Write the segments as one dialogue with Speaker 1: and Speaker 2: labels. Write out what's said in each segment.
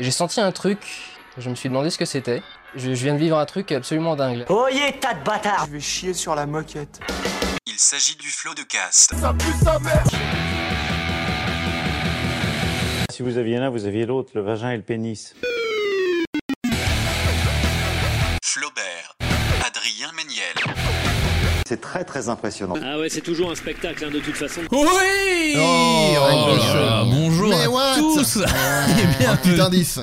Speaker 1: J'ai senti un truc, je me suis demandé ce que c'était. Je, je viens de vivre un truc absolument dingue.
Speaker 2: Oh,
Speaker 3: Oyez, tas de bâtards
Speaker 2: Je vais chier sur la moquette.
Speaker 4: Il s'agit du flot de cast.
Speaker 5: Si vous aviez l'un, vous aviez l'autre, le vagin et le pénis.
Speaker 4: Flaubert. Adrien Méniel.
Speaker 5: C'est très très impressionnant.
Speaker 6: Ah ouais, c'est toujours un spectacle hein, de toute façon.
Speaker 7: Oui
Speaker 8: Oh,
Speaker 7: Oh
Speaker 1: Michel.
Speaker 7: là là, Bonjour
Speaker 8: Mais
Speaker 7: à
Speaker 8: what
Speaker 7: tous
Speaker 9: Eh
Speaker 7: et
Speaker 8: Un petit
Speaker 7: bienvenue.
Speaker 8: indice.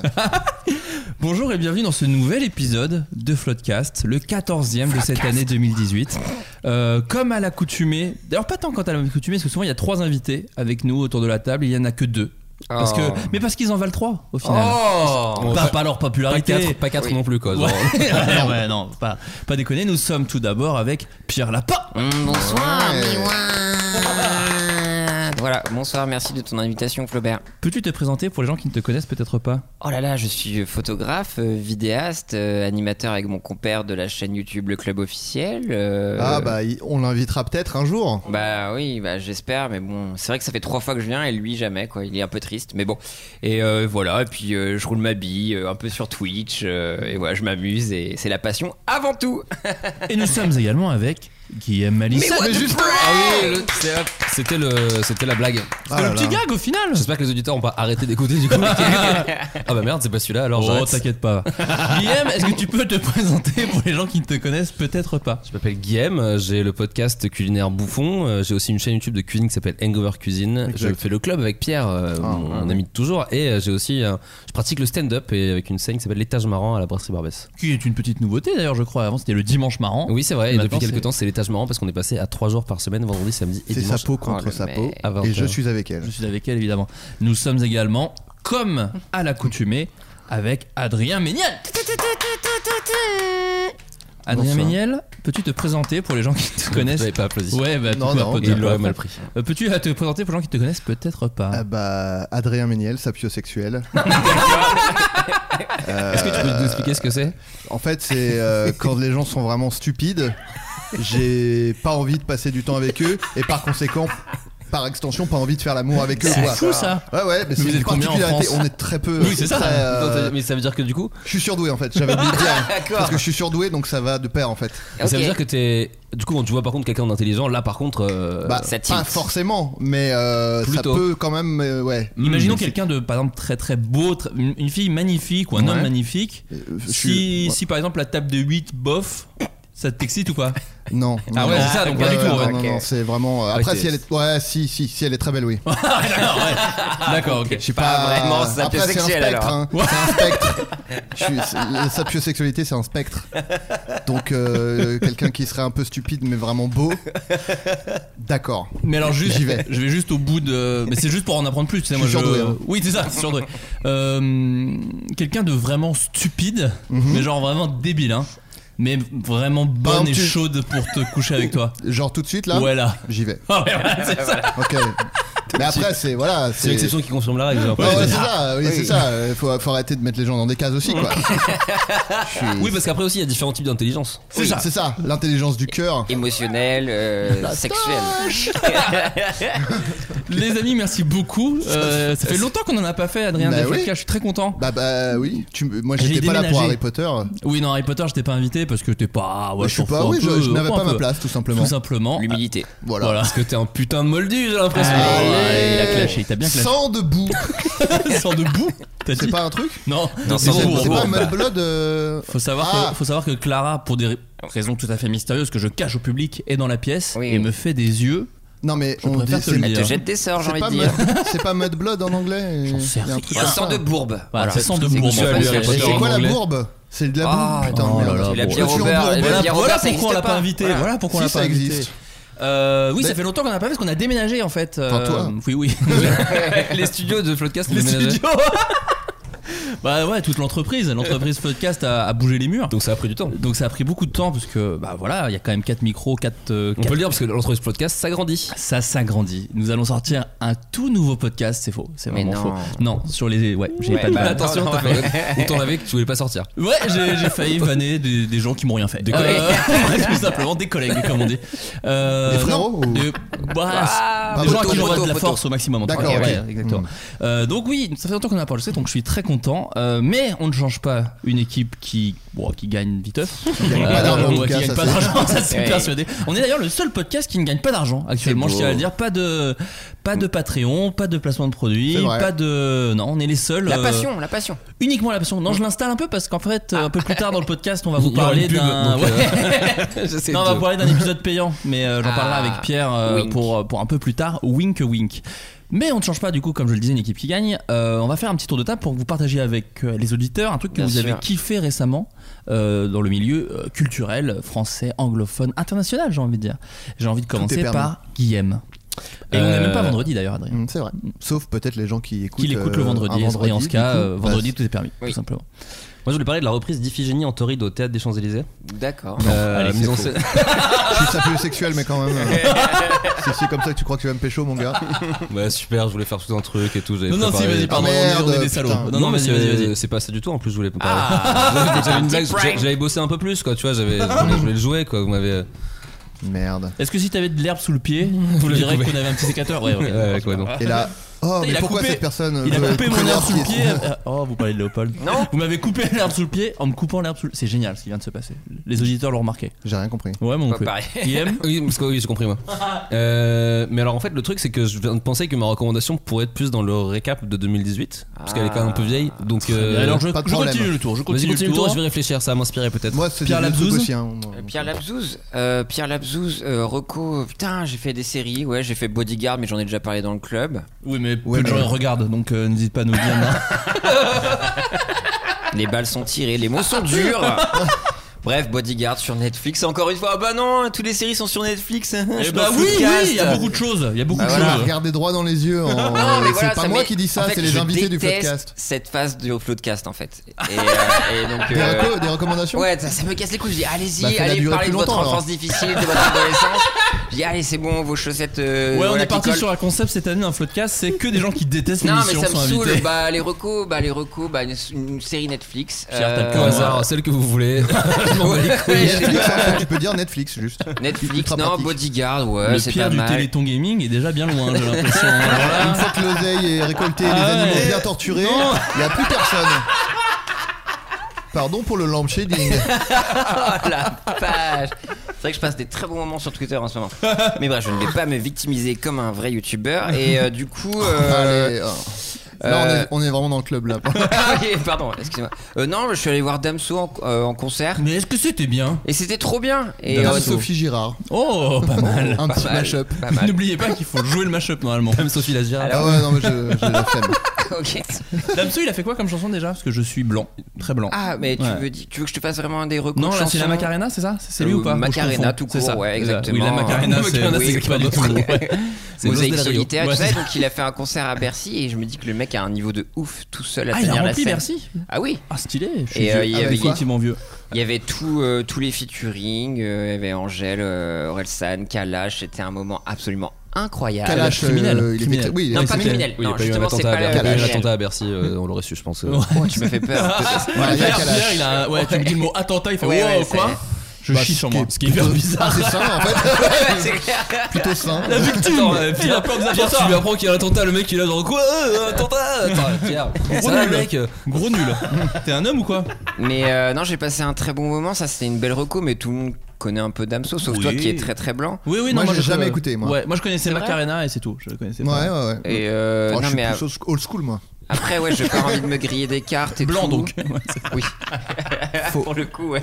Speaker 7: Bonjour et bienvenue dans ce nouvel épisode de Floodcast, le 14e de cette année 2018. Euh, comme à l'accoutumée, d'ailleurs pas tant quant à l'accoutumée, parce que souvent il y a trois invités avec nous autour de la table, il y en a que deux. Parce que, mais parce qu'ils en valent trois au final.
Speaker 9: Oh
Speaker 7: pas, pas leur
Speaker 9: Pas
Speaker 7: popularité.
Speaker 9: 4, pas quatre non plus quoi. genre.
Speaker 7: Ouais, ouais, ouais, non, pas, pas déconner. Nous sommes tout d'abord avec Pierre Lapin.
Speaker 9: Oh. Mm, Bonsoir,
Speaker 8: Ouais.
Speaker 9: Miwa. Ah. Voilà, bonsoir, merci de ton invitation Flaubert.
Speaker 7: Peux-tu te présenter pour les gens qui ne te connaissent peut-être pas
Speaker 9: Oh là là, je suis photographe, euh, vidéaste, euh, animateur avec mon compère de la chaîne YouTube Le Club Officiel. euh,
Speaker 8: Ah bah il- on l'invitera peut-être un jour.
Speaker 9: Bah oui, bah j'espère, mais bon, c'est vrai que ça fait trois fois que je viens et lui jamais, quoi. Il est un peu triste, mais bon. Et euh, voilà, et puis euh, je roule ma bille euh, un peu sur Twitch, euh, et voilà, je m'amuse, et c'est la passion avant tout.
Speaker 7: Et nous sommes également avec Guillaume Malissa.
Speaker 8: Mais juste
Speaker 9: Ah oui, le-
Speaker 7: C'est
Speaker 9: C'était le, c'était la blague.
Speaker 8: Ah là
Speaker 7: le petit
Speaker 8: là.
Speaker 7: gag au final
Speaker 9: J'espère que les auditeurs ont pas arrêté d'écouter du coup. ah bah merde, c'est pas celui-là alors
Speaker 7: Oh, t'inquiète pas. Guillaume, est-ce que tu peux te présenter pour les gens qui ne te connaissent peut-être pas
Speaker 9: Je m'appelle Guillaume, euh, j'ai le podcast culinaire Bouffon, euh, j'ai aussi une chaîne YouTube de cuisine qui s'appelle Hangover Cuisine. Je
Speaker 8: Exact. Ah,
Speaker 9: fais le club avec Pierre, euh, mon, mon ami de toujours, et euh, j'ai aussi, euh, je pratique le stand-up et avec une scène qui s'appelle L'étage marrant à la brasserie Barbès.
Speaker 7: Qui est une petite nouveauté d'ailleurs, je crois. Avant, c'était le dimanche marrant.
Speaker 9: Oui, c'est vrai. Et
Speaker 7: Maintenant,
Speaker 9: depuis
Speaker 7: c'est-
Speaker 9: quelques temps, c'est L'étage marrant parce qu'on est passé à trois jours par semaine, vendredi, samedi et
Speaker 8: C'est sa
Speaker 9: dimanche.
Speaker 8: peau contre
Speaker 9: le
Speaker 8: sa
Speaker 9: mec. Ah,
Speaker 8: peau.
Speaker 9: À 20
Speaker 8: Et je
Speaker 9: heures.
Speaker 8: suis avec elle.
Speaker 7: Je suis avec elle évidemment. Nous sommes également, comme à l'accoutumée, avec Adrien Méniel. Adrien
Speaker 8: Bonsoir.
Speaker 7: Méniel, peux-tu te présenter pour les gens qui ne te
Speaker 9: Vous
Speaker 7: connaissent
Speaker 9: n'avez pas applaudi.
Speaker 7: Ouais, bah, pourquoi
Speaker 8: Non, non,
Speaker 7: pas,
Speaker 8: il
Speaker 7: pourquoi
Speaker 8: l'aurait
Speaker 7: pas.
Speaker 9: mal pris.
Speaker 7: Euh, Peux-tu euh, te présenter pour les gens qui te connaissent peut-être pas
Speaker 8: Ah bah Adrien Méniel, sapiosexuel. Euh,
Speaker 9: Est-ce que tu peux nous expliquer ce que c'est
Speaker 8: En fait, c'est euh, quand les gens sont vraiment stupides, j'ai pas envie de passer du temps avec eux et par conséquent, par extension, pas envie de faire l'amour avec eux.
Speaker 7: C'est
Speaker 8: quoi.
Speaker 7: fou, ça.
Speaker 8: Ouais, ouais, mais, c'est
Speaker 7: vous
Speaker 8: une
Speaker 7: êtes combien en
Speaker 8: particularité.
Speaker 7: France
Speaker 8: On est très peu.
Speaker 7: Oui, c'est ça.
Speaker 8: très, euh,
Speaker 9: Mais ça veut dire que du coup,
Speaker 8: je suis surdoué en fait, j'avais oublié de dire. Parce que je suis surdoué donc ça va de pair en fait.
Speaker 9: ça veut dire que t'es. Du coup, quand tu vois par contre quelqu'un d'intelligent, là par contre. euh,
Speaker 8: Bah,
Speaker 9: ça
Speaker 8: pas
Speaker 9: tilt.
Speaker 8: forcément, mais euh, ça
Speaker 9: Plutôt.
Speaker 8: peut quand même. euh, ouais.
Speaker 9: hmm,
Speaker 7: Imaginons quelqu'un de par exemple très très beau, tr- une une fille magnifique ou un homme
Speaker 8: Ouais.
Speaker 7: magnifique.
Speaker 8: Euh,
Speaker 7: Si,
Speaker 8: je suis-
Speaker 7: si par exemple la table de 8 bof, ça t'excite ou pas
Speaker 8: Non.
Speaker 7: Ah
Speaker 8: non,
Speaker 7: ouais,
Speaker 8: non.
Speaker 7: c'est ça, donc pas du tout,
Speaker 8: non,
Speaker 7: ouais.
Speaker 8: non,
Speaker 7: Ok.
Speaker 8: non, c'est vraiment. euh, Après,
Speaker 9: t'es-
Speaker 8: si elle est. Ouais, si, si, si elle est très belle, oui.
Speaker 7: D'accord, Ah ouais. D'accord, ok.
Speaker 8: suis pas
Speaker 9: vraiment
Speaker 8: Après, c'est un
Speaker 9: sapiosexuel,
Speaker 8: spectre.
Speaker 9: alors.
Speaker 8: hein. C'est un spectre. Je suis- c'est- La sapiosexualité, c'est un spectre. Donc, euh, quelqu'un qui serait un peu stupide, mais vraiment beau. D'accord.
Speaker 7: Mais alors juste,
Speaker 8: J'y vais.
Speaker 7: je vais juste au bout de. Mais c'est juste pour en apprendre plus. Tu sais,
Speaker 8: Je
Speaker 7: moi,
Speaker 8: suis surdoué, hein.
Speaker 7: Oui, c'est ça, c'est surdoué. Euh, Quelqu'un de vraiment stupide,
Speaker 8: Mhm.
Speaker 7: mais genre vraiment débile, hein. Mais vraiment bonne
Speaker 8: exemple,
Speaker 7: et
Speaker 8: tu-
Speaker 7: chaude pour te coucher avec toi.
Speaker 8: Genre, tout de suite, Bah, là
Speaker 7: ouais, là.
Speaker 8: J'y vais.
Speaker 7: Ah ouais, voilà, c'est ça.
Speaker 8: Ok. Mais après, c'est. Voilà.
Speaker 9: C'est l'exception qui confirme la règle. j'ai
Speaker 8: Ouais,
Speaker 9: l'impression.
Speaker 8: ouais, c'est ça, oui, c'est ça. Euh, Faut, faut arrêter de mettre les gens dans des cases aussi, quoi. Je suis-
Speaker 9: Oui, parce qu'après aussi, il y a différents types d'intelligence.
Speaker 7: C'est
Speaker 8: Oui,
Speaker 7: ça.
Speaker 8: bah, c'est ça, l'intelligence du cœur.
Speaker 3: Émotionnel, euh, sexuel.
Speaker 7: Les amis, merci beaucoup. Euh, ça fait longtemps qu'on en a pas fait, Adrien.
Speaker 8: Bah
Speaker 7: des
Speaker 8: oui.
Speaker 7: podcasts, Je suis très content.
Speaker 8: Bah, bah oui, tu, me- moi
Speaker 7: J'ai
Speaker 8: j'étais pas là pour
Speaker 7: déménagé.
Speaker 8: Harry Potter. Bah,
Speaker 7: Oui, non, Harry Potter, je t'ai pas invité parce que t'es pas. ouais,
Speaker 8: je suis
Speaker 7: t'en
Speaker 8: pas,
Speaker 7: fous un
Speaker 8: oui, je,
Speaker 7: peu,
Speaker 8: je n'avais
Speaker 7: un
Speaker 8: pas ma
Speaker 7: peu.
Speaker 8: place, tout simplement.
Speaker 7: Tout simplement.
Speaker 3: L'humilité.
Speaker 8: Voilà.
Speaker 7: Voilà.
Speaker 9: Parce que t'es un putain de moldu, j'ai l'impression.
Speaker 7: Ah,
Speaker 8: Allez.
Speaker 7: il a clashé, il t'a bien clashé.
Speaker 8: Sans debout,
Speaker 7: Sans debout, t'as
Speaker 8: c'est
Speaker 7: dit
Speaker 8: pas un truc
Speaker 7: Non,
Speaker 9: Non,
Speaker 7: c'est
Speaker 9: sans
Speaker 8: C'est
Speaker 9: debout,
Speaker 7: bon,
Speaker 8: c'est
Speaker 7: bon,
Speaker 8: pas
Speaker 7: bon.
Speaker 8: Mudblood euh,
Speaker 7: Faut savoir,
Speaker 8: Ah.
Speaker 7: que, faut savoir que Clara, pour des ra- raisons tout à fait mystérieuses que je cache au public, est dans la pièce
Speaker 3: Oui.
Speaker 7: et me fait des yeux.
Speaker 8: Non mais
Speaker 7: Je
Speaker 8: on dit
Speaker 7: préfère te
Speaker 8: c'est
Speaker 7: le dire.
Speaker 3: Jette des sorts, j'ai
Speaker 8: c'est
Speaker 3: envie de
Speaker 8: pas,
Speaker 3: dire.
Speaker 8: Mud- c'est pas Mudblood en anglais
Speaker 7: J'en sais
Speaker 8: Il y a un truc
Speaker 7: rien.
Speaker 8: comme
Speaker 3: Sort
Speaker 8: ça.
Speaker 3: de bourbe.
Speaker 7: Voilà, c'est sans de
Speaker 9: que
Speaker 7: bourbe.
Speaker 9: tu as
Speaker 7: en
Speaker 9: lu
Speaker 7: fait.
Speaker 9: Harry Potter.
Speaker 8: C'est
Speaker 9: en
Speaker 8: quoi la
Speaker 9: anglais.
Speaker 8: bourbe C'est de la bourbe,
Speaker 3: Ah,
Speaker 8: putain.
Speaker 7: oh là là,
Speaker 8: merde.
Speaker 7: la
Speaker 8: Je
Speaker 3: bière
Speaker 8: suis en
Speaker 3: Robert,
Speaker 8: bourbe.
Speaker 3: la
Speaker 7: Voilà,
Speaker 3: bière
Speaker 7: voilà
Speaker 3: Robert, ça
Speaker 7: pourquoi on l'a
Speaker 3: existe
Speaker 7: pas
Speaker 3: pas.
Speaker 7: invité.
Speaker 3: Voilà.
Speaker 7: Voilà pourquoi on
Speaker 8: Si,
Speaker 7: l'a pas
Speaker 8: ça
Speaker 7: invité.
Speaker 8: existe.
Speaker 7: Euh, oui, ça
Speaker 8: Mais-
Speaker 7: fait longtemps qu'on n'a pas fait parce qu'on a déménagé en fait. euh,
Speaker 8: Enfin, toi.
Speaker 7: Oui, oui.
Speaker 9: Les studios de Floodcast,
Speaker 7: Les
Speaker 9: les ménagers.
Speaker 7: studios. Bah ouais, toute l'entreprise, l'entreprise podcast a, a bougé les murs.
Speaker 9: Donc ça a pris du temps.
Speaker 7: Donc ça a pris beaucoup de temps parce que bah voilà, il y a quand même 4 micros, 4
Speaker 9: On peut le dire parce que l'entreprise Floodcast s'agrandit.
Speaker 7: Ça s'agrandit. Nous allons sortir un tout nouveau podcast. C'est faux. C'est
Speaker 3: Mais
Speaker 7: vraiment
Speaker 3: non.
Speaker 7: faux. Non, sur les. Ouais, j'ai
Speaker 3: Ouais,
Speaker 7: pas de
Speaker 3: bah,
Speaker 7: vanne.
Speaker 9: Attention,
Speaker 3: non,
Speaker 9: t'as fait- ou t'en avais que tu voulais pas sortir.
Speaker 7: Ouais, j'ai j'ai failli vanner des, des gens qui m'ont rien fait. Des
Speaker 3: collègues.
Speaker 7: tout simplement des collègues, comme on dit. Euh,
Speaker 8: Des frérots
Speaker 7: non,
Speaker 8: ou-
Speaker 7: des- bah,
Speaker 3: Ah,
Speaker 7: des gens à
Speaker 3: poteau,
Speaker 7: qui j'envoie de
Speaker 3: poteau,
Speaker 7: la
Speaker 3: poteau.
Speaker 7: force au maximum. en tout
Speaker 8: D'accord,
Speaker 7: cas.
Speaker 8: ok. Hmm.
Speaker 7: Ouais, exactement. Euh, donc oui, ça fait longtemps qu'on n'a pas enregistré, donc je suis très content content. Euh, mais on ne change pas une équipe qui, bon, qui gagne viteuf.
Speaker 8: Qui gagne pas d'argent, en tout
Speaker 7: euh, ouais, qui
Speaker 8: cas,
Speaker 7: gagne
Speaker 8: ça,
Speaker 7: pas
Speaker 8: c'est-
Speaker 7: d'argent, ça c'est
Speaker 9: Ouais.
Speaker 7: persuadé. On est d'ailleurs le seul podcast qui ne gagne pas d'argent actuellement,
Speaker 9: C'est
Speaker 7: je tiens à
Speaker 9: beau.
Speaker 7: le dire. Pas de, pas de Patreon, pas de placement de produits,
Speaker 8: C'est vrai.
Speaker 7: pas de. Non, on est les seuls.
Speaker 9: La
Speaker 7: euh,
Speaker 9: passion, la passion.
Speaker 7: Uniquement la passion. Non, je l'installe un peu parce qu'en fait, euh, un peu plus tard dans le podcast, on va vous
Speaker 9: Il y aura
Speaker 7: parler
Speaker 9: une pub,
Speaker 7: d'un.
Speaker 9: donc, euh,
Speaker 7: Ouais. non, on va
Speaker 9: de-
Speaker 7: parler d'un épisode payant, mais euh, j'en
Speaker 9: Ah,
Speaker 7: parlerai avec Pierre euh,
Speaker 9: wink.
Speaker 7: pour, pour un peu plus tard. Wink, wink. Mais on ne change pas, du coup, comme je le disais, une équipe qui gagne. Euh, on va faire un petit tour de table pour que vous partagiez avec euh, les auditeurs un truc que
Speaker 9: Bien
Speaker 7: vous
Speaker 9: sûr.
Speaker 7: avez kiffé récemment euh, dans le milieu euh, culturel, français, anglophone, international, j'ai envie de dire. J'ai envie de commencer
Speaker 8: permis.
Speaker 7: par Guillaume. Et on n'est
Speaker 9: Euh,
Speaker 7: même pas vendredi d'ailleurs, Adrien.
Speaker 8: Hum, C'est vrai. Sauf peut-être les gens qui écoutent.
Speaker 7: Qu'il écoute le
Speaker 8: euh, un
Speaker 7: vendredi, et en ce
Speaker 8: du
Speaker 7: cas,
Speaker 8: coup,
Speaker 7: euh,
Speaker 8: bah,
Speaker 7: vendredi tout est permis,
Speaker 9: Oui.
Speaker 7: tout simplement.
Speaker 2: Moi, je voulais parler de la reprise d'Iphigénie en Tauride au théâtre des Champs-Élysées.
Speaker 9: D'accord.
Speaker 2: Euh,
Speaker 7: allez,
Speaker 2: mise
Speaker 7: c'est
Speaker 2: en
Speaker 7: faux.
Speaker 2: scène-
Speaker 8: Je suis un peu sexuel, mais quand même. euh, c'est c'est comme ça que tu crois que tu vas me pécho, mon gars.
Speaker 2: ouais, super, je voulais faire tout un truc et tout. j'avais
Speaker 7: Non, non, si,
Speaker 2: préparé-
Speaker 7: vas-y, pardon,
Speaker 8: Ah,
Speaker 7: on est- on, est,
Speaker 8: merde,
Speaker 7: des salauds.
Speaker 8: putain.
Speaker 7: Non, non,
Speaker 2: mais
Speaker 7: vas-y, vas-y, vas-y.
Speaker 2: c'est- C'est pas ça du tout, en plus, je voulais pas parler.
Speaker 9: Ah,
Speaker 2: J'avais une blague,
Speaker 9: Petit prank.
Speaker 2: j'a- j'avais bossé un peu plus, quoi, tu vois, j'avais, je voulais le jouer, quoi, vous m'avez. euh,
Speaker 8: Merde.
Speaker 7: Est-ce que si t'avais de l'herbe sous le pied, vous
Speaker 2: l'avez
Speaker 7: dirais
Speaker 2: coupé.
Speaker 7: qu'on avait un petit sécateur Ouais, ok.
Speaker 2: Ouais, ouais, quoi, non.
Speaker 8: Et là. Oh,
Speaker 7: Il
Speaker 8: mais
Speaker 7: a
Speaker 8: pourquoi
Speaker 7: coupé-
Speaker 8: cette personne.
Speaker 7: Il
Speaker 8: veut
Speaker 7: a coupé mon
Speaker 8: prévoir
Speaker 7: herbe
Speaker 8: ce
Speaker 7: sous le
Speaker 8: qui est-
Speaker 7: pied. Oh, vous parlez de Léopold.
Speaker 9: Non.
Speaker 7: Vous m'avez coupé l'herbe sous le pied en me coupant l'herbe sous le C'est génial ce qui vient de se passer. Les auditeurs l'ont remarqué.
Speaker 8: J'ai rien compris.
Speaker 7: Ouais, mon
Speaker 9: Pas pareil.
Speaker 7: IM
Speaker 2: Oui, parce que oui, j'ai compris moi. Euh, mais alors en fait, le truc c'est que je viens de penser que ma recommandation pourrait être plus dans le récap de 2018, parce qu'elle est quand même un peu vieille. Donc, euh,
Speaker 7: Ah, Alors je,
Speaker 8: pas de
Speaker 7: je
Speaker 8: problème.
Speaker 7: continue le tour. Je
Speaker 2: vas-y,
Speaker 7: continue,
Speaker 2: continue le tour, je vais réfléchir, ça va m'inspirer peut-être.
Speaker 8: Moi, c'est
Speaker 7: Pierre
Speaker 8: des trucs
Speaker 7: Labzouze Ah,
Speaker 8: aussi. hein, moi.
Speaker 9: Euh, Pierre Labzouz, euh, Pierre Labzouz, euh, Rocco, putain, j'ai fait des séries, ouais, j'ai fait Bodyguard, mais j'en ai déjà parlé dans le club.
Speaker 7: Oui, mais
Speaker 8: Ouais,
Speaker 7: peu de
Speaker 8: mais-
Speaker 7: gens regardent, donc euh, n'hésite pas à nous le dire. non.
Speaker 9: Les balles sont tirées, les mots sont durs. Bref, Bodyguard sur Netflix, encore une fois. Ah bah non, toutes les séries sont sur Netflix.
Speaker 7: Eh bah oui, oui, il y a
Speaker 9: euh,
Speaker 7: beaucoup de choses. Il y a beaucoup
Speaker 8: Bah
Speaker 7: de
Speaker 8: voilà,
Speaker 7: choses.
Speaker 8: regardez droit dans les yeux. en-
Speaker 9: Non, mais
Speaker 8: c'est
Speaker 9: voilà,
Speaker 8: pas
Speaker 9: ça
Speaker 8: moi
Speaker 9: m'est-
Speaker 8: qui dis
Speaker 9: en
Speaker 8: ça,
Speaker 9: fait,
Speaker 8: c'est les
Speaker 9: je
Speaker 8: invités du
Speaker 9: déteste
Speaker 8: podcast.
Speaker 9: Cette phase du podcast en fait. Et, euh, et donc.
Speaker 8: Des,
Speaker 9: euh,
Speaker 8: reco- des recommandations
Speaker 9: Ouais, ça, ça me casse les couilles. Je dis, allez-y,
Speaker 8: Bah, fais-la
Speaker 9: allez
Speaker 8: durer
Speaker 9: parler
Speaker 8: plus
Speaker 9: de votre
Speaker 8: longtemps, alors.
Speaker 9: enfance difficile, de votre adolescence. Je dis, allez, c'est bon, vos chaussettes. euh,
Speaker 7: Ouais, on
Speaker 9: voilà,
Speaker 7: est
Speaker 9: qui
Speaker 7: parti
Speaker 9: collent.
Speaker 7: sur un concept cette année, un floodcast, c'est que des gens qui détestent
Speaker 9: Non, mais
Speaker 7: l'émission
Speaker 9: ça me
Speaker 7: sont
Speaker 9: saoule.
Speaker 7: invités.
Speaker 9: Bah, les recos, bah, les recos, bah, une, une série Netflix. Euh,
Speaker 7: Pierre, t'as le
Speaker 2: Au hasard, celle que vous voulez.
Speaker 9: Ouais, j'ai-
Speaker 8: Netflix, hein, tu peux dire Netflix juste.
Speaker 9: Netflix,
Speaker 8: Ultra
Speaker 9: non,
Speaker 8: pratique.
Speaker 9: Bodyguard, ouais,
Speaker 7: le
Speaker 9: c'est
Speaker 7: pire
Speaker 9: pas
Speaker 7: du
Speaker 9: mal.
Speaker 7: Téléthon Gaming est déjà bien loin, j'ai l'impression. hein.
Speaker 8: Une fois que l'oseille est récoltée et les
Speaker 7: Ah
Speaker 8: animaux
Speaker 7: ouais.
Speaker 8: bien torturés,
Speaker 7: Non.
Speaker 8: il n'y a plus personne. Pardon pour le lampshading.
Speaker 9: Oh la page C'est vrai que je passe des très bons moments sur Twitter en ce moment. Mais bref, je ne vais pas me victimiser comme un vrai youtubeur. Et euh, du coup. euh,
Speaker 8: Allez, oh. Là, on est-
Speaker 9: euh,
Speaker 8: on est, vraiment dans le club là.
Speaker 9: Ah oui, pardon, excusez-moi. Euh, non, je suis allé voir Damso en, euh, en concert.
Speaker 7: mais est-ce que c'était bien
Speaker 9: Et c'était trop bien. Et
Speaker 8: Dame
Speaker 9: euh,
Speaker 8: Sophie Girard,
Speaker 7: Oh, pas mal.
Speaker 8: un petit
Speaker 9: mal.
Speaker 8: mashup.
Speaker 9: Pas mal.
Speaker 7: N'oubliez pas qu'il faut jouer le mashup normalement. Dame Sophie la
Speaker 8: Ah ouais, non, mais je- j'ai la flemme.
Speaker 9: euh, ok.
Speaker 7: Damso, il a fait quoi comme chanson déjà Parce que je suis blanc, très blanc.
Speaker 9: Ah, mais tu,
Speaker 7: Ouais.
Speaker 9: veux, di- tu veux que je te fasse vraiment un des recours
Speaker 7: non,
Speaker 9: de
Speaker 7: là c'est la
Speaker 9: chansons
Speaker 7: Macarena, c'est ça C'est lui
Speaker 9: Euh,
Speaker 7: ou pas Ou je confonds.
Speaker 9: Macarena, tout
Speaker 7: C'est
Speaker 9: court,
Speaker 7: ça.
Speaker 9: ouais,
Speaker 7: C'est ça. Oui, la
Speaker 9: exactement.
Speaker 7: Macarena, c'est
Speaker 2: Macarena,
Speaker 7: oui,
Speaker 2: c'est
Speaker 7: c'est pas du tout.
Speaker 2: exactement.
Speaker 7: ouais. C'est Los
Speaker 9: Mosaïque
Speaker 7: Del Rio.
Speaker 9: solitaire,
Speaker 7: Ouais,
Speaker 9: tu sais,
Speaker 7: c'est-
Speaker 9: donc il a fait un concert à Bercy et je me dis que le mec a un niveau de ouf tout seul à
Speaker 7: Ah, il
Speaker 9: tenir
Speaker 7: a
Speaker 9: la
Speaker 7: rempli
Speaker 9: scène.
Speaker 7: Bercy
Speaker 9: Ah oui,
Speaker 7: Ah, stylé. Je suis
Speaker 9: Et, euh,
Speaker 7: vieux.
Speaker 9: il y
Speaker 7: Ah,
Speaker 9: avait-
Speaker 7: bah, effectivement vieux.
Speaker 9: il y avait tout, euh, tous les featuring, euh, il y avait Angèle, euh, Orelsan, Kalash, c'était un moment absolument incroyable.
Speaker 8: Kalash, euh,
Speaker 7: criminel,
Speaker 8: il était.
Speaker 7: criminel.
Speaker 8: Oui, il
Speaker 9: Non,
Speaker 8: était
Speaker 9: pas criminel,
Speaker 2: Oui, il y a
Speaker 9: non,
Speaker 2: pas eu un
Speaker 9: justement, c'est
Speaker 2: attentat à
Speaker 9: pas
Speaker 2: Bercy.
Speaker 9: la
Speaker 2: Il y a eu un
Speaker 9: Angèle.
Speaker 2: attentat à Bercy, euh, on l'aurait su, je pense. euh.
Speaker 9: Oh, tu me fais peur.
Speaker 8: Voilà, il y a
Speaker 7: Pierre,
Speaker 8: Kalash.
Speaker 7: Pierre, il a un- ouais, tu me dis le mot attentat, il fait
Speaker 9: Ouais,
Speaker 7: wow,
Speaker 9: ouais,
Speaker 7: quoi Je
Speaker 8: Bah,
Speaker 7: chie sur moi,
Speaker 8: est
Speaker 7: ce qui est hyper
Speaker 8: plutôt-
Speaker 7: bizarre.
Speaker 8: Ah, c'est ça en fait,
Speaker 9: C'est clair.
Speaker 8: plutôt sain.
Speaker 7: La victime Il a peur des
Speaker 2: Pierre,
Speaker 7: attentats
Speaker 2: tu lui apprends qu'il y a un attentat, le mec il est là dans quoi euh, Attentat Attends, Pierre,
Speaker 7: Gros
Speaker 2: ça va,
Speaker 7: nul.
Speaker 2: mec
Speaker 7: Gros nul. T'es un homme ou quoi
Speaker 9: Mais euh, non, j'ai passé un très bon moment, ça c'était une belle reco, mais tout le monde connaît un peu Damso, sauf
Speaker 7: Oui.
Speaker 9: toi qui est très très blanc.
Speaker 7: Oui, oui,
Speaker 8: Moi,
Speaker 7: non,
Speaker 8: j'ai
Speaker 7: je-
Speaker 8: jamais écouté, moi.
Speaker 7: Ouais, moi je connaissais
Speaker 9: vrai
Speaker 7: Macarena et c'est tout. Je le connaissais
Speaker 8: Ouais,
Speaker 7: pas.
Speaker 8: ouais, ouais.
Speaker 9: Et euh,
Speaker 8: Oh, je
Speaker 9: non,
Speaker 8: suis
Speaker 9: mais
Speaker 8: plus old- old school moi.
Speaker 9: après, ouais, j'ai pas envie de me griller des cartes et
Speaker 7: Blanc
Speaker 9: tout.
Speaker 7: donc.
Speaker 9: Oui. Pour le coup, ouais.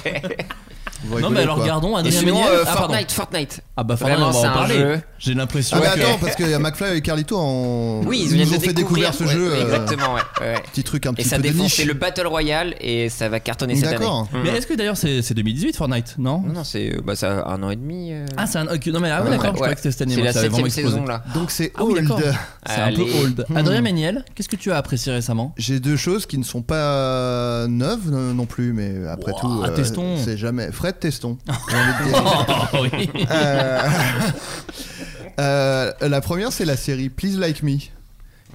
Speaker 8: Vous
Speaker 7: Non,
Speaker 8: rigolez,
Speaker 7: mais alors
Speaker 8: quoi.
Speaker 7: regardons
Speaker 9: Et
Speaker 7: Adrien
Speaker 9: sinon,
Speaker 7: Méniel.
Speaker 9: euh,
Speaker 7: ah, pardon.
Speaker 9: Fortnite, Fortnite.
Speaker 7: Ah bah Fortnite, on
Speaker 9: Vraiment,
Speaker 7: va
Speaker 9: c'est
Speaker 7: en
Speaker 9: un
Speaker 7: parler.
Speaker 9: jeu.
Speaker 7: J'ai l'impression
Speaker 8: Ah, mais
Speaker 7: que.
Speaker 8: attends, parce que McFly et Carlito ont.
Speaker 9: Oui,
Speaker 8: nous
Speaker 9: ils,
Speaker 8: ont
Speaker 9: ont
Speaker 8: fait découvrir ce
Speaker 9: ouais,
Speaker 8: jeu. euh,
Speaker 9: Exactement, ouais. ouais, ouais.
Speaker 8: Petit truc un
Speaker 9: Et
Speaker 8: petit
Speaker 9: ça
Speaker 8: peu de
Speaker 9: défonce,
Speaker 8: niche.
Speaker 9: c'est le Battle Royale et ça va cartonner cette année.
Speaker 8: D'accord.
Speaker 7: Mais est-ce que d'ailleurs c'est c'est 2018 Fortnite Non
Speaker 9: Non, non, c'est euh, bah, ça a un an et demi. euh.
Speaker 7: Ah, c'est un. ok, Non, mais ah, ouais, d'accord, je
Speaker 9: Ouais.
Speaker 7: croyais que c'était cette année.
Speaker 9: C'est
Speaker 7: moi,
Speaker 9: la
Speaker 7: ça avait vraiment
Speaker 9: septième
Speaker 7: explosé.
Speaker 9: saison là.
Speaker 8: Donc c'est
Speaker 7: Ah oui,
Speaker 8: old.
Speaker 7: d'accord. C'est un peu
Speaker 9: Allez.
Speaker 7: old.
Speaker 8: Hmm.
Speaker 7: Adrien Méniel, qu'est-ce que tu as apprécié récemment
Speaker 8: J'ai deux choses qui ne sont pas neuves euh, non plus, mais après
Speaker 7: Ouah,
Speaker 8: tout, euh,
Speaker 7: testons.
Speaker 8: c'est jamais Fred Teston. j'ai envie de dire.
Speaker 7: Oh oui
Speaker 8: Euh, euh, la première, c'est la série Please Like Me.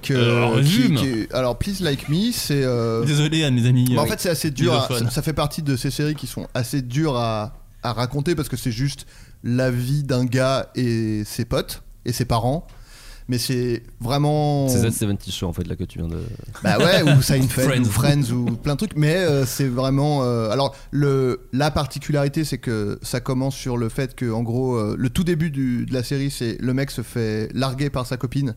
Speaker 8: Que,
Speaker 7: Euh, résume.
Speaker 8: alors Please Like Me, c'est euh,
Speaker 7: Désolé à mes amis.
Speaker 8: Bah, en
Speaker 7: euh,
Speaker 8: fait, c'est assez dur. à-
Speaker 7: Misophone.
Speaker 8: ça, ça fait partie de ces séries qui sont assez dures à, à raconter parce que c'est juste la vie d'un gars et ses potes et ses parents. mais c'est vraiment.
Speaker 2: C'est The 70 Show en fait là que tu viens de.
Speaker 8: Bah ouais, ou Seinfeld,
Speaker 2: Friends.
Speaker 8: ou Friends, ou plein de trucs. Mais euh, c'est vraiment. euh, alors, le, la particularité, c'est que ça commence sur le fait que, en gros, euh, le tout début du- de la série, c'est le mec se fait larguer par sa copine.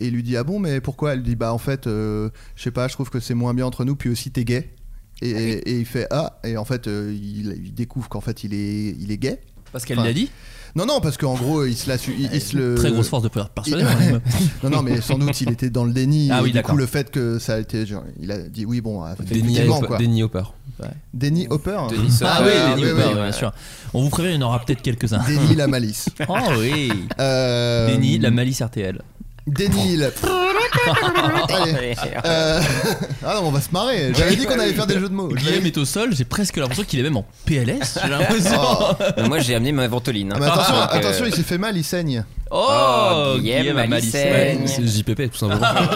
Speaker 8: Et il lui dit Ah bon, mais pourquoi Elle dit Bah en fait, euh, je sais pas, je trouve que c'est moins bien entre nous, puis aussi t'es gay. Et, et il fait Ah, et en fait, euh, il, il découvre qu'en fait, il est, il est gay.
Speaker 7: Parce qu'elle
Speaker 8: Enfin,
Speaker 7: l'a dit.
Speaker 8: Non, non, parce qu'en gros, il se, la, su- il, il se le.
Speaker 7: Très grosse force de pouvoir persuader.
Speaker 8: il-
Speaker 7: hein, les meufs.
Speaker 8: Non, non, mais sans doute il était dans le déni.
Speaker 7: Ah
Speaker 8: et
Speaker 7: oui,
Speaker 8: du
Speaker 7: d'accord.
Speaker 8: coup, le fait que ça a été. genre, il a dit oui, bon, euh,
Speaker 2: Denis
Speaker 8: effectivement,
Speaker 2: Hopper-
Speaker 8: quoi.
Speaker 2: Denis Hopper.
Speaker 8: Déni Hopper.
Speaker 9: Denis Hopper.
Speaker 8: Ah
Speaker 7: Ah
Speaker 8: oui,
Speaker 7: oui,
Speaker 8: oui,
Speaker 7: Denis
Speaker 8: oui,
Speaker 7: Hopper,
Speaker 8: oui.
Speaker 7: bien sûr. On vous prévient, il y en aura peut-être quelques-uns.
Speaker 8: Déni la malice.
Speaker 7: Oh oui.
Speaker 8: Euh,
Speaker 7: Denis, la malice RTL.
Speaker 8: Déni la. Allez. Euh, Ah non, on va se marrer. J'avais dit qu'on allait faire des jeux de mots.
Speaker 7: Guillaume est au sol, j'ai presque l'impression qu'il est même en PLS. J'ai l'impression.
Speaker 8: Oh.
Speaker 9: Mais Moi, j'ai amené ma ventoline. hein.
Speaker 8: Ah, mais attention,
Speaker 9: Donc, euh,
Speaker 8: attention, il s'est fait mal, il saigne.
Speaker 7: Oh,
Speaker 9: Oh, Guillaume
Speaker 7: la malice.
Speaker 9: Malicène.
Speaker 7: Ouais.
Speaker 2: C'est JPP tout simplement.
Speaker 7: Ah,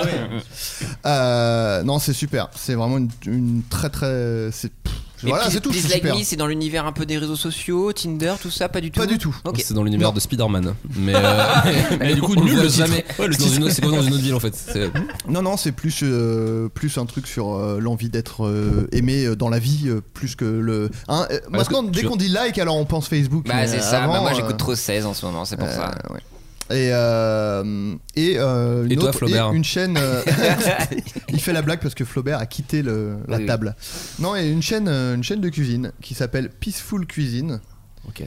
Speaker 8: Euh, non, c'est super. C'est vraiment une, une très très. c'est- pff,
Speaker 9: mais
Speaker 8: Voilà,
Speaker 9: Please-
Speaker 8: c'est tout.
Speaker 9: Please
Speaker 8: C'est
Speaker 9: Like
Speaker 8: super.
Speaker 9: Me, c'est dans l'univers un peu des réseaux sociaux, Tinder, tout ça, pas du tout.
Speaker 8: Pas du tout.
Speaker 9: Ok.
Speaker 2: C'est dans l'univers
Speaker 8: Non.
Speaker 2: de Spider-Man. Mais, euh, mais du coup,
Speaker 7: On le
Speaker 2: nul le
Speaker 7: voit
Speaker 2: jamais.
Speaker 7: titre. Ouais, le
Speaker 2: C'est dans
Speaker 7: titre.
Speaker 2: une autre- c'est comme dans une autre ville en fait. C'est-
Speaker 8: Non, non, c'est plus, euh, plus un truc sur euh, l'envie d'être euh, aimé euh, dans la vie, euh, plus que le. Hein, euh,
Speaker 2: parce
Speaker 8: maintenant,
Speaker 2: que
Speaker 8: dès
Speaker 2: tu-
Speaker 8: qu'on dit like, alors on pense Facebook.
Speaker 9: Bah,
Speaker 8: mais
Speaker 9: c'est ça.
Speaker 8: avant,
Speaker 9: bah, moi,
Speaker 8: euh,
Speaker 9: j'écoute trop 16 en ce moment, c'est pour
Speaker 8: euh,
Speaker 9: ça.
Speaker 8: ouais. Et, euh, et, euh, une
Speaker 2: Et toi,
Speaker 8: autre-
Speaker 2: Flaubert
Speaker 8: et une chaîne. euh, il fait la blague parce que Flaubert a quitté le- la
Speaker 9: Oui.
Speaker 8: table. Non, et une chaîne, euh, une chaîne de cuisine qui s'appelle Peaceful Cuisine.
Speaker 9: Ok.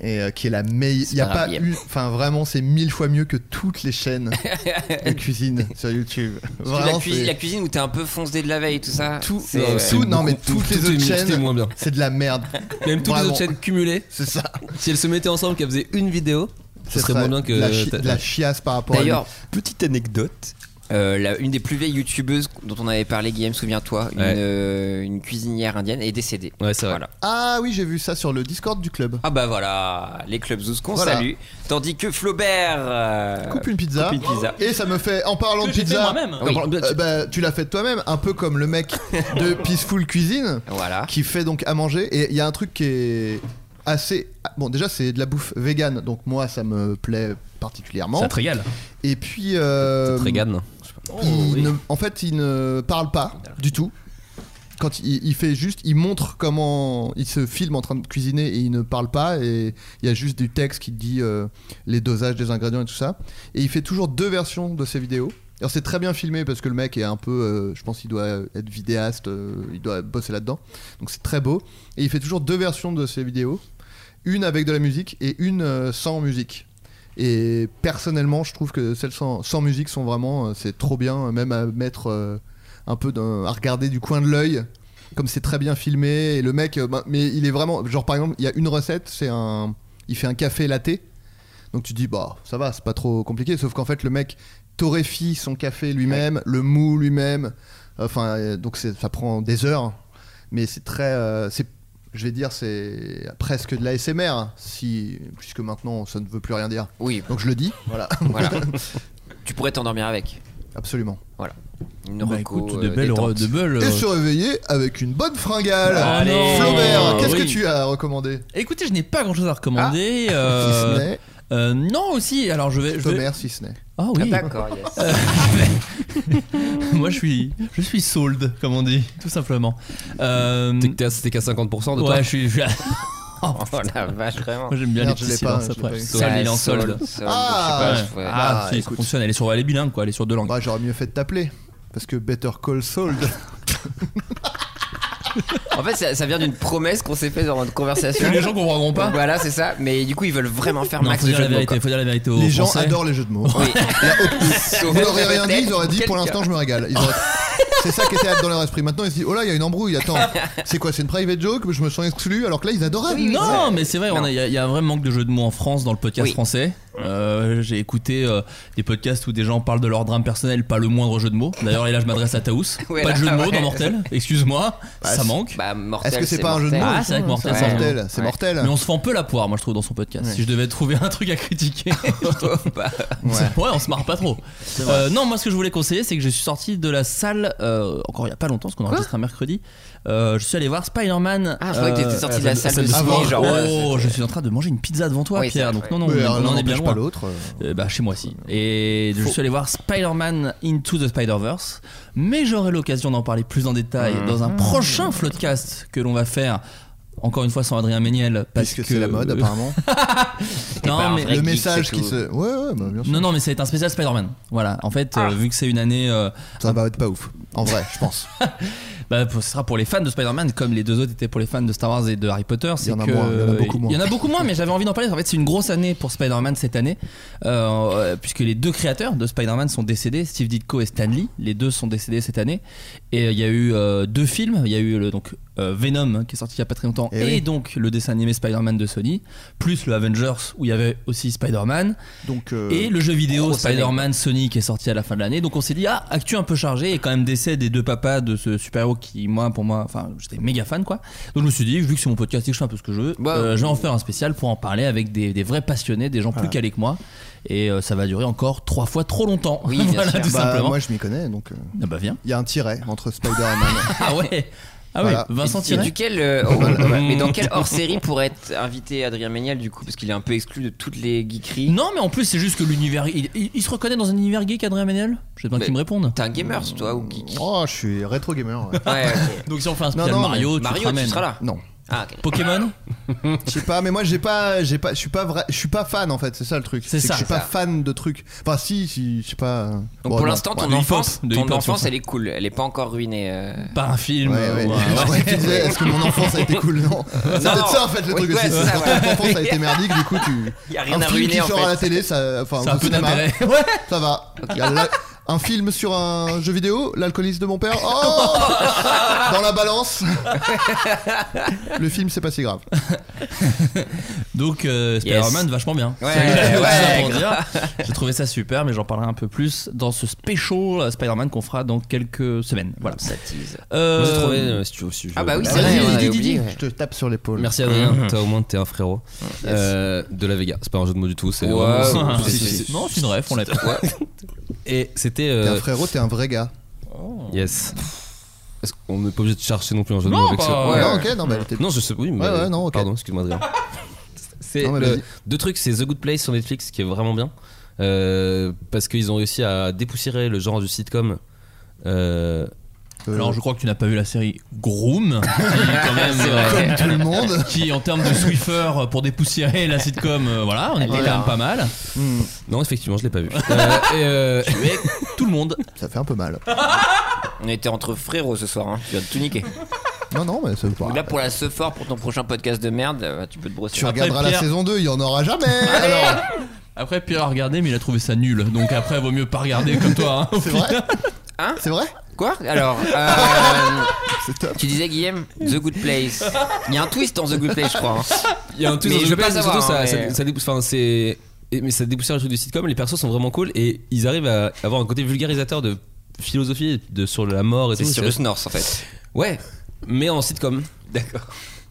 Speaker 8: Et euh, qui est la meilleure. Il n'y a
Speaker 9: pas
Speaker 8: pas
Speaker 9: grave, yep.
Speaker 8: eu. Enfin, vraiment, c'est mille fois mieux que toutes les chaînes de cuisine sur YouTube.
Speaker 9: Parce que
Speaker 8: Vraiment,
Speaker 9: la, cuisine-
Speaker 8: c'est-
Speaker 9: la cuisine où t'es un peu foncé de la veille, tout ça.
Speaker 8: Tout-
Speaker 9: c'est,
Speaker 8: euh,
Speaker 9: euh,
Speaker 8: tout- non, mais
Speaker 2: beaucoup-
Speaker 8: toutes les
Speaker 2: tout
Speaker 8: autres
Speaker 2: est- tout est
Speaker 8: chaînes-
Speaker 2: moins bien.
Speaker 8: C'est de la merde.
Speaker 2: Même toutes les
Speaker 8: Vraiment.
Speaker 2: autres chaînes cumulées,
Speaker 8: C'est ça.
Speaker 2: si elles se mettaient ensemble, qu'elles faisaient une vidéo, ce
Speaker 8: Ce
Speaker 2: serait moins bien que.
Speaker 8: la, chi-
Speaker 2: t'as-
Speaker 8: de la chiasse par rapport. à lui.
Speaker 9: D'ailleurs, petite anecdote. une des plus vieilles youtubeuses dont on avait parlé, Guillaume, souviens-toi, une,
Speaker 2: Ouais.
Speaker 9: euh, une cuisinière indienne est décédée.
Speaker 2: Ouais, c'est vrai.
Speaker 9: Voilà.
Speaker 8: ah oui, j'ai vu ça sur le Discord du club.
Speaker 9: Ah bah voilà, les clubs Zouz qu'on
Speaker 8: Voilà.
Speaker 9: salue. Tandis que Flaubert. euh,
Speaker 8: coupe une pizza.
Speaker 9: coupe une pizza.
Speaker 8: Et ça me fait, en parlant de pizza,
Speaker 7: moi-même.
Speaker 9: Oui.
Speaker 8: euh, bah, tu l'as fait toi-même, un peu comme le mec de Peaceful Cuisine
Speaker 9: Voilà.
Speaker 8: qui fait donc à manger. Et il y a un truc qui est assez. Bon, déjà, c'est de la bouffe vegan, donc moi ça me plaît particulièrement.
Speaker 7: Ça te régale.
Speaker 8: Et puis. euh,
Speaker 2: Très gagne.
Speaker 7: Oh,
Speaker 8: il ne- en fait, il ne parle pas du tout. Quand il, il fait juste, il montre comment il se filme en train de cuisiner et il ne parle pas et il y a juste du texte qui dit euh, les dosages des ingrédients et tout ça. Et il fait toujours deux versions de ses vidéos. Alors c'est très bien filmé parce que le mec est un peu, euh, je pense, il doit être vidéaste, euh, il doit bosser là-dedans. Donc c'est très beau. Et il fait toujours deux versions de ses vidéos, une avec de la musique et une euh, sans musique. Et personnellement, je trouve que celles sans, sans musique sont vraiment, euh, c'est trop bien, euh, même à mettre euh, un peu, d'un- à regarder du coin de l'œil, comme c'est très bien filmé. Et le mec, euh, bah, mais il est vraiment, genre par exemple, il y a une recette, c'est un, il fait un café latte. Donc tu te dis, bah ça va, c'est pas trop compliqué. Sauf qu'en fait, le mec torréfie son café lui-même, le mou lui-même. Enfin, euh, donc c'est- ça prend des heures, mais c'est très, euh, c'est je vais dire, c'est presque de la SMR, si, puisque maintenant ça ne veut plus rien dire.
Speaker 9: Oui,
Speaker 8: Donc je le dis, voilà,
Speaker 9: voilà. tu pourrais t'endormir avec.
Speaker 8: absolument.
Speaker 9: Une
Speaker 7: Bah
Speaker 9: reco,
Speaker 7: écoute,
Speaker 9: euh,
Speaker 7: de belles
Speaker 9: détente.
Speaker 7: re- de belles.
Speaker 8: Et
Speaker 7: euh,
Speaker 8: se réveiller avec une bonne fringale.
Speaker 7: Allez.
Speaker 8: Flaubert, qu'est-ce
Speaker 7: Oh, Oui.
Speaker 8: que tu as recommandé
Speaker 7: Écoutez, je n'ai pas grand chose à recommander.
Speaker 8: Si ce
Speaker 7: euh,
Speaker 8: n'est
Speaker 7: euh, non, aussi, alors je vais. je vais-
Speaker 8: Homer, si ce n'est.
Speaker 7: Ah
Speaker 9: Ah,
Speaker 7: oui,
Speaker 9: D'accord, yes.
Speaker 7: moi je suis, je suis sold, comme on dit, tout simplement. Euh,
Speaker 2: T'es que t'es à- t'es qu'à 50% de toi.
Speaker 7: ouais, je suis. je suis-
Speaker 9: Oh la vache, vraiment.
Speaker 7: Moi j'aime bien
Speaker 8: Merde,
Speaker 7: les
Speaker 8: je
Speaker 7: petits
Speaker 8: l'ai pas,
Speaker 7: silences
Speaker 8: je l'ai pas
Speaker 7: après.
Speaker 8: eu.
Speaker 7: Sold, il est en solde.
Speaker 9: Sol, sol,
Speaker 8: Ah,
Speaker 9: je sais pas, je- ouais.
Speaker 7: Ah,
Speaker 8: Ah,
Speaker 7: si, ça
Speaker 8: écoute.
Speaker 7: fonctionne, elle est sur elle est bilingue quoi, elle est sur deux langues.
Speaker 8: Bah, J'aurais mieux fait de t'appeler. Parce que Better Call Saul.
Speaker 9: En fait, ça, ça vient d'une promesse qu'on s'est fait dans notre conversation.
Speaker 7: Que les gens comprendront pas.
Speaker 9: Voilà, c'est ça. Mais du coup, ils veulent vraiment faire
Speaker 7: Non,
Speaker 9: max
Speaker 7: faut
Speaker 9: de
Speaker 7: dire la
Speaker 9: jeux de mots,
Speaker 7: vérité, faut dire la vérité aux
Speaker 8: les gens
Speaker 7: Français.
Speaker 8: adorent les jeux de mots.
Speaker 9: quoi. Oui. Sauf
Speaker 8: Ils n'auraient rien dit,
Speaker 9: peut-être
Speaker 8: ils auraient dit
Speaker 9: quelqu'un.
Speaker 8: pour l'instant je me régale. Ils auraient- C'est ça qui était dans leur esprit. Maintenant ils se disent oh là il y a une embrouille, attends, c'est quoi, c'est une private joke, je me sens exclu alors que là ils adoraient.
Speaker 7: Non, mais c'est vrai, on
Speaker 9: Non.
Speaker 7: a- il y, a- il y a un vrai manque de jeux de mots en France dans le podcast
Speaker 9: Oui.
Speaker 7: français. Euh, J'ai écouté euh, des podcasts où des gens parlent de leur drame personnel, pas le moindre jeu de mots. D'ailleurs, et là, je m'adresse à Taous.
Speaker 9: Ouais,
Speaker 7: pas de jeu de mots
Speaker 9: ouais.
Speaker 7: dans Mortel. Excuse-moi, ça manque.
Speaker 9: Bah, mortel.
Speaker 8: Est-ce que c'est pas un jeu de mots
Speaker 9: mortel.
Speaker 7: Ah, c'est vrai que mortel,
Speaker 8: c'est
Speaker 7: c'est
Speaker 8: mortel.
Speaker 9: vrai.
Speaker 8: C'est
Speaker 9: Ouais.
Speaker 8: mortel.
Speaker 7: mais on se fait un peu la poire, moi je trouve, dans son podcast. Si je devais trouver un truc à critiquer, je trouve-
Speaker 9: Oh, bah.
Speaker 8: Ouais.
Speaker 7: ouais, on se marre pas trop. Euh, non, moi ce que je voulais conseiller, c'est que je suis sorti de la salle euh, encore il y a pas longtemps, parce qu'on enregistre un mercredi. Euh, je suis allé voir Spider-Man. euh,
Speaker 9: Ah, je croyais que t'étais sorti de la salle de
Speaker 7: de
Speaker 9: ciné,
Speaker 8: genre,
Speaker 7: Oh,
Speaker 9: ouais,
Speaker 7: je suis en train de manger une pizza devant toi,
Speaker 9: Oui, c'est
Speaker 7: Pierre.
Speaker 9: vrai,
Speaker 7: Donc
Speaker 9: ouais.
Speaker 7: non, non,
Speaker 8: Oui,
Speaker 7: on, on
Speaker 8: alors,
Speaker 7: en est
Speaker 8: n'empêche
Speaker 7: bien
Speaker 8: pas pas
Speaker 7: pas.
Speaker 8: l'autre. euh,
Speaker 7: Euh, bah, chez moi aussi. Et je
Speaker 8: Faut-
Speaker 7: suis allé voir Spider-Man Into the Spider-Verse, mais j'aurai l'occasion d'en parler plus en détail
Speaker 8: Mmh.
Speaker 7: dans
Speaker 9: Mmh.
Speaker 7: un prochain floodcast que l'on va faire. Encore une fois sans Adrien Méniel parce
Speaker 8: Puisque
Speaker 7: que
Speaker 8: c'est la mode, apparemment.
Speaker 7: non, mais
Speaker 8: Le message qui se. Ouais, ouais, bah, bien sûr.
Speaker 7: non non mais c'est un spécial Spider-Man. Voilà, en fait euh, vu que c'est une année euh,
Speaker 8: Ça va être pas ouf. En vrai, je pense.
Speaker 7: bah, pour- ce sera pour les fans de Spider-man comme les deux autres étaient pour les fans de Star Wars et de Harry Potter c'est
Speaker 8: Il y en a
Speaker 7: que-
Speaker 8: moins, il y en a beaucoup moins.
Speaker 7: il y en a beaucoup moins, mais j'avais envie d'en parler en fait c'est une grosse année pour Spider-man cette année euh, euh, puisque les deux créateurs de Spider-man sont décédés Steve Ditko et Stan Lee les deux sont décédés cette année et euh, il y a eu euh, deux films il y a eu le, donc euh, Venom hein, qui est sorti il y a pas très longtemps
Speaker 8: Eh
Speaker 7: et,
Speaker 8: oui.
Speaker 7: donc le dessin animé Spider-man de Sony plus le Avengers où il y avait aussi Spider-man
Speaker 8: Donc. euh,
Speaker 7: et le jeu vidéo
Speaker 9: grosse
Speaker 7: Spider-Man Sonic est sorti à la fin de l'année. Donc on s'est dit, ah, actu un peu chargé et quand même décès des deux papas de ce super-héros qui, moi, pour moi, enfin, j'étais méga fan quoi. Donc je me suis dit, vu que c'est mon podcast et que je fais un peu ce que je veux,
Speaker 9: Bah,
Speaker 7: euh, je vais en faire un spécial pour en parler avec des, des vrais passionnés, des gens plus calés que moi. Et euh, ça va durer encore trois fois trop longtemps.
Speaker 9: Oui, bien
Speaker 7: voilà,
Speaker 9: sûr.
Speaker 7: tout
Speaker 8: bah,
Speaker 7: simplement.
Speaker 8: Moi, je m'y connais, donc. euh,
Speaker 7: Ah bah viens.
Speaker 8: Il y a un tiret entre Spider-Man.
Speaker 7: Ah ouais. Ah
Speaker 8: Voilà.
Speaker 7: ouais, Vincent
Speaker 9: Et
Speaker 7: Thierry.
Speaker 9: duquel, euh, oh, mais dans quelle hors-série pourrait être invité Adrien Méniel du coup Parce qu'il est un peu exclu de toutes les geekeries.
Speaker 7: Non, mais en plus, c'est juste que l'univers. Il, il- il se reconnaît dans un univers geek, Adrien Méniel J'ai besoin
Speaker 9: Mais-
Speaker 7: qu'il me réponde.
Speaker 9: T'es un gamer, toi, ou geek
Speaker 8: oh, je suis rétro gamer. ouais.
Speaker 9: Ouais, ok.
Speaker 7: Donc si on fait un
Speaker 8: non,
Speaker 7: spécial
Speaker 8: mais
Speaker 7: Mario, tu te
Speaker 9: Mario, tu
Speaker 7: ramènes.
Speaker 9: seras là.
Speaker 8: Non,
Speaker 9: Ah, ok.
Speaker 7: Pokémon
Speaker 8: je sais pas, mais moi j'ai pas, j'ai pas, je suis pas vrai, je suis pas fan en fait, c'est ça le truc.
Speaker 7: C'est
Speaker 8: que
Speaker 7: ça.
Speaker 8: Je suis pas fan de trucs. Enfin si, si, je sais pas. Donc
Speaker 9: Donc pour l'instant, ton
Speaker 7: de hip-hop,
Speaker 9: enfance,
Speaker 7: de
Speaker 9: ton
Speaker 7: hip-hop,
Speaker 9: enfance,
Speaker 7: surtout.
Speaker 9: elle est cool. Elle est pas encore ruinée. euh.
Speaker 7: Pas un film.
Speaker 8: Ouais,
Speaker 7: euh,
Speaker 8: ouais.
Speaker 7: ou un-
Speaker 8: Ouais, tu disais, Est-ce que mon enfance a été cool Non. Ça doit être ça en fait le
Speaker 9: Ouais,
Speaker 8: truc
Speaker 9: ouais,
Speaker 8: aussi.
Speaker 9: c'est ça,
Speaker 8: Parce que
Speaker 9: ouais.
Speaker 8: Ton enfance a été merdique, du coup tu.
Speaker 9: Y a rien
Speaker 8: Un
Speaker 9: à
Speaker 8: film qui
Speaker 9: ruiner en
Speaker 8: sort à la
Speaker 9: fait.
Speaker 8: télé, ça, enfin
Speaker 7: Ça a un
Speaker 8: au
Speaker 7: peu
Speaker 8: cinéma,
Speaker 7: d'intérêt. Ouais.
Speaker 8: ça va. Il y a la- Un film sur un jeu vidéo, l'alcooliste de mon père. Oh Dans la balance. Le film, c'est pas si grave.
Speaker 7: Donc euh,
Speaker 9: Yes.
Speaker 7: Spider-Man vachement bien.
Speaker 9: Ouais,
Speaker 7: C'est-
Speaker 9: ouais,
Speaker 7: tout ça pour
Speaker 9: grave.
Speaker 7: dire. J'ai trouvé ça super, mais j'en parlerai un peu plus dans ce special euh, Spider-Man qu'on fera dans quelques semaines. Voilà.
Speaker 9: Ça tease.
Speaker 7: Euh,
Speaker 2: Moi, j'ai trouvé, euh, si tu veux, si je-
Speaker 9: Ah bah oui, c'est
Speaker 8: Vas-y,
Speaker 9: vrai. on
Speaker 8: dis,
Speaker 9: avait
Speaker 8: dis,
Speaker 9: oublié, Mm-hmm.
Speaker 8: dis,
Speaker 9: ouais.
Speaker 8: Je te tape sur l'épaule.
Speaker 2: Merci Adrien, toi au moins t'es un frérot. Euh, de la Vega, c'est pas un jeu de mots du tout, c'est
Speaker 9: Ouais,
Speaker 2: vraiment-
Speaker 9: ouais,
Speaker 2: c'est-
Speaker 9: si,
Speaker 2: c'est-
Speaker 9: si.
Speaker 2: c'est-
Speaker 7: Non, c'est une ref, on l'a pris.
Speaker 2: Et c'était.
Speaker 8: T'es
Speaker 2: euh,
Speaker 8: un frérot, t'es un vrai gars.
Speaker 2: yes. Est-ce qu'on n'est pas obligé de chercher non plus un jeu de
Speaker 7: Non,
Speaker 2: mots avec
Speaker 7: bah,
Speaker 2: ça
Speaker 9: Ouais,
Speaker 8: non,
Speaker 9: ouais.
Speaker 8: ok, non, bah, t'es-
Speaker 2: Non, je sais. Oui, mais.
Speaker 8: ouais, non, ok.
Speaker 2: Pardon, excuse-moi Adrien. C'est
Speaker 8: Non, mais
Speaker 2: le-
Speaker 8: vas-y.
Speaker 2: deux trucs, c'est The Good Place sur Netflix qui est vraiment bien. euh, parce qu'ils ont réussi à dépoussiérer le genre du sitcom. Euh,
Speaker 8: Euh,
Speaker 7: Alors je crois que tu n'as pas vu la série Groom, qui, est quand même, euh,
Speaker 8: comme tout le monde.
Speaker 7: qui, en termes de Swiffer euh, pour dépoussiérer la sitcom, euh, voilà, on était
Speaker 8: Voilà.
Speaker 7: quand même pas mal.
Speaker 8: Hmm,
Speaker 2: Non, effectivement, je l'ai pas vu. Euh, et, euh,
Speaker 7: Tout le monde.
Speaker 8: ça fait un peu mal.
Speaker 9: On était entre frérots ce soir. hein. Tu viens de tout niquer.
Speaker 8: Non, non, mais ça veut pas.
Speaker 9: Donc là, pour la se fort pour ton prochain podcast de merde, euh, tu peux te brosser.
Speaker 8: Tu regarderas la
Speaker 7: Pierre-
Speaker 8: saison 2, il y en aura jamais. Alors,
Speaker 7: Après Pierre a regardé, mais il a trouvé ça nul. Donc après, vaut mieux pas regarder comme toi. hein.
Speaker 8: c'est vrai
Speaker 9: Hein
Speaker 8: C'est vrai
Speaker 9: Quoi Alors, euh,
Speaker 8: C'est top.
Speaker 9: tu disais Guillaume, The Good Place. Il y a un twist dans The Good Place, je crois. hein.
Speaker 2: Il y a un twist
Speaker 9: Mais
Speaker 2: dans
Speaker 9: je
Speaker 2: The
Speaker 9: veux pas
Speaker 2: Place, mais
Speaker 9: savoir,
Speaker 2: surtout,
Speaker 9: hein,
Speaker 2: ça,
Speaker 9: mais-
Speaker 2: ça- ça dépousse- enfin, c'est- et- mais ça dépoussière le truc du sitcom. Les persos sont vraiment cool et ils arrivent à avoir un côté vulgarisateur de philosophie de, sur la mort et
Speaker 9: C'est
Speaker 2: tout.
Speaker 9: Cyrus North en fait.
Speaker 2: Ouais, mais en sitcom.
Speaker 9: D'accord.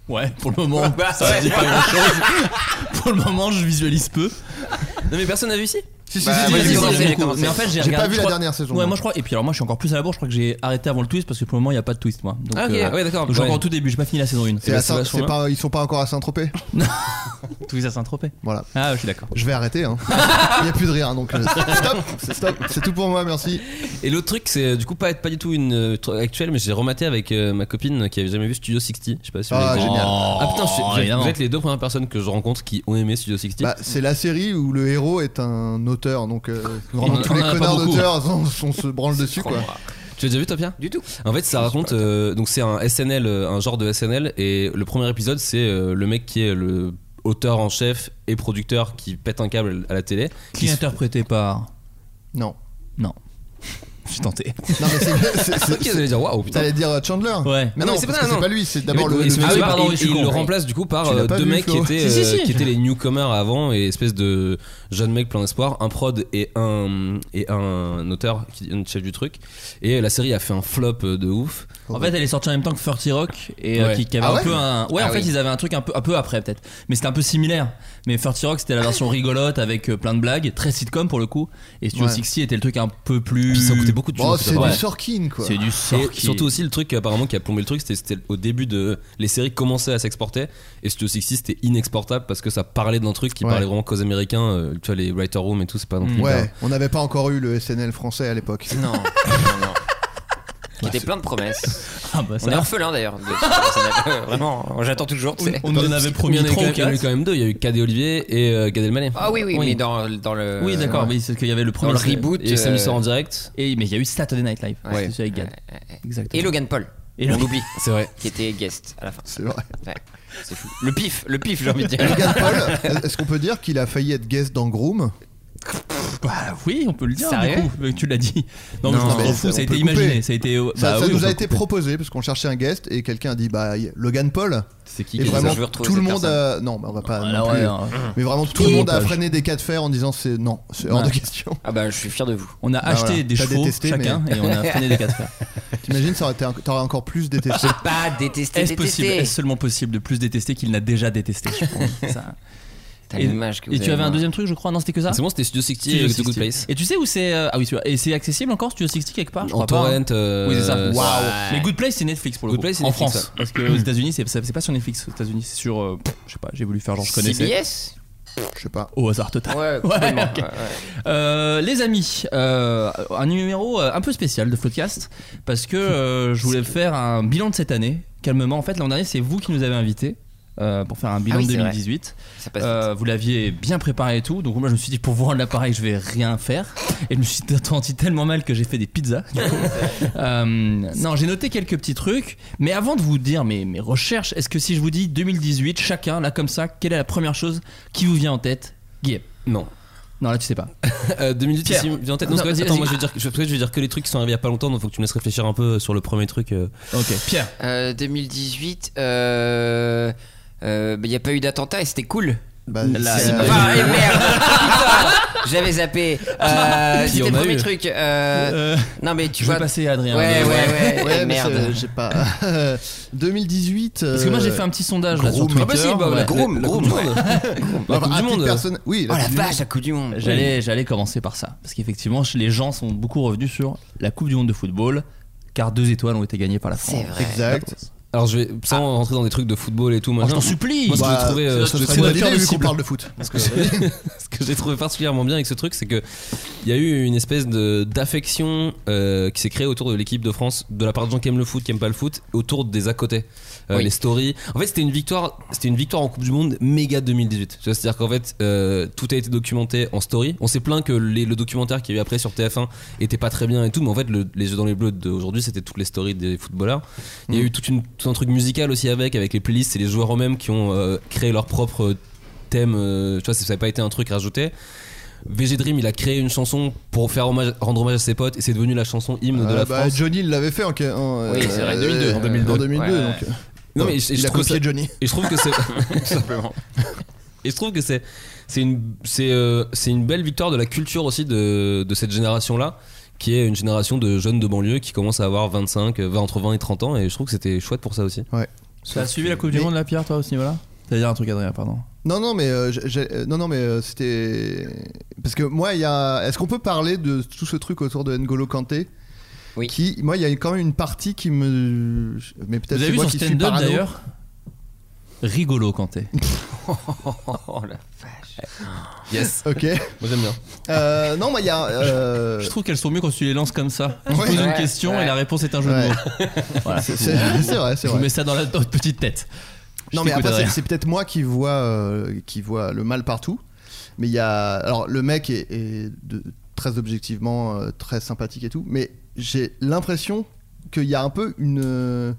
Speaker 7: Ouais, pour le moment,
Speaker 9: Bah,
Speaker 7: ça
Speaker 9: ouais.
Speaker 7: dit pas grand-chose. pour le moment, je visualise peu.
Speaker 2: Non, mais personne n'a vu si
Speaker 8: Si, si,
Speaker 9: Bah,
Speaker 8: si,
Speaker 9: moi,
Speaker 8: si,
Speaker 9: j'ai
Speaker 8: si,
Speaker 9: commencé,
Speaker 8: si,
Speaker 9: j'ai
Speaker 8: beaucoup.
Speaker 9: commencé.
Speaker 7: Mais en fait, j'ai
Speaker 8: J'ai
Speaker 7: regardé-
Speaker 8: pas vu
Speaker 7: je
Speaker 8: la
Speaker 7: crois-
Speaker 8: dernière saison.
Speaker 7: Ouais,
Speaker 8: moi.
Speaker 7: moi je crois. Et puis alors moi je suis encore plus à la bourre. Je crois que j'ai arrêté avant le twist parce que pour le moment il n'y a pas de twist moi. Donc,
Speaker 2: Ah, ok,
Speaker 7: euh,
Speaker 2: ouais, d'accord.
Speaker 7: donc j'ai
Speaker 2: Ouais.
Speaker 7: encore tout début. J'ai pas fini la saison 1
Speaker 8: C'est
Speaker 2: bah,
Speaker 8: à
Speaker 2: c'est
Speaker 8: Saint-
Speaker 2: vachement
Speaker 8: c'est pas- ils sont pas encore à Saint-Tropez.
Speaker 7: Tout ça c'est un tropé.
Speaker 8: Voilà.
Speaker 7: Ah, je suis d'accord.
Speaker 8: Je vais arrêter. Hein. Il n'y a plus de rire. Donc, euh, stop. C'est stop. C'est tout pour moi. Merci.
Speaker 2: Et l'autre truc, c'est euh, du coup pas, pas du tout une euh, tr- actuelle, mais j'ai rematé avec euh, ma copine qui avait jamais vu Studio 60. Je sais pas si vous
Speaker 8: Ah,
Speaker 2: l'avez vu.
Speaker 8: génial.
Speaker 2: Ah putain, je suis- vous êtes-
Speaker 7: évidemment.
Speaker 2: vous êtes les deux premières personnes que je rencontre qui ont aimé Studio 60.
Speaker 8: Bah, c'est la série où le héros est un auteur. Donc, euh, vraiment,
Speaker 7: en-
Speaker 8: tous
Speaker 7: on
Speaker 8: les
Speaker 7: en a pas
Speaker 8: connards
Speaker 7: beaucoup.
Speaker 8: d'auteurs sont, sont- se branlent dessus. quoi.
Speaker 2: Tu l'as déjà vu toi Pierre Du tout. En fait ça raconte euh, donc c'est un SNL, euh, un genre de SNL et le premier épisode c'est euh, le mec qui est le auteur en chef et producteur qui pète un câble à la télé.
Speaker 7: Qui est interprété par
Speaker 8: Non.
Speaker 7: Non. J'ai tenté.
Speaker 8: Non, mais c'est- c'est- c'est-
Speaker 2: Qui allait dire waouh putain.
Speaker 8: T'allais dire Chandler
Speaker 7: Ouais.
Speaker 8: Mais
Speaker 2: Ah
Speaker 8: non,
Speaker 2: non, c'est
Speaker 8: parce
Speaker 2: pas-
Speaker 8: que c'est
Speaker 2: non.
Speaker 8: pas lui, c'est
Speaker 2: Et
Speaker 8: d'abord le.
Speaker 2: oui, ce
Speaker 8: le-
Speaker 2: mec,
Speaker 7: Ah oui,
Speaker 2: il-
Speaker 7: pardon,
Speaker 2: il,
Speaker 7: oui, je suis
Speaker 2: il le
Speaker 7: con.
Speaker 2: remplace du coup par
Speaker 8: Tu l'as
Speaker 2: euh,
Speaker 8: pas
Speaker 2: deux
Speaker 8: vu,
Speaker 2: mecs qui
Speaker 8: Flo
Speaker 2: étaient,
Speaker 7: Si, si,
Speaker 2: euh,
Speaker 7: si.
Speaker 2: qui étaient les newcomers avant et espèce de jeunes mecs plein d'espoir, un prod et un et un auteur qui un chef du truc et la série a fait un flop euh, de ouf.
Speaker 7: En fait, elle est sortie en même temps que 30 Rock et euh,
Speaker 2: Ouais.
Speaker 7: qui, qui avait
Speaker 8: Ah
Speaker 7: un
Speaker 8: ouais
Speaker 7: peu un. Ouais,
Speaker 9: Ah
Speaker 7: en fait,
Speaker 9: oui.
Speaker 7: ils avaient un truc un peu, un peu après peut-être, mais c'était un peu similaire. Mais 30 Rock, c'était la version rigolote avec euh, plein de blagues, très sitcom pour le coup, et Studio
Speaker 8: Ouais.
Speaker 7: 60 était le truc un peu plus.
Speaker 2: Puis ça coûtait beaucoup de
Speaker 8: Oh,
Speaker 2: choses.
Speaker 8: c'est du Sorkin quoi.
Speaker 7: C'est du
Speaker 2: Et
Speaker 7: sort qui-
Speaker 2: surtout aussi le truc apparemment qui a plombé le truc, c'était- c'était au début de les séries commençaient à s'exporter et Studio 60 c'était inexportable parce que ça parlait d'un truc qui
Speaker 8: Ouais. Mm.
Speaker 2: parlait vraiment cause américain, euh, tu vois les writer room et tout, c'est pas non
Speaker 7: Mm.
Speaker 2: plus. hyper-
Speaker 8: Ouais, on n'avait pas encore eu le SNL français à l'époque.
Speaker 9: Non, non, non. Qui était plein de promesses.
Speaker 7: Ah, bah, ça
Speaker 9: On est
Speaker 7: va.
Speaker 9: orphelin d'ailleurs. de- de- de- Vraiment, j'attends toujours. tu sais.
Speaker 7: on nous en
Speaker 2: Il
Speaker 7: avait
Speaker 2: y
Speaker 7: promis
Speaker 2: en a eu quand
Speaker 7: 3 ou
Speaker 2: même- il y en a eu
Speaker 7: 4.
Speaker 2: quand même deux, il y a eu Cadet Olivier et euh, Gad Elmaleh. Euh,
Speaker 9: Ah oui, oui,
Speaker 7: Oui.
Speaker 9: mais dans, dans le.
Speaker 7: Oui, d'accord, oui, c'est qu'il y avait le premier
Speaker 9: le reboot,
Speaker 2: Et samedi
Speaker 9: euh,
Speaker 2: soir en direct.
Speaker 7: Et, mais il y a eu Saturday Night Live.
Speaker 9: Ouais.
Speaker 7: C'est celui avec Gad. Exactement.
Speaker 9: Et Logan Paul.
Speaker 7: Et
Speaker 9: on
Speaker 7: Logan-
Speaker 9: l'oublie.
Speaker 2: C'est vrai.
Speaker 9: Qui était guest à la fin.
Speaker 8: C'est vrai.
Speaker 9: Ouais, c'est fou. Le pif, le pif, j'ai envie de dire.
Speaker 8: Logan Paul, est-ce qu'on peut dire qu'il a failli être guest dans Groom
Speaker 7: Bah oui, on peut le dire.
Speaker 9: Sérieux
Speaker 7: du coup, vu que tu l'as dit. Non, mais
Speaker 8: Non,
Speaker 7: je
Speaker 8: mais
Speaker 7: m'en fous,
Speaker 8: on
Speaker 7: ça a
Speaker 8: peut
Speaker 7: été
Speaker 8: couper.
Speaker 7: imaginé. Ça a été.
Speaker 8: Ça,
Speaker 7: bah
Speaker 8: ça
Speaker 7: oui, on
Speaker 8: nous a
Speaker 7: peut
Speaker 8: été
Speaker 7: couper.
Speaker 8: proposé parce qu'on cherchait un guest et quelqu'un a dit bah y- Logan Paul
Speaker 2: C'est qui
Speaker 8: et
Speaker 9: dit ça
Speaker 8: vraiment
Speaker 9: Je veux retrouver
Speaker 8: tout le
Speaker 9: cette
Speaker 8: monde a... non bah, on va pas
Speaker 7: Ah,
Speaker 8: non
Speaker 7: là,
Speaker 8: plus.
Speaker 7: ouais, hein.
Speaker 8: mais vraiment tout
Speaker 7: Tout
Speaker 8: le monde a
Speaker 7: montage.
Speaker 8: freiné des cas de fer en disant c'est non c'est hors
Speaker 7: Ouais.
Speaker 8: de question
Speaker 9: Ah bah, je suis fier de vous.
Speaker 7: On a
Speaker 8: Bah
Speaker 7: acheté
Speaker 8: voilà,
Speaker 7: des
Speaker 8: t'as
Speaker 7: chevaux
Speaker 8: détesté,
Speaker 7: chacun et on a freiné des 4
Speaker 8: t'imagines ça aurait été un- t'aurais encore plus détesté
Speaker 9: Pas détester,
Speaker 7: Est-ce
Speaker 9: détester.
Speaker 7: possible Est-ce seulement possible de plus détester qu'il n'a déjà détesté je pense. Ça-
Speaker 9: T'as
Speaker 7: Et-
Speaker 9: l'image que
Speaker 7: Et
Speaker 9: vous
Speaker 7: tu
Speaker 9: avez,
Speaker 7: avais un
Speaker 9: moi.
Speaker 7: deuxième truc, je crois. Non, c'était que ça.
Speaker 2: Ah, C'est bon, c'était Studio 60
Speaker 7: Studio
Speaker 2: et The
Speaker 7: 60.
Speaker 2: Good Place.
Speaker 7: Et tu sais où c'est euh, Ah oui, tu vois. Et c'est accessible encore Studio 60 quelque
Speaker 9: Ah,
Speaker 7: part Je
Speaker 2: En
Speaker 7: crois pas. hein.
Speaker 2: torrent. euh,
Speaker 7: Oui, c'est ça.
Speaker 2: euh,
Speaker 7: Waouh. Mais Good Place, c'est Netflix pour le
Speaker 2: Good
Speaker 7: coup.
Speaker 2: Place, c'est
Speaker 7: en
Speaker 2: Netflix,
Speaker 7: France,
Speaker 2: ça.
Speaker 7: parce que aux États-Unis, c'est c'est pas sur Netflix. Aux États-Unis, c'est sur. euh, pff, je sais pas. J'ai voulu faire genre je connaissais.
Speaker 9: CBS
Speaker 8: je sais pas
Speaker 7: Au hasard total.
Speaker 9: Ouais, complètement.
Speaker 7: ok.
Speaker 9: ouais, ouais.
Speaker 7: Euh, les amis, euh, un numéro euh, un peu spécial de Floodcast parce que euh, je voulais faire un bilan de cette année. Calmement, en fait, l'an dernier, c'est vous qui nous avez invités euh, pour faire un bilan
Speaker 9: Ah oui,
Speaker 7: de
Speaker 9: c'est vrai.
Speaker 7: 2018.
Speaker 9: Ça passe
Speaker 7: Euh, vous l'aviez bien préparé et tout, donc moi je me suis dit pour voir l'appareil je vais rien faire. Et je me suis senti tellement mal que j'ai fait des pizzas. du coup. Euh, non, j'ai noté quelques petits trucs, mais avant de vous dire mes, mes recherches, est-ce que si je vous dis 2018, chacun là comme ça, quelle est la première chose qui vous vient en tête Guillaume
Speaker 2: Non.
Speaker 7: Non, là tu sais pas.
Speaker 2: Euh, 2018,
Speaker 7: Pierre.
Speaker 2: si, viens en tête. Non,
Speaker 7: Non,
Speaker 2: c'est correct.
Speaker 7: vas-y,
Speaker 2: attends, moi
Speaker 7: vas-y.
Speaker 2: je vais, dire, je, je vais dire que les trucs qui sont arrivés il y a pas longtemps, donc faut que tu me laisses réfléchir un peu sur le premier truc. euh.
Speaker 7: Ok, Pierre.
Speaker 9: vite. Euh, 2018, euh. euh, bah, y a pas eu d'attentat et c'était cool.
Speaker 8: bah,
Speaker 7: Là,
Speaker 8: c'est-
Speaker 7: il-
Speaker 8: euh,
Speaker 2: Ah,
Speaker 9: Enfin, eh, merde Putain, J'avais zappé. Euh,
Speaker 2: Puis
Speaker 9: c'était
Speaker 2: Ah, on
Speaker 9: le
Speaker 2: a
Speaker 9: premier
Speaker 2: eu.
Speaker 9: truc. euh,
Speaker 7: Euh,
Speaker 9: non mais tu
Speaker 7: je vais
Speaker 9: vois.
Speaker 7: passer à Adrien.
Speaker 9: Ouais,
Speaker 7: Euh,
Speaker 9: ouais, ouais.
Speaker 8: ouais, mais
Speaker 9: merde.
Speaker 8: c'est- j'ai pas 2018
Speaker 7: Parce que moi j'ai fait un petit sondage là sur
Speaker 8: Groom.
Speaker 7: Twitter.
Speaker 8: Ah bah si,
Speaker 9: bah,
Speaker 7: Ouais.
Speaker 9: la Groom,
Speaker 7: la
Speaker 9: Groom,
Speaker 7: Coupe du
Speaker 9: ouais.
Speaker 7: Monde.
Speaker 8: la
Speaker 2: Coupe du Monde.
Speaker 8: oui
Speaker 9: Oh
Speaker 8: la
Speaker 9: la
Speaker 8: Coupe du Monde.
Speaker 9: vache, la Coupe du Monde.
Speaker 7: J'allais, j'allais commencer par ça. Parce qu'effectivement, ch- les gens sont beaucoup revenus sur la Coupe du Monde de football, car deux étoiles ont été gagnées par la France.
Speaker 9: C'est vrai.
Speaker 8: exact
Speaker 2: Alors je vais sans rentrer dans des trucs de football et tout, moi
Speaker 7: Oh, je t'en
Speaker 2: je-
Speaker 7: supplie
Speaker 2: Moi, ce que
Speaker 8: Bah,
Speaker 2: j'ai trouvé, euh,
Speaker 8: ce
Speaker 2: ce que
Speaker 8: serait
Speaker 7: c'est
Speaker 8: une bonne
Speaker 7: notre cœur
Speaker 8: idée
Speaker 7: de
Speaker 8: vu qu'on
Speaker 7: cible.
Speaker 8: parle de foot
Speaker 2: ce que j'ai trouvé particulièrement bien avec ce truc, c'est que il y a eu une espèce de d'affection euh, qui s'est créée autour de l'équipe de France, de la part de gens qui aiment le foot, qui aiment pas le foot, autour des à côté, Euh,
Speaker 9: Oui.
Speaker 2: les stories. En fait, c'était une victoire, c'était une victoire en Coupe du Monde méga 2018. Tu vois, C'est-à-dire qu'en fait, euh, tout a été documenté en story. On s'est plaint que les- le documentaire qu'il y a eu après sur TF1 était pas très bien et tout, mais en fait, le- les yeux dans les bleus d'aujourd'hui, c'était toutes les stories des footballeurs. Il
Speaker 8: Mm.
Speaker 2: y a eu toute une- tout un truc musical aussi avec, avec les playlists, c'est les joueurs eux-mêmes qui ont euh, créé leur propre thème, euh, tu vois, ça n'a pas été un truc rajouté. VG Dream, il a créé une chanson pour faire hommage, rendre hommage à ses potes et c'est devenu la chanson hymne de
Speaker 8: Euh,
Speaker 2: la
Speaker 8: bah,
Speaker 2: France.
Speaker 8: Johnny il l'avait fait en, en-
Speaker 9: Oui, c'est vrai,
Speaker 8: euh,
Speaker 9: 2002.
Speaker 8: en 2002,
Speaker 9: Ouais,
Speaker 8: en 2002,
Speaker 9: ouais.
Speaker 8: donc, euh,
Speaker 2: Non, mais
Speaker 8: il,
Speaker 2: je- je
Speaker 8: a
Speaker 2: trouve
Speaker 8: copié
Speaker 2: ça-
Speaker 8: Johnny
Speaker 2: Et je trouve que c'est
Speaker 9: simplement.
Speaker 2: et je trouve que c'est c'est une c'est euh, c'est une belle victoire de la culture aussi de, de cette génération là qui est une génération de jeunes de banlieue qui commencent à avoir 25 euh, 20 entre 20 et 30 ans et je trouve que c'était chouette pour ça aussi.
Speaker 7: Tu as suivi la Coupe du
Speaker 8: Mais-
Speaker 7: Monde, la Pierre, toi, à ce niveau-là C'est-à-dire un truc, Adrien, pardon.
Speaker 8: Non, non, mais euh, j'ai- j'ai- euh, non, non, mais euh, c'était parce que moi, il y a. Est-ce qu'on peut parler de tout ce truc autour de N'Golo Kanté
Speaker 9: Oui.
Speaker 8: Qui, moi, il y a quand même une partie qui me. Mais
Speaker 7: Vous
Speaker 8: peut-être
Speaker 7: avez
Speaker 8: c'est
Speaker 7: vu
Speaker 8: moi
Speaker 7: son
Speaker 8: qui suis
Speaker 7: stand-up
Speaker 8: parano.
Speaker 7: d'ailleurs Rigolo Kanté.
Speaker 9: Oh la vache.
Speaker 2: Yes.
Speaker 8: Ok.
Speaker 2: Moi j'aime bien.
Speaker 8: Euh, non, moi, il y a. euh,
Speaker 7: Je trouve qu'elles sont mieux quand tu les lances comme ça. Tu
Speaker 8: Ouais.
Speaker 7: poses une
Speaker 9: Ouais,
Speaker 7: question
Speaker 9: ouais.
Speaker 7: et la réponse est un jeu
Speaker 8: Ouais.
Speaker 7: de mots. Voilà,
Speaker 8: c'est
Speaker 7: c'est
Speaker 8: c'est-
Speaker 7: tout.
Speaker 8: c'est vrai, c'est
Speaker 7: Je vous
Speaker 8: vrai.
Speaker 7: mets ça dans, la, dans votre petite tête. Je
Speaker 8: Non, mais
Speaker 7: t'écoute,
Speaker 8: après, c'est-
Speaker 7: Adrien.
Speaker 8: c'est peut-être moi qui vois, euh, qui vois le mal partout. Mais il y a. Alors, le mec est, est de- très objectivement euh, très sympathique et tout. Mais j'ai l'impression qu'il y a un peu une. euh,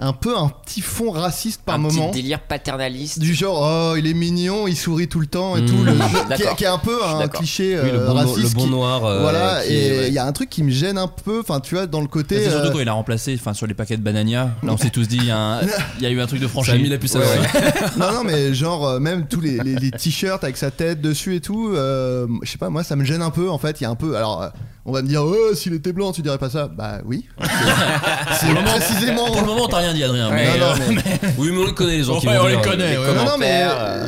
Speaker 8: un peu un petit fond raciste par
Speaker 9: un
Speaker 8: moment.
Speaker 9: petit délire paternaliste.
Speaker 8: Du genre, oh, il est mignon, il sourit tout le temps et
Speaker 2: Mmh.
Speaker 8: tout. le-
Speaker 9: D'accord.
Speaker 8: qui, est- qui est un peu un
Speaker 9: d'accord.
Speaker 8: cliché
Speaker 2: Oui, le
Speaker 8: euh,
Speaker 2: bon, no-
Speaker 8: raciste.
Speaker 2: le bon
Speaker 8: qui-
Speaker 2: noir euh,
Speaker 8: voilà,
Speaker 2: qui
Speaker 8: et il
Speaker 2: est- ouais.
Speaker 8: y a un truc qui me gêne un peu. Enfin, tu vois, dans le côté.
Speaker 7: C'est
Speaker 8: euh,
Speaker 7: surtout quand il a remplacé, enfin sur les paquets de Banania, là on s'est tous dit, il y a un- il y a eu un truc de
Speaker 2: ça a mis
Speaker 7: franchise.
Speaker 2: la puce à
Speaker 9: Ouais,
Speaker 2: l'oreille.
Speaker 8: non, non, mais genre, euh, même tous les, les- les t-shirts avec sa tête dessus et tout, euh, je sais pas, moi, ça me gêne un peu, en fait. Il y a un peu. Alors, euh, on va me dire, oh, s'il était blanc, tu dirais pas ça. Bah oui. C'est- C'est précisément. euh,
Speaker 7: Pour le moment, t'as rien dit, Adrien.
Speaker 9: Ouais,
Speaker 7: mais,
Speaker 8: non, non,
Speaker 7: euh,
Speaker 8: mais-
Speaker 2: Oui, mais on les connaît les gens qui
Speaker 7: Ouais,
Speaker 2: vont
Speaker 7: on les
Speaker 2: dire, euh,
Speaker 7: connaît, ouais.
Speaker 8: Non, non, mais.
Speaker 9: commentaires,
Speaker 8: euh,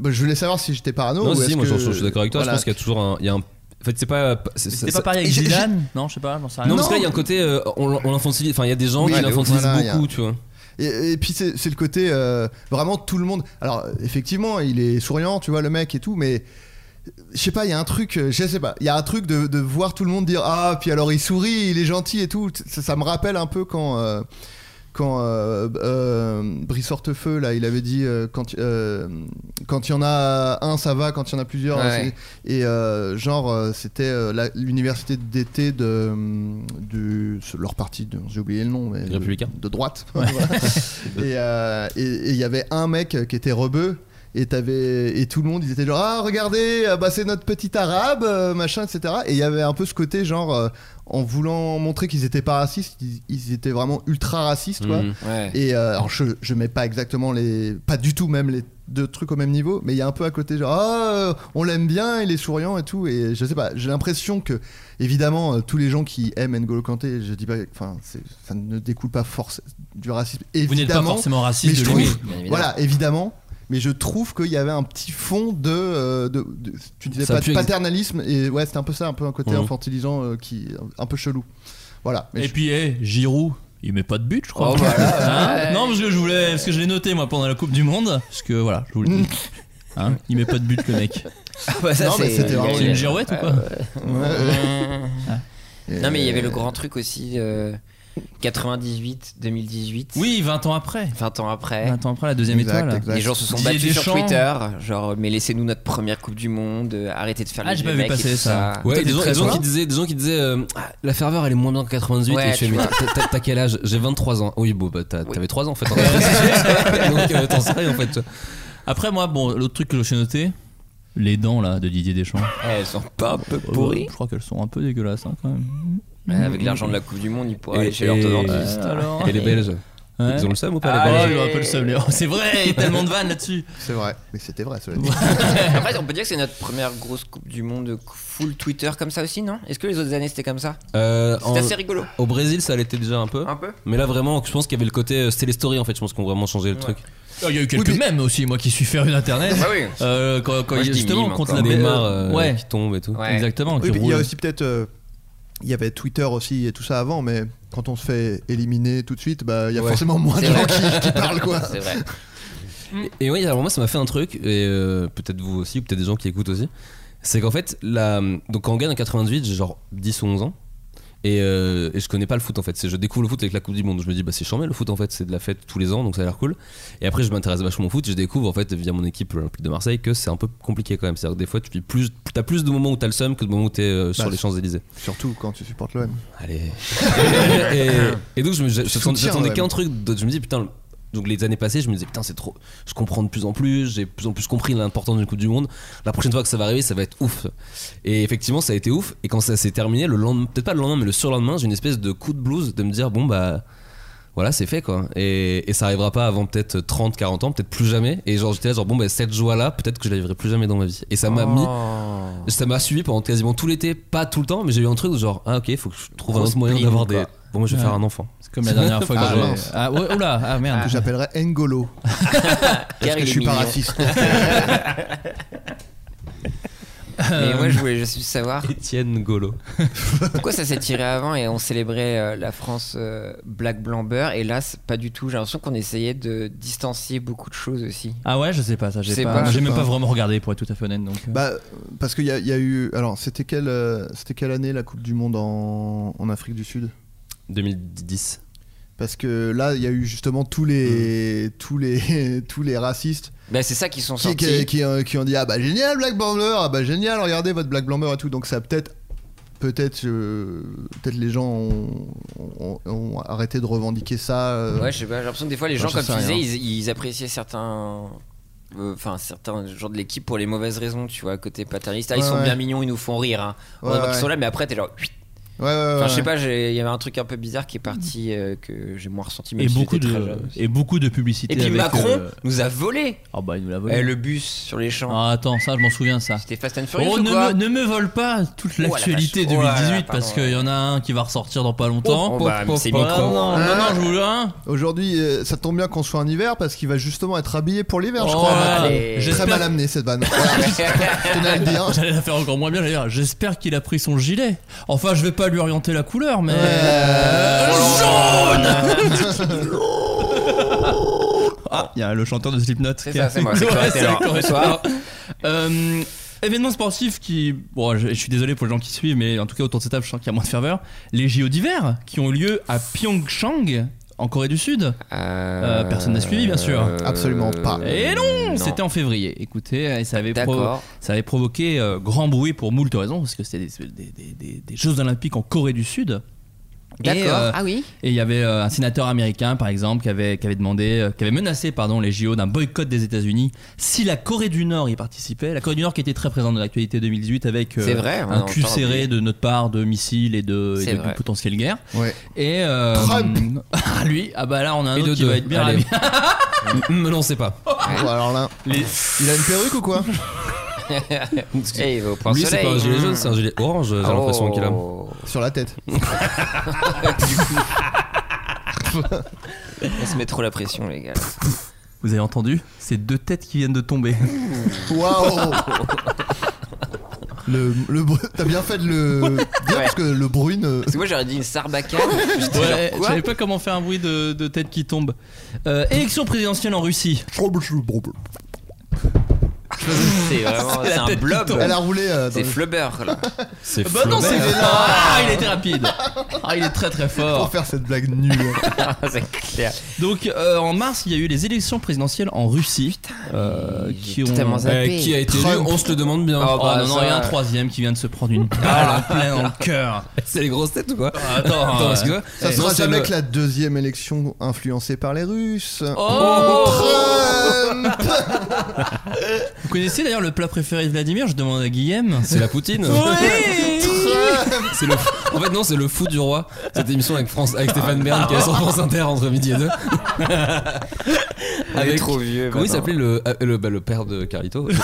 Speaker 8: bah, je voulais savoir si j'étais parano.
Speaker 2: Non,
Speaker 8: ou
Speaker 2: si,
Speaker 8: est-ce
Speaker 2: moi je,
Speaker 8: que-
Speaker 2: je suis d'accord avec toi.
Speaker 8: Voilà.
Speaker 2: Je pense qu'il y a toujours un, il y a un- fait, c'est pas. c'est-
Speaker 7: C'était
Speaker 2: ça-
Speaker 7: pas pareil avec
Speaker 2: j'ai- j'ai-
Speaker 7: Zidane Non, je sais pas, j'en sais rien.
Speaker 2: Non, parce que là, il y a un côté. euh, on l'en- on l'infantilise. Enfin, il y a des gens
Speaker 8: Oui,
Speaker 2: qui
Speaker 8: de ouf,
Speaker 2: l'infantilisent
Speaker 8: voilà, il y a-
Speaker 2: beaucoup, tu vois.
Speaker 8: Et, et puis c'est c'est le côté euh, vraiment tout le monde. Alors effectivement, il est souriant, tu vois le mec et tout, mais je sais pas, il y a un truc, euh, je sais pas, il y a un truc de, de voir tout le monde dire ah puis alors il sourit, il est gentil et tout. Ça, ça me rappelle un peu quand. euh, quand euh, euh, Brice Hortefeux là, il avait dit euh, quand euh, quand il y en a un, ça va. Quand il y en a plusieurs,
Speaker 9: Ouais.
Speaker 8: c'est- et euh, genre euh, c'était euh, la- l'université d'été de, hum, du- leur parti, de- j'ai oublié le nom, mais
Speaker 2: Les
Speaker 8: de,
Speaker 2: Républicains.
Speaker 8: de droite. Voilà. et euh, et- et il y avait un mec qui était rebeu. Et, t'avais- et tout le monde, ils étaient genre, ah regardez, euh, bah, c'est notre petit arabe, euh, machin, etc. Et il y avait un peu ce côté, genre, euh, en voulant montrer qu'ils étaient pas racistes, ils, ils étaient vraiment ultra racistes,
Speaker 7: Mmh.
Speaker 8: quoi.
Speaker 2: Mhm.
Speaker 9: Ouais.
Speaker 8: Et euh, alors je, je mets pas exactement les. Pas du tout même les deux trucs au même niveau, mais il y a un peu à côté genre Ah, euh, on l'aime bien, il est souriant et tout. Et je sais pas, j'ai l'impression que évidemment euh, tous les gens qui aiment N'Golo Kanté, je dis pas, enfin c'est- ça ne découle pas forcément du racisme.
Speaker 7: Vous n'êtes pas
Speaker 8: Évidemment,
Speaker 7: forcément
Speaker 8: mais
Speaker 7: raciste
Speaker 8: je
Speaker 7: de
Speaker 8: trouve,
Speaker 7: lui.
Speaker 9: bien évidemment.
Speaker 8: voilà, évidemment. Mais je trouve qu'il y avait un petit fond de, euh, de- de- tu disais
Speaker 2: Ça a
Speaker 8: pas
Speaker 2: pu
Speaker 8: de
Speaker 2: ex-
Speaker 8: paternalisme et ouais c'était un peu ça, un peu un côté
Speaker 2: Mhm.
Speaker 8: infantilisant euh, qui un peu chelou. Voilà. Mais
Speaker 7: Et
Speaker 8: je-
Speaker 7: puis, eh, Giroud, il met pas de but, je crois.
Speaker 9: Oh, voilà.
Speaker 7: Hein non, parce que je voulais, parce que je l'ai noté moi pendant la Coupe du Monde, parce que voilà, je vous le dis. Hein, il met pas de but le mec.
Speaker 8: Oh,
Speaker 9: Bah, ça,
Speaker 8: Non, mais
Speaker 9: c'est-
Speaker 8: c'était
Speaker 9: il y a-
Speaker 8: vraiment
Speaker 7: C'est une girouette ou quoi
Speaker 8: Ouais.
Speaker 9: Non, mais il y avait le grand truc aussi. euh, 98, 2018.
Speaker 7: Oui, 20 ans après.
Speaker 9: 20 ans après.
Speaker 2: Ah,
Speaker 7: 20 ans après la deuxième
Speaker 8: Exact,
Speaker 7: étoile.
Speaker 8: exact.
Speaker 9: Les gens se sont
Speaker 7: Didier
Speaker 9: battus sur
Speaker 7: Deschamps.
Speaker 9: Twitter, genre mais laissez-nous notre première Coupe du Monde, euh, arrêtez de faire
Speaker 7: Ah,
Speaker 9: les
Speaker 7: j'ai pas
Speaker 9: vieux
Speaker 7: vu
Speaker 9: mecs et
Speaker 7: passer
Speaker 9: tout
Speaker 7: ça.
Speaker 2: Ouais,
Speaker 8: Toi,
Speaker 2: des
Speaker 8: t'es
Speaker 2: gens,
Speaker 8: très
Speaker 2: des gens
Speaker 8: fort.
Speaker 2: qui disaient, des gens qui disaient euh, Ah, la ferveur elle est moins bien qu'en 88
Speaker 9: Ouais,
Speaker 2: et je fais
Speaker 9: tu
Speaker 2: mais
Speaker 9: vois.
Speaker 2: t'as- t'as- t'as quel âge J'ai 23 ans. Oui, bon, bah t'as-
Speaker 9: Oui.
Speaker 2: t'avais 3 ans en fait. en 88. Donc euh, t'en sais rien en fait.
Speaker 7: Après moi, bon, l'autre truc que j'ai noté, les dents là de Didier Deschamps.
Speaker 9: Elles sont pas un peu
Speaker 7: Euh,
Speaker 9: pourries.
Speaker 7: Je crois qu'elles sont un peu dégueulasses hein, quand même.
Speaker 9: Ouais, Oh. avec l'argent de la Coupe du Monde, ils pourraient aller chez l'orthodontiste.
Speaker 7: alors.
Speaker 2: Et les Belges
Speaker 7: Ouais.
Speaker 2: Ils ont le seum hein. ou pas
Speaker 7: Ah,
Speaker 2: les Belges
Speaker 7: ouais, ils ont un peu le seum, les gens. C'est vrai, il y a tellement de vannes là-dessus.
Speaker 8: C'est vrai, mais c'était vrai. Cela dit.
Speaker 9: Après, on peut dire que c'est notre première grosse Coupe du Monde full Twitter comme ça aussi, non Est-ce que les autres années c'était comme ça
Speaker 2: Euh,
Speaker 9: C'était
Speaker 2: en-
Speaker 9: assez rigolo,
Speaker 2: Au Brésil, ça l'était déjà un peu.
Speaker 9: un peu.
Speaker 2: Mais là, vraiment, je pense qu'il y avait le côté. euh, C'était les stories en fait. Je pense qu'on vraiment changé le truc.
Speaker 7: Il y a eu quelques
Speaker 8: Oui,
Speaker 7: mèmes aussi, moi qui suis féru d'internet.
Speaker 9: Bah oui.
Speaker 7: Euh, quand, quand
Speaker 9: Moi, je dis
Speaker 7: justement
Speaker 9: mime
Speaker 7: contre la
Speaker 9: encore.
Speaker 2: Neymar
Speaker 7: euh,
Speaker 2: euh,
Speaker 7: ouais,
Speaker 2: qui tombe et tout.
Speaker 9: Ouais.
Speaker 7: exactement. qui
Speaker 8: Oui, puis il y a
Speaker 7: roule.
Speaker 8: aussi peut-être. euh, Il y avait Twitter aussi et tout ça avant, mais quand on se fait éliminer tout de suite, bah, il y a
Speaker 2: Ouais.
Speaker 8: forcément moins de
Speaker 9: C'est
Speaker 8: gens
Speaker 9: vrai.
Speaker 8: qui, qui parlent quoi.
Speaker 9: C'est vrai.
Speaker 2: Et oui, alors moi ça m'a fait un truc, et euh, peut-être vous aussi, ou peut-être des gens qui écoutent aussi, c'est qu'en fait, la, donc quand on gagne en 88, j'ai genre 10 ou 11 ans, et, euh, et je connais pas le foot en fait, C'est- je découvre le foot avec la Coupe du Monde, je me dis bah c'est charmé le foot en fait, c'est de la fête tous les ans, donc ça a l'air cool, et après je m'intéresse vachement au foot, je découvre en fait via mon équipe l'Olympique de Marseille que c'est un peu compliqué quand même, c'est-à-dire que des fois tu vis plus, t'as plus de moments où t'as le seum que de moments où t'es euh, sur
Speaker 8: Bah,
Speaker 2: les Euh, Champs-Élysées.
Speaker 8: Surtout quand tu supportes l'OM.
Speaker 2: Allez. et, et donc je me- j'attendais-
Speaker 8: Soutien,
Speaker 2: j'attendais
Speaker 8: ouais.
Speaker 2: qu'un truc. d'autre. Je me dis putain. le- Donc les années passées, je me disais putain c'est trop. Je comprends de plus en plus. J'ai de plus en plus compris l'importance d'une Coupe du Monde. La prochaine fois que ça va arriver, ça va être ouf. Et effectivement, ça a été ouf. Et quand ça s'est terminé, le lendemain, peut-être pas le lendemain, mais le surlendemain, j'ai une espèce de coup de blues de me dire bon bah. Voilà, c'est fait quoi. Et, et ça arrivera pas avant peut-être 30, 40 ans, peut-être plus jamais. Et genre, j'étais là, genre, bon, bah, cette joie-là, peut-être que je la vivrai plus jamais dans ma vie. Et ça m'a mis
Speaker 9: Oh.
Speaker 2: ça m'a suivi pendant quasiment tout l'été, pas tout le temps, mais j'ai eu un truc de genre, ah ok, faut que je trouve un
Speaker 9: Grosse
Speaker 2: autre moyen
Speaker 9: prime,
Speaker 2: d'avoir des.
Speaker 9: quoi.
Speaker 2: Bon, moi je vais
Speaker 7: Ouais.
Speaker 2: faire un enfant.
Speaker 7: C'est comme la dernière fois que
Speaker 8: Ah,
Speaker 7: j'ai.
Speaker 8: mince.
Speaker 7: Ah, ouais, oula, ah merde.
Speaker 8: Que j'appellerais N'Golo. parce
Speaker 9: Car il
Speaker 8: que je
Speaker 9: est
Speaker 8: suis pas
Speaker 9: mignon.
Speaker 8: raciste.
Speaker 9: Mais moi, je voulais juste savoir
Speaker 2: Étienne Golo.
Speaker 9: pourquoi ça s'est tiré avant et on célébrait euh, la France euh, black blanc beurre et là, c'est pas du tout. J'ai l'impression qu'on essayait de distancier beaucoup de choses aussi.
Speaker 7: Ah ouais, je sais pas ça.
Speaker 9: Je sais
Speaker 7: J'ai
Speaker 9: pas,
Speaker 7: pas. J'ai
Speaker 8: je
Speaker 7: même
Speaker 8: sais
Speaker 7: pas
Speaker 8: pas.
Speaker 7: vraiment regardé pour être tout à fait honnête. Donc. euh.
Speaker 8: Bah, parce qu'il y, a- il y a eu. Alors, c'était quelle, euh, c'était quelle année la Coupe du Monde en, en Afrique du Sud
Speaker 2: 2010.
Speaker 8: Parce que là, il y a eu justement tous
Speaker 2: Mmh.
Speaker 8: les, tous les, tous les racistes
Speaker 9: Bah, c'est ça qu'ils sont
Speaker 8: qui,
Speaker 9: sortis.
Speaker 8: qui, qui, euh, qui ont dit Ah bah génial, Black Bomber, ah bah génial, regardez votre Black Bomber et tout. Donc ça a peut-être. Peut-être peut les gens ont, ont- ont arrêté de revendiquer ça. euh,
Speaker 9: Ouais, je sais pas, j'ai l'impression que des fois les
Speaker 8: Moi,
Speaker 9: gens,
Speaker 8: je
Speaker 9: comme
Speaker 8: sais
Speaker 9: tu disais,
Speaker 8: rien.
Speaker 9: ils, ils appréciaient certains. euh, Enfin, certains gens de l'équipe pour les mauvaises raisons, tu vois, côté paternaliste. Ah, ils
Speaker 8: Ouais,
Speaker 9: sont
Speaker 8: ouais.
Speaker 9: bien mignons, ils nous font rire. Hein. On
Speaker 8: Ouais,
Speaker 9: voit qu'ils
Speaker 8: ouais.
Speaker 9: sont là, mais après, t'es genre.
Speaker 8: Ouais, ouais, ouais,
Speaker 9: Enfin, je
Speaker 8: ouais. Mm.
Speaker 9: sais pas, j'ai- il y avait un truc un peu bizarre qui est parti euh, que j'ai moins ressenti. même
Speaker 7: Et
Speaker 9: si
Speaker 7: beaucoup,
Speaker 9: j'étais très
Speaker 7: de,
Speaker 9: jeune.
Speaker 7: et beaucoup de publicité.
Speaker 9: Et puis
Speaker 7: avec,
Speaker 9: Macron
Speaker 7: euh,
Speaker 9: nous a volé
Speaker 7: Ah bah il nous l'a volé.
Speaker 9: eh, le bus sur les champs.
Speaker 7: Ah, attends, ça je m'en souviens de ça.
Speaker 9: C'était Fast and Furious
Speaker 7: Oh,
Speaker 9: ou
Speaker 7: ne,
Speaker 9: quoi
Speaker 7: me, ne me vole pas toute
Speaker 9: la
Speaker 7: l'actualité
Speaker 9: vache. Oh là là,
Speaker 7: 2018
Speaker 9: pardon.
Speaker 7: parce qu'il y en a un qui va ressortir dans pas longtemps.
Speaker 9: Oh, bah,
Speaker 7: Pop, pop,
Speaker 9: c'est
Speaker 7: pop.
Speaker 9: micro.
Speaker 7: Non, non, non, je vous le hein.
Speaker 8: Aujourd'hui, euh, ça tombe bien qu'on soit en hiver parce qu'il va justement être habillé pour l'hiver, je
Speaker 7: Oh,
Speaker 8: crois. Macron.
Speaker 7: allez.
Speaker 8: J'ai
Speaker 7: J'espère-
Speaker 8: Très mal amené cette vanne. Voilà, je tenais à le dire.
Speaker 7: J'allais la faire encore moins bien d'ailleurs. J'espère qu'il a pris son gilet. Enfin, je vais pas lui orienter la couleur, mais. Euh,
Speaker 9: Oh
Speaker 7: Ah, il y a le chanteur de Slipknot.
Speaker 9: C'est
Speaker 7: qui
Speaker 9: ça,
Speaker 7: a-
Speaker 9: c'est moi, c'est
Speaker 7: Ouais,
Speaker 9: Corey
Speaker 7: c'est
Speaker 9: Taylor.
Speaker 7: Corey
Speaker 9: Bonsoir.
Speaker 7: Taylor. Euh, événement sportif qui. Bon, je, je suis désolé pour les gens qui suivent, mais en tout cas, autour de cette table, je sens qu'il y a moins de ferveur. Les JO d'hiver qui ont eu lieu à Pyeongchang, en Corée du Sud.
Speaker 9: Euh,
Speaker 7: personne n'a suivi, bien sûr.
Speaker 9: euh,
Speaker 8: Absolument pas.
Speaker 7: Et non, c'était en février. Écoutez, euh, et ça avait, provo-
Speaker 9: Ah, D'accord.
Speaker 7: ça avait provoqué euh, grand bruit pour moult raisons, parce que c'était des, des- des- des- des Jeux Olympiques en Corée du Sud. Et, euh,
Speaker 9: ah oui.
Speaker 7: et il y avait euh, un sénateur américain, par exemple, qui avait, qui avait demandé, euh, qui avait menacé, pardon, les JO d'un boycott des États-Unis si la Corée du Nord y participait. La Corée du Nord qui était très présente dans l'actualité 2018 avec euh,
Speaker 9: C'est vrai, hein, on
Speaker 7: un
Speaker 9: en
Speaker 7: cul
Speaker 9: parle.
Speaker 7: serré de notre part de missiles et de, et
Speaker 9: C'est
Speaker 7: de
Speaker 9: vrai.
Speaker 7: potentielle guerre.
Speaker 8: Ouais.
Speaker 7: Et euh,
Speaker 8: Trump.
Speaker 7: ah, lui, ah bah là on a un
Speaker 2: Et
Speaker 7: autre
Speaker 2: de
Speaker 7: qui va
Speaker 2: deux.
Speaker 7: être bien.
Speaker 2: Allez.
Speaker 7: ravi.
Speaker 2: Me lancez pas.
Speaker 8: Bon, alors là, il a une perruque ou quoi
Speaker 9: Et Eh, il va au point
Speaker 2: Lui, c'est
Speaker 9: soleil.
Speaker 2: pas un gilet jaune, c'est un gilet orange, j'ai l'impression qu'il a.
Speaker 9: Oh.
Speaker 8: Sur la tête.
Speaker 9: On se met trop la pression, les gars.
Speaker 7: Vous avez entendu C'est deux têtes qui viennent de tomber.
Speaker 8: Waouh Le, le br- t'as bien fait de le dire parce que le brune euh,
Speaker 9: Parce que moi, j'aurais dit une sarbacane. J'étais
Speaker 7: Ouais,
Speaker 9: genre,
Speaker 7: je
Speaker 9: quoi
Speaker 7: savais pas comment faire un bruit de, de tête qui tombe. Euh, élection présidentielle en Russie.
Speaker 9: C'est
Speaker 2: Oh,
Speaker 9: vraiment c'est un blob.
Speaker 8: elle a roulé euh, dans
Speaker 9: C'est
Speaker 8: le-
Speaker 9: Flubber là.
Speaker 2: C'est
Speaker 7: Bah non, c'est
Speaker 2: Flaubert.
Speaker 7: Ah, il était rapide. Ah, il est très très
Speaker 8: pour
Speaker 7: fort. Eh,
Speaker 8: faire cette blague nue hein.
Speaker 9: c'est clair.
Speaker 7: Donc euh, en mars, il y a eu les élections présidentielles en Russie. euh, qui ont.
Speaker 9: totalement zappé.
Speaker 2: Eh, qui a été élu
Speaker 8: Trump.
Speaker 2: On se le demande bien.
Speaker 9: Ah,
Speaker 7: Oh,
Speaker 9: bah,
Speaker 7: non, non,
Speaker 9: ça-
Speaker 7: il y a un troisième qui vient de se prendre une balle en plein dans le cœur.
Speaker 2: C'est les grosses têtes ou quoi
Speaker 7: Attends,
Speaker 2: Attends,
Speaker 7: euh,
Speaker 2: excuse-moi.
Speaker 8: ça sera
Speaker 2: Non, c'est
Speaker 8: jamais
Speaker 2: le-
Speaker 8: que la deuxième élection influencée par les Russes
Speaker 7: Oh
Speaker 8: Trump
Speaker 7: Vous connaissez d'ailleurs le plat préféré de Vladimir Je demande à Guillaume.
Speaker 2: C'est la poutine.
Speaker 8: Trump
Speaker 2: C'est le. En fait non, c'est le fou du roi. Cette émission avec France, avec Stéphane Bern qui est sur France Inter entre midi et deux.
Speaker 9: Il est trop vieux.
Speaker 2: Comment il
Speaker 9: maintenant.
Speaker 2: s'appelait le euh, le, bah, le père de Carlito
Speaker 7: Et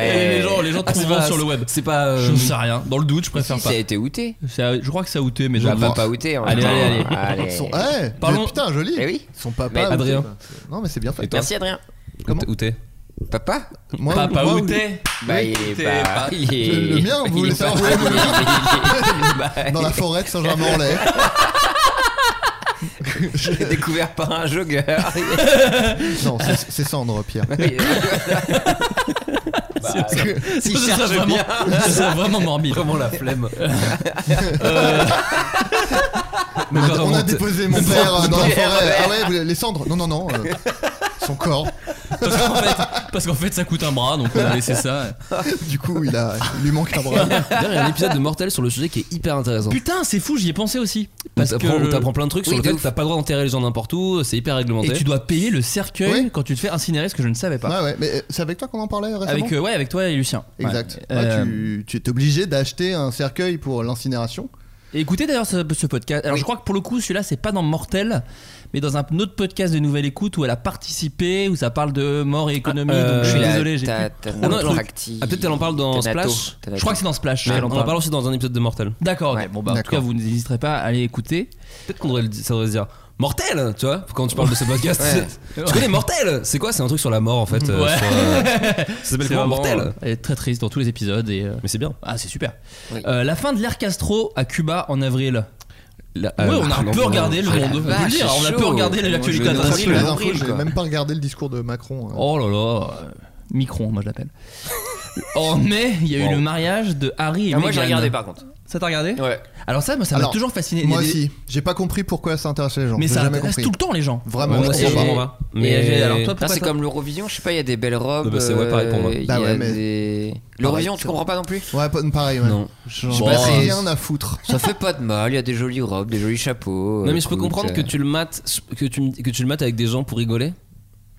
Speaker 7: les gens, les gens
Speaker 2: Ah, c'est
Speaker 7: trouveront
Speaker 2: pas-
Speaker 7: sur le web.
Speaker 2: C'est pas. euh,
Speaker 7: Je ne sais rien. Dans le doute, je préfère
Speaker 9: Si,
Speaker 7: pas.
Speaker 9: ça a été outé.
Speaker 7: Ça- je crois que ça a outé, mais
Speaker 9: Ça
Speaker 7: j'en
Speaker 9: va pas outé. en même
Speaker 7: Allez,
Speaker 9: temps.
Speaker 7: allez,
Speaker 8: Son- ouais,
Speaker 7: Parlons-
Speaker 8: eh, mais putain joli
Speaker 9: Eh oui.
Speaker 8: son papa
Speaker 9: Mais-
Speaker 8: ou-
Speaker 2: Adrien.
Speaker 8: non mais c'est bien fait
Speaker 2: Et toi
Speaker 9: Merci Adrien.
Speaker 8: Comment
Speaker 2: Où t'es
Speaker 9: Papa
Speaker 8: moi,
Speaker 7: Papa
Speaker 8: moi,
Speaker 7: outé.
Speaker 9: Bah
Speaker 7: Oui,
Speaker 9: il est
Speaker 7: t'es
Speaker 9: pas.
Speaker 7: pas-
Speaker 9: Il est.
Speaker 8: Le- le mien, vous
Speaker 9: il
Speaker 8: voulez
Speaker 9: est
Speaker 8: savoir
Speaker 9: pas-
Speaker 8: où il est
Speaker 9: il est- bah,
Speaker 8: dans la forêt de Saint-Germain-en-Laye
Speaker 9: Je l'ai découvert par un jogger.
Speaker 8: non c'est c'est cendre Pierre
Speaker 9: Bah,
Speaker 7: Ça,
Speaker 9: S'il
Speaker 7: ça,
Speaker 9: cherche
Speaker 7: vraiment,
Speaker 9: bien.
Speaker 7: ça, c'est vraiment morbide.
Speaker 2: Vraiment la flemme.
Speaker 8: on a, on a
Speaker 2: vraiment,
Speaker 8: déposé mon père euh, dans la
Speaker 9: Pierre,
Speaker 8: forêt ah ouais vous- les cendres non non non euh, son corps
Speaker 7: Parce qu'en fait, parce qu'en fait, ça coûte un bras, donc on a laissé ça.
Speaker 8: Du coup, il, a, il lui manque un bras.
Speaker 2: D'ailleurs, il y a un épisode de Mortel sur le sujet qui est hyper intéressant.
Speaker 7: Putain, c'est fou, j'y ai pensé aussi. Parce
Speaker 2: Parce
Speaker 7: que
Speaker 2: que t'apprends plein de trucs sur
Speaker 9: Oui,
Speaker 2: le
Speaker 9: de
Speaker 2: fait que
Speaker 9: ouf.
Speaker 2: t'as pas le droit d'enterrer les gens n'importe où, c'est hyper
Speaker 7: et
Speaker 2: réglementé.
Speaker 7: tu dois payer le cercueil
Speaker 8: Oui.
Speaker 7: quand tu te fais incinérer, ce que je ne savais pas.
Speaker 8: Ouais, ouais, mais euh, c'est avec toi qu'on en parlait récemment
Speaker 7: Avec euh, ouais, avec toi et Lucien. Ouais.
Speaker 8: Exact. Ouais, Bah,
Speaker 7: Euh,
Speaker 8: tu, tu es obligé d'acheter un cercueil pour l'incinération.
Speaker 7: Et écoutez d'ailleurs ce, ce podcast. Alors je crois que pour le coup, celui-là, c'est pas dans Mortel, mais dans un autre podcast de Nouvelle Écoute où elle a participé, où ça parle de mort et économie.
Speaker 2: Ah, euh,
Speaker 7: donc je suis
Speaker 9: Tu l'as-
Speaker 7: désolé, j'ai.
Speaker 9: t'as-
Speaker 7: plus-
Speaker 9: t'as-
Speaker 7: Ah, non, alors-
Speaker 9: Tracti-
Speaker 2: Ah, peut-être qu'elle en parle dans
Speaker 9: Thanatos.
Speaker 2: Splash.
Speaker 9: Thanatos.
Speaker 7: Je crois que c'est dans Splash.
Speaker 2: Mais
Speaker 7: qu'elle en
Speaker 2: on en
Speaker 7: parle.
Speaker 2: parle aussi dans un épisode de Mortel.
Speaker 7: D'accord. ok.
Speaker 9: Ouais.
Speaker 7: Bon bah en tout
Speaker 8: D'accord.
Speaker 7: cas, vous ne n'hésiterez pas à aller écouter.
Speaker 2: Peut-être qu'on devrait le dire- ça devrait se dire Mortel, tu vois, quand tu parles de ce podcast.
Speaker 9: Ouais.
Speaker 2: Tu connais Mortel C'est quoi C'est un truc sur la mort en fait. euh,
Speaker 7: Ouais.
Speaker 2: sur, euh, ça s'appelle
Speaker 7: C'est
Speaker 2: comment
Speaker 7: vraiment-
Speaker 2: Mortel
Speaker 7: Elle est très triste dans tous les épisodes et. euh,
Speaker 2: Mais c'est bien.
Speaker 7: Ah, c'est super.
Speaker 9: Oui.
Speaker 7: Euh, la fin de l'ère Castro à Cuba en avril.
Speaker 2: La-
Speaker 7: Ouais,
Speaker 2: euh,
Speaker 7: on a un
Speaker 2: non,
Speaker 7: peu
Speaker 2: non,
Speaker 7: regardé le
Speaker 2: non.
Speaker 7: monde. On peut le
Speaker 9: Ah, vache,
Speaker 7: dire,
Speaker 9: c'est
Speaker 7: on a
Speaker 9: chaud.
Speaker 7: peu regardé
Speaker 9: Moi,
Speaker 7: l'actualité
Speaker 9: je vais
Speaker 8: Parce
Speaker 9: le
Speaker 8: que la
Speaker 7: internationale.
Speaker 8: dernière fois,
Speaker 9: nombril,
Speaker 8: j'avais
Speaker 9: quoi.
Speaker 8: même pas regardé le discours de Macron. hein.
Speaker 7: Oh là là. euh, Micron, moi je l'appelle. en mai, il y a eu
Speaker 2: Wow.
Speaker 7: le mariage de Harry et
Speaker 9: Ah, Moi j'ai
Speaker 7: Meghan.
Speaker 9: regardé par contre.
Speaker 7: Ça t'as regardé
Speaker 9: Ouais.
Speaker 7: Alors ça, moi ça m'a
Speaker 8: Alors,
Speaker 7: toujours fasciné.
Speaker 8: Moi
Speaker 7: Il y a des-
Speaker 8: aussi, j'ai pas compris pourquoi ça intéresse les gens.
Speaker 7: Mais
Speaker 8: J'ai
Speaker 7: ça
Speaker 8: jamais
Speaker 7: intéresse
Speaker 8: compris.
Speaker 7: tout le temps les gens.
Speaker 8: Vraiment,
Speaker 2: Ouais,
Speaker 8: je
Speaker 2: moi aussi,
Speaker 8: comprends
Speaker 2: j'ai-
Speaker 8: pas.
Speaker 2: pas.
Speaker 7: Et
Speaker 2: Mais- ah,
Speaker 7: j'ai- alors toi,
Speaker 9: Putain,
Speaker 7: pourquoi
Speaker 9: euh, c'est
Speaker 7: ça-
Speaker 9: comme l'Eurovision, je sais pas, il y a des belles robes.
Speaker 2: Non, bah, c'est- ouais, pareil pour moi.
Speaker 9: euh, il y
Speaker 8: Bah
Speaker 9: a
Speaker 8: ouais, mais-
Speaker 9: des- L'Eurovision, tu comprends pas non plus
Speaker 8: Ouais, pas- pareil, ouais.
Speaker 2: Non.
Speaker 8: J'en
Speaker 9: Je sais
Speaker 8: ai
Speaker 9: pas, c'est-
Speaker 8: rien à foutre.
Speaker 9: Ça fait pas de mal, il y a des jolies robes, des jolis chapeaux.
Speaker 2: Non, mais je peux
Speaker 9: écoute,
Speaker 2: comprendre que
Speaker 9: euh,
Speaker 2: tu le mates, que tu, que tu le mates avec des gens pour rigoler.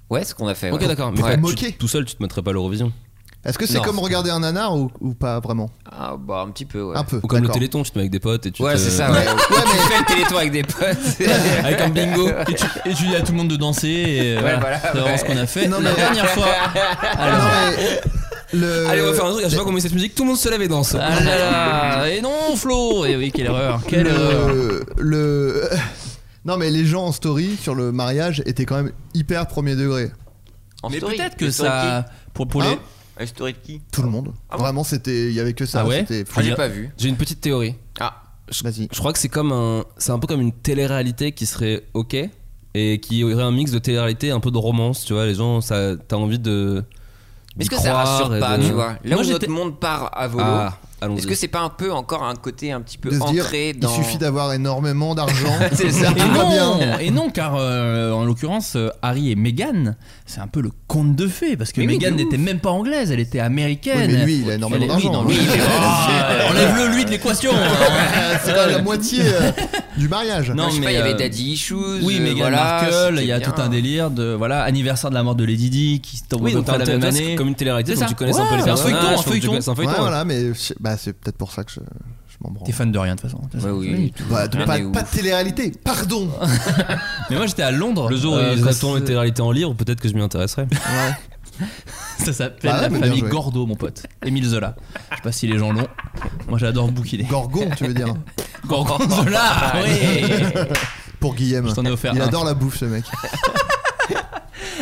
Speaker 9: Ouais, ce qu'on a fait.
Speaker 2: Ok,
Speaker 9: ouais.
Speaker 2: d'accord. Mais
Speaker 9: Ouais.
Speaker 2: pas-
Speaker 8: moquer.
Speaker 2: tu- tout seul, tu te mettrais pas à l'Eurovision.
Speaker 8: Est-ce que c'est
Speaker 2: Non.
Speaker 8: comme regarder un nanar ou, ou pas vraiment
Speaker 9: Ah, bah, un petit peu, ouais.
Speaker 8: Un peu.
Speaker 2: Ou comme le
Speaker 8: d'accord. Ah
Speaker 2: téléthon, tu te mets avec des potes et tu
Speaker 9: Ouais,
Speaker 2: te-
Speaker 9: c'est ça, ouais. Tu fais le téléthon avec des potes.
Speaker 2: Avec un bingo.
Speaker 7: Et tu, et tu dis à tout le monde de danser. Et, euh,
Speaker 9: Ouais,
Speaker 7: voilà.
Speaker 9: voilà,
Speaker 7: c'est vraiment
Speaker 9: ouais.
Speaker 7: ce qu'on a fait
Speaker 8: Non,
Speaker 7: la
Speaker 8: mais-
Speaker 7: dernière fois.
Speaker 8: Ah non, mais le-
Speaker 2: Allez, on va faire un truc. Je sais pas comment est cette musique. Tout le monde se lève et danse.
Speaker 7: Ah là là, et non, Flo
Speaker 2: Eh
Speaker 7: Et oui, quelle erreur Quelle erreur
Speaker 8: le, le- Non mais les gens en story sur le mariage étaient quand même hyper premier degré.
Speaker 9: En
Speaker 7: Mais
Speaker 9: story.
Speaker 7: peut-être que
Speaker 9: Une story de
Speaker 7: ça. Pour, pour les.
Speaker 8: Hein
Speaker 9: qui Une story de qui
Speaker 8: Tout le monde.
Speaker 9: Ah bon
Speaker 8: Vraiment c'était il y avait que ça.
Speaker 7: Ah ouais
Speaker 8: c'était fou.
Speaker 9: Ah, j'ai pas vu.
Speaker 2: J'ai une petite théorie.
Speaker 9: Ah,
Speaker 8: Vas-y.
Speaker 2: Je crois que c'est comme un, c'est un peu comme une télé-réalité qui serait ok et qui aurait un mix de télé-réalité et un peu de romance. Tu vois, les gens, ça, t'as envie de.
Speaker 9: mais est-ce
Speaker 2: d'y
Speaker 9: que ça
Speaker 2: croire
Speaker 9: rassure
Speaker 2: et
Speaker 9: pas,
Speaker 2: de-
Speaker 9: tu vois Là
Speaker 7: euh, Moi,
Speaker 9: où
Speaker 7: j'étais-
Speaker 9: notre monde part à volo,
Speaker 2: Ah, allons-y.
Speaker 9: est-ce que c'est pas un peu encore un côté un petit peu
Speaker 8: De se dire
Speaker 9: ancré
Speaker 8: il
Speaker 9: dans.
Speaker 8: suffit d'avoir énormément d'argent.
Speaker 9: C'est ça.
Speaker 8: Tout
Speaker 7: Et
Speaker 8: va
Speaker 7: non,
Speaker 8: Ah, bien.
Speaker 7: et non, car euh, en l'occurrence, euh, Harry et Meghan, c'est un peu le conte de fées, parce que
Speaker 9: Mais oui,
Speaker 7: Meghan
Speaker 9: de
Speaker 7: n'était
Speaker 9: ouf.
Speaker 7: même pas anglaise, elle était américaine.
Speaker 8: Oui, mais lui, il a énormément
Speaker 7: Elle est- oui,
Speaker 8: d'argent. hein.
Speaker 7: non, mais-
Speaker 8: Oui, mais-
Speaker 7: Ah, Enlève-le, lui, de l'équation. hein.
Speaker 8: Ah, c'est pas la moitié euh, du mariage.
Speaker 7: Non,
Speaker 9: Non, je sais
Speaker 7: mais,
Speaker 9: pas, il y avait
Speaker 7: euh,
Speaker 9: Daddy Issues.
Speaker 7: Oui,
Speaker 9: euh,
Speaker 7: Meghan
Speaker 9: voilà,
Speaker 7: Markle,
Speaker 9: c'était
Speaker 7: il y a
Speaker 9: bien.
Speaker 7: tout un délire de voilà anniversaire de la mort de Lady Di qui tombe
Speaker 2: Oui,
Speaker 7: à peu
Speaker 2: donc
Speaker 7: près la
Speaker 2: t'as-
Speaker 7: même
Speaker 2: t'as-
Speaker 7: année.
Speaker 2: c'est comme une télé-réalité,
Speaker 7: C'est
Speaker 2: donc
Speaker 7: ça.
Speaker 2: tu connais un peu les
Speaker 7: Ouais, un feuilleton,
Speaker 2: personnages. faut
Speaker 7: un
Speaker 2: que tu
Speaker 7: feuilleton.
Speaker 2: connaisses un
Speaker 8: Ouais,
Speaker 2: feuilleton. ouais.
Speaker 8: voilà, mais je- bah, c'est peut-être pour ça que je, je m'en branle.
Speaker 7: T'es fan de rien de toute façon. de toute
Speaker 9: Ouais,
Speaker 7: façon.
Speaker 9: oui.
Speaker 8: Bah, de-
Speaker 9: On est
Speaker 8: pas,
Speaker 9: ouf.
Speaker 8: pas de télé-réalité, pardon.
Speaker 7: Mais moi j'étais à Londres.
Speaker 2: Le jour où
Speaker 7: euh,
Speaker 2: ils
Speaker 7: quand-
Speaker 2: tourné une télé-réalité en livre, peut-être que je m'y intéresserais.
Speaker 7: Ça s'appelle
Speaker 8: Bah ouais,
Speaker 7: la
Speaker 8: mais bien
Speaker 7: famille
Speaker 8: joué.
Speaker 7: Gordo, mon pote. Émile Zola. Je sais pas si les gens l'ont. Moi j'adore bouquiner.
Speaker 8: Gorgon, tu veux dire
Speaker 7: Gorgon Zola
Speaker 2: ah
Speaker 7: Oui
Speaker 8: Pour Guillaume.
Speaker 7: Je t'en ai offert
Speaker 8: Il
Speaker 7: un.
Speaker 8: adore la bouffe, ce mec.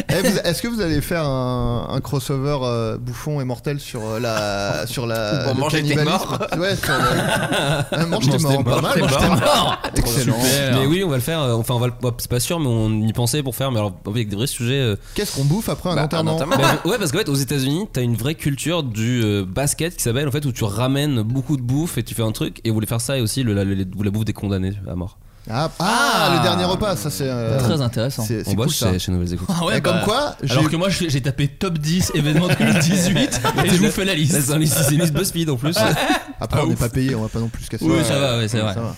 Speaker 8: Eh, vous- Est-ce que vous allez faire un, un crossover euh, bouffon et mortel sur euh, la sur la
Speaker 9: Pour
Speaker 8: le
Speaker 9: manger tes
Speaker 8: cannibalisme Ouais, sur le... Ouais, mange tes morts, pas mal. mange tes morts. Excellent.
Speaker 7: Super.
Speaker 2: Mais oui, on va le faire. euh, Enfin, on va le- bah, c'est pas sûr, mais on y pensait pour faire. Mais alors, avec des vrais sujets. euh,
Speaker 8: Qu'est-ce qu'on bouffe après un
Speaker 9: Bah, un
Speaker 8: enterrement
Speaker 9: enterrement.
Speaker 2: Bah, ouais, parce qu'en fait, aux États-Unis, t'as une vraie culture du euh, basket qui s'appelle en fait où tu ramènes beaucoup de bouffe et tu fais un truc. Et vous voulez faire ça et aussi le, la, le- la bouffe des condamnés à mort.
Speaker 8: ah, ah,
Speaker 7: Ah.
Speaker 8: le dernier repas, ça c'est euh,
Speaker 7: Très intéressant.
Speaker 8: c'est-
Speaker 2: On
Speaker 8: c'est
Speaker 2: bosse
Speaker 8: cool ça.
Speaker 2: chez, chez Nouvelles Écoutes.
Speaker 7: Ah ouais,
Speaker 8: Et comme
Speaker 7: bah,
Speaker 8: quoi,
Speaker 7: Alors
Speaker 8: j'ai-
Speaker 7: que moi je- j'ai tapé top 10 événements 2018 et je vous fais la
Speaker 2: Là,
Speaker 7: liste.
Speaker 2: C'est un liste- c'est une liste BuzzFeed en plus.
Speaker 8: après
Speaker 7: Ah,
Speaker 8: on n'est
Speaker 7: ouf.
Speaker 8: pas payé, on va pas non plus casser.
Speaker 7: Oui,
Speaker 8: Ouais,
Speaker 7: ça va, ouais, c'est
Speaker 8: ouais,
Speaker 7: vrai.
Speaker 8: ça va.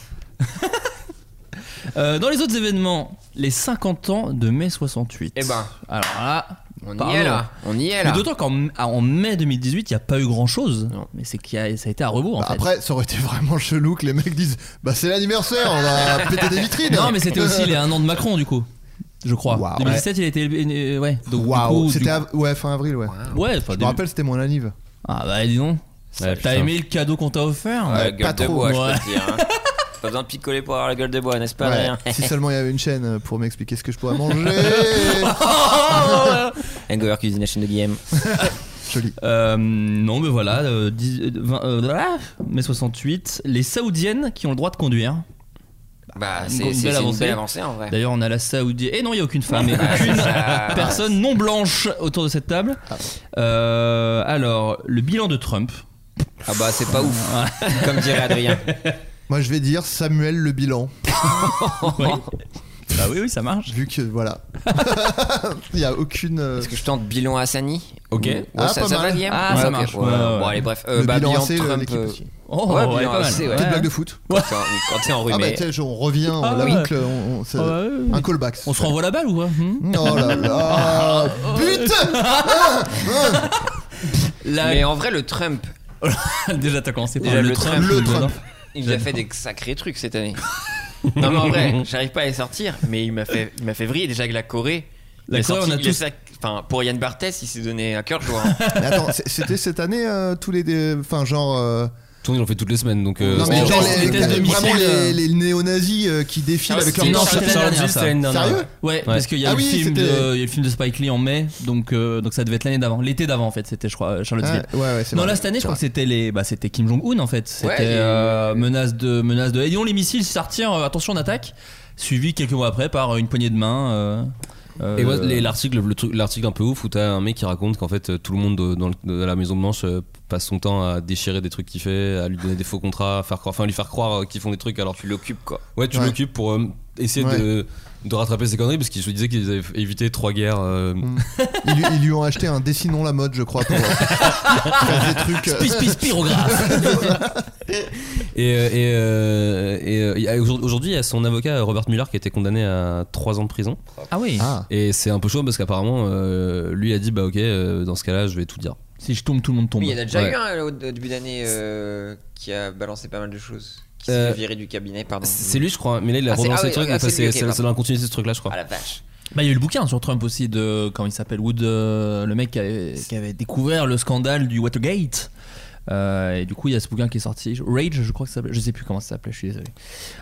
Speaker 7: Euh, dans les autres événements, les 50 ans de mai 68.
Speaker 9: Eh ben.
Speaker 7: Alors là.
Speaker 9: On y
Speaker 7: pardon.
Speaker 9: est là. On y est
Speaker 7: Mais
Speaker 9: là.
Speaker 7: d'autant qu'en ah, en mai 2018, il n'y a pas eu grand chose.
Speaker 9: Non.
Speaker 7: Mais c'est qu'il y a- ça a été à rebours en
Speaker 8: Bah,
Speaker 7: fait.
Speaker 8: Après, ça aurait été vraiment chelou que les mecs disent Bah, c'est l'anniversaire, on va péter des vitrines.
Speaker 7: Non, mais c'était aussi les 1 an de Macron, du coup. Je crois.
Speaker 8: Waouh.
Speaker 7: 2017, il a été. euh, ouais. Donc, du coup,
Speaker 8: Waouh,
Speaker 7: du-
Speaker 8: c'était av- ouais, fin avril, ouais.
Speaker 7: Ouais, enfin,
Speaker 8: Je me
Speaker 7: début-
Speaker 8: rappelle, c'était mon anniv.
Speaker 7: Ah bah, dis donc.
Speaker 2: Ouais,
Speaker 7: T'as
Speaker 2: putain.
Speaker 7: aimé le cadeau qu'on t'a offert
Speaker 9: Ouais,
Speaker 8: pas
Speaker 9: gueule de
Speaker 8: trop,
Speaker 9: bois,
Speaker 7: ouais.
Speaker 9: je peux te dire. hein. Pas besoin de picoler pour avoir la gueule de bois, n'est-ce pas,
Speaker 8: Ouais.
Speaker 9: Adrien
Speaker 8: Si seulement il y avait une chaîne euh, pour m'expliquer ce que je pourrais manger.
Speaker 9: Hangover Cuisine, la chaîne de Guillaume.
Speaker 8: Joli.
Speaker 7: Euh, non, mais voilà. euh, dix- euh, vingt- euh, ah, mai 68, les Saoudiennes qui ont le droit de conduire.
Speaker 9: Bah,
Speaker 7: Une
Speaker 9: c'est
Speaker 7: bonne
Speaker 9: c'est-
Speaker 7: belle
Speaker 9: c'est une
Speaker 7: avancée.
Speaker 9: belle avancée en vrai.
Speaker 7: D'ailleurs, on a la Saoudienne. Et non, il n'y a aucune femme. et
Speaker 9: Ah, c'est
Speaker 7: aucune
Speaker 9: ça.
Speaker 7: personne non blanche autour de cette table. Euh, alors, le bilan de Trump.
Speaker 9: Ah bah, c'est pas ouf, comme dirait Adrien.
Speaker 8: Moi, je vais dire Samuel le bilan,
Speaker 7: Oui. bah oui, oui, ça marche.
Speaker 8: vu que voilà. Il n'y a aucune. euh,
Speaker 9: Est-ce que je tente bilan Hassani
Speaker 7: Ok.
Speaker 9: Ouais,
Speaker 8: Ah,
Speaker 9: ça,
Speaker 8: pas
Speaker 9: ça va,
Speaker 8: mal.
Speaker 9: Guillaume
Speaker 7: Ah,
Speaker 9: Ouais,
Speaker 7: ça
Speaker 9: ok.
Speaker 7: marche.
Speaker 9: Ouais,
Speaker 7: Ouais, ouais.
Speaker 9: Bon, allez, bref. Euh,
Speaker 8: Le
Speaker 9: bah,
Speaker 8: bilan,
Speaker 9: bilan
Speaker 8: c'est
Speaker 9: Trump.
Speaker 8: l'équipe
Speaker 9: euh,
Speaker 8: aussi.
Speaker 7: Oh,
Speaker 9: Ouais,
Speaker 7: ouais,
Speaker 9: bilan
Speaker 7: pas mal.
Speaker 9: assez, ouais.
Speaker 8: Petite blague de foot.
Speaker 9: Quand quand t'es
Speaker 8: Ah, bah,
Speaker 9: enrhumé.
Speaker 8: tu sais, on revient, on
Speaker 7: Ah,
Speaker 8: la
Speaker 7: ouais.
Speaker 8: boucle, on- on- c'est
Speaker 7: Ah, ouais, ouais.
Speaker 8: euh, un callback.
Speaker 7: On se renvoie la balle ou quoi hmm
Speaker 8: Oh là Ah, là Putain ah.
Speaker 7: bah, La-
Speaker 9: Mais en vrai, le Trump,
Speaker 7: Déjà, t'as commencé par
Speaker 9: Déjà,
Speaker 7: le,
Speaker 9: le
Speaker 7: Trump.
Speaker 9: Trump.
Speaker 8: Le Trump.
Speaker 9: il nous a fait des sacrés trucs cette année. non, mais en vrai, j'arrive pas à les sortir, mais il m'a fait, il m'a fait vriller déjà avec la Corée.
Speaker 7: La
Speaker 9: Il a
Speaker 7: Corée,
Speaker 9: sorti-
Speaker 7: on a
Speaker 9: il
Speaker 7: tous-
Speaker 9: sac- Enfin, pour Yann Barthès, il s'est donné un cœur joie. hein.
Speaker 8: Mais attends, c'est- c'était cette année, euh, tous les. dé- Enfin, genre. euh,
Speaker 2: Tourne, ils l'ont fait toutes les semaines. Donc, euh,
Speaker 8: non, mais
Speaker 7: les
Speaker 8: genre,
Speaker 7: tests-
Speaker 8: les,
Speaker 7: les tests de
Speaker 8: vraiment
Speaker 7: missiles,
Speaker 8: les,
Speaker 7: euh.
Speaker 8: les néo-nazis euh, qui défilent
Speaker 9: Ah,
Speaker 8: avec leur
Speaker 9: c'était-
Speaker 7: Non,
Speaker 8: manche.
Speaker 7: c'était l'année dernière, ça.
Speaker 8: Sérieux
Speaker 7: Ouais, parce qu'il y, a
Speaker 8: Ah
Speaker 7: le
Speaker 8: oui,
Speaker 7: film de-
Speaker 8: c'était-
Speaker 7: il y a le film de Spike Lee en mai, donc, euh, donc ça devait être l'année d'avant, l'été d'avant en fait, c'était je crois euh,
Speaker 8: Ouais,
Speaker 7: Charlottesville.
Speaker 8: ouais, ouais, c'est
Speaker 7: non,
Speaker 8: vrai.
Speaker 7: là cette année, je crois que c'était les, bah, c'était Kim Jong Un en fait. C'était
Speaker 9: Ouais, il y a eu-
Speaker 7: euh, menace de menace de. Et disons, les missiles, si ça retire, euh, attention, on attaque. Suivi quelques mois après par euh, une poignée de main. euh, euh,
Speaker 2: Et moi, les- l'article, le truc- l'article un peu ouf où t'as un mec qui raconte qu'en fait euh, tout le monde euh, dans, le- de la Maison Blanche euh, passe son temps à déchirer des trucs qu'il fait, à lui donner des faux contrats, à faire croire, enfin à lui faire croire euh, qu'ils font des trucs alors
Speaker 9: Tu l'occupes quoi.
Speaker 2: Ouais, tu
Speaker 8: Ouais.
Speaker 2: l'occupes pour euh, essayer
Speaker 8: Ouais.
Speaker 2: de, de rattraper ces conneries parce qu'ils se disaient qu'ils avaient évité trois guerres. euh,
Speaker 8: Ils, lui- ils lui ont acheté un dessinons la mode, je crois, pour euh, faire des trucs. euh,
Speaker 7: Pisse, pisse, pyrographe.
Speaker 2: Et, euh, et, euh, et, euh, il y a- aujourd'hui, aujourd'hui, il y a son avocat euh, Robert Mueller qui a été condamné à trois ans de prison.
Speaker 7: ah oui.
Speaker 8: Ah,
Speaker 2: Et c'est un peu chaud parce qu'apparemment, euh, lui a dit Bah ok, euh, dans ce cas-là, je vais tout dire.
Speaker 7: Si je tombe, tout le monde tombe.
Speaker 9: Mais il y en a déjà
Speaker 7: Ouais.
Speaker 9: eu un au au début d'année euh, qui a balancé pas mal de choses. Qui s'est
Speaker 2: Euh,
Speaker 9: fait virer du cabinet, pardon.
Speaker 2: C'est lui, je crois, mais là il a
Speaker 9: Ah, c'est-
Speaker 2: relancé
Speaker 9: ah oui,
Speaker 2: le truc,
Speaker 9: ok,
Speaker 2: donc ça
Speaker 9: c'est lui,
Speaker 2: c'est ça-
Speaker 9: ok,
Speaker 2: ça
Speaker 9: pardon.
Speaker 2: doit continuer ce truc là, je crois.
Speaker 9: Ah la vache.
Speaker 7: Bah, il y a eu le bouquin sur Trump aussi de quand il s'appelle Wood, euh, le mec qui avait, qui avait découvert le scandale du Watergate. Euh, et du coup, il y a ce bouquin qui est sorti, Rage, je crois que ça s'appelait. Je sais plus comment ça s'appelait, je suis désolé.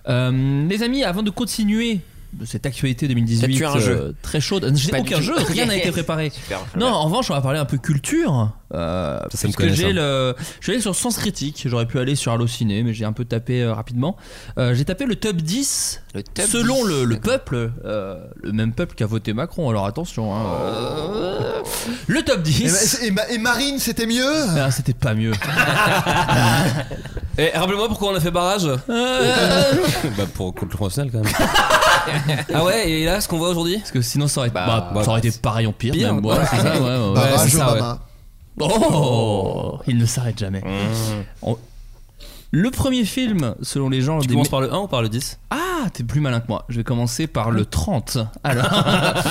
Speaker 7: Euh, les amis, avant de continuer de cette actualité 2018
Speaker 9: T'as tué un jeu.
Speaker 7: euh, très chaude, j'ai
Speaker 9: Pas du
Speaker 7: aucun
Speaker 9: tout.
Speaker 7: jeu, rien n'a été préparé.
Speaker 9: Super.
Speaker 7: Non, en revanche, on va parler un peu culture. Euh,
Speaker 2: Ça, ça me
Speaker 7: parce que
Speaker 2: connaît, ça.
Speaker 7: j'ai le. Je suis allé sur Sens Critique, j'aurais pu aller sur Allociné, mais j'ai un peu tapé euh, rapidement. Euh, j'ai tapé le top 10
Speaker 9: Le top
Speaker 7: selon
Speaker 9: 10.
Speaker 7: le, le peuple, euh, le même peuple qui a voté Macron, alors attention. hein, euh, le top
Speaker 8: Et,
Speaker 7: 10
Speaker 8: ma- et ma- et Marine, c'était mieux
Speaker 7: Ah, c'était pas mieux.
Speaker 9: Eh,
Speaker 2: Et rappelez-moi pourquoi on a fait barrage Bah pour contre le Front National, quand même. ah ouais, et là ce qu'on voit aujourd'hui
Speaker 7: Parce que sinon, ça aurait,
Speaker 9: Bah,
Speaker 7: bah, ça aurait été pareil en pire.
Speaker 2: Pire,
Speaker 7: même, Ah, ouais,
Speaker 2: ouais.
Speaker 7: c'est ça, ouais, ouais, ouais.
Speaker 8: Barrage
Speaker 2: c'est ça,
Speaker 8: Bah, Obama.
Speaker 7: Oh Il ne s'arrête jamais. On- Le premier film, selon les gens,
Speaker 2: Tu
Speaker 7: des
Speaker 2: commences
Speaker 7: me-
Speaker 2: par le 1 ou par le 10
Speaker 7: Ah, t'es plus malin que moi. Je vais commencer par le 30. Alors,
Speaker 8: Ah,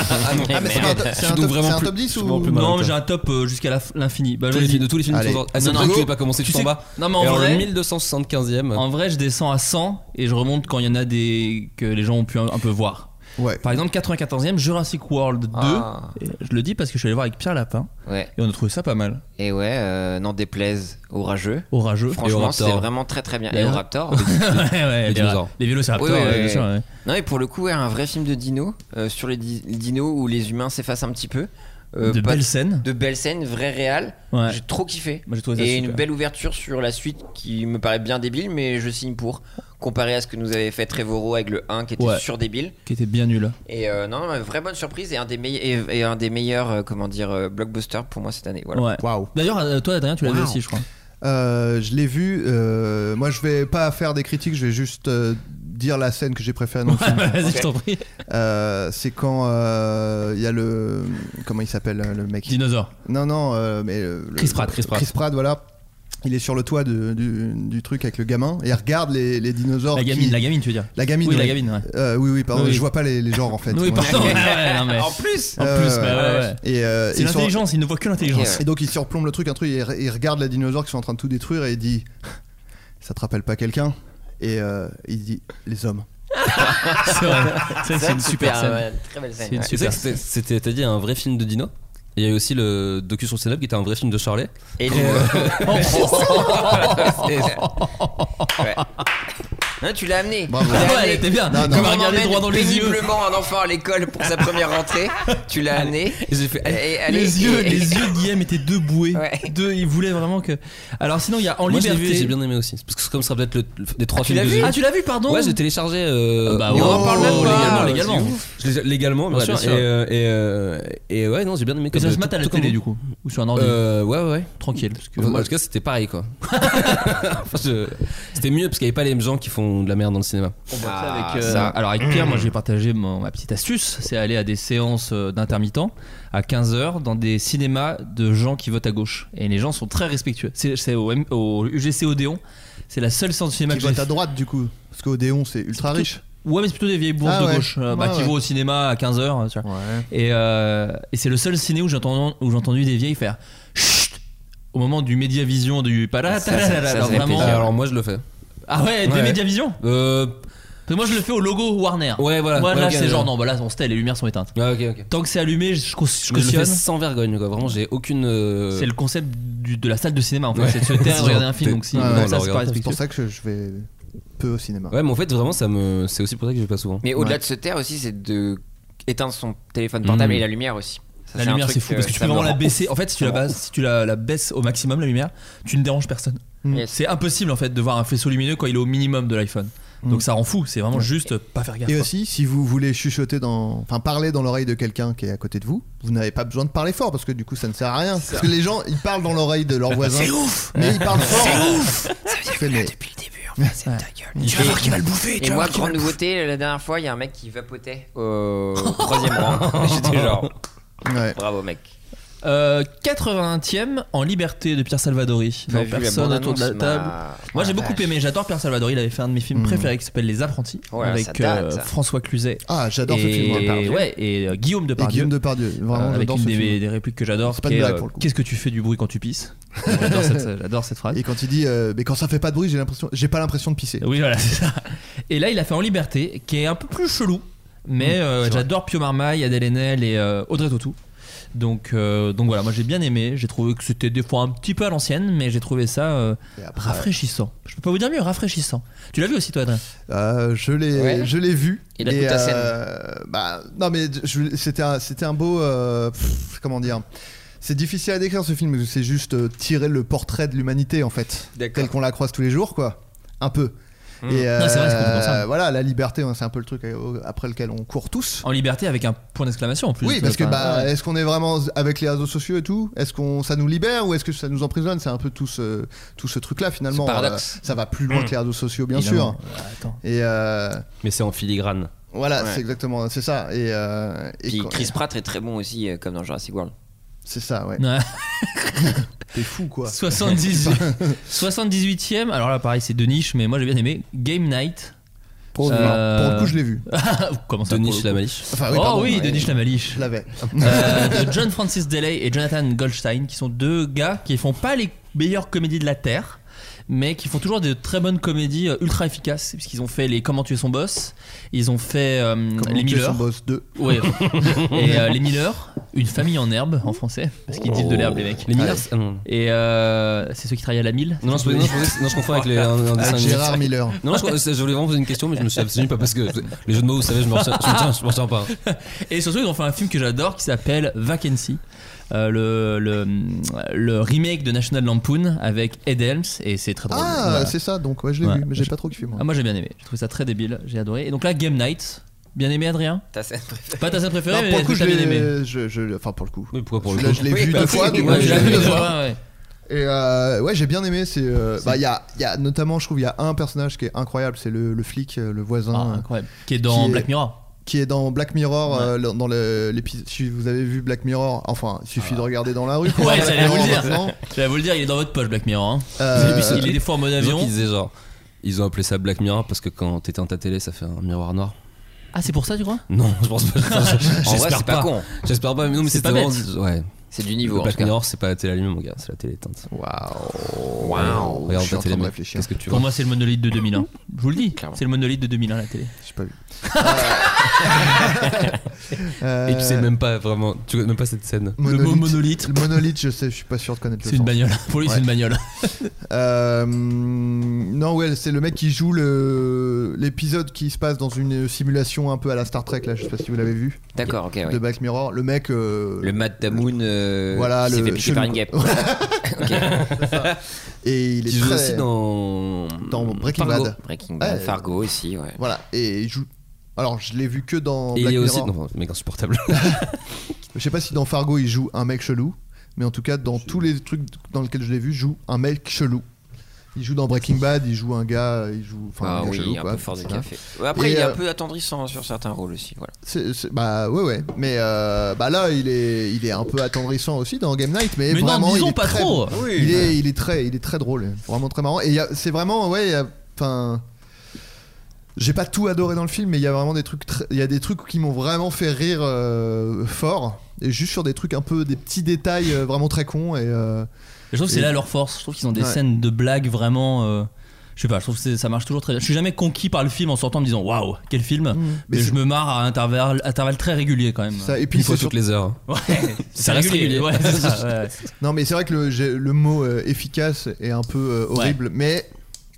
Speaker 8: mais c'est pas un top- c'est
Speaker 2: Je
Speaker 8: un
Speaker 2: suis donc
Speaker 8: top-
Speaker 2: vraiment
Speaker 8: c'est un
Speaker 2: plus-
Speaker 8: top 10
Speaker 2: je suis vraiment plus
Speaker 8: ou.
Speaker 2: mal.
Speaker 7: non,
Speaker 2: malin,
Speaker 7: mais
Speaker 2: toi.
Speaker 7: j'ai un top euh, jusqu'à la f- l'infini. Bah,
Speaker 2: tous
Speaker 7: vas-y.
Speaker 2: les films, De tous les films qui
Speaker 8: Allez.
Speaker 2: sont sortis. Ah, c'est
Speaker 7: Non,
Speaker 2: vrai
Speaker 7: non,
Speaker 2: que tu
Speaker 7: go.
Speaker 2: n'as pas commencé
Speaker 7: Tu
Speaker 2: tout en
Speaker 7: sais-
Speaker 2: bas.
Speaker 7: Non, mais
Speaker 2: Et
Speaker 7: en
Speaker 2: alors, le
Speaker 7: vrai,
Speaker 2: 1275ème.
Speaker 7: en vrai, je descends à 100 et je remonte quand il y en a des que les gens ont pu un, un peu voir.
Speaker 8: Ouais.
Speaker 7: Par exemple, 94e Jurassic World 2.
Speaker 9: Ah.
Speaker 7: Et Je le dis parce que je suis allé voir avec Pierre Lapin
Speaker 9: Ouais.
Speaker 7: et on a trouvé ça pas mal.
Speaker 9: Et ouais, euh, n'en déplaise aux rageux.
Speaker 7: Orageux.
Speaker 9: Franchement,
Speaker 2: Raptor.
Speaker 9: c'est vraiment très très bien. Et
Speaker 7: Et
Speaker 9: au
Speaker 7: au-
Speaker 9: Raptor.
Speaker 7: ouais, ouais, les,
Speaker 2: dinosaures.
Speaker 7: les vélociraptors,
Speaker 9: Oui, oui,
Speaker 7: ouais,
Speaker 9: oui,
Speaker 7: bien
Speaker 9: oui.
Speaker 7: sûr, ouais.
Speaker 9: non, et pour le coup, ouais, un vrai film de dino euh, sur les di- dinos où les humains s'effacent un petit peu. Euh,
Speaker 7: de
Speaker 9: pas-
Speaker 7: belles scènes.
Speaker 9: De belles scènes, vrai réel.
Speaker 7: Ouais.
Speaker 9: J'ai trop kiffé.
Speaker 7: Moi, j'ai trouvé ça
Speaker 9: Et une
Speaker 7: super.
Speaker 9: belle ouverture sur la suite qui me paraît bien débile, mais je signe pour. Comparé à ce que nous avait fait Trevorrow avec le 1 qui était
Speaker 7: Ouais.
Speaker 9: sur débile.
Speaker 7: Qui était bien nul.
Speaker 9: Et euh, non, non, vraie bonne surprise et un des, meille- et, et un des meilleurs, euh, comment dire, euh, blockbusters pour moi cette année. Voilà.
Speaker 7: Ouais.
Speaker 8: Waouh.
Speaker 7: D'ailleurs, euh, toi, Adrien, tu l'as vu
Speaker 8: Wow.
Speaker 7: aussi, je crois.
Speaker 8: Euh, je l'ai vu. euh, moi, je vais pas faire des critiques, je vais juste euh, dire la scène que j'ai préférée dans le film.
Speaker 7: Vas-y, je t'en prie.
Speaker 8: Euh, c'est quand euh, il y a le. Comment il s'appelle euh, le mec
Speaker 7: Dinosaure.
Speaker 8: Non, non, euh, mais. euh, le-
Speaker 7: Chris Pratt, Chris Pratt.
Speaker 8: voilà. Il est sur le toit de- du, du truc avec le gamin et il regarde les, les dinosaures.
Speaker 7: La
Speaker 8: qui-
Speaker 7: gamine, la gamine, tu veux dire.
Speaker 8: la gamine.
Speaker 7: Oui, la
Speaker 8: ouais.
Speaker 7: gamine, ouais.
Speaker 8: Euh, oui, oui, pardon,
Speaker 7: Oui.
Speaker 8: je vois pas les, les genres en fait.
Speaker 7: Oui,
Speaker 8: Moi,
Speaker 7: pardon.
Speaker 8: je-
Speaker 7: Ouais, non, mais-
Speaker 9: En plus
Speaker 7: En
Speaker 8: Euh,
Speaker 7: plus, bah, ouais, ouais.
Speaker 8: Et, euh,
Speaker 7: C'est
Speaker 8: ils sont-
Speaker 7: l'intelligence, il ne voit que l'intelligence.
Speaker 9: Ok, ouais.
Speaker 8: Et donc il surplombe le truc, un truc, et il regarde les dinosaures qui sont en train de tout détruire et il dit Ça te rappelle pas quelqu'un Et euh, il dit Les hommes.
Speaker 7: C'est vrai. C'est vrai que c'est une super scène.
Speaker 9: ouais, très belle scène.
Speaker 7: C'est une
Speaker 9: ouais.
Speaker 2: Tu sais
Speaker 7: Super.
Speaker 2: que c'était- c'était, t'as dit un vrai film de dino il y a eu aussi le docu sur le stand-up qui était un vrai film de Charlet.
Speaker 9: Et le- Ouais. Non, tu l'as amené.
Speaker 8: Bravo.
Speaker 9: Tu l'as
Speaker 7: Ah Ouais,
Speaker 9: amené.
Speaker 7: elle était bien.
Speaker 8: Non, non.
Speaker 7: Comme
Speaker 9: On
Speaker 7: regarder
Speaker 9: emmène
Speaker 7: droit dans les yeux.
Speaker 9: péniblement un enfant à l'école pour sa première rentrée. Tu l'as amené.
Speaker 2: Et j'ai fait,
Speaker 9: Et allez,
Speaker 7: Les yeux,
Speaker 9: et-
Speaker 7: les yeux de Guillaume étaient deux boués.
Speaker 9: Ouais.
Speaker 7: Deux, il voulait vraiment que. Alors sinon, il y a En
Speaker 2: Moi, je l'ai vu,
Speaker 7: Liberté.
Speaker 2: j'ai bien aimé aussi. Parce que comme ça sera peut-être le, le- des trois
Speaker 9: tu
Speaker 2: films
Speaker 9: l'as
Speaker 2: que
Speaker 9: vu
Speaker 2: j'ai
Speaker 7: Ah, tu l'as vu, pardon
Speaker 2: Ouais, j'ai téléchargé. euh,
Speaker 7: Ah bah,
Speaker 2: mais
Speaker 7: ouais.
Speaker 2: on en parle même
Speaker 7: Oh,
Speaker 2: pas.
Speaker 7: légalement,
Speaker 2: C'est
Speaker 7: légalement.
Speaker 2: ouf. euh, Je l'ai- légalement,
Speaker 7: Bien
Speaker 2: ouais,
Speaker 7: sûr,
Speaker 2: bien sûr.
Speaker 7: bien sûr.
Speaker 2: Et, euh, et, euh, et ouais, non, j'ai bien aimé.
Speaker 7: Mais
Speaker 2: comme-
Speaker 7: ça se mate
Speaker 2: tout-
Speaker 7: à la
Speaker 2: tout comme
Speaker 7: télé
Speaker 2: vous.
Speaker 7: du coup Ou sur un ordi
Speaker 2: Euh, ouais, ouais, ouais.
Speaker 7: Tranquille. Parce que
Speaker 2: Enfin,
Speaker 7: moi,
Speaker 2: en tout cas, c'était pareil quoi. Enfin, je- C'était mieux parce qu'il n'y avait pas les mêmes gens qui font de la merde dans le cinéma.
Speaker 7: on voit ça
Speaker 9: Ah,
Speaker 7: avec, euh,
Speaker 9: ça.
Speaker 7: Alors avec Pierre, moi j'ai partagé mon- ma petite astuce, c'est aller à des séances euh, d'intermittents à 15h dans des cinémas de gens qui votent à gauche. Et les gens sont très respectueux. C'est c'est au, M- au UGC Odéon, c'est la seule séance de cinéma
Speaker 8: Qui
Speaker 7: que j'ai
Speaker 8: vote à droite du coup Parce qu'Odéon c'est ultra riche.
Speaker 7: Ouais, mais c'est plutôt des vieilles bourges
Speaker 8: Ah
Speaker 7: de
Speaker 8: ouais.
Speaker 7: gauche euh, bah,
Speaker 8: Ouais,
Speaker 7: qui
Speaker 8: ouais.
Speaker 7: vont au cinéma à 15h. Et, euh, et c'est le seul ciné où j'ai entendu, où j'ai entendu des vieilles faire Chut au moment du Mediavision du Palais.
Speaker 9: Ça, ça, ça, ça fait
Speaker 7: vraiment. euh,
Speaker 9: plaisir.
Speaker 2: Alors moi je le fais.
Speaker 7: Ah ouais, des
Speaker 2: Ouais.
Speaker 7: Mediavision
Speaker 2: Euh,
Speaker 7: Parce que Moi je le fais au logo Warner.
Speaker 2: ouais voilà.
Speaker 7: Moi,
Speaker 2: Ouais,
Speaker 7: là
Speaker 2: ok,
Speaker 7: c'est
Speaker 2: ouais.
Speaker 7: genre non, bah là on se tait, les lumières sont éteintes.
Speaker 2: Ouais, ok ok.
Speaker 7: Tant que c'est allumé, je, je
Speaker 2: Je le fais
Speaker 7: cautionne.
Speaker 2: sans vergogne quoi. Vraiment j'ai aucune. euh,
Speaker 7: C'est le concept du- de la salle de cinéma en fait,
Speaker 2: Ouais.
Speaker 7: c'est de se taire et
Speaker 2: Genre,
Speaker 7: regarder un film.
Speaker 2: t'es-
Speaker 7: Donc si
Speaker 8: Ouais,
Speaker 7: comme
Speaker 8: ouais,
Speaker 7: ça
Speaker 2: on
Speaker 7: c'est
Speaker 2: le
Speaker 7: pas
Speaker 2: regarde.
Speaker 8: C'est pour
Speaker 7: respectueux.
Speaker 8: ça que je, je vais peu au cinéma.
Speaker 2: Ouais, mais en fait, vraiment, ça me. C'est aussi pour ça que je vais pas souvent.
Speaker 9: Mais au-delà
Speaker 8: Ouais.
Speaker 9: de se taire aussi, c'est de éteindre son téléphone portable
Speaker 2: Mmh.
Speaker 9: et la lumière aussi. Ça,
Speaker 7: La
Speaker 9: un
Speaker 7: lumière
Speaker 9: truc
Speaker 7: c'est fou parce que tu
Speaker 9: ça
Speaker 7: peux
Speaker 9: me
Speaker 7: vraiment la
Speaker 9: rend
Speaker 7: baisser.
Speaker 9: ouf.
Speaker 7: En fait, si tu la
Speaker 9: Ça me rend
Speaker 7: baisses, si tu la, la baisses au maximum la lumière, tu ne déranges personne.
Speaker 9: ouf. Yes.
Speaker 7: C'est impossible en fait de voir un faisceau lumineux quand il est au minimum de l'iPhone.
Speaker 9: Mm.
Speaker 7: Donc ça rend fou, c'est vraiment juste pas faire gaffe.
Speaker 8: Et
Speaker 7: quoi.
Speaker 8: aussi, si vous voulez chuchoter dans, enfin parler dans l'oreille de quelqu'un qui est à côté de vous, vous n'avez pas besoin de parler fort parce que du coup ça ne sert à rien. Parce que les gens ils parlent dans l'oreille de
Speaker 7: Ah,
Speaker 8: leur voisin. C'est ouf. Mais ils parlent fort. C'est ouf.
Speaker 9: depuis le début, en fait, c'est de ta gueule. Tu vas voir qui va le bouffer. Et moi, grande nouveauté, la dernière fois, il y a un mec qui vapotait au troisième rang. J'étais genre, bravo mec.
Speaker 7: Euh, 81e en liberté de Pierre Salvadori.
Speaker 9: Pas
Speaker 7: Non,
Speaker 9: vu la
Speaker 7: personne autour de la
Speaker 9: bande-annonce,
Speaker 7: table.
Speaker 9: ma-
Speaker 7: Moi j'ai
Speaker 9: ma
Speaker 7: beaucoup
Speaker 9: vache.
Speaker 7: aimé, j'adore Pierre Salvadori, il avait fait un de mes films
Speaker 8: Mm.
Speaker 7: préférés qui s'appelle Les Apprentis
Speaker 9: Ouais, ça
Speaker 7: avec
Speaker 9: date,
Speaker 7: euh,
Speaker 9: ça.
Speaker 7: François Cluzet.
Speaker 8: Ah, j'adore ce film. moi.
Speaker 7: Et, ouais, et euh, Guillaume
Speaker 8: Et
Speaker 7: Depardieu.
Speaker 8: Guillaume Depardieu. Vraiment,
Speaker 7: euh, avec
Speaker 8: j'adore
Speaker 7: une
Speaker 8: ce
Speaker 7: des,
Speaker 8: film.
Speaker 7: des répliques que j'adore,
Speaker 8: C'est pas
Speaker 7: qui
Speaker 8: une
Speaker 7: est,
Speaker 8: blague,
Speaker 7: euh,
Speaker 8: pour le coup.
Speaker 7: Qu'est-ce que tu fais du bruit quand tu pisses Euh, J'adore cette- J'adore cette phrase.
Speaker 8: Et quand il dit, euh, mais quand ça fait pas de bruit, j'ai l'impression, j'ai pas l'impression de pisser.
Speaker 7: Oui, voilà, c'est ça. Et là, il a fait En Liberté, qui est un peu plus chelou, mais
Speaker 8: Mm,
Speaker 7: euh, j'adore Pio Marmaille, Adèle Haenel et euh, Audrey Tautou. Donc, euh, donc voilà, moi j'ai bien aimé. J'ai trouvé que c'était des fois un petit peu à l'ancienne, mais j'ai trouvé ça euh,
Speaker 8: Et après,
Speaker 7: rafraîchissant. Je peux pas vous dire mieux, rafraîchissant. Tu l'as vu aussi, toi, Adrien
Speaker 8: Euh, je l'ai,
Speaker 9: Ouais.
Speaker 8: je l'ai vu.
Speaker 9: Il a toute la scène.
Speaker 8: bah, non mais je- c'était un, c'était un beau, euh, pff, comment dire. C'est difficile à décrire ce film. parce que C'est juste euh, tirer le portrait de l'humanité en fait,
Speaker 9: D'accord.
Speaker 8: tel qu'on la croise tous les jours, quoi. Un peu. Et
Speaker 7: Hmm.
Speaker 8: euh,
Speaker 7: Non, c'est vrai, c'est complètement ça.
Speaker 8: voilà, la liberté, hein, c'est un peu le truc euh, après lequel on court tous.
Speaker 7: En liberté avec un point d'exclamation en plus.
Speaker 8: Oui, parce que
Speaker 7: Enfin,
Speaker 8: bah,
Speaker 7: ouais.
Speaker 8: est-ce qu'on est vraiment avec les réseaux sociaux et tout Est-ce qu'on ça nous libère ou est-ce que ça nous emprisonne C'est un peu tout ce tout ce truc là finalement.
Speaker 9: Ce paradoxe.
Speaker 8: Euh, ça va plus
Speaker 2: Mm.
Speaker 8: loin que les réseaux sociaux, bien
Speaker 7: Évidemment.
Speaker 8: sûr.
Speaker 7: Ah, attends.
Speaker 8: Et euh,
Speaker 2: Mais c'est en filigrane.
Speaker 8: voilà,
Speaker 9: Ouais.
Speaker 8: c'est exactement, c'est ça. Et, euh, et
Speaker 9: Puis
Speaker 8: quand-
Speaker 9: Chris Pratt est très bon aussi, euh, comme dans Jurassic World.
Speaker 8: c'est ça, ouais.
Speaker 7: Ouais.
Speaker 8: T'es fou, quoi.
Speaker 7: 78 78e, alors là pareil c'est de niche, mais moi j'ai bien aimé Game Night. Ah,
Speaker 8: Pour,
Speaker 7: Euh,
Speaker 8: non, pour le coup, je l'ai vu.
Speaker 7: Comment ça
Speaker 2: Denis
Speaker 7: pour le coup
Speaker 2: Lamaliche.
Speaker 8: Enfin,
Speaker 7: oh
Speaker 8: pardon,
Speaker 7: oui,
Speaker 8: ouais,
Speaker 7: Denis Lamaliche.
Speaker 8: Je l'avais.
Speaker 7: Euh, de John Francis Daley et Jonathan Goldstein, qui sont deux gars qui font pas les meilleures comédies de la terre, mais qui font toujours de très bonnes comédies euh, ultra efficaces, puisqu'ils ont fait les Comment tuer son boss, ils ont fait euh,
Speaker 8: Comment
Speaker 7: les
Speaker 8: tuer son
Speaker 7: Miller,
Speaker 8: boss 2.
Speaker 7: Ouais. et euh, les Miller, une famille en herbe en français, parce qu'ils disent de l'herbe les mecs.
Speaker 2: Les Millers
Speaker 8: Ouais.
Speaker 2: ah non.
Speaker 7: Et euh, c'est ceux qui travaillent à la mille.
Speaker 2: Non, non, je, non, je pensais- non, je confonds avec les, un, un dessin
Speaker 8: Avec
Speaker 2: animé.
Speaker 8: Gérard Miller.
Speaker 2: Non, je, je voulais vraiment poser une question, mais je me suis abstenu pas parce que les jeux de mots, vous savez, je m'en retiens, je m'en retiens- je m'en retiens pas.
Speaker 7: Et surtout, ils ont fait un film que j'adore qui s'appelle Vacancy. Euh, le, le, le remake de National Lampoon avec Ed Helms et c'est très drôle.
Speaker 8: Ah,
Speaker 7: Voilà.
Speaker 8: c'est ça, donc ouais, je l'ai
Speaker 7: Ouais.
Speaker 8: vu, mais j'ai pas trop kiffé, moi.
Speaker 7: Ah, moi j'ai bien aimé, j'ai trouvé ça très débile, j'ai adoré. Et donc là, Game Night, bien aimé Adrien
Speaker 9: Ta scène préférée.
Speaker 7: Pas ta scène préférée,
Speaker 8: Non,
Speaker 7: mais
Speaker 8: pour le coup,
Speaker 7: t'as
Speaker 8: je
Speaker 7: bien aimé.
Speaker 8: l'ai. je- je- Enfin, pour le coup.
Speaker 2: Mais pourquoi pour le
Speaker 8: Là,
Speaker 2: coup
Speaker 8: je l'ai vu
Speaker 9: bah
Speaker 8: deux
Speaker 9: oui,
Speaker 8: fois,
Speaker 9: oui,
Speaker 8: donc
Speaker 9: oui,
Speaker 8: ouais,
Speaker 9: oui,
Speaker 8: je l'ai
Speaker 9: oui,
Speaker 8: vu
Speaker 9: oui,
Speaker 8: deux
Speaker 9: oui.
Speaker 8: fois.
Speaker 7: ouais.
Speaker 8: Et euh, ouais, j'ai bien aimé. C'est euh, bah, il y a, il y a notamment, je trouve, il y a un personnage qui est incroyable, c'est le, le flic, euh, le voisin,
Speaker 7: Ah,
Speaker 8: euh,
Speaker 7: incroyable. Qui est dans
Speaker 8: Qui est-
Speaker 7: Black Mirror.
Speaker 8: qui est dans Black Mirror, euh, le- dans le- l'épisode. Si vous avez vu Black Mirror, enfin, il suffit de regarder dans la rue. pour
Speaker 7: Ouais,
Speaker 8: voir Black
Speaker 7: j'allais vous le
Speaker 8: Mirror
Speaker 7: dire.
Speaker 8: maintenant.
Speaker 7: J'allais vous le dire, il est dans votre poche, Black Mirror. hein.
Speaker 8: Euh,
Speaker 7: il est des fois en mode
Speaker 2: Les gens qui
Speaker 7: avion.
Speaker 2: disaient genre, ils ont appelé ça Black Mirror parce que quand t'éteins ta télé, ça fait un miroir noir.
Speaker 7: Ah, c'est pour ça, tu crois
Speaker 2: Non, je pense pas.
Speaker 9: En vrai,
Speaker 2: J'espère
Speaker 9: c'est pas
Speaker 2: pas.
Speaker 9: con.
Speaker 2: J'espère pas, mais non, mais
Speaker 7: C'est
Speaker 2: c'était
Speaker 7: pas
Speaker 2: vraiment.
Speaker 7: bête.
Speaker 2: Ouais.
Speaker 9: C'est du
Speaker 2: Le
Speaker 9: niveau. en
Speaker 2: Black
Speaker 9: tout cas.
Speaker 2: Mirror, c'est pas la télé allumée, mon gars, c'est la télé éteinte.
Speaker 8: Euh, Waouh.
Speaker 2: Waouh.
Speaker 8: Je
Speaker 2: Regarde
Speaker 8: suis
Speaker 2: ta
Speaker 8: en train
Speaker 2: télé,
Speaker 8: de
Speaker 2: mec.
Speaker 8: réfléchir.
Speaker 2: Qu'est-ce que tu
Speaker 7: Pour
Speaker 2: vois
Speaker 7: moi, c'est le monolithe de 2001. Je vous le dis,
Speaker 9: Clairement.
Speaker 7: c'est le monolithe de 2001, la télé.
Speaker 8: J'ai pas vu. Euh,
Speaker 2: Et tu sais même pas vraiment, tu connais même pas cette scène.
Speaker 7: Le mot
Speaker 8: monolithe.
Speaker 7: monolithe,
Speaker 8: Le monolithe, je sais, je suis pas sûr de connaître le
Speaker 7: c'est une
Speaker 8: sens.
Speaker 7: bagnole. Pour lui, c'est
Speaker 8: Ouais.
Speaker 7: une bagnole.
Speaker 8: Euh, non, ouais, c'est le mec qui joue le l'épisode qui se passe dans une simulation un peu à la Star Trek là. Je sais pas si vous l'avez vu
Speaker 9: D'accord, ok.
Speaker 8: de
Speaker 9: Eh oui.
Speaker 8: Black Mirror. Le mec. euh,
Speaker 9: Le Matt Damoun euh,
Speaker 8: Voilà,
Speaker 9: qui s'est
Speaker 8: le
Speaker 9: fait piquer par une guêpe.
Speaker 8: chelou.
Speaker 9: Ok.
Speaker 8: Et il est
Speaker 2: Qui joue
Speaker 8: très-
Speaker 2: aussi dans.
Speaker 8: dans Breaking
Speaker 2: Fargo.
Speaker 8: Bad.
Speaker 9: Breaking Bad,
Speaker 8: Ouais.
Speaker 9: Fargo aussi, ouais.
Speaker 8: Voilà. Et il joue. Alors, je l'ai vu que dans
Speaker 2: Et il
Speaker 8: Black
Speaker 2: est aussi.
Speaker 8: Mirror.
Speaker 2: Non, mec insupportable.
Speaker 8: Je sais pas si dans Fargo il joue un mec chelou, mais en tout cas dans tous les trucs dans lesquels je l'ai vu, il joue un mec chelou. Il joue dans Breaking Bad, il joue un gars, il joue. Enfin,
Speaker 9: Ah
Speaker 8: un gars
Speaker 9: oui,
Speaker 8: chelou,
Speaker 9: un
Speaker 8: quoi.
Speaker 9: peu fort de
Speaker 8: Voilà.
Speaker 9: café. Ouais, Après,
Speaker 8: Et,
Speaker 9: il est
Speaker 8: euh,
Speaker 9: un peu attendrissant sur certains rôles aussi. Voilà.
Speaker 8: C'est- c'est- bah ouais ouais mais euh, bah là il est il est un peu attendrissant aussi dans Game Night mais,
Speaker 7: Mais non,
Speaker 8: vraiment il
Speaker 7: disons
Speaker 8: est
Speaker 7: pas
Speaker 8: très
Speaker 7: trop. bah.
Speaker 8: bon. il est il est très il est très drôle vraiment très marrant et il y a- c'est vraiment ouais il y a- enfin j'ai pas tout adoré dans le film mais il y a vraiment des trucs très- il y a des trucs qui m'ont vraiment fait rire euh, fort et juste sur des trucs un peu des petits détails euh, vraiment très cons et euh,
Speaker 7: Je trouve que c'est
Speaker 8: Et-
Speaker 7: là leur force. Je trouve qu'ils ont des
Speaker 8: Ouais.
Speaker 7: scènes de blagues vraiment. euh, je sais pas, je trouve que c'est- ça marche toujours très bien. Je suis jamais conquis par le film en sortant en me disant waouh, quel film. Mais,
Speaker 8: mais
Speaker 7: Ah. je
Speaker 8: c'est-
Speaker 7: me marre à intervalles, intervalles très réguliers quand même.
Speaker 8: ça et puis
Speaker 2: Une fois
Speaker 8: c'est sur-
Speaker 2: toutes les heures.
Speaker 7: Ouais, c'est
Speaker 2: reste régulier.
Speaker 7: Ouais, c'est ça, ouais.
Speaker 8: Non, mais c'est vrai que le, j'ai- le mot euh, efficace est un peu euh, horrible, mais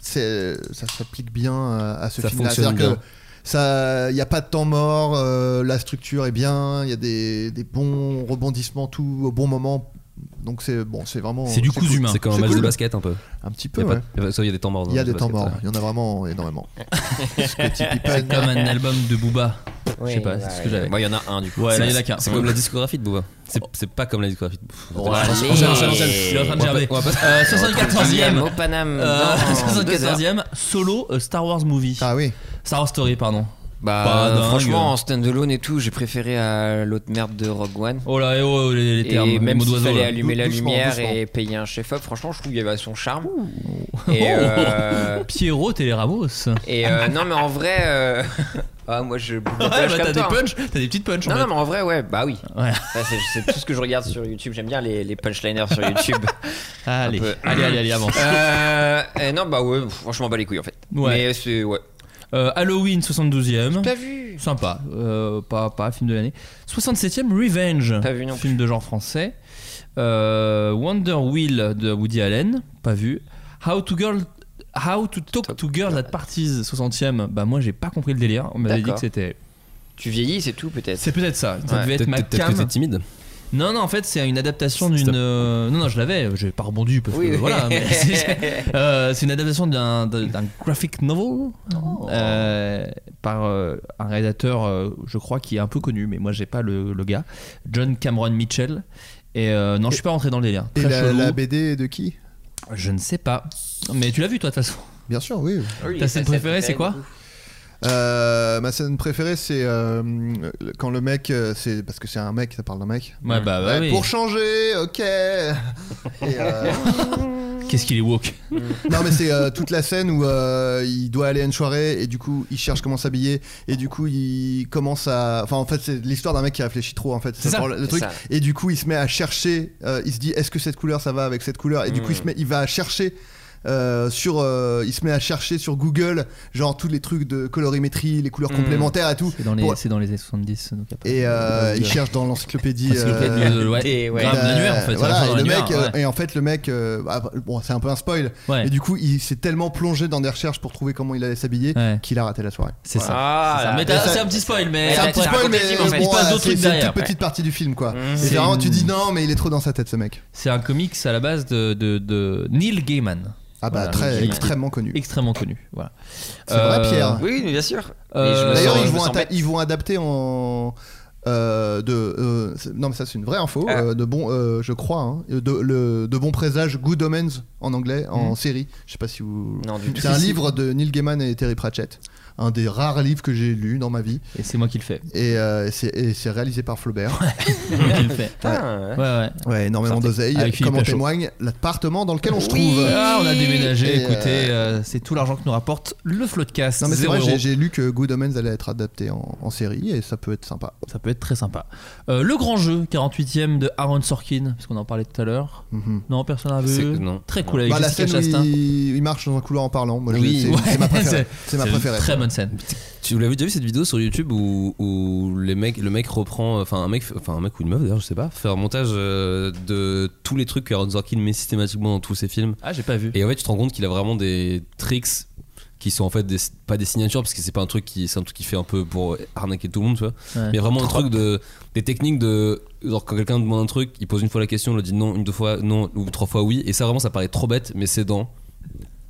Speaker 8: c'est, ça s'applique bien euh, à ce
Speaker 2: Ça
Speaker 8: film-là.
Speaker 2: fonctionne
Speaker 8: C'est-à-dire
Speaker 2: bien.
Speaker 8: que ça, il n'y a pas de temps mort, euh, la structure est bien, il y a des, des bons rebondissements, tout au bon moment. Donc c'est bon, Oh, c'est vraiment.
Speaker 7: C'est du cousu
Speaker 8: cool.
Speaker 7: humain.
Speaker 2: C'est comme un
Speaker 8: C'est
Speaker 2: match
Speaker 8: cool.
Speaker 2: de basket un peu.
Speaker 8: Un petit peu.
Speaker 2: Il y a pas-
Speaker 8: ouais.
Speaker 2: il y a pas- ça, il y a des temps morts. dans
Speaker 8: Il y a
Speaker 2: le
Speaker 8: des temps
Speaker 2: basket,
Speaker 8: morts,
Speaker 2: ouais.
Speaker 8: il y en a vraiment énormément. Scottie Pippen.
Speaker 7: Comme un album de Booba. je sais pas, c'est ce que j'avais.
Speaker 9: Moi, il y en a un du coup.
Speaker 7: Ouais, là, il y en a
Speaker 2: C'est-
Speaker 7: qu'un.
Speaker 2: C'est comme la discographie de Booba. C'est c'est pas comme la discographie de Booba.
Speaker 7: Ouais,
Speaker 9: Allez.
Speaker 7: c'est l'ancien, c'est l'ancien. Il est en train de
Speaker 2: On va
Speaker 7: gerber.
Speaker 2: pas- on va
Speaker 7: Euh, 74e.
Speaker 9: au Paname.
Speaker 7: euh,
Speaker 9: dans hein. deux heures.
Speaker 7: 74e, solo euh, Star Wars movie.
Speaker 8: Ah oui,
Speaker 7: Star Wars Story, pardon.
Speaker 9: Bah,
Speaker 7: Pas dingue.
Speaker 9: franchement, en standalone et tout, j'ai préféré à l'autre merde de Rogue One.
Speaker 7: Oh là, eh oh, les, les
Speaker 9: Et
Speaker 7: termes, les
Speaker 9: même
Speaker 7: mots
Speaker 9: s'il
Speaker 7: d'oiseau.
Speaker 9: fallait
Speaker 7: là.
Speaker 9: allumer la
Speaker 8: Doucement,
Speaker 9: lumière
Speaker 8: doucement.
Speaker 9: et payer un chef-op, franchement, je trouve qu'il y avait son charme. Et, euh,
Speaker 7: Pierrot, t'es les Ramos.
Speaker 9: et euh, non, mais en vrai. euh, ah, moi, je.
Speaker 7: Ouais,
Speaker 9: je
Speaker 7: bah,
Speaker 9: capte
Speaker 7: t'as des
Speaker 9: pas, hein.
Speaker 7: punchs, t'as des petites punchs. en
Speaker 9: Non, non,
Speaker 7: fait.
Speaker 9: mais en vrai, ouais, bah oui.
Speaker 7: Ouais.
Speaker 9: Ça, c'est- C'est tout ce que je regarde sur YouTube. J'aime bien les, les punchliners sur YouTube.
Speaker 7: Allez,
Speaker 9: un peu.
Speaker 7: allez, allez, allez, avance.
Speaker 9: Euh, euh, non, bah ouais, franchement, bats les couilles en fait.
Speaker 7: Ouais.
Speaker 9: Mais c'est. Ouais.
Speaker 7: Euh, Halloween 72ème.
Speaker 9: Pas vu
Speaker 7: Sympa, euh, pas, pas film de l'année. 67ème Revenge,
Speaker 9: Pas vu non
Speaker 7: film de genre français. Euh, Wonder Wheel de Woody Allen, pas vu. How to Girl How to Talk to Girls at Parties 60ème. Bah moi j'ai pas compris le délire, on m'avait dit
Speaker 9: D'accord.
Speaker 7: que c'était
Speaker 9: Tu vieillis, c'est tout peut-être.
Speaker 7: C'est peut-être ça, ça
Speaker 9: Ouais.
Speaker 7: devait être
Speaker 2: Peut-être
Speaker 7: ma
Speaker 2: peut-être que
Speaker 7: cam.
Speaker 2: t'es timide.
Speaker 7: Non non, en fait, c'est une adaptation
Speaker 2: C'est- c'est
Speaker 7: d'une
Speaker 2: ça.
Speaker 7: euh, Non non, je l'avais, j'ai pas rebondi parce que
Speaker 9: Oui, oui.
Speaker 7: voilà, mais c'est- euh, c'est une adaptation d'un d'un- d'un graphic novel euh, par euh, un réalisateur, euh, je crois, qui est un peu connu, mais moi j'ai pas le, le gars, John Cameron Mitchell. Et euh, non, je suis pas rentré dans le délire.
Speaker 8: Et
Speaker 7: Très
Speaker 8: la,
Speaker 7: chelou.
Speaker 8: la BD de qui
Speaker 7: Je ne sais pas. Mais tu l'as vu toi de toute façon.
Speaker 8: Bien sûr, oui.
Speaker 9: Oui,
Speaker 7: Ta
Speaker 9: ça,
Speaker 7: scène
Speaker 9: ça,
Speaker 7: préférée,
Speaker 9: ça,
Speaker 7: c'est quoi
Speaker 8: Euh, ma scène préférée, c'est euh, le- quand le mec, euh, c'est parce que c'est un mec, ça parle d'un mec.
Speaker 7: Ouais, bah, bah
Speaker 8: Ouais,
Speaker 7: oui.
Speaker 8: Pour changer, ok. Et, euh,
Speaker 7: Qu'est-ce qu'il est woke
Speaker 8: non mais c'est euh, toute la scène où euh, il doit aller à une soirée et du coup il cherche comment s'habiller et du coup il commence à, enfin en fait c'est l'histoire d'un mec qui réfléchit trop en fait.
Speaker 7: C'est ça,
Speaker 8: le
Speaker 9: c'est
Speaker 8: truc.
Speaker 9: ça.
Speaker 8: Et du coup il se met à chercher, euh, il se dit est-ce que cette couleur ça va avec cette couleur et du coup
Speaker 7: Mm.
Speaker 8: il se met, il va chercher. euh, sur euh, il se met à chercher sur Google genre tous les trucs de colorimétrie les
Speaker 7: Mm.
Speaker 8: couleurs complémentaires et tout
Speaker 7: C'est dans, les-
Speaker 8: Pour-
Speaker 7: c'est dans les années 70. donc y a pas-
Speaker 8: et euh,
Speaker 7: Ouais.
Speaker 8: il cherche dans l'encyclopédie.
Speaker 7: Encyclopédie
Speaker 8: euh,
Speaker 7: de- ouais,
Speaker 9: Et ouais.
Speaker 7: grave
Speaker 8: euh,
Speaker 7: l'annuaire, en fait.
Speaker 8: voilà,
Speaker 7: c'est
Speaker 8: et,
Speaker 7: la fin de
Speaker 8: le mec,
Speaker 7: l'annuaire,
Speaker 8: euh, et en fait, le mec, euh, bah, bon, c'est un peu un spoil,
Speaker 7: ouais. Ouais.
Speaker 8: et du coup, il s'est tellement plongé dans des recherches pour trouver comment il allait s'habiller
Speaker 7: Ouais.
Speaker 8: qu'il a raté la soirée.
Speaker 7: C'est ça.
Speaker 9: Ah,
Speaker 7: C'est ça.
Speaker 9: là,
Speaker 7: Mais t'as-
Speaker 8: ça-
Speaker 7: c'est un petit spoil, mais.
Speaker 8: C'est un
Speaker 9: ça
Speaker 8: petit
Speaker 9: raconte
Speaker 8: spoil, mais
Speaker 9: le film, en
Speaker 8: bon,
Speaker 9: fait.
Speaker 7: Il se passe
Speaker 8: euh,
Speaker 7: d'autres
Speaker 8: c'est
Speaker 7: trucs
Speaker 8: c'est une
Speaker 7: derrière, Mmh.
Speaker 8: toute petite partie du film, quoi. Et
Speaker 7: C'est
Speaker 8: vraiment,
Speaker 7: une-
Speaker 8: tu dis non, mais il est trop dans sa tête, ce mec.
Speaker 7: C'est un comics à la base de, de, de Neil Gaiman,
Speaker 8: Ah bah,
Speaker 7: Voilà,
Speaker 8: très,
Speaker 7: il-
Speaker 8: extrêmement connu.
Speaker 7: extrêmement connu. Voilà.
Speaker 8: C'est vrai, Pierre.
Speaker 9: Oui, mais bien sûr.
Speaker 7: euh,
Speaker 9: Et je me
Speaker 8: D'ailleurs,
Speaker 9: sens-
Speaker 8: ils,
Speaker 9: je me
Speaker 8: vont
Speaker 9: sens
Speaker 8: atta-
Speaker 9: bête.
Speaker 8: ils vont adapter en. euh, de euh, c'est- non mais ça c'est une vraie info
Speaker 9: Ah.
Speaker 8: euh, de bon euh, je crois hein, de, le, de bon présage Good Omens en anglais en
Speaker 7: Mm.
Speaker 8: série je sais pas si vous
Speaker 9: Non, du tout.
Speaker 8: c'est un livre de Neil Gaiman et Terry Pratchett un des rares livres que j'ai lu dans ma vie
Speaker 7: Et c'est moi qui le fais.
Speaker 8: et, euh, c'est, et c'est réalisé par Flaubert
Speaker 7: C'est moi qui le fais.
Speaker 8: Ah.
Speaker 9: Putain,
Speaker 7: Ouais,
Speaker 9: ouais.
Speaker 7: ouais.
Speaker 8: ouais énormément d'oseille
Speaker 7: Avec Philippe
Speaker 8: comme en
Speaker 7: Lachaud.
Speaker 8: témoigne l'appartement dans lequel on se
Speaker 9: Oui.
Speaker 8: trouve
Speaker 7: Ah, on a déménagé,
Speaker 8: Et,
Speaker 7: écoutez, euh, c'est tout l'argent que nous rapporte le Floodcast.
Speaker 8: non mais c'est
Speaker 7: Zéro
Speaker 8: vrai j'ai,
Speaker 7: euro.
Speaker 8: j'ai lu que Good Omens allait être adapté en, en série et ça peut être sympa
Speaker 7: Ça peut être très sympa. Euh, le grand jeu, 48ème de Aaron Sorkin, parce qu'on en parlait tout à l'heure.
Speaker 8: Mhm.
Speaker 7: Non, personne n'a
Speaker 2: C'est-
Speaker 7: vu.
Speaker 2: non.
Speaker 7: Très cool avec
Speaker 8: Bah, la
Speaker 7: Jessica
Speaker 8: scène
Speaker 7: Chastain.
Speaker 8: où il, il marche dans un couloir en parlant, moi je-
Speaker 7: Oui,
Speaker 8: c'est,
Speaker 7: ouais,
Speaker 8: c'est ma préférée.
Speaker 7: c'est-
Speaker 8: C'est, ma
Speaker 7: C'est une
Speaker 8: préférée.
Speaker 7: Très bonne scène.
Speaker 2: Tu vous l'avez déjà vu cette vidéo sur YouTube où, où les mecs, le mec reprend, euh, enfin un mec, enfin un mec ou une meuf d'ailleurs, je sais pas, fait un montage euh, de tous les trucs que Aaron Sorkin met systématiquement dans tous ses films.
Speaker 7: Ah, j'ai pas vu.
Speaker 2: Et en fait, tu te rends compte qu'il a vraiment des tricks qui sont en fait des- pas des signatures parce que c'est pas un truc qui c'est un truc qui fait un peu pour arnaquer tout le monde, tu vois.
Speaker 7: Ouais.
Speaker 2: Mais vraiment un truc de des techniques de genre quand quelqu'un demande un truc, il pose une fois la question, il dit non, une deux fois non ou trois fois oui et ça vraiment ça paraît trop bête mais c'est dans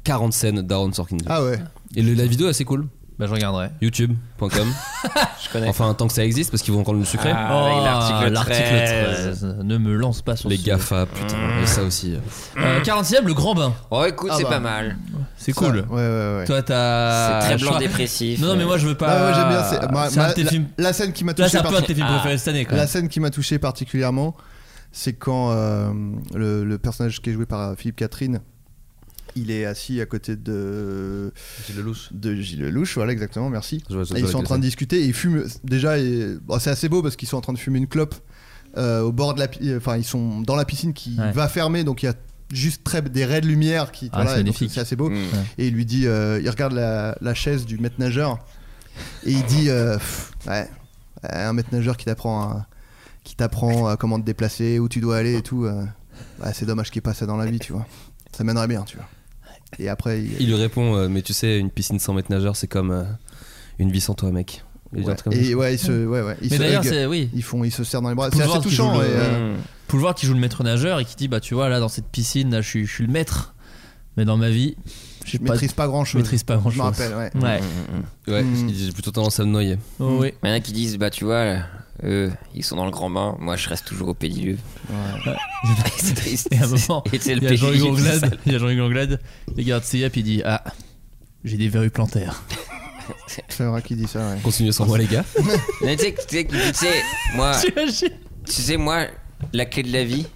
Speaker 2: 40 scènes d'Aaron Sorkin.
Speaker 8: Ah ouais.
Speaker 2: Et le- la vidéo est assez cool.
Speaker 7: Bah, je regarderai.
Speaker 2: Ah, YouTube.com.
Speaker 9: Je connais.
Speaker 2: Enfin, tant que ça existe, parce qu'ils vont encore le sucrer.
Speaker 9: Ah, avec l'article
Speaker 7: Oh, l'article
Speaker 9: 13.
Speaker 7: 13. Ne me lance pas sur
Speaker 2: les
Speaker 7: ce-
Speaker 2: GAFA, putain. Et ça aussi. euh.
Speaker 7: Euh, 40ème, le grand bain.
Speaker 9: Mmh. Oh, écoute,
Speaker 8: Ah
Speaker 9: c'est
Speaker 8: bah.
Speaker 9: pas mal.
Speaker 7: C'est
Speaker 8: Ça,
Speaker 7: cool.
Speaker 8: Ouais, ouais, ouais.
Speaker 7: Toi,
Speaker 2: Euh,
Speaker 7: t'as.
Speaker 9: c'est très
Speaker 7: je
Speaker 9: blanc
Speaker 7: crois-
Speaker 9: dépressif.
Speaker 7: Non, non, mais moi, je veux
Speaker 8: Ah
Speaker 7: pas.
Speaker 8: ouais, j'aime bien. C'est, ma-
Speaker 7: C'est un
Speaker 8: ma-
Speaker 7: de tes
Speaker 8: la,
Speaker 7: films.
Speaker 8: la scène qui m'a touché.
Speaker 7: Là, c'est un peu un de
Speaker 8: parti-
Speaker 7: tes films
Speaker 9: Ah.
Speaker 7: préférés cette année, quoi.
Speaker 8: La scène qui m'a touché particulièrement, c'est quand euh, le, le personnage qui est joué par euh, Philippe Catherine, il est assis à côté de
Speaker 2: Gilles Lelouch.
Speaker 8: de Gilles Lelouch, voilà exactement, merci.
Speaker 2: Je vois- je
Speaker 8: Et ils
Speaker 2: vois
Speaker 8: sont en
Speaker 2: quelle
Speaker 8: train de
Speaker 2: scène.
Speaker 8: discuter et ils fument déjà et- bon, c'est assez beau parce qu'ils sont en train de fumer une clope euh, au bord de la pi- enfin ils sont dans la piscine qui
Speaker 7: Ouais.
Speaker 8: va fermer donc il y a juste très des raies de lumière qui
Speaker 7: Ah,
Speaker 8: voilà,
Speaker 7: c'est
Speaker 8: et donc
Speaker 7: magnifique.
Speaker 8: c'est assez beau
Speaker 9: Mm.
Speaker 8: et il lui dit euh, il regarde la, la chaise du maître nageur et il dit euh, pff, ouais ouais, un maître nageur qui t'apprend à- qui t'apprend à comment te déplacer où tu dois aller et tout euh, ouais, c'est dommage qu'il n'y ait pas ça dans la vie tu vois ça mènerait bien tu vois et après il,
Speaker 2: Il lui répond euh, Mais tu sais, une piscine sans mètres nageurs, c'est comme euh, une vie sans toi, mec. Il dit un
Speaker 8: ouais,
Speaker 2: truc comme ça.
Speaker 8: et ouais, il se ouais ouais il
Speaker 7: Mais
Speaker 8: se
Speaker 7: d'ailleurs,
Speaker 8: hug.
Speaker 7: c'est. Oui.
Speaker 8: ils font ils se serrent dans les bras
Speaker 7: Faut le
Speaker 8: c'est assez
Speaker 7: voir qui joue
Speaker 8: touchant
Speaker 7: le-
Speaker 8: et, euh,
Speaker 9: Mm.
Speaker 7: Pour le voir qui joue le maître nageur et qui dit Bah, tu vois, là, dans cette piscine, là, je suis, je suis le maître. Mais dans ma vie,
Speaker 8: je
Speaker 7: j'ai pas-
Speaker 8: maîtrise pas grand
Speaker 7: je
Speaker 8: chose
Speaker 7: maîtrise pas grand
Speaker 8: je me
Speaker 7: chose.
Speaker 8: rappelle ouais
Speaker 7: Ouais.
Speaker 2: Ouais,
Speaker 8: Mm.
Speaker 2: il dit, J'ai plutôt tendance à me noyer.
Speaker 7: Oh, oui.
Speaker 9: Mmh, Il y en a qui disent, bah tu vois, eux, ils sont dans le grand bain, moi je reste toujours au pédiluve. c'est triste.
Speaker 7: Et à un moment,
Speaker 9: Et c'est
Speaker 7: il
Speaker 9: le
Speaker 7: y a Jean-Hugues
Speaker 9: pédiluve. c'est ça.
Speaker 7: Anglade, il y a Jean-Hugues Anglade, il regarde ses yeux, puis il dit Ah, j'ai des verrues plantaires.
Speaker 8: C'est vrai qu'il dit ça, ouais.
Speaker 2: Continuez sans moi, les gars.
Speaker 9: Mais tu sais, tu sais- tu sais, moi,
Speaker 8: Ah.
Speaker 9: tu sais, moi, la clé de la vie,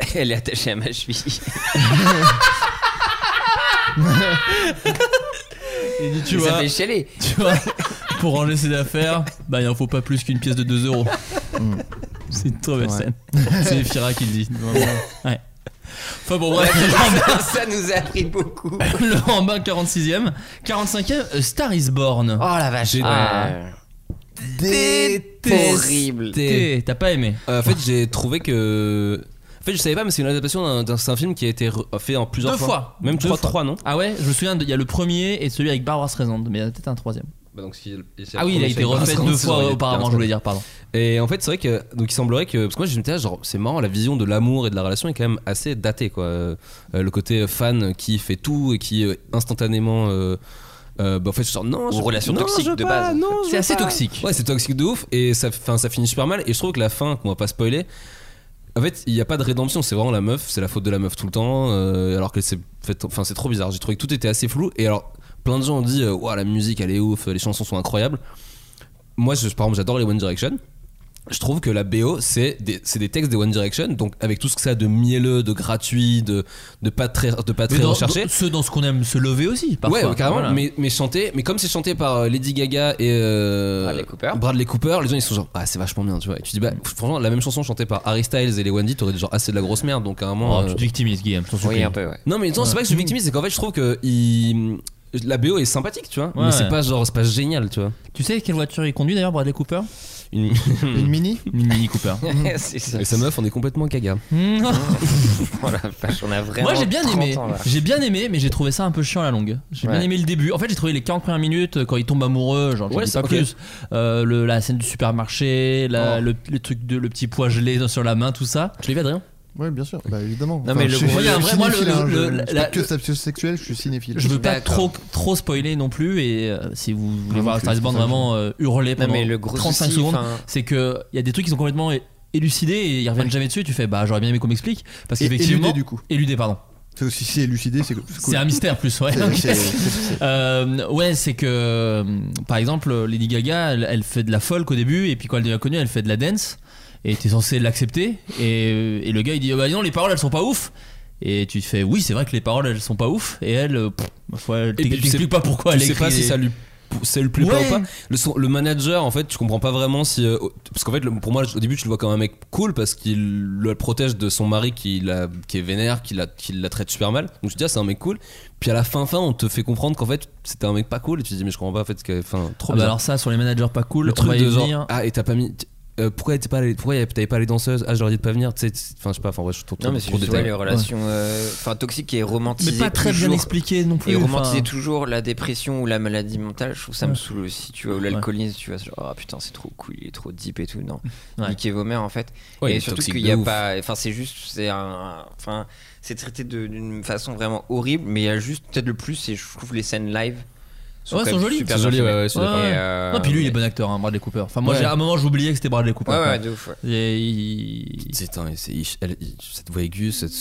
Speaker 9: elle est attachée à ma cheville.
Speaker 7: Il dit, tu
Speaker 9: Et ça
Speaker 7: vois,
Speaker 9: fait chialer.
Speaker 7: tu vois, pour ranger ses affaires, bah, il en faut pas plus qu'une pièce de 2 euros.
Speaker 2: Mm.
Speaker 7: C'est une très belle
Speaker 8: Ouais.
Speaker 7: scène. C'est Fira qui le dit. Ouais. Enfin bon, bref,
Speaker 9: ça nous a appris beaucoup.
Speaker 7: Laurent Bain, 46ème. 45ème, euh, Star is Born.
Speaker 9: Oh la vache.
Speaker 2: J'ai-
Speaker 9: Ah.
Speaker 7: Détesté.
Speaker 9: horrible.
Speaker 7: T'es- T'as pas aimé
Speaker 2: Euh, en fait, j'ai trouvé que. En fait, je savais pas, mais c'est une adaptation d'un- d'un c'est un film qui a été re- fait en plusieurs
Speaker 7: Deux fois.
Speaker 2: Même
Speaker 7: Deux
Speaker 2: trois,
Speaker 7: fois.
Speaker 2: trois, non
Speaker 7: Ah ouais, je me souviens, de- il y a le premier et celui avec Barbara Streisand, mais il y en a peut-être un troisième. Ah oui, il a été refait deux fois euh, auparavant, je voulais dire, pardon.
Speaker 2: Et en fait, c'est vrai que donc il semblerait que parce que moi je me disais genre c'est marrant la vision de l'amour et de la relation est quand même assez datée quoi. Euh, euh, le côté fan qui fait tout et qui euh, instantanément euh, euh, bah, en fait je sors non, je,
Speaker 9: relation
Speaker 2: non,
Speaker 9: toxique
Speaker 2: je veux
Speaker 9: de
Speaker 2: pas,
Speaker 9: base.
Speaker 2: non, je
Speaker 7: C'est
Speaker 2: veux
Speaker 7: assez
Speaker 2: pas.
Speaker 7: toxique.
Speaker 2: Ouais, c'est toxique de ouf et ça fin, ça finit super mal et je trouve que la fin qu'on va pas spoiler en fait, il n'y a pas de rédemption, c'est vraiment la meuf, c'est la faute de la meuf tout le temps, euh, alors que c'est fait- enfin c'est trop bizarre, j'ai trouvé que tout était assez flou et alors plein de gens ont dit euh, Ouah, la musique elle est ouf, les chansons sont incroyables. Moi je, par exemple, j'adore les One Direction. Je trouve que la BO, c'est des, c'est des textes des One Direction, donc avec tout ce que ça a de mielleux, de gratuit, de, de pas très, de pas très
Speaker 7: dans,
Speaker 2: recherché.
Speaker 7: dans- ceux dans ce qu'on aime se lever aussi, parfois.
Speaker 2: ouais, ouais, carrément,
Speaker 7: Voilà.
Speaker 2: mais, mais chanté, mais comme c'est chanté par euh, Lady Gaga et euh,
Speaker 9: Bradley
Speaker 7: Ah.
Speaker 9: Cooper.
Speaker 2: Bradley Cooper, les gens ils sont genre ah c'est vachement bien, tu vois. Et tu dis
Speaker 7: Mm.
Speaker 2: bah franchement la même chanson chantée par Harry Styles et les Wendy, t'aurais dit genre ah c'est de la grosse merde, donc à un moment.
Speaker 7: Oh,
Speaker 2: euh,
Speaker 7: tu te victimises, Guillaume. sans
Speaker 9: Oui,
Speaker 7: souci.
Speaker 9: un peu, ouais.
Speaker 2: non mais non, c'est pas que je suis victimise, c'est qu'en fait je trouve que il- la BO est sympathique, tu vois,
Speaker 7: Ouais.
Speaker 2: mais c'est pas genre c'est pas génial, tu vois.
Speaker 7: Tu sais quelle voiture il conduit d'ailleurs, Bradley Cooper
Speaker 2: Une...
Speaker 7: Hmm.
Speaker 8: Une mini
Speaker 7: Une Mini Cooper.
Speaker 9: C'est ça.
Speaker 2: et sa meuf, on est complètement gaga.
Speaker 9: Oh la vache, on a vraiment.
Speaker 7: Hmm. Moi j'ai bien
Speaker 9: 30
Speaker 7: aimé,
Speaker 9: ans, là.
Speaker 7: j'ai bien aimé, mais j'ai trouvé ça un peu chiant à la longue. J'ai bien
Speaker 9: Ouais.
Speaker 7: aimé le début. En fait, j'ai trouvé les 40 premières minutes euh, quand il tombe amoureux, genre j'en
Speaker 2: Ouais,
Speaker 7: dis
Speaker 2: c'est-
Speaker 7: pas
Speaker 2: ok.
Speaker 7: plus. Euh, le- la scène du supermarché, la-
Speaker 2: Oh.
Speaker 7: le, le truc de le petit pois gelé sur la main, tout ça.
Speaker 2: Tu l'as vu Adrien
Speaker 8: Ouais, bien sûr, bah évidemment.
Speaker 7: Non, mais le-
Speaker 8: je suis-
Speaker 7: moi, il y a un
Speaker 8: je
Speaker 7: vrai-
Speaker 8: suis
Speaker 7: moi, le-
Speaker 8: cinéphile, hein,
Speaker 7: le-
Speaker 8: je-
Speaker 7: le-
Speaker 8: je suis
Speaker 7: la-
Speaker 8: pas que sexuel, je suis cinéphile.
Speaker 7: Je veux pas trop
Speaker 9: D'accord.
Speaker 7: trop spoiler non plus et euh, si vous voulez
Speaker 8: Non,
Speaker 7: voir
Speaker 8: plus,
Speaker 7: Star is
Speaker 8: c'est
Speaker 7: Born
Speaker 8: ça, je-
Speaker 7: vraiment euh, hurler
Speaker 9: Non,
Speaker 7: pendant
Speaker 9: mais le hein. gros
Speaker 7: 35
Speaker 9: souci,
Speaker 7: secondes,
Speaker 9: enfin,
Speaker 7: c'est que il y a des trucs qui sont complètement é- élucidés et ils reviennent jamais dessus. et Tu fais bah j'aurais bien aimé qu'on m'explique parce qu'effectivement
Speaker 8: Effectivement. du coup.
Speaker 7: éludé pardon.
Speaker 8: C'est aussi si élucidé, c'est cool.
Speaker 7: C'est un mystère plus ouais.
Speaker 8: C'est-
Speaker 7: ok.
Speaker 8: c'est- c'est-
Speaker 7: Euh, ouais, c'est que euh, par exemple Lady Gaga, elle, elle fait de la folk au début et puis quand elle devient connue, elle fait de la dance et t'es censé l'accepter et, et le gars il dit Ah bah non les paroles elles sont pas ouf et tu te fais oui c'est vrai que les paroles elles sont pas ouf et elle euh, pff, ma foi, elle
Speaker 2: puis, tu sais-
Speaker 7: t'explique pas pourquoi
Speaker 2: tu
Speaker 7: elle
Speaker 2: sais
Speaker 7: écrit
Speaker 2: pas si
Speaker 7: des-
Speaker 2: ça lui ça lui plaît pas
Speaker 7: Ouais.
Speaker 2: ou pas le, son- le manager en fait tu comprends pas vraiment si euh, parce qu'en fait le- pour moi au début tu le vois comme un mec cool parce qu'il le protège de son mari qui, la, qui est vénère qui la, qui la traite super mal donc tu te dis ah, c'est un mec cool puis à la fin fin on te fait comprendre qu'en fait c'était un mec pas cool et tu te dis mais je comprends pas en fait ce que enfin trop
Speaker 7: Ah bah
Speaker 2: bizarre.
Speaker 7: alors ça sur les managers pas cool
Speaker 2: le
Speaker 7: on
Speaker 2: truc
Speaker 7: va y
Speaker 2: de
Speaker 7: venir.
Speaker 2: genre ah et t'as pas mis euh, pourquoi t'es pas allé- pourquoi y a- t'avais pas les danseuses ah j'aurais dit de pas venir tu sais c'est- enfin je sais pas enfin ouais je suis trop,
Speaker 9: Non, mais c'est
Speaker 2: trop
Speaker 9: juste ouais,
Speaker 2: détaillé.
Speaker 9: les relations euh, enfin, toxiques et
Speaker 7: mais
Speaker 9: romantisées.
Speaker 7: pas très bien
Speaker 9: toujours.
Speaker 7: expliqué non plus
Speaker 9: Et
Speaker 7: enfin.
Speaker 9: romantiser toujours la dépression ou la maladie mentale, je trouve ça me saoule aussi, tu vois, ou l'alcoolisme, tu vois, c'est genre, ah putain, c'est trop cool, il est trop deep et tout, non.
Speaker 7: Ouais.
Speaker 9: Niquez vos mères en fait.
Speaker 2: Ouais, il
Speaker 9: et
Speaker 2: est
Speaker 9: surtout
Speaker 2: toxique
Speaker 9: qu'il
Speaker 2: de
Speaker 9: n'y a
Speaker 2: ouf.
Speaker 9: pas. Enfin, c'est juste, c'est un. Enfin, c'est traité de- d'une façon vraiment horrible, mais il y a juste peut-être le plus, c'est je trouve les scènes live.
Speaker 7: Ouais,
Speaker 9: quand
Speaker 7: sont
Speaker 9: même
Speaker 7: jolies.
Speaker 9: super
Speaker 2: Sont
Speaker 9: bien
Speaker 2: jolies,
Speaker 9: filmées.
Speaker 2: ouais, ouais, je suis d'accord.
Speaker 9: Et,
Speaker 7: Ouais.
Speaker 9: euh,
Speaker 7: non puis lui il est bon acteur hein, Bradley Cooper enfin moi
Speaker 2: Ouais.
Speaker 7: j'ai à un moment j'oubliais que c'était Bradley Cooper
Speaker 9: Ouais,
Speaker 7: quoi.
Speaker 9: ouais, de ouf. ouais.
Speaker 7: Et il-
Speaker 2: Putain, et c'est- il- elle- il- cette voix aiguë cette,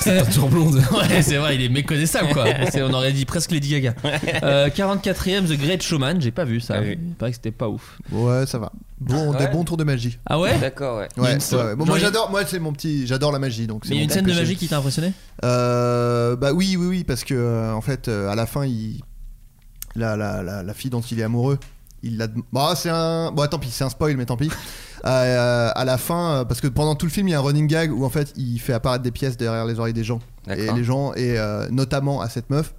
Speaker 2: cette teinture blonde
Speaker 7: Euh, Ouais, c'est vrai, il est méconnaissable quoi. C'est- on aurait dit presque Lady Gaga. Euh, 44ème The Great Showman, j'ai pas vu ça.
Speaker 9: Pas vu.
Speaker 7: Il paraît que c'était pas ouf.
Speaker 8: Ouais, ça va. Bon, des
Speaker 9: Ouais.
Speaker 8: bons tours de magie.
Speaker 7: Ah ouais
Speaker 9: D'accord, ouais.
Speaker 8: Ouais,
Speaker 7: Une-
Speaker 8: ouais, ouais. Bon, moi
Speaker 7: Genre-
Speaker 8: j'adore, moi c'est mon petit, j'adore la magie donc. c'est
Speaker 7: Mais il y a
Speaker 8: mon
Speaker 7: une
Speaker 8: petit
Speaker 7: scène de
Speaker 8: péché.
Speaker 7: magie qui t'a impressionné
Speaker 8: Euh, bah oui, oui, oui, parce que euh, en fait, euh, à la fin, il, la, la, la, la fille dont il est amoureux, il la. Bah c'est un, bon, tant pis, c'est un spoil, mais tant pis. Euh, à la fin, euh, parce que pendant tout le film, il y a un running gag où en fait, il fait apparaître des pièces derrière les oreilles des gens et
Speaker 9: D'accord.
Speaker 8: les gens et euh, notamment à cette meuf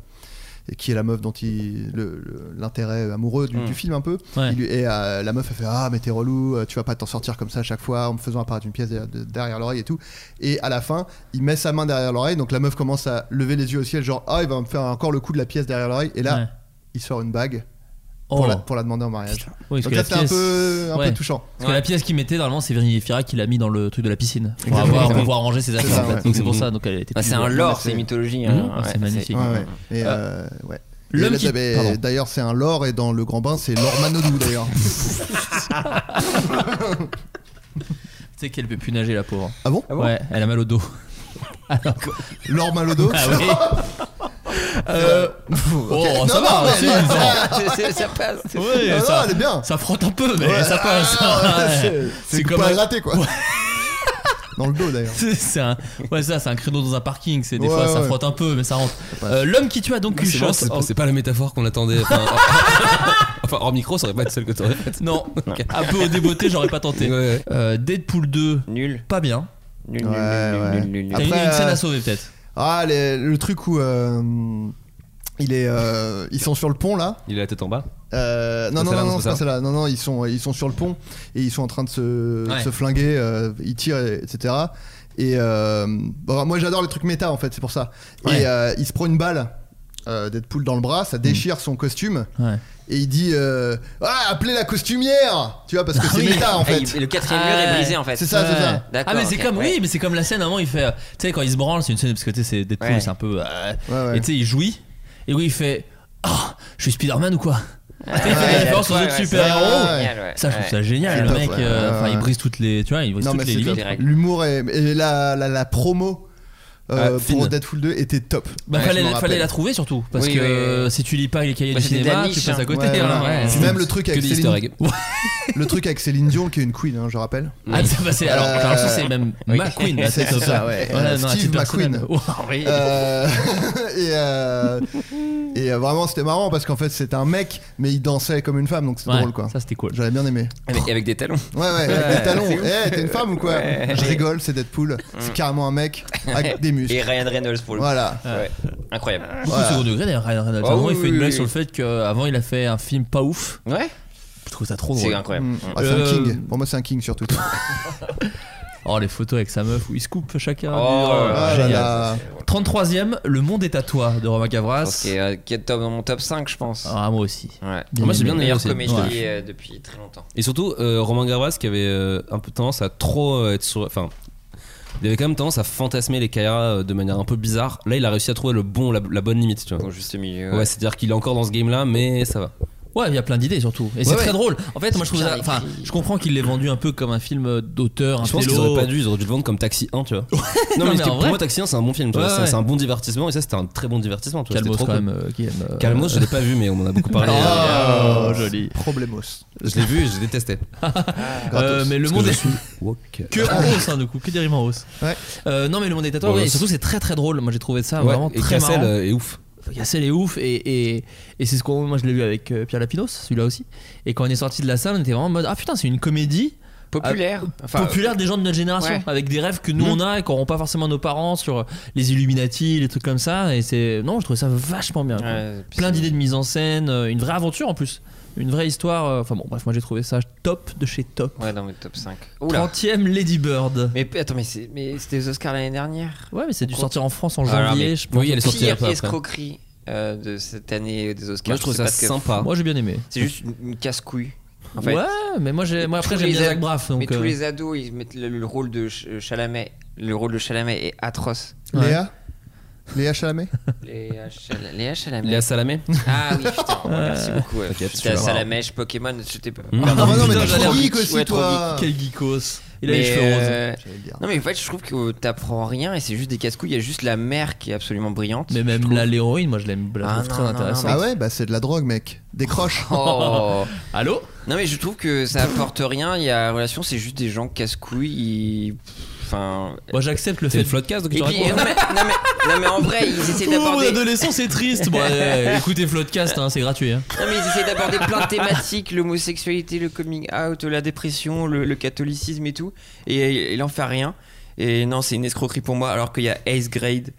Speaker 8: et qui est la meuf dont il le- le- l'intérêt amoureux du,
Speaker 9: Mm.
Speaker 8: du film un peu
Speaker 7: Ouais.
Speaker 8: Il lui- et euh, la meuf elle fait ah mais t'es relou euh, tu vas pas t'en sortir comme ça à chaque fois en me faisant apparaître une pièce derrière, de- derrière l'oreille et tout et à la fin il met sa main derrière l'oreille donc la meuf commence à lever les yeux au ciel genre ah il va me faire encore le coup de la pièce derrière l'oreille et là
Speaker 7: Ouais.
Speaker 8: il sort une bague pour,
Speaker 7: Oh.
Speaker 8: la, pour la demander en mariage
Speaker 7: Oui, parce que
Speaker 8: donc là
Speaker 7: la
Speaker 8: c'est un
Speaker 7: pièce,
Speaker 8: peu un
Speaker 7: Ouais.
Speaker 8: peu touchant
Speaker 7: parce que la pièce qu'il mettait normalement c'est Virginie Fira qui l'a mis dans le truc de la piscine pour
Speaker 8: Exactement.
Speaker 7: avoir pour
Speaker 8: Exactement.
Speaker 7: pouvoir ranger ses affaires.
Speaker 8: ça,
Speaker 7: en fait.
Speaker 8: ouais.
Speaker 7: Donc c'est pour ça donc elle était.
Speaker 9: Ah,
Speaker 7: plus-
Speaker 9: c'est un lore,
Speaker 8: c'est-
Speaker 9: c'est mythologie.
Speaker 7: Mhm.
Speaker 9: hein,
Speaker 7: Ah, c'est
Speaker 9: ouais,
Speaker 7: magnifique.
Speaker 8: Ouais, ouais. Et, euh, ouais. Et
Speaker 7: l'homme
Speaker 8: là,
Speaker 7: qui-
Speaker 8: t'avais-
Speaker 7: Pardon.
Speaker 8: D'ailleurs, c'est un lore et dans le grand bain, c'est Lord Manodou d'ailleurs.
Speaker 7: Tu sais qu'elle peut plus nager la pauvre.
Speaker 8: Ah bon
Speaker 7: ouais, elle a mal au dos.
Speaker 8: Lord Malodo
Speaker 7: Ah oui. Euh, Oh, ça va, si, ça-
Speaker 9: ça passe.
Speaker 7: Ouais,
Speaker 8: Ah non,
Speaker 7: ça,
Speaker 8: elle est bien.
Speaker 7: ça frotte un peu, mais
Speaker 8: Ouais.
Speaker 7: ça passe.
Speaker 8: Ah, ouais,
Speaker 7: Ouais.
Speaker 8: c'est-
Speaker 7: C'est
Speaker 8: C'est
Speaker 7: comme
Speaker 8: pas
Speaker 7: un-
Speaker 8: raté quoi. Dans le dos d'ailleurs.
Speaker 7: C'est- c'est un- ouais, ça, c'est un créneau dans un parking. C'est des
Speaker 8: Ouais,
Speaker 7: fois, ça
Speaker 8: ouais. Ah,
Speaker 7: frotte un peu, mais ça rentre. Euh, L'homme qui tue a donc une
Speaker 2: C'est marrant,
Speaker 7: chance.
Speaker 2: c'est pas, c'est pas la métaphore qu'on attendait. Enfin, enfin, hors micro, ça aurait pas été celle que t'aurais faite.
Speaker 7: Non, un peu au débeauté, j'aurais pas tenté.
Speaker 2: Ouais, ouais.
Speaker 7: Euh, Deadpool 2,
Speaker 9: Nul.
Speaker 7: pas bien.
Speaker 9: Nul, nul,
Speaker 8: Ouais,
Speaker 9: nul,
Speaker 8: ouais.
Speaker 9: nul, nul, nul.
Speaker 7: T'as une,
Speaker 8: Après,
Speaker 7: une scène
Speaker 8: euh,
Speaker 7: à sauver peut-être.
Speaker 8: Ah, les- le truc où euh, il est, euh, ils sont sur le pont là.
Speaker 2: Il a la tête en bas.
Speaker 8: Euh,
Speaker 2: Pas
Speaker 8: non, non,
Speaker 2: celle-là,
Speaker 8: non,
Speaker 2: non,
Speaker 8: non,
Speaker 2: c'est
Speaker 8: c'est pas
Speaker 2: ça.
Speaker 8: celle-là. Non, non, ils sont, ils sont sur le pont et ils sont en train de se,
Speaker 7: Ouais.
Speaker 8: se flinguer. euh, ils tirent, etc. Et euh, bon, moi, j'adore les trucs méta en fait, c'est pour ça.
Speaker 7: Ouais.
Speaker 8: Et euh, il se prend une balle. euh, Deadpool dans le bras, ça déchire son costume
Speaker 7: Ouais.
Speaker 8: et il dit euh, ah, appelez la costumière, tu vois parce que c'est méta en
Speaker 9: Ah,
Speaker 8: fait.
Speaker 9: il- le quatrième mur
Speaker 7: Ah,
Speaker 9: est brisé en fait.
Speaker 8: C'est ça, c'est ça.
Speaker 9: D'accord,
Speaker 7: Ah mais c'est
Speaker 9: ok,
Speaker 7: comme
Speaker 9: ouais.
Speaker 7: oui mais c'est comme la scène avant il fait euh, tu sais quand il se branle c'est une scène parce que tu sais c'est Deadpool
Speaker 9: Ouais.
Speaker 7: c'est un peu euh,
Speaker 8: Ouais, ouais.
Speaker 7: et tu sais il jouit et oui il fait ah je suis Spider-Man ou quoi Tu sais, il fait
Speaker 8: ouais,
Speaker 7: la référence aux
Speaker 9: ouais,
Speaker 7: autres
Speaker 9: ouais,
Speaker 7: super héros
Speaker 9: Ah,
Speaker 8: ouais.
Speaker 7: ça je trouve ça
Speaker 8: C'est
Speaker 7: génial le
Speaker 8: top,
Speaker 7: mec
Speaker 8: ouais.
Speaker 7: euh,
Speaker 8: Ouais,
Speaker 7: enfin il
Speaker 8: ouais.
Speaker 7: brise toutes les tu vois il brise
Speaker 8: Non, mais
Speaker 7: toutes les
Speaker 8: c'est
Speaker 7: limites
Speaker 8: top.
Speaker 9: limites.
Speaker 8: L'humour et, et la, la, la promo euh,
Speaker 7: Ah,
Speaker 8: pour
Speaker 7: fine.
Speaker 8: Deadpool 2 était top.
Speaker 7: bah
Speaker 8: Ouais,
Speaker 7: fallait,
Speaker 8: je m'en
Speaker 7: fallait
Speaker 8: rappelle.
Speaker 7: la trouver surtout parce
Speaker 9: Oui,
Speaker 7: que
Speaker 9: oui, oui.
Speaker 7: euh, si tu lis pas les cahiers
Speaker 9: Moi,
Speaker 7: du
Speaker 9: c'était de la
Speaker 7: cinéma
Speaker 9: niche,
Speaker 7: tu passes
Speaker 9: hein.
Speaker 7: à côté
Speaker 8: Ouais,
Speaker 7: hein,
Speaker 8: ouais.
Speaker 7: ouais.
Speaker 8: Puis Même le truc
Speaker 2: Que
Speaker 8: avec
Speaker 2: des
Speaker 8: Céline,
Speaker 2: easter eggs.
Speaker 8: le truc avec Céline Dion qui est une queen, hein, je rappelle.
Speaker 7: Ah, ça, bah, c'est- alors,
Speaker 8: Euh,
Speaker 7: alors ça c'est même
Speaker 9: oui.
Speaker 7: McQueen là,
Speaker 8: C'est
Speaker 7: top.
Speaker 8: ça, ouais.
Speaker 7: Voilà,
Speaker 8: Euh,
Speaker 7: non, à
Speaker 8: Steve
Speaker 7: titre personnel.
Speaker 8: McQueen.
Speaker 7: Ouah, oui.
Speaker 8: Euh, et, euh, et euh, vraiment c'était marrant parce qu'en fait c'était un mec mais il dansait comme une femme donc c'était
Speaker 7: Ouais,
Speaker 8: drôle quoi.
Speaker 7: ça c'était cool
Speaker 8: J'avais bien aimé.
Speaker 9: Avec, avec des talons.
Speaker 8: Ouais ouais, avec des talons.
Speaker 9: c'est ouf.
Speaker 8: Eh, t'es une femme ou quoi
Speaker 9: Ouais.
Speaker 8: Je rigole, c'est Deadpool. C'est carrément un mec avec des
Speaker 9: Et
Speaker 8: muscles.
Speaker 9: Ryan Reynolds pour le coup.
Speaker 8: Voilà.
Speaker 9: Ouais. Incroyable.
Speaker 7: Beaucoup
Speaker 8: Voilà.
Speaker 7: de second degré d'ailleurs, Ryan Reynolds.
Speaker 9: Ah
Speaker 7: À un moment,
Speaker 9: oui,
Speaker 7: il fait
Speaker 9: oui,
Speaker 7: une blague
Speaker 9: oui.
Speaker 7: sur le fait qu'avant il a fait un film pas ouf.
Speaker 9: Ouais.
Speaker 7: Je trouve ça trop
Speaker 9: C'est
Speaker 7: drôle.
Speaker 9: incroyable.
Speaker 8: Mm. Ah, c'est un
Speaker 7: Euh,
Speaker 8: king. Pour moi c'est un king surtout.
Speaker 7: Oh, les photos avec sa meuf où il se coupe chacun.
Speaker 9: Oh,
Speaker 7: Oh,
Speaker 8: Ah là
Speaker 7: génial.
Speaker 8: là.
Speaker 7: 33ème, Le monde est à toi de Romain
Speaker 9: Je
Speaker 7: Gavras.
Speaker 9: pense qu'il est, euh, qu'il est top dans mon top 5, je pense.
Speaker 7: Ah, moi aussi.
Speaker 9: Ouais.
Speaker 7: Bien
Speaker 2: Moi, j'ai bien aimé
Speaker 7: aimé.
Speaker 9: Meilleure
Speaker 2: aussi.
Speaker 9: comédie
Speaker 7: Ouais.
Speaker 9: euh, depuis très longtemps.
Speaker 2: Et surtout, euh, Romain Gavras qui avait euh, un peu tendance à trop euh, être sur. Enfin, il avait quand même tendance à fantasmer les Kaira euh, de manière un peu bizarre. Là, il a réussi à trouver le bon, la, la bonne limite, tu vois.
Speaker 9: Au juste milieu.
Speaker 2: Ouais, c'est-à-dire qu'il est encore dans ce game-là, mais ça va.
Speaker 7: Ouais, il y a plein d'idées surtout. Et c'est
Speaker 2: Ouais,
Speaker 7: très
Speaker 2: ouais.
Speaker 7: drôle. En fait, moi je trouve
Speaker 9: bien
Speaker 7: ça. Enfin,
Speaker 9: écrit.
Speaker 7: je comprends qu'il l'ait vendu un peu comme un film euh, d'auteur, un
Speaker 2: Je pense qu'ils
Speaker 7: télo.
Speaker 2: auraient pas dû, ils auraient dû le vendre comme Taxi 1, tu vois. non,
Speaker 7: Non,
Speaker 2: mais,
Speaker 7: mais
Speaker 2: c'était-
Speaker 7: en
Speaker 2: pour
Speaker 7: vrai-
Speaker 2: moi, Taxi 1, c'est un bon film, tu vois.
Speaker 7: Ouais,
Speaker 2: C'est-
Speaker 7: ouais.
Speaker 2: C'est un bon divertissement, et ça, c'était un très bon divertissement, tu vois.
Speaker 7: Calmos
Speaker 2: c'était trop
Speaker 7: quand
Speaker 2: cool.
Speaker 7: même. euh, qui aime, euh,
Speaker 2: Calmos, Ah, je l'ai pas vu, mais on en a beaucoup parlé.
Speaker 8: Oh,
Speaker 7: Oh, joli.
Speaker 8: Problemos.
Speaker 2: Je l'ai vu et je détestais.
Speaker 7: Euh, mais le
Speaker 2: Parce
Speaker 7: monde
Speaker 2: que
Speaker 7: est.
Speaker 2: je suis woke.
Speaker 7: Que en hausse, hein, du coup, que des rimes en hausse.
Speaker 8: Ouais.
Speaker 7: Euh, non, mais le monde est à toi.
Speaker 2: Bon,
Speaker 7: ouais, et
Speaker 2: bah,
Speaker 7: surtout, c'est très très drôle. Moi j'ai trouvé ça
Speaker 2: Ouais,
Speaker 7: Ah, vraiment
Speaker 2: et
Speaker 7: très
Speaker 2: Cassel
Speaker 7: marrant.
Speaker 2: euh, est ouf.
Speaker 7: Cassel est ouf et, et, et c'est ce qu'on moi je l'ai vu avec euh, Pierre Lapinos celui-là aussi et quand on est sorti de la salle on était vraiment en mode ah putain c'est une comédie
Speaker 9: Populaire. Enfin,
Speaker 7: populaire des gens de notre génération
Speaker 9: ouais.
Speaker 7: avec des rêves que nous
Speaker 9: Mm.
Speaker 7: on a et qu'auront pas forcément nos parents sur euh, les Illuminati les trucs comme ça et c'est non je trouvais ça vachement bien quoi.
Speaker 9: ouais,
Speaker 7: plein d'idées de mise en scène euh, une vraie aventure en plus une vraie histoire euh, enfin bon bref moi j'ai trouvé ça top de chez top
Speaker 9: Ouais, dans mon top 5. Oula.
Speaker 7: 30ème Lady Bird
Speaker 9: Mais attends, mais c'est- mais c'était aux Oscars l'année dernière.
Speaker 7: ouais mais c'est dû
Speaker 9: Contre-
Speaker 7: sortir en France en
Speaker 9: Alors,
Speaker 7: janvier
Speaker 9: Ah, mais-
Speaker 7: je pense
Speaker 2: Oui, elle est sortie un peu
Speaker 9: Pire
Speaker 2: après.
Speaker 9: escroquerie euh, de cette année des Oscars.
Speaker 2: Moi, je trouve
Speaker 9: sais
Speaker 2: ça
Speaker 9: pas ce que-
Speaker 2: sympa.
Speaker 7: moi j'ai bien aimé
Speaker 9: C'est juste une, une casse-couille. En fait.
Speaker 7: ouais mais moi j'ai moi
Speaker 9: Tous
Speaker 7: après j'aime
Speaker 9: les
Speaker 7: bien
Speaker 9: ad-
Speaker 7: Zach Braff
Speaker 9: mais
Speaker 7: donc
Speaker 9: tous
Speaker 7: euh,
Speaker 9: les ados, ils mettent le, le rôle de Ch- Chalamet. Le rôle de Chalamet est atroce.
Speaker 7: Ouais.
Speaker 8: Léa Léa Chalamet
Speaker 9: Léa, Chal- Léa Chalamet.
Speaker 2: Léa Salamé
Speaker 9: Ah oui, putain. merci beaucoup.
Speaker 2: T'inquiète,
Speaker 9: J'étais
Speaker 2: tu
Speaker 9: à
Speaker 2: vas voir.
Speaker 9: Salamèche, Pokémon, j'étais pas.
Speaker 2: Mm.
Speaker 8: Ah bah non, mais
Speaker 7: putain,
Speaker 8: t'es
Speaker 7: j'allais
Speaker 8: trop
Speaker 7: en
Speaker 8: geek
Speaker 9: geek,
Speaker 8: aussi
Speaker 9: ouais, trop
Speaker 8: toi
Speaker 7: Quel geekos Il a les
Speaker 9: Mais,
Speaker 7: cheveux roses.
Speaker 9: euh,
Speaker 8: J'allais le dire.
Speaker 9: Non, mais en fait, je trouve que t'apprends rien et c'est juste des casse-couilles. Il y a juste la mère qui est absolument brillante.
Speaker 7: Mais même là, l'héroïne, moi je l'aime, je la
Speaker 9: Ah
Speaker 7: trouve
Speaker 9: non,
Speaker 7: très
Speaker 9: non,
Speaker 7: intéressante.
Speaker 8: Ah ouais, bah c'est de la drogue, mec. Décroche.
Speaker 9: Oh.
Speaker 7: Allô
Speaker 9: non, mais je trouve que ça apporte rien. Il y a relation, c'est juste des gens casse-couilles. ils- Enfin.
Speaker 7: Moi j'accepte le
Speaker 2: C'est
Speaker 7: fait.
Speaker 2: le floodcast, donc
Speaker 9: Et
Speaker 2: tu
Speaker 9: puis,
Speaker 2: racontes
Speaker 9: non, mais, non, mais, non, mais en vrai, ils essaient
Speaker 7: Oh, mon
Speaker 9: d'aborder.
Speaker 7: adolescence est triste. Bon, euh, écoutez Floodcast, hein, c'est gratuit. hein.
Speaker 9: Non mais ils essaient d'aborder plein de thématiques, l'homosexualité, le coming out, la dépression, le, le catholicisme et tout, et il en fait rien. Et non, c'est une escroquerie pour moi, alors qu'il y a Ace Grade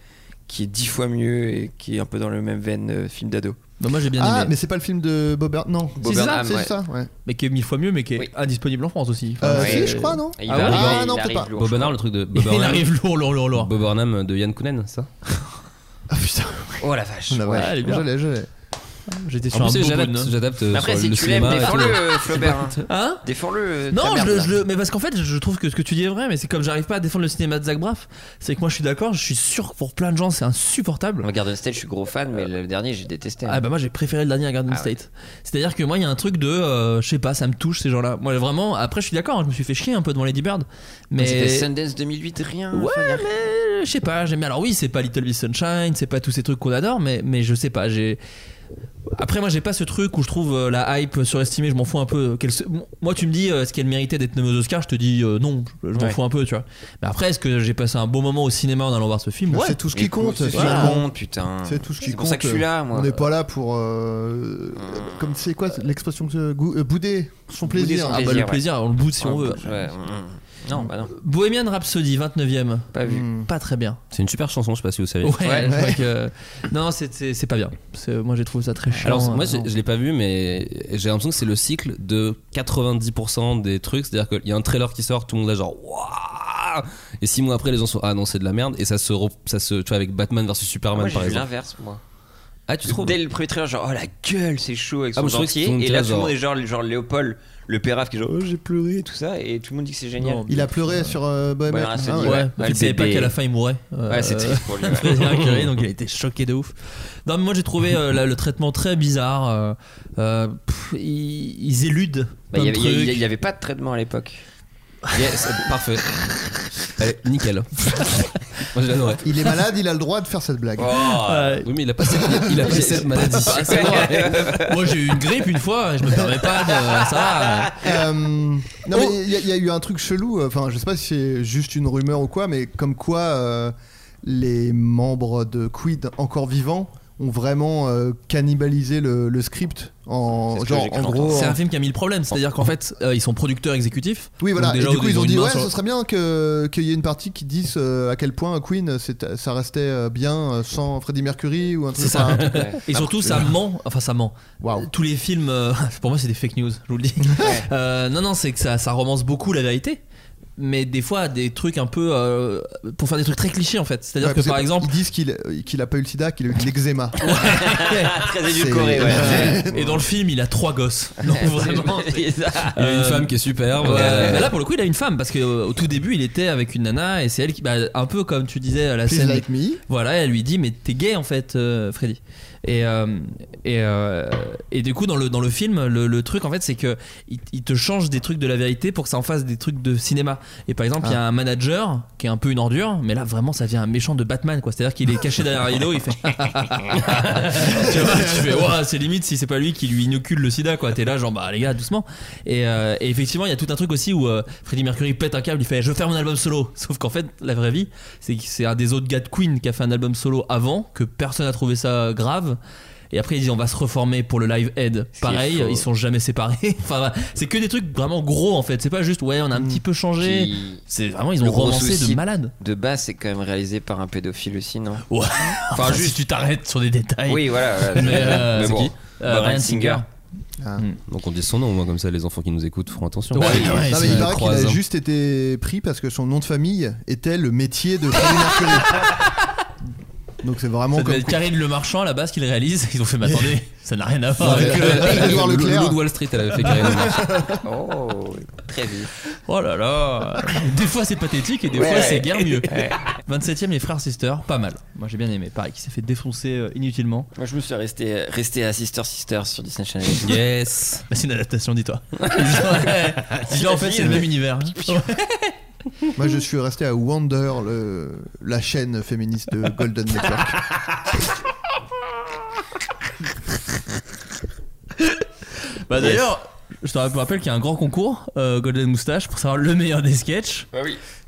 Speaker 9: qui est dix fois mieux et qui est un peu dans le même veine euh, film d'ado.
Speaker 7: Bah, moi j'ai bien
Speaker 8: Ah,
Speaker 7: aimé.
Speaker 8: mais c'est pas le film de Bob Burnham. Non,
Speaker 9: Bob
Speaker 8: c'est ça,
Speaker 9: Burnham,
Speaker 8: c'est
Speaker 9: ouais.
Speaker 8: ça. Ouais.
Speaker 7: Mais qui est mille fois mieux, mais qui est
Speaker 9: Oui.
Speaker 7: indisponible en France aussi. Enfin,
Speaker 8: Euh,
Speaker 9: Ouais,
Speaker 8: si,
Speaker 9: euh,
Speaker 8: je crois, non
Speaker 9: Et il
Speaker 7: Ah
Speaker 9: va
Speaker 7: ouais
Speaker 9: arriver-
Speaker 8: Ah, non,
Speaker 9: il
Speaker 8: peut
Speaker 9: arrive
Speaker 8: pas.
Speaker 9: lourd,
Speaker 2: Bob
Speaker 9: je
Speaker 2: Bernard,
Speaker 9: crois.
Speaker 2: le truc de Bob
Speaker 7: Il
Speaker 2: Bernard.
Speaker 7: arrive lourd, lourd, lourd, lourd.
Speaker 2: Bob Burnham de Yann Kounen, c'est ça
Speaker 8: Ah putain,
Speaker 9: Oh la vache.
Speaker 8: on a-
Speaker 7: Ouais, Ah, elle est bien.
Speaker 8: je l'ai, je l'ai.
Speaker 7: J'étais
Speaker 2: Bah, En
Speaker 7: sur
Speaker 2: plus,
Speaker 7: un
Speaker 2: j'adapte,
Speaker 7: bobo de-
Speaker 2: j'adapte euh,
Speaker 9: Mais Après,
Speaker 2: sur
Speaker 9: si
Speaker 2: le
Speaker 9: tu l'aimes,
Speaker 2: cinéma et tout.
Speaker 9: défends-le, euh, Flaubert. hein.
Speaker 7: Hein
Speaker 9: Défends-le. euh, ta
Speaker 7: Non, je
Speaker 9: merde,
Speaker 7: le,
Speaker 9: là.
Speaker 7: je le- mais parce qu'en fait, je trouve que ce que tu dis est vrai, mais c'est comme j'arrive pas à défendre le cinéma de Zach Braff, c'est que moi je suis d'accord, je suis sûr que pour plein de gens c'est insupportable.
Speaker 9: Regarde un stage, je suis gros fan, mais le dernier, j'ai détesté.
Speaker 7: Ah bah moi j'ai préféré le dernier à Garden
Speaker 9: Ah ouais.
Speaker 7: State. C'est-à-dire que moi il y a un truc de, euh, je sais pas, ça me touche ces gens-là. Moi vraiment, après je suis d'accord, hein, je me suis fait chier un peu devant Lady Bird, mais
Speaker 9: C'était Sundance 2008, rien.
Speaker 7: Ouais,
Speaker 9: Enfin, y a-
Speaker 7: mais je sais pas, j'aime bien. Alors oui, c'est pas Little Big Sunshine, c'est pas tous ces trucs qu'on adore, mais, mais je sais pas, j'ai. Après, moi, j'ai pas ce truc où je trouve euh, la hype surestimée, je m'en fous un peu. Qu'elle se- Moi, tu me dis, euh, est-ce qu'elle méritait d'être nommée aux Oscars Je te dis euh, non, je, je m'en
Speaker 9: Ouais.
Speaker 7: fous un peu, tu vois. Mais après, est-ce que j'ai passé un bon moment au cinéma en allant voir ce film Ouais.
Speaker 8: C'est tout ce qui
Speaker 9: Écoute,
Speaker 8: compte.
Speaker 9: C'est tout ce qui
Speaker 8: finalement.
Speaker 9: compte, putain.
Speaker 8: C'est tout ce qui
Speaker 9: C'est pour ça
Speaker 8: compte.
Speaker 9: que je suis là, moi.
Speaker 8: On n'est pas là pour. euh, Comme c'est quoi l'expression que gou- euh, Bouder son
Speaker 9: Bouder son
Speaker 8: plaisir.
Speaker 7: Ah, bah,
Speaker 9: plaisir,
Speaker 7: le plaisir, on le boude
Speaker 2: Ah,
Speaker 7: si on
Speaker 2: bah,
Speaker 7: veut.
Speaker 9: Ouais, bah, mm. Non, bah non,
Speaker 7: Bohemian Rhapsody, 29ème.
Speaker 9: pas vu.
Speaker 8: Hmm.
Speaker 7: Pas très bien.
Speaker 2: C'est une super chanson, je sais pas si vous savez.
Speaker 7: Ouais,
Speaker 9: Ouais.
Speaker 7: je crois que- euh, Non, c'est- c'est c'est pas bien. C'est- Moi, j'ai trouvé ça très chiant.
Speaker 2: Alors moi
Speaker 7: euh,
Speaker 2: je, je l'ai pas vu mais j'ai l'impression que c'est le cycle de 90% des trucs, c'est-à-dire qu'il y a un trailer qui sort, tout le monde là genre Wouah et six mois après les gens sont ah non c'est de la merde et ça se re- ça se tu vois avec Batman versus Superman
Speaker 9: Moi, j'ai
Speaker 2: par
Speaker 9: vu
Speaker 2: exemple.
Speaker 9: l'inverse, moi.
Speaker 2: Ah tu trouves
Speaker 9: Dès le premier trailer, genre, oh la gueule, c'est chaud
Speaker 2: Ah,
Speaker 9: avec son
Speaker 2: moi, je trouvais que
Speaker 9: dentier.
Speaker 2: tout le monde
Speaker 9: Et
Speaker 2: était
Speaker 9: là,
Speaker 2: là,
Speaker 9: tout le monde
Speaker 2: genre-
Speaker 9: est genre, genre Léopold, le pérave qui est genre, oh, j'ai pleuré et tout ça. Et tout le monde dit que c'est génial.
Speaker 7: Non,
Speaker 8: Il a pleuré sur euh, Bohemian.
Speaker 9: Voilà, c'est
Speaker 8: hein,
Speaker 9: dit,
Speaker 7: Ouais,
Speaker 9: Ouais,
Speaker 7: ouais,
Speaker 9: ouais,
Speaker 7: parce
Speaker 9: le
Speaker 7: qu'il savait pas
Speaker 9: bébé.
Speaker 7: qu'à la fin il mourait.
Speaker 2: bah,
Speaker 7: Euh,
Speaker 9: Ouais, c'est triste pour lui. ouais.
Speaker 7: Freddie Mercury, donc il a été choqué de ouf. Non, mais moi j'ai trouvé euh, la- le traitement très bizarre. euh, euh, pff, ils, ils éludent.
Speaker 9: Bah,
Speaker 7: plein
Speaker 9: Il
Speaker 7: de
Speaker 9: y, avait- il y
Speaker 7: trucs.
Speaker 9: avait- il y avait pas de traitement à l'époque.
Speaker 2: Yes, parfait. Allez, nickel. moi j'ai adoré.
Speaker 8: Il est malade, il a le droit de faire cette blague.
Speaker 7: Ouais.
Speaker 2: Oui mais il a pas cette, il a pas cette maladie.
Speaker 7: Moi j'ai eu une grippe une fois, et je me permets pas de. Ça va. euh.
Speaker 8: Euh, non, mais
Speaker 7: Oh.
Speaker 8: il y, a- il y a eu un truc chelou. euh, Enfin, je sais pas si c'est juste une rumeur ou quoi, mais comme quoi euh, les membres de Quid encore vivants ont vraiment euh, cannibalisé le, le script
Speaker 9: C'est
Speaker 8: en
Speaker 9: ce que
Speaker 8: genre
Speaker 9: j'ai cru
Speaker 8: en
Speaker 9: entendre.
Speaker 8: gros.
Speaker 7: C'est
Speaker 8: en-
Speaker 7: un film qui a mis le problème, c'est-à-dire qu'en fait euh, ils sont producteurs exécutifs.
Speaker 8: Oui, voilà.
Speaker 7: Donc,
Speaker 8: Et
Speaker 7: déjà,
Speaker 8: du
Speaker 7: au
Speaker 8: coup,
Speaker 7: début,
Speaker 8: ils ont
Speaker 7: une
Speaker 8: dit
Speaker 7: main
Speaker 8: ouais,
Speaker 7: sur
Speaker 8: ce
Speaker 7: le-
Speaker 8: serait bien que qu'il y ait une partie qui dise euh, à quel point Queen c'est- ça restait euh, bien euh, sans Freddie Mercury ou un truc.
Speaker 7: C'est ça.
Speaker 8: enfin,
Speaker 2: Ah,
Speaker 7: Et surtout
Speaker 2: bah,
Speaker 7: ça ment, enfin ça ment.
Speaker 8: Waouh.
Speaker 7: Tous les films, euh, pour moi c'est des fake news, je vous le dis. Euh, non, non, c'est que ça, ça romance beaucoup la vérité. Mais des fois, des trucs un peu. euh, pour faire des trucs très clichés en fait. C'est-à-dire
Speaker 8: Ouais,
Speaker 7: que
Speaker 8: parce
Speaker 7: par exemple.
Speaker 8: ils disent qu'il qu'il a pas eu le sida, qu'il a eu de l'eczéma.
Speaker 9: Ah, Très édulcoré, ouais.
Speaker 8: C'est-
Speaker 7: Et dans le film, il a trois gosses. Non, vraiment.
Speaker 9: C'est ça.
Speaker 2: Il y a une
Speaker 7: Euh,
Speaker 2: femme qui est superbe.
Speaker 7: Ouais,
Speaker 2: euh,
Speaker 7: mais là pour le coup il a une femme parce que euh, au tout début il était avec une nana et c'est elle qui bah, un peu comme tu disais à la
Speaker 8: Please
Speaker 7: scène
Speaker 8: like me.
Speaker 7: Voilà, elle lui dit mais t'es gay en fait, euh, Freddy. Et euh, et, euh, et du coup dans le dans le film le, le truc en fait c'est que il, il te change des trucs de la vérité pour que ça en fasse des trucs de cinéma. Et par exemple il y a un manager qui est un peu une ordure, mais là vraiment ça devient un méchant de Batman quoi. C'est-à-dire qu'il est caché derrière un rideau, il fait. tu vois, tu fais Ouah, c'est limite si c'est pas lui qui lui inocule le sida quoi. T'es là genre bah les gars doucement. Et, euh, et effectivement il y a tout un truc aussi où euh, Freddie Mercury pète un câble, il fait je veux faire mon album solo. Sauf qu'en fait la vraie vie c'est que c'est un des autres gars de Queen qui a fait un album solo avant, que personne n'a trouvé ça grave. Et après, ils disent on va se reformer pour le live head.
Speaker 9: qui est
Speaker 7: Pareil,
Speaker 9: faux.
Speaker 7: ils sont jamais séparés. enfin, voilà. c'est que des trucs vraiment gros en fait. C'est pas juste ouais, on a un petit peu changé.
Speaker 9: Qui-
Speaker 7: C'est vraiment, ils ont
Speaker 9: Le gros
Speaker 7: romancé de
Speaker 9: souci-
Speaker 7: malade.
Speaker 9: De base, c'est quand même réalisé par un pédophile aussi, non
Speaker 7: Ouais.
Speaker 9: Enfin,
Speaker 7: Enfin,
Speaker 9: juste-
Speaker 7: juste tu t'arrêtes sur des détails.
Speaker 9: Oui, voilà. voilà.
Speaker 7: Mais, euh,
Speaker 9: Mais
Speaker 7: c'est
Speaker 9: bon.
Speaker 7: qui Euh,
Speaker 9: Bryan
Speaker 7: Bryan Singer.
Speaker 2: Donc on dit son nom au moins comme ça les enfants qui nous écoutent feront attention. Bah,
Speaker 7: Ouais, ouais,
Speaker 8: Non,
Speaker 7: Ah, c'est-
Speaker 8: mais il paraît qu'il
Speaker 2: croise,
Speaker 8: a
Speaker 2: hein.
Speaker 8: juste été pris parce que son nom de famille était le métier de Freddie Mercury. Donc c'est vraiment
Speaker 7: Ça devait
Speaker 8: comme
Speaker 7: être Karine Le Marchand à la base qui le réalise. Ils ont fait mais attendez, ça n'a rien à voir
Speaker 8: Ouais.
Speaker 7: avec euh, le-
Speaker 8: Édouard
Speaker 2: Le- le-
Speaker 8: Leclerc.
Speaker 2: le de Wall Street elle avait fait carrément.
Speaker 9: Oh, très vif.
Speaker 7: Oh là là Des fois c'est pathétique et des
Speaker 9: Ouais.
Speaker 7: fois c'est guère mieux. 27ème les frères sisters, pas mal. Moi j'ai bien aimé, pareil, qui s'est fait défoncer euh, inutilement.
Speaker 9: Moi, je me suis resté, resté à Sister Sister sur Disney Channel.
Speaker 2: Yes.
Speaker 7: Bah, c'est une adaptation, dis-toi. Ouais. Dis-toi, en fait c'est le même univers. hein.
Speaker 8: Moi, je suis resté à Wonder, le- la chaîne féministe de Golden Network.
Speaker 7: Bah d'ailleurs, je te rappelle qu'il y a un grand concours, euh, Golden Moustache, pour savoir le meilleur des sketchs.
Speaker 9: Bah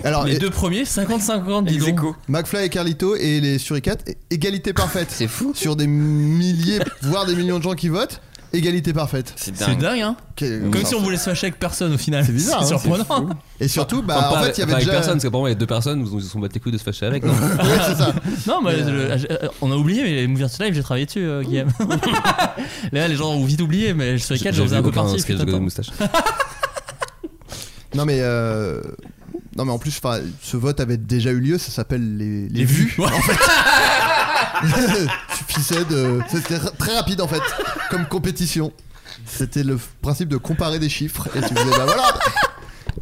Speaker 8: Alors,
Speaker 7: les
Speaker 8: et-
Speaker 7: deux premiers, 50-50, dis
Speaker 9: Ex
Speaker 7: donc.
Speaker 9: aequo.
Speaker 8: McFly et Carlito et les Suricates, é- égalité parfaite.
Speaker 9: C'est fou.
Speaker 8: Sur des milliers, voire des millions de gens qui votent, égalité parfaite.
Speaker 9: C'est
Speaker 7: C'est
Speaker 9: dingue.
Speaker 7: dingue, hein
Speaker 8: Quel-
Speaker 7: Comme si on voulait se fâcher avec personne au final.
Speaker 8: C'est bizarre, hein,
Speaker 7: C'est surprenant.
Speaker 8: Et surtout, bah,
Speaker 2: Enfin,
Speaker 8: en
Speaker 2: pas-
Speaker 8: fait, il y
Speaker 2: pas
Speaker 8: avait
Speaker 2: avec
Speaker 8: déjà.
Speaker 2: personne, parce que pour moi, il y a deux personnes, ils se sont battus les couilles de se fâcher avec. non
Speaker 8: Ouais, c'est ça.
Speaker 7: Non, mais le- euh, on a oublié, mais Movie Arts Live, j'ai travaillé dessus, euh, Guillaume. Là, les gens ont vite oublié, mais sur les
Speaker 2: J'ai-
Speaker 7: 4,
Speaker 2: j'ai
Speaker 7: j'en faisais un
Speaker 2: vu
Speaker 7: peu
Speaker 2: aucun
Speaker 7: partie.
Speaker 2: sketch
Speaker 7: putain,
Speaker 2: de
Speaker 7: attends.
Speaker 2: Moustache.
Speaker 8: Non, mais. euh, Non mais en plus, enfin, ce vote avait déjà eu lieu, ça s'appelle les, Ah, les
Speaker 7: Les vues.
Speaker 8: en fait. Suffisait de. C'était ra- très rapide en fait, comme compétition. C'était le f- principe de comparer des chiffres et tu faisais bah voilà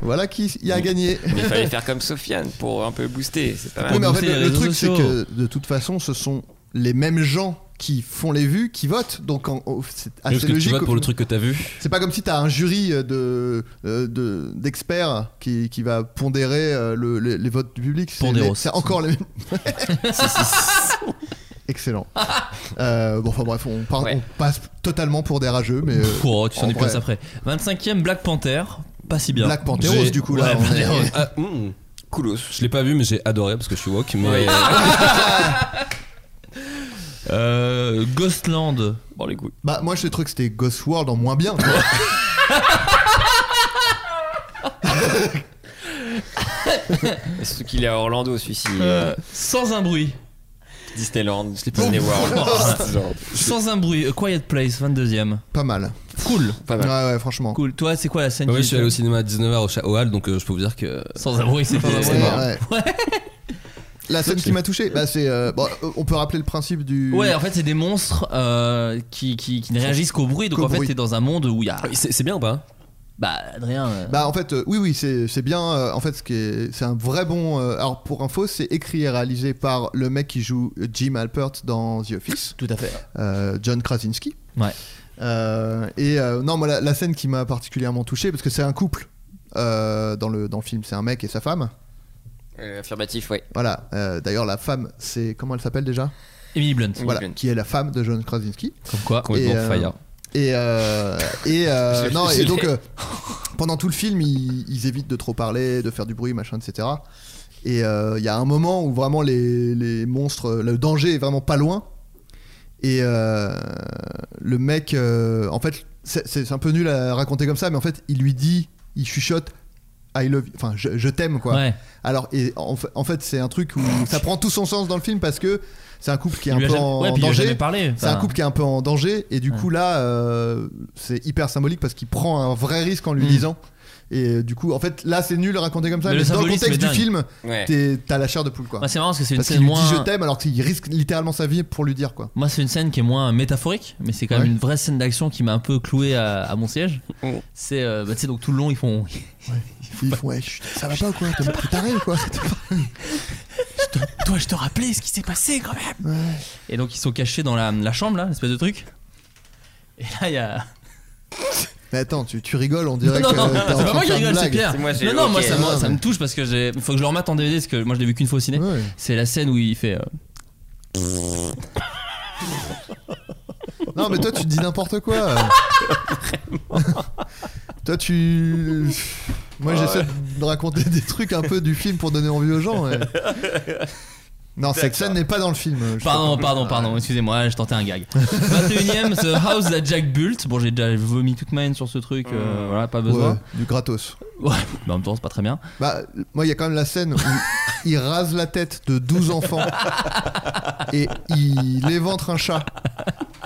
Speaker 8: Voilà qui y a gagné.
Speaker 9: Il fallait faire comme Sofiane pour un peu booster. C'est pas mal.
Speaker 8: Oui, mais en fait,
Speaker 7: booster les
Speaker 8: le
Speaker 7: réseaux
Speaker 8: truc, c'est
Speaker 7: sociaux.
Speaker 8: que de toute façon, ce sont les mêmes gens qui font les vues qui votent. Donc en- oh, c'est
Speaker 2: Parce
Speaker 8: assez
Speaker 2: que
Speaker 8: logique.
Speaker 2: tu
Speaker 8: au
Speaker 2: votes pour le
Speaker 8: final.
Speaker 2: truc que t'as vu.
Speaker 8: C'est pas comme si t'as un jury euh, de euh, de- d'experts qui, qui va pondérer euh, le- les, les votes du public. C'est
Speaker 7: Pondéros.
Speaker 8: les- C'est encore les mêmes. Excellent. Euh, bon, enfin bref, on, par-
Speaker 9: Ouais.
Speaker 8: on passe totalement pour des rageux, mais euh,
Speaker 7: Pff, oh, tu
Speaker 8: en
Speaker 7: s'en es
Speaker 8: vrai.
Speaker 7: plus après. 25ème Black Panther, pas si bien.
Speaker 8: Black Pantheros,
Speaker 7: J'ai-
Speaker 8: du coup, là,
Speaker 7: Ouais,
Speaker 8: on est-
Speaker 7: Pantheros.
Speaker 2: Ah, hmm.
Speaker 9: Coolos.
Speaker 2: Je l'ai pas vu, mais j'ai adoré parce que je suis woke. Mais
Speaker 9: Ouais.
Speaker 7: Ah, Euh, Ghostland.
Speaker 9: Bon, les couilles.
Speaker 8: bah moi je trouvé que c'était Ghost World en moins bien.
Speaker 9: Et Surtout qu'il est à Orlando, celui-ci.
Speaker 7: Euh, sans un bruit.
Speaker 9: Disneyland, Disney World. Genre,
Speaker 7: Sans un bruit. A Quiet Place, 22ème.
Speaker 8: Pas mal.
Speaker 7: Cool.
Speaker 9: Pas
Speaker 8: Ouais,
Speaker 9: mal.
Speaker 8: ouais, franchement.
Speaker 7: Cool. Toi, c'est quoi la scène
Speaker 2: Bah oui,
Speaker 7: qui-
Speaker 2: je suis allé au cinéma à 19h au, Cha- au Hall, donc euh, je peux vous dire que.
Speaker 7: Sans un bruit, c'était
Speaker 8: Ouais,
Speaker 7: c'était marrant.
Speaker 8: ouais. La scène qui m'a touché, bah c'est euh, bon, euh, on peut rappeler le principe du.
Speaker 7: Ouais, en fait, c'est des monstres euh, qui, qui, qui ne réagissent qu'au bruit. Donc,
Speaker 8: Qu'au
Speaker 7: en fait,
Speaker 8: bruit.
Speaker 7: t'es dans un monde où il y a.
Speaker 2: C'est c'est bien ou pas
Speaker 7: Bah, Adrien. euh,
Speaker 8: Bah en fait euh, oui oui c'est c'est bien euh, en fait ce qui est c'est un vrai bon euh, alors pour info c'est écrit et réalisé par le mec qui joue Jim Alpert dans The Office
Speaker 7: tout à fait.
Speaker 8: euh, John Krasinski
Speaker 7: Ouais.
Speaker 8: Euh, et euh, non moi la, la scène qui m'a particulièrement touché parce que c'est un couple euh, dans le dans le film c'est un mec et sa femme
Speaker 9: Euh, affirmatif, ouais.
Speaker 8: voilà Euh, d'ailleurs la femme c'est comment elle s'appelle déjà
Speaker 7: Emily Blunt.
Speaker 9: Oui,
Speaker 8: voilà
Speaker 9: Glenn.
Speaker 8: qui est la femme de John Krasinski
Speaker 7: Comme quoi.
Speaker 2: Complètement
Speaker 8: Et, euh,
Speaker 2: fire.
Speaker 8: et euh, et euh,
Speaker 9: Je-
Speaker 8: non
Speaker 9: je
Speaker 8: et donc
Speaker 9: l'ai.
Speaker 8: euh, pendant tout le film ils, ils évitent de trop parler de faire du bruit machin etc et euh, il y a un moment où vraiment les, les monstres le danger est vraiment pas loin et euh, le mec euh, en fait c'est- c'est c'est un peu nul à raconter comme ça mais en fait il lui dit il chuchote I love you. enfin je, je t'aime quoi
Speaker 7: Ouais.
Speaker 8: alors et en, fa- en fait c'est un truc où ça prend tout son sens dans le film parce que c'est un couple qui est
Speaker 7: Il
Speaker 8: un
Speaker 7: lui a
Speaker 8: peu
Speaker 7: jamais-
Speaker 8: en
Speaker 7: ouais, puis il lui a
Speaker 8: danger
Speaker 7: jamais parlé.
Speaker 8: c'est un
Speaker 7: Enfin,
Speaker 8: couple qui est un peu en danger et du
Speaker 7: Ouais.
Speaker 8: coup là euh, c'est hyper symbolique parce qu'il prend un vrai risque en lui
Speaker 7: Mm.
Speaker 8: disant et euh, du coup en fait là c'est nul raconté comme ça
Speaker 7: Mais
Speaker 8: mais,
Speaker 7: le
Speaker 8: dans le
Speaker 7: symbolisme
Speaker 8: contexte
Speaker 7: est
Speaker 8: du
Speaker 7: dingue.
Speaker 8: film
Speaker 9: Ouais.
Speaker 8: t'es- t'as la chair de poule quoi
Speaker 7: Moi, c'est marrant parce que c'est une
Speaker 8: parce qu'il
Speaker 7: scène
Speaker 8: lui
Speaker 7: moins.
Speaker 8: dit je t'aime alors qu'il risque littéralement sa vie pour lui dire quoi
Speaker 7: Moi, c'est une scène qui est moins métaphorique, mais c'est quand même
Speaker 8: Ouais.
Speaker 7: une vraie scène d'action qui m'a un peu cloué à, à mon siège.
Speaker 9: Mm.
Speaker 7: C'est, euh, bah, tu sais, donc tout le long, ils font.
Speaker 8: ils font ouais chut, ça va pas ou quoi t'es mal préparé ou quoi
Speaker 7: Toi, je te rappelais ce qui s'est passé quand même. Et donc, ils sont cachés dans la, la chambre, là, l'espèce de truc. Et là, il y a.
Speaker 8: mais attends tu, tu rigoles on dirait
Speaker 7: non,
Speaker 8: que
Speaker 7: non,
Speaker 8: t'es en
Speaker 7: c'est
Speaker 8: train
Speaker 7: pas moi
Speaker 8: de
Speaker 7: qui
Speaker 8: faire
Speaker 7: rigole,
Speaker 8: euh, une
Speaker 7: c'est
Speaker 8: blague.
Speaker 7: Pierre.
Speaker 9: C'est moi, j'ai-
Speaker 7: non, non, moi,
Speaker 9: ok.
Speaker 7: ça, me-
Speaker 8: Ah,
Speaker 7: ça me
Speaker 8: mais-
Speaker 7: touche parce que j'ai. Faut que je le remette en DVD parce que moi, je l'ai vu qu'une fois au ciné.
Speaker 8: Ouais.
Speaker 7: C'est la scène où il fait. euh,
Speaker 8: non mais toi tu dis n'importe quoi toi tu moi j'essaie de raconter des trucs un peu du film pour donner envie aux gens ouais. non cette scène n'est pas dans le film je
Speaker 7: Pardon,
Speaker 8: sais pas.
Speaker 7: pardon, pardon, excusez-moi, j'ai tenté un gag. 21ème, The House that Jack Built. Bon, j'ai déjà vomi toute ma haine sur ce truc,
Speaker 9: Mm.
Speaker 7: euh, voilà, pas
Speaker 8: Ouais,
Speaker 7: besoin.
Speaker 8: du gratos
Speaker 7: Ouais. mais en même temps, c'est pas très bien.
Speaker 8: bah moi il y a quand même la scène où il rase la tête de 12 enfants et il éventre un chat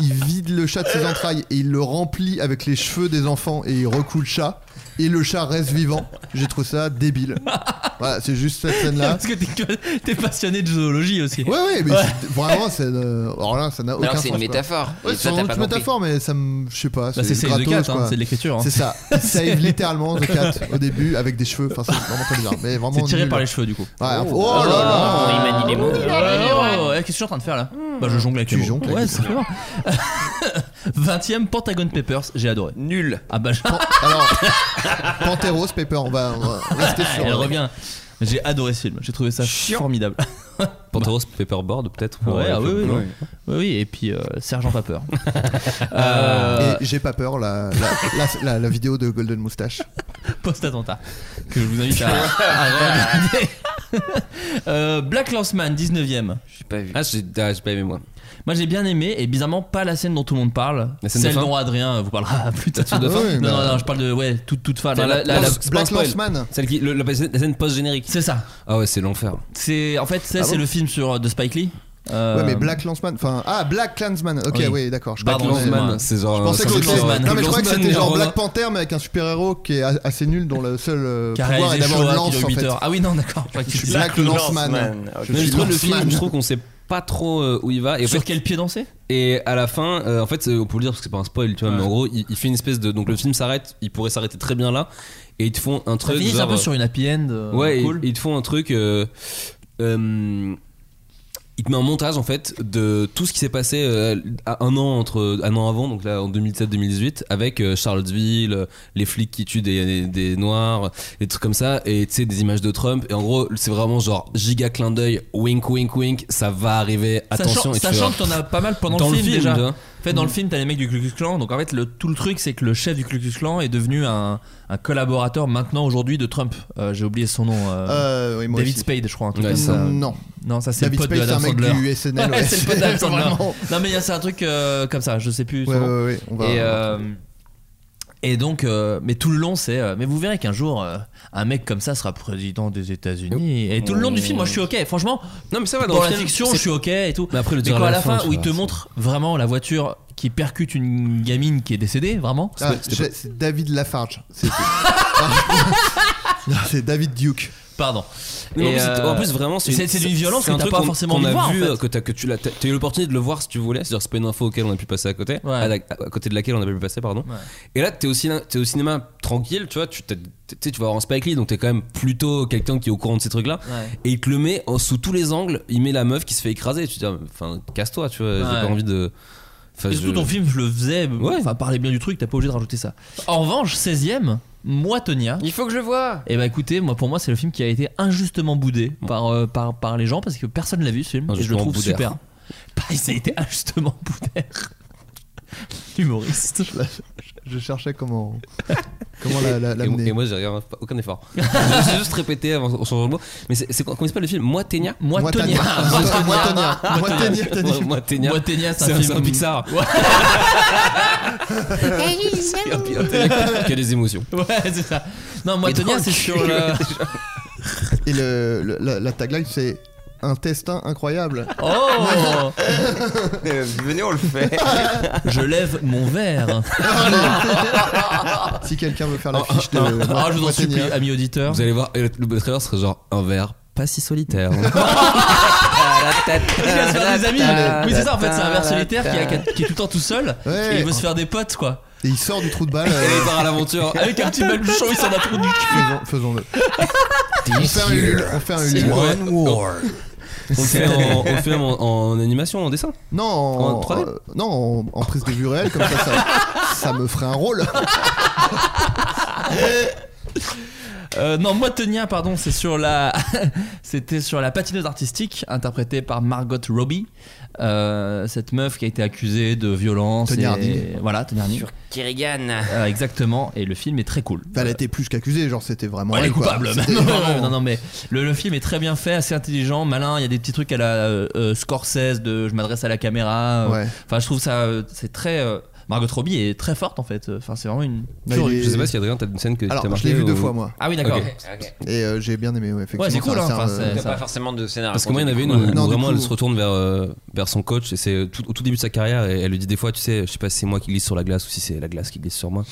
Speaker 8: il vide le chat de ses entrailles et il le remplit avec les cheveux des enfants et il recoule le chat et le chat reste vivant j'ai trouvé ça débile voilà c'est juste cette scène là
Speaker 7: Parce que t'es, que- t'es passionné de zoologie aussi.
Speaker 8: Ouais, ouais, mais c'est- vraiment, c'est. euh, alors là, ça n'a aucun
Speaker 9: Alors,
Speaker 8: sens.
Speaker 9: c'est une
Speaker 8: quoi.
Speaker 9: métaphore.
Speaker 8: Ouais,
Speaker 9: Et
Speaker 8: c'est
Speaker 9: ça,
Speaker 8: une
Speaker 9: t'as pas
Speaker 8: autre
Speaker 9: compris.
Speaker 8: métaphore, mais ça me. Je sais pas.
Speaker 7: Bah, c'est
Speaker 8: c'est
Speaker 7: Save the
Speaker 8: gratos,
Speaker 7: Cat, hein,
Speaker 8: quoi.
Speaker 7: c'est de l'écriture. hein.
Speaker 8: C'est ça. Il save littéralement The Cat au début avec des cheveux. Enfin, c'est vraiment très bizarre. Mais vraiment.
Speaker 7: C'est tiré
Speaker 8: nul.
Speaker 7: par les cheveux du coup.
Speaker 8: Ouais, enfin, oh, là là
Speaker 9: il manie les mots.
Speaker 7: Oh, oh, eh, qu'est-ce que je suis en train de faire là Bah je jongle avec
Speaker 8: Tu
Speaker 7: les mots.
Speaker 8: jongles avec
Speaker 7: Ouais,
Speaker 8: les
Speaker 7: c'est clair. 20ème Pentagon Papers, j'ai adoré.
Speaker 9: Nul.
Speaker 7: Ah bah je-
Speaker 8: Pan- Alors, Panteros, Paper, on va, on va rester sur.
Speaker 7: Ah, elle revient. J'ai adoré ce film, j'ai trouvé ça formidable.
Speaker 2: Panteros Paperboard, peut-être pour,
Speaker 7: Bah. Ouais,
Speaker 2: euh,
Speaker 7: ah oui,
Speaker 2: le-
Speaker 7: oui,
Speaker 2: non.
Speaker 7: oui. Oui, oui, et puis euh, Sergent pas peur.
Speaker 8: Et
Speaker 7: Euh,
Speaker 8: j'ai pas peur, la, la, la- la- la vidéo de Golden Moustache.
Speaker 7: post-attentat que je vous invite à, à regarder. Euh, Black Lanceman, 19ème.
Speaker 9: J'ai pas vu.
Speaker 2: Ah, j'ai ah, j'ai pas aimé moi.
Speaker 7: Moi j'ai bien aimé et bizarrement pas la scène dont tout le monde parle.
Speaker 2: La scène de
Speaker 7: Celle
Speaker 2: fin
Speaker 7: dont Adrien vous parlera plus tard.
Speaker 8: de fin Ouais,
Speaker 7: non, non,
Speaker 8: bah-
Speaker 7: non, je parle de ouais, toute, toute fin.
Speaker 2: Enfin,
Speaker 7: la- Ah, la- la-
Speaker 2: c'est pas un
Speaker 8: Black
Speaker 2: spoil.
Speaker 8: Lanceman.
Speaker 2: Celle qui, le- la, la scène post-générique.
Speaker 7: c'est ça.
Speaker 2: Ah ouais, c'est l'enfer.
Speaker 7: C'est en fait ça,
Speaker 8: Ah
Speaker 7: c'est
Speaker 8: bon
Speaker 7: le film sur de Spike Lee. Euh,
Speaker 8: Ouais, mais Black Lanceman. Enfin, ah, Black Clansman. Ok,
Speaker 7: Oui.
Speaker 8: oui, d'accord. Je
Speaker 7: Black
Speaker 8: comprends.
Speaker 7: Lanceman.
Speaker 2: Lanceman, c'est genre.
Speaker 8: Je pensais
Speaker 2: euh,
Speaker 8: que
Speaker 2: c'est
Speaker 8: c'était-
Speaker 2: genre, euh,
Speaker 8: non, mais je crois que
Speaker 2: Lanceman,
Speaker 8: c'était genre
Speaker 2: Nirvana.
Speaker 8: Black Panther mais avec un super héros qui est a- assez nul dont le seul euh,
Speaker 7: qui a
Speaker 8: pouvoir est
Speaker 7: réalisé
Speaker 8: d'avoir
Speaker 7: Shoah
Speaker 8: une
Speaker 7: qui
Speaker 8: lance
Speaker 7: dure
Speaker 8: en
Speaker 7: huit
Speaker 8: fait.
Speaker 7: heures. Ah oui non d'accord. Je crois que
Speaker 8: Je suis
Speaker 7: c'est-
Speaker 8: Black Lanceman.
Speaker 9: Ok.
Speaker 8: Je
Speaker 2: Mais
Speaker 8: suis
Speaker 2: je trouve le
Speaker 8: Lanceman.
Speaker 2: film, je trouve qu'on sait pas trop euh, où il va. Et en
Speaker 7: Sur
Speaker 2: fait,
Speaker 7: quel pied danser
Speaker 2: Et à la fin, euh, en fait, euh, on peut le dire parce que c'est pas un spoil, tu vois, mais en gros, il, il fait une espèce de. Donc le film s'arrête, il pourrait s'arrêter très bien là, et ils te font un
Speaker 7: Ça
Speaker 2: truc.
Speaker 7: finit un
Speaker 2: genre,
Speaker 7: peu sur une happy end. euh,
Speaker 2: ouais,
Speaker 7: cool.
Speaker 2: ils, ils te font un truc. euh, euh, il te met un montage en fait de tout ce qui s'est passé euh, à un an entre un an avant donc là en 2007-2018 avec euh, Charlottesville, euh, les flics qui tuent des, des- des noirs, des trucs comme ça et tu sais des images de Trump et en gros c'est vraiment genre giga clin d'œil wink wink wink ça va arriver attention
Speaker 7: Sachant,
Speaker 2: et tu
Speaker 7: sachant
Speaker 2: fais,
Speaker 7: que t'en as pas mal pendant
Speaker 2: dans
Speaker 7: le film, déjà.
Speaker 2: tu vois.
Speaker 7: En fait, dans
Speaker 2: Mm.
Speaker 7: le film, t'as les mecs du Ku Klux Klan. Donc, en fait, le, tout le truc, c'est que le chef du Ku Klux Klan est devenu un, un collaborateur maintenant aujourd'hui de Trump. Euh, J'ai oublié son nom. euh,
Speaker 8: Euh, oui, moi
Speaker 7: David
Speaker 8: aussi.
Speaker 7: Spade, je crois. un truc
Speaker 2: Ouais,
Speaker 7: comme
Speaker 2: c'est
Speaker 7: ça.
Speaker 2: ça.
Speaker 8: Non,
Speaker 7: Non, ça c'est le
Speaker 8: David
Speaker 7: pote
Speaker 8: Spade,
Speaker 7: de
Speaker 8: c'est
Speaker 7: Adam
Speaker 8: un mec
Speaker 7: Sandler.
Speaker 8: du SNL.
Speaker 7: Ouais, c'est le pote d'Adam Sandler.
Speaker 8: Vraiment.
Speaker 7: Non, mais il y a c'est un truc euh, comme ça. Je sais plus. son
Speaker 8: Ouais,
Speaker 7: nom.
Speaker 8: ouais, ouais, on va.
Speaker 7: Et, euh, et donc, euh, mais tout le long, c'est. euh, mais vous verrez qu'un jour, euh, un mec comme ça sera président des États-Unis. Et tout le long du film, moi, je suis ok. Franchement,
Speaker 2: Non mais ça va dans
Speaker 7: dans
Speaker 2: le
Speaker 7: la
Speaker 2: film,
Speaker 7: fiction,
Speaker 2: c'est-
Speaker 7: je suis ok et tout.
Speaker 2: Mais après le
Speaker 7: Mais
Speaker 2: dire
Speaker 7: quand à la fin,
Speaker 2: tu
Speaker 7: où il
Speaker 2: vois,
Speaker 7: te
Speaker 2: c'est-
Speaker 7: montre vraiment la voiture qui percute une gamine qui est décédée, vraiment.
Speaker 8: Ah, j'ai- c'est David Lafarge. C'est Non, c'est David Duke.
Speaker 7: Pardon.
Speaker 2: Non,
Speaker 7: Et,
Speaker 2: mais c'est-
Speaker 7: euh,
Speaker 2: en plus vraiment c'est
Speaker 7: c'est- c'est d'une violence
Speaker 2: c'est
Speaker 7: que
Speaker 2: un
Speaker 7: t'as
Speaker 2: truc
Speaker 7: pas
Speaker 2: qu'on-
Speaker 7: forcément
Speaker 2: qu'on
Speaker 7: envie de
Speaker 2: a
Speaker 7: voir, en
Speaker 2: vu
Speaker 7: fait.
Speaker 2: euh, que, t'as- que tu l'as t'as- t'as eu l'opportunité de le voir si tu voulais c'est-à-dire c'est pas une info auquel on a pu passer à côté
Speaker 7: Ouais.
Speaker 2: à, la- à côté de laquelle on a pas pu passer pardon
Speaker 7: Ouais.
Speaker 2: et là t'es au, ciné- t'es au cinéma tranquille tu vois tu, t'as- tu sais, tu vas voir un Spike Lee donc t'es quand même plutôt quelqu'un qui est au courant de ces trucs là
Speaker 7: Ouais.
Speaker 2: et il te le met en- sous tous les angles il met la meuf qui se fait écraser tu te dis ah, enfin casse-toi tu vois j'ai
Speaker 7: Ouais.
Speaker 2: pas envie de enfin,
Speaker 7: Et
Speaker 2: je-
Speaker 7: surtout, ton film, je le faisais.
Speaker 2: Ouais.
Speaker 7: Enfin, parler bien du truc, t'as pas obligé de rajouter ça. En revanche, 16ème, moi, Tonia.
Speaker 9: Il faut que je le voie.
Speaker 7: Et bah écoutez, moi pour moi c'est le film qui a été injustement boudé par, euh, par, par les gens parce que personne l'a vu ce film et je le
Speaker 2: Injustement
Speaker 7: trouve
Speaker 2: boudé.
Speaker 7: super. Bah, il a été injustement boudé. Humoriste.
Speaker 8: Je cherchais comment comment la- la-
Speaker 2: et,
Speaker 8: l'amener.
Speaker 2: et moi j'ai rien- aucun effort j'ai juste répété avant on change de mot mais c'est c'est- comment il s'appelle le film Moi Ténia
Speaker 7: Moi,
Speaker 8: Moi,
Speaker 7: Tonia.
Speaker 8: Tania. Moi, moi, Tania. Moi, Tania, t'as dit.
Speaker 2: Moi Ténia
Speaker 7: Ah, Moi Ténia, c'est
Speaker 2: C'est
Speaker 7: un
Speaker 2: un, c'est un
Speaker 7: film.
Speaker 2: Pixar. Il y a- il y a- il y a des émotions.
Speaker 7: Ouais, c'est ça. Non, moi
Speaker 2: Et dans
Speaker 7: Tonia
Speaker 2: le
Speaker 7: c'est
Speaker 2: cul.
Speaker 7: sur le.
Speaker 8: Et le- le- la la tagline c'est intestin incroyable.
Speaker 7: Oh
Speaker 9: Euh, venez, on le fait.
Speaker 7: Je lève mon verre.
Speaker 8: Ah, Si quelqu'un veut faire la fiche de.
Speaker 7: Ah, je vous en
Speaker 8: Moi,
Speaker 7: supplie,
Speaker 8: Tania.
Speaker 7: amis auditeurs.
Speaker 2: Vous allez voir, et le, le trailer serait genre un verre pas si solitaire.
Speaker 7: Il va se faire des amis. Oui, c'est ça, en fait, c'est un verre solitaire qui, a- qui est tout le temps tout seul.
Speaker 8: Ouais.
Speaker 7: Et il veut se faire des potes, quoi.
Speaker 8: Et il sort du trou de balle. euh,
Speaker 2: Et il part à l'aventure.
Speaker 7: Avec un petit baluchon, il s'en a trop du cul.
Speaker 8: faisons- Faisons-le. On fait un Ulule, on fait un Ulule.
Speaker 2: One War. On le fait, en, on le fait en, en animation, en dessin.
Speaker 8: Non, en,
Speaker 2: En 3D?
Speaker 8: euh, non, en, en prise de vue réelle, comme ça, ça, ça me ferait un rôle.
Speaker 7: Euh, non, moi Tenia, pardon, c'est sur la, c'était sur la patineuse artistique interprétée par Margot Robbie, Euh, cette meuf qui a été accusée de violence.
Speaker 8: Tonya
Speaker 7: et-
Speaker 8: Harding.
Speaker 7: Voilà, Tonya Harding.
Speaker 9: Sur Kerrigan.
Speaker 7: Euh, exactement. Et le film est très cool.
Speaker 8: Enfin, Elle était plus qu'accusée, genre c'était vraiment.
Speaker 7: Ouais, elle est
Speaker 8: quoi.
Speaker 7: coupable.
Speaker 8: C'était
Speaker 7: non,
Speaker 8: vraiment-
Speaker 7: non, non, mais le, le film est très bien fait, assez intelligent, malin. Il y a des petits trucs à la euh, euh, Scorsese de je m'adresse à la caméra.
Speaker 8: Ouais.
Speaker 7: Enfin, je trouve ça, euh, c'est très. euh, Margot Robbie est très forte en fait. Enfin, c'est vraiment une.
Speaker 8: Bah, il est-
Speaker 2: Je sais pas si Adrien, t'as une scène que t'as
Speaker 8: Alors, je
Speaker 2: marquée.
Speaker 8: l'ai vu deux
Speaker 2: ou-
Speaker 8: fois moi,
Speaker 7: Ah oui, d'accord.
Speaker 2: Ok.
Speaker 8: et euh, j'ai bien aimé. Ouais, effectivement,
Speaker 7: Ouais, c'est cool, hein,
Speaker 8: un-
Speaker 7: enfin, c'est-
Speaker 9: T'as
Speaker 7: ça.
Speaker 9: pas forcément de scénario.
Speaker 2: Parce que moi, il y en avait une où,
Speaker 8: Ah, Ouais. Non,
Speaker 2: où
Speaker 8: du
Speaker 2: vraiment
Speaker 8: coup-
Speaker 2: elle se retourne vers, euh, vers son coach et c'est euh, tout- au tout début de sa carrière et elle lui dit des fois, tu sais, je sais pas si c'est moi qui glisse sur la glace ou si c'est la glace qui glisse sur moi.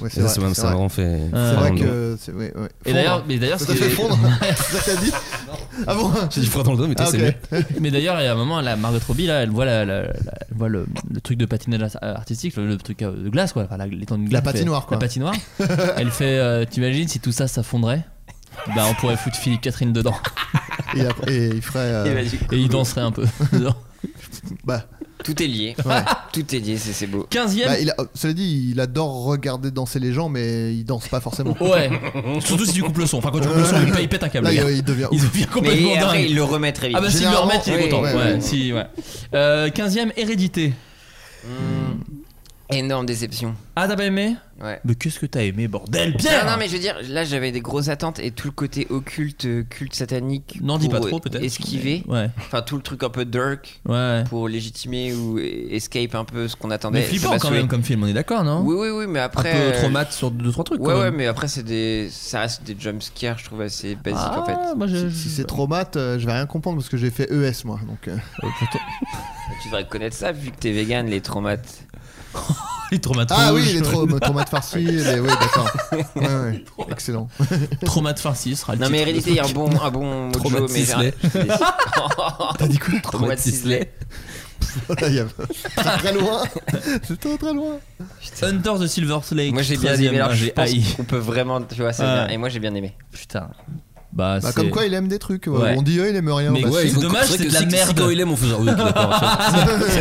Speaker 8: ouais,
Speaker 2: Et
Speaker 8: c'est
Speaker 2: ça,
Speaker 8: vrai,
Speaker 2: c'est vraiment-
Speaker 8: c'est
Speaker 2: ça m'a
Speaker 8: vrai.
Speaker 2: vraiment fait.
Speaker 8: C'est
Speaker 7: Euh,
Speaker 8: vrai
Speaker 2: vraiment de-
Speaker 8: que. c'est- ouais, ouais.
Speaker 7: Et
Speaker 8: Fondre.
Speaker 7: d'ailleurs, mais d'ailleurs, ce
Speaker 8: Ça t'a
Speaker 7: qui
Speaker 8: fait
Speaker 7: est-
Speaker 8: fondre C'est ça que t'as dit Ah bon
Speaker 2: J'ai dit froid dans le dos, mais toi,
Speaker 8: Ah,
Speaker 2: c'est
Speaker 8: ok.
Speaker 2: mieux.
Speaker 7: Mais d'ailleurs, il y a un moment, la Margot Robbie, là, elle voit, la, la- la- elle voit le, le truc de patinage ar- artistique, le, le truc euh, de glace, quoi. Enfin, la, l'étendue de
Speaker 8: La
Speaker 7: glace, elle fait-
Speaker 8: patinoire, quoi.
Speaker 7: La patinoire. elle fait, euh, t'imagines si tout ça, ça fondrait Bah, on pourrait foutre Philippe Catherine dedans.
Speaker 8: et, après- et il ferait. euh,
Speaker 7: Et il danserait un peu. dedans.
Speaker 8: bah,
Speaker 9: Tout est lié. Tout est lié, c'est c'est beau.
Speaker 7: 15ème
Speaker 8: bah, il a- cela dit, il adore regarder danser les gens, mais il danse pas
Speaker 9: Bah,
Speaker 8: forcément.
Speaker 7: Ouais. Surtout si tu coupes le son. Enfin, quand tu coupes le son, il, il pète un câble.
Speaker 8: Là,
Speaker 7: le
Speaker 8: il,
Speaker 7: gars.
Speaker 8: il devient.
Speaker 7: Il
Speaker 8: ouf.
Speaker 7: devient complètement
Speaker 9: Mais
Speaker 7: dingue.
Speaker 9: après, il le remet très vite.
Speaker 7: Ah bah s'il le
Speaker 8: Généralement,
Speaker 7: remettent, il est
Speaker 8: oui,
Speaker 7: content.
Speaker 8: ouais,
Speaker 7: Ouais,
Speaker 8: ouais.
Speaker 7: si, ouais. Euh, 15ème, Hérédité.
Speaker 9: Mm. Énorme déception.
Speaker 7: Ah, t'as pas aimé
Speaker 9: Ouais.
Speaker 7: Mais qu'est-ce que t'as aimé, bordel,
Speaker 9: Non,
Speaker 7: Pierre
Speaker 9: non, mais je veux dire, là j'avais des grosses attentes et tout le côté occulte, euh, culte satanique.
Speaker 7: N'en dis
Speaker 9: pour
Speaker 7: pas trop, peut-être.
Speaker 9: Esquiver.
Speaker 7: Ouais,
Speaker 9: Enfin, tout le truc un peu dark
Speaker 7: ouais.
Speaker 9: pour légitimer ou escape un peu ce qu'on attendait.
Speaker 7: Mais
Speaker 9: Ça
Speaker 7: flippant
Speaker 9: m'a
Speaker 7: quand
Speaker 9: saoulé.
Speaker 7: même comme film, on est d'accord, non
Speaker 9: Oui, oui, oui, mais après.
Speaker 7: Un
Speaker 9: euh,
Speaker 7: peu traumat sur deux trois trucs.
Speaker 9: Ouais,
Speaker 7: quand
Speaker 9: ouais,
Speaker 7: même.
Speaker 9: mais après, c'est des... ça reste des jumpscares, je trouve, assez basiques
Speaker 7: Ah,
Speaker 9: en fait.
Speaker 7: moi, je-
Speaker 8: Si, si c'est trop mat, euh, je vais rien comprendre parce que j'ai fait ES moi. Donc, euh,
Speaker 9: Tu devrais connaître ça vu que t'es vegan, les traumates.
Speaker 7: oui, traumate
Speaker 8: Ah
Speaker 7: rouge.
Speaker 8: oui, les tra- tomates farcies, les... oui, d'accord. Ouais, ouais, Excellent.
Speaker 7: Traumate farci sera Ah, le
Speaker 9: Non, mais
Speaker 7: titre de
Speaker 9: Hérédité,
Speaker 7: ce
Speaker 9: il y a un bon, un bon mojo,
Speaker 2: Traumat
Speaker 9: mais j'ai un-
Speaker 2: Sisley.
Speaker 8: T'as dit quoi
Speaker 9: Traumat Sisley.
Speaker 8: Voilà, y a- C'était très loin. C'était très loin. Bah,
Speaker 7: Under the Silver Lake.
Speaker 9: Moi j'ai bien aimé, alors je
Speaker 7: hein, j'ai haï.
Speaker 9: pense qu'on peut vraiment, tu vois, c'est
Speaker 7: Ouais.
Speaker 9: bien. Et moi j'ai bien aimé.
Speaker 7: Putain. Bah,
Speaker 8: Bah,
Speaker 7: c'est-
Speaker 8: comme quoi, il aime des trucs. ouais.
Speaker 7: Ouais.
Speaker 8: On dit, eux, il aime rien.
Speaker 7: Mais
Speaker 8: Bah,
Speaker 7: ouais,
Speaker 8: si.
Speaker 7: il faut- dommage, c'est
Speaker 2: que
Speaker 7: de la
Speaker 2: si- si
Speaker 7: merde.
Speaker 2: Quand il aime, on fait genre. oui, ok, d'accord.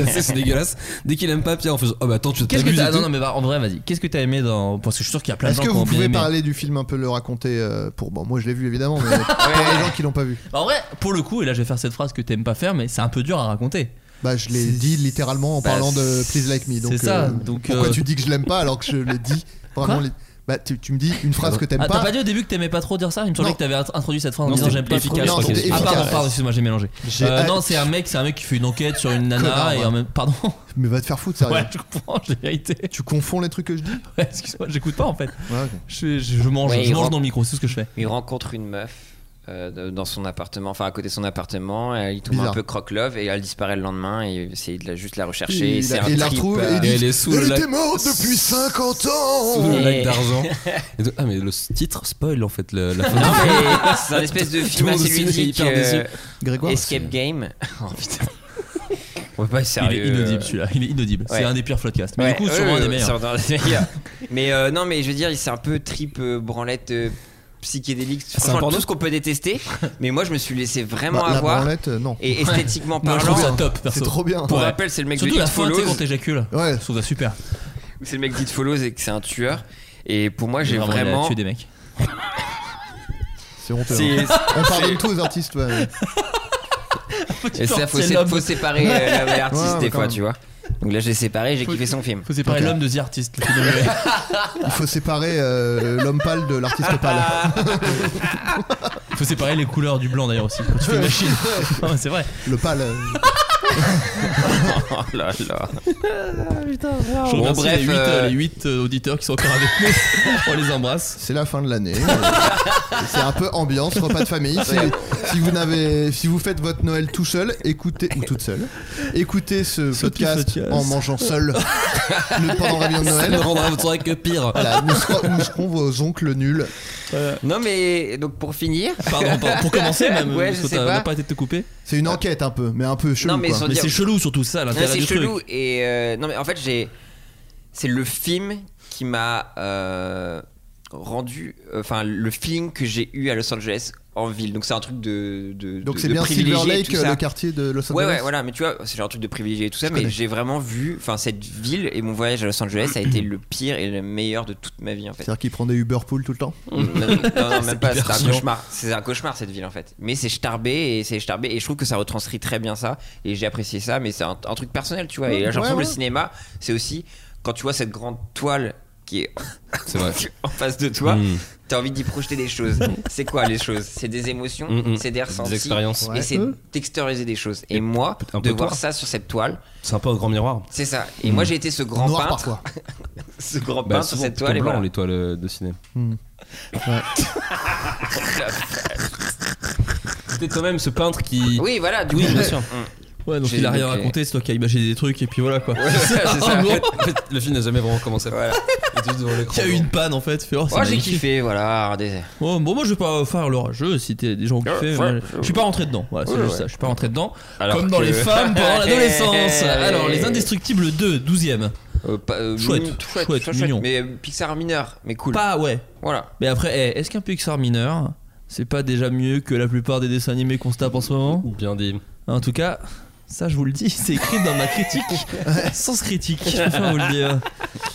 Speaker 2: C'est- c'est dégueulasse. Dès qu'il aime pas Pierre, on fait genre. Oh bah attends, tu
Speaker 7: Qu'est-ce que
Speaker 2: t'amuses
Speaker 7: t'as
Speaker 2: et
Speaker 7: Non,
Speaker 2: tout.
Speaker 7: non, mais bah, en vrai, vas-y. Qu'est-ce que t'as aimé dans Parce que je suis sûr qu'il y a plein de
Speaker 8: Est-ce
Speaker 7: gens
Speaker 8: que
Speaker 7: qui ont
Speaker 8: vous
Speaker 7: bien
Speaker 8: pouvez
Speaker 7: aimé.
Speaker 8: parler du film un peu le raconter euh, pour bon moi je l'ai vu évidemment mais pour les gens qui l'ont pas vu
Speaker 7: En vrai, pour le coup, et là, je vais faire cette phrase que t'aimes pas faire, mais c'est un peu dur à raconter.
Speaker 8: bah je l'ai dit littéralement en
Speaker 7: Bah,
Speaker 8: parlant de
Speaker 7: c'est-
Speaker 8: Please Like Me donc
Speaker 7: c'est ça,
Speaker 8: euh,
Speaker 7: donc,
Speaker 8: pourquoi
Speaker 7: euh,
Speaker 8: tu dis que je l'aime pas alors que je l'ai dit vraiment les- bah tu, tu me dis une phrase que t'aimes
Speaker 7: Ah, t'as
Speaker 8: pas,
Speaker 7: pas dit au début que t'aimais pas trop dire ça Il me semblait
Speaker 8: Non.
Speaker 7: que t'avais int- introduit cette phrase en
Speaker 2: Non,
Speaker 7: disant
Speaker 2: c'était
Speaker 7: j'aime pas trop
Speaker 2: efficace,
Speaker 7: dire
Speaker 8: je crois
Speaker 7: ça.
Speaker 8: que c'était
Speaker 7: Ah, pardon,
Speaker 8: efficace.
Speaker 7: pardon, excuse-moi, j'ai mélangé.
Speaker 8: J'ai Ah,
Speaker 7: Euh,
Speaker 8: hâte.
Speaker 7: non, c'est un mec, c'est un mec qui fait une enquête sur une
Speaker 8: Connard, hein.
Speaker 7: nana et
Speaker 8: ouais.
Speaker 7: en même. Pardon
Speaker 8: mais va te faire foutre sérieux
Speaker 7: Ouais, je comprends, j'ai vérité.
Speaker 8: tu confonds les trucs que je dis
Speaker 7: Ouais, excuse-moi, j'écoute pas en fait.
Speaker 8: Ouais, ok.
Speaker 7: Je, je- je mange,
Speaker 9: Ouais,
Speaker 7: je
Speaker 9: il
Speaker 7: mange
Speaker 9: rentre-
Speaker 7: dans le micro, c'est tout ce que je fais.
Speaker 9: Il rencontre une meuf euh, de- dans son appartement, enfin à côté de son appartement, et il tombe
Speaker 8: Bizarre.
Speaker 9: un peu croque-love et elle disparaît le lendemain et il essaye de la, juste la rechercher.
Speaker 8: Et
Speaker 9: et
Speaker 8: il
Speaker 9: c'est
Speaker 8: la-
Speaker 9: un
Speaker 8: il la
Speaker 9: trip,
Speaker 8: retrouve
Speaker 9: euh,
Speaker 8: et dit
Speaker 2: elle est sous le
Speaker 8: elle
Speaker 2: lac.
Speaker 8: était morte depuis 50
Speaker 2: Sous
Speaker 8: ans
Speaker 2: le
Speaker 9: Et-
Speaker 2: lac d'argent. Et tout. Ah, mais le titre spoil en fait le- la fin.
Speaker 9: Non, mais c'est un espèce de
Speaker 2: Tout
Speaker 9: film
Speaker 2: le monde
Speaker 9: assez
Speaker 2: au ciné est
Speaker 9: ludique.
Speaker 2: hyper
Speaker 9: euh,
Speaker 2: déçu.
Speaker 8: Grégoire
Speaker 9: Escape Game. Oh putain. On peut pas être
Speaker 7: Il
Speaker 9: sérieux.
Speaker 7: est inaudible
Speaker 9: euh.
Speaker 7: celui-là, il est inaudible. C'est
Speaker 9: Ouais.
Speaker 7: un des pires podcasts. Mais
Speaker 9: Ouais,
Speaker 7: du coup,
Speaker 9: ouais,
Speaker 7: sûrement
Speaker 9: ouais,
Speaker 7: un des
Speaker 9: ouais,
Speaker 7: meilleurs.
Speaker 9: c'est un des meilleurs. mais euh, non, mais je veux dire, c'est un peu trip euh, branlette euh, psychédélique.
Speaker 2: un
Speaker 9: Franchement,
Speaker 2: porno
Speaker 9: tout ce qu'on peut détester. Mais moi, je me suis laissé
Speaker 8: Bah,
Speaker 9: vraiment
Speaker 8: la
Speaker 9: avoir.
Speaker 8: branlette euh, non
Speaker 9: Et esthétiquement
Speaker 7: Moi, je
Speaker 9: parlant,
Speaker 7: trouve ça top,
Speaker 8: c'est
Speaker 7: perso.
Speaker 8: trop bien
Speaker 9: pour
Speaker 7: Ouais.
Speaker 9: rappel, c'est le mec
Speaker 7: Surtout
Speaker 9: de
Speaker 7: la
Speaker 9: It
Speaker 7: fin, tu sais,
Speaker 9: Follows.
Speaker 7: quand t'écules.
Speaker 8: ouais
Speaker 7: Je trouve ça super.
Speaker 9: C'est le mec d'It Follows et que c'est un tueur. Et pour moi, j'ai
Speaker 7: il a
Speaker 9: vraiment.
Speaker 7: tué des mecs.
Speaker 8: c'est honteux hein.
Speaker 9: C'est-
Speaker 8: on pardonne tous les artistes ouais.
Speaker 9: Et ça, faut,
Speaker 7: C'est
Speaker 9: sé-
Speaker 7: l'homme.
Speaker 9: faut séparer euh, l'homme et l'artiste
Speaker 8: Ouais, ouais,
Speaker 9: des
Speaker 8: quand
Speaker 9: fois,
Speaker 8: même.
Speaker 9: tu vois. Donc là, j'ai séparé, j'ai kiffé son film.
Speaker 7: Faut séparer
Speaker 8: Ok.
Speaker 7: l'homme de The Artist. le phénomène.
Speaker 8: il faut séparer euh, l'homme pâle de l'artiste pâle
Speaker 7: Faut séparer les couleurs du blanc d'ailleurs aussi. Quand tu fais machine. Non, mais c'est vrai.
Speaker 8: le pâle euh,
Speaker 9: Oh là là.
Speaker 7: Je remercie
Speaker 9: bref,
Speaker 7: les 8,
Speaker 9: euh,
Speaker 7: auditeurs qui sont encore avec nous. On les embrasse.
Speaker 8: C'est la fin de l'année. euh, c'est un peu ambiance, repas de famille. Si, si vous n'avez, si vous faites votre Noël tout seul, écoutez ou toute seule, écoutez ce
Speaker 7: Ce petit
Speaker 8: podcast
Speaker 7: podcast.
Speaker 8: en mangeant seul le, pendant la réunion de
Speaker 2: Ça ne
Speaker 8: Noël.
Speaker 2: rendra votre soirée que pire.
Speaker 8: Voilà, nous serons, nous serons vos oncles nuls.
Speaker 9: Non, mais donc pour finir.
Speaker 7: Pardon, pardon, pour commencer même.
Speaker 9: Ouais,
Speaker 7: parce
Speaker 9: je
Speaker 7: que
Speaker 9: sais
Speaker 7: t'as-
Speaker 9: pas.
Speaker 7: t'as pas été de te couper.
Speaker 8: C'est une enquête un peu, mais un peu chelou.
Speaker 9: Non, mais
Speaker 8: quoi.
Speaker 9: sans
Speaker 7: Mais
Speaker 9: dire.
Speaker 7: c'est chelou surtout ça,
Speaker 9: Non,
Speaker 7: l'intérêt
Speaker 9: c'est
Speaker 7: du
Speaker 9: chelou.
Speaker 7: truc.
Speaker 9: Et euh, non, mais en fait, j'ai. C'est le film qui m'a euh, rendu. Enfin, le feeling que j'ai eu à Los Angeles en ville. Donc, c'est un truc de. de
Speaker 8: Donc
Speaker 9: de-
Speaker 8: c'est
Speaker 9: de
Speaker 8: bien
Speaker 9: privilégié
Speaker 8: Silver
Speaker 9: et
Speaker 8: Lake, euh,
Speaker 9: tout ça.
Speaker 8: le quartier de Los
Speaker 9: Ouais,
Speaker 8: Angeles.
Speaker 9: ouais, voilà, mais tu vois, c'est genre un truc de privilégié et tout ça, mais
Speaker 8: connais.
Speaker 9: j'ai vraiment vu, enfin, cette ville et mon voyage à Los Angeles a été le pire et le meilleur de toute ma vie en fait.
Speaker 8: C'est-à-dire qu'il prend des Uber Pool tout le temps.
Speaker 9: non, non, non, même pas,
Speaker 2: hyper
Speaker 9: c'est un
Speaker 2: chiant.
Speaker 9: cauchemar, c'est un cauchemar cette ville en fait. Mais c'est starbé et c'est starbé et je trouve que ça retranscrit très bien ça et j'ai apprécié ça, mais c'est un, un truc personnel, tu vois. Et j'ai l'impression
Speaker 8: ouais,
Speaker 9: que le
Speaker 8: ouais.
Speaker 9: cinéma, c'est aussi quand tu vois cette grande toile qui est
Speaker 2: C'est vrai.
Speaker 9: en face de toi,
Speaker 2: Mm.
Speaker 9: t'as envie d'y projeter des choses. c'est quoi les choses C'est des émotions,
Speaker 2: Mm, mm.
Speaker 9: c'est des
Speaker 2: Des
Speaker 9: ressentis.
Speaker 2: expériences. Mm.
Speaker 8: Ouais.
Speaker 9: Et c'est d'extérioriser des choses. Et
Speaker 2: Et
Speaker 9: moi,
Speaker 2: un
Speaker 9: de
Speaker 2: peu
Speaker 9: voir
Speaker 2: toi.
Speaker 9: ça sur cette toile,
Speaker 2: C'est un peu un grand miroir.
Speaker 9: c'est ça. Et
Speaker 7: Hmm.
Speaker 9: moi, j'ai été ce grand
Speaker 8: Noir
Speaker 9: peintre,
Speaker 8: parfois.
Speaker 9: ce grand
Speaker 2: Bah,
Speaker 9: peintre sur
Speaker 2: souvent,
Speaker 9: cette
Speaker 2: plutôt
Speaker 9: toile. et
Speaker 2: blanc,
Speaker 9: voilà.
Speaker 2: les toiles euh, de ciné. C'était quand même ce peintre qui.
Speaker 9: Ah Oui, voilà. Du
Speaker 2: Oui,
Speaker 9: coup,
Speaker 2: bien
Speaker 9: je-
Speaker 2: sûr.
Speaker 9: Mm.
Speaker 7: Ouais, donc
Speaker 9: J'ai-
Speaker 7: il a rien
Speaker 9: ok.
Speaker 7: raconté, c'est toi qui as imaginé des trucs et puis voilà quoi. Ah,
Speaker 9: Ouais, c'est ça.
Speaker 7: En gros,
Speaker 2: En fait, le film n'a jamais vraiment commencé.
Speaker 9: Voilà.
Speaker 2: Il était juste devant l'écran.
Speaker 7: Il y a eu une panne en fait. Fait, oh, c'est
Speaker 9: Oh, j'ai
Speaker 7: magnifique.
Speaker 9: kiffé, voilà. un désert.
Speaker 7: Oh, bon, moi je vais pas faire l'orageux si t'es des gens qui kiffé. moi, je suis pas rentré dedans. Voilà, c'est
Speaker 9: Ouais,
Speaker 7: juste
Speaker 9: ouais.
Speaker 7: ça. Je suis pas rentré dedans.
Speaker 9: Alors
Speaker 7: Comme dans
Speaker 9: que-
Speaker 7: les femmes pendant l'adolescence.
Speaker 9: Eh,
Speaker 7: Alors,
Speaker 9: eh,
Speaker 7: les Indestructibles 2, 12ème.
Speaker 9: euh, pas- euh,
Speaker 7: Chouette,
Speaker 9: mignon, tout chouette,
Speaker 7: chouette,
Speaker 9: tout
Speaker 7: mignon.
Speaker 9: Mais euh, Pixar mineur, mais cool.
Speaker 7: Pas, ouais.
Speaker 9: Voilà.
Speaker 7: Mais après, eh, est-ce qu'un Pixar mineur, c'est pas déjà mieux que la plupart des dessins animés qu'on se tape en ce moment
Speaker 2: Bien dit.
Speaker 7: En tout cas, ça je vous le dis, c'est écrit dans ma critique. Sans critique, je préfère vous le dire.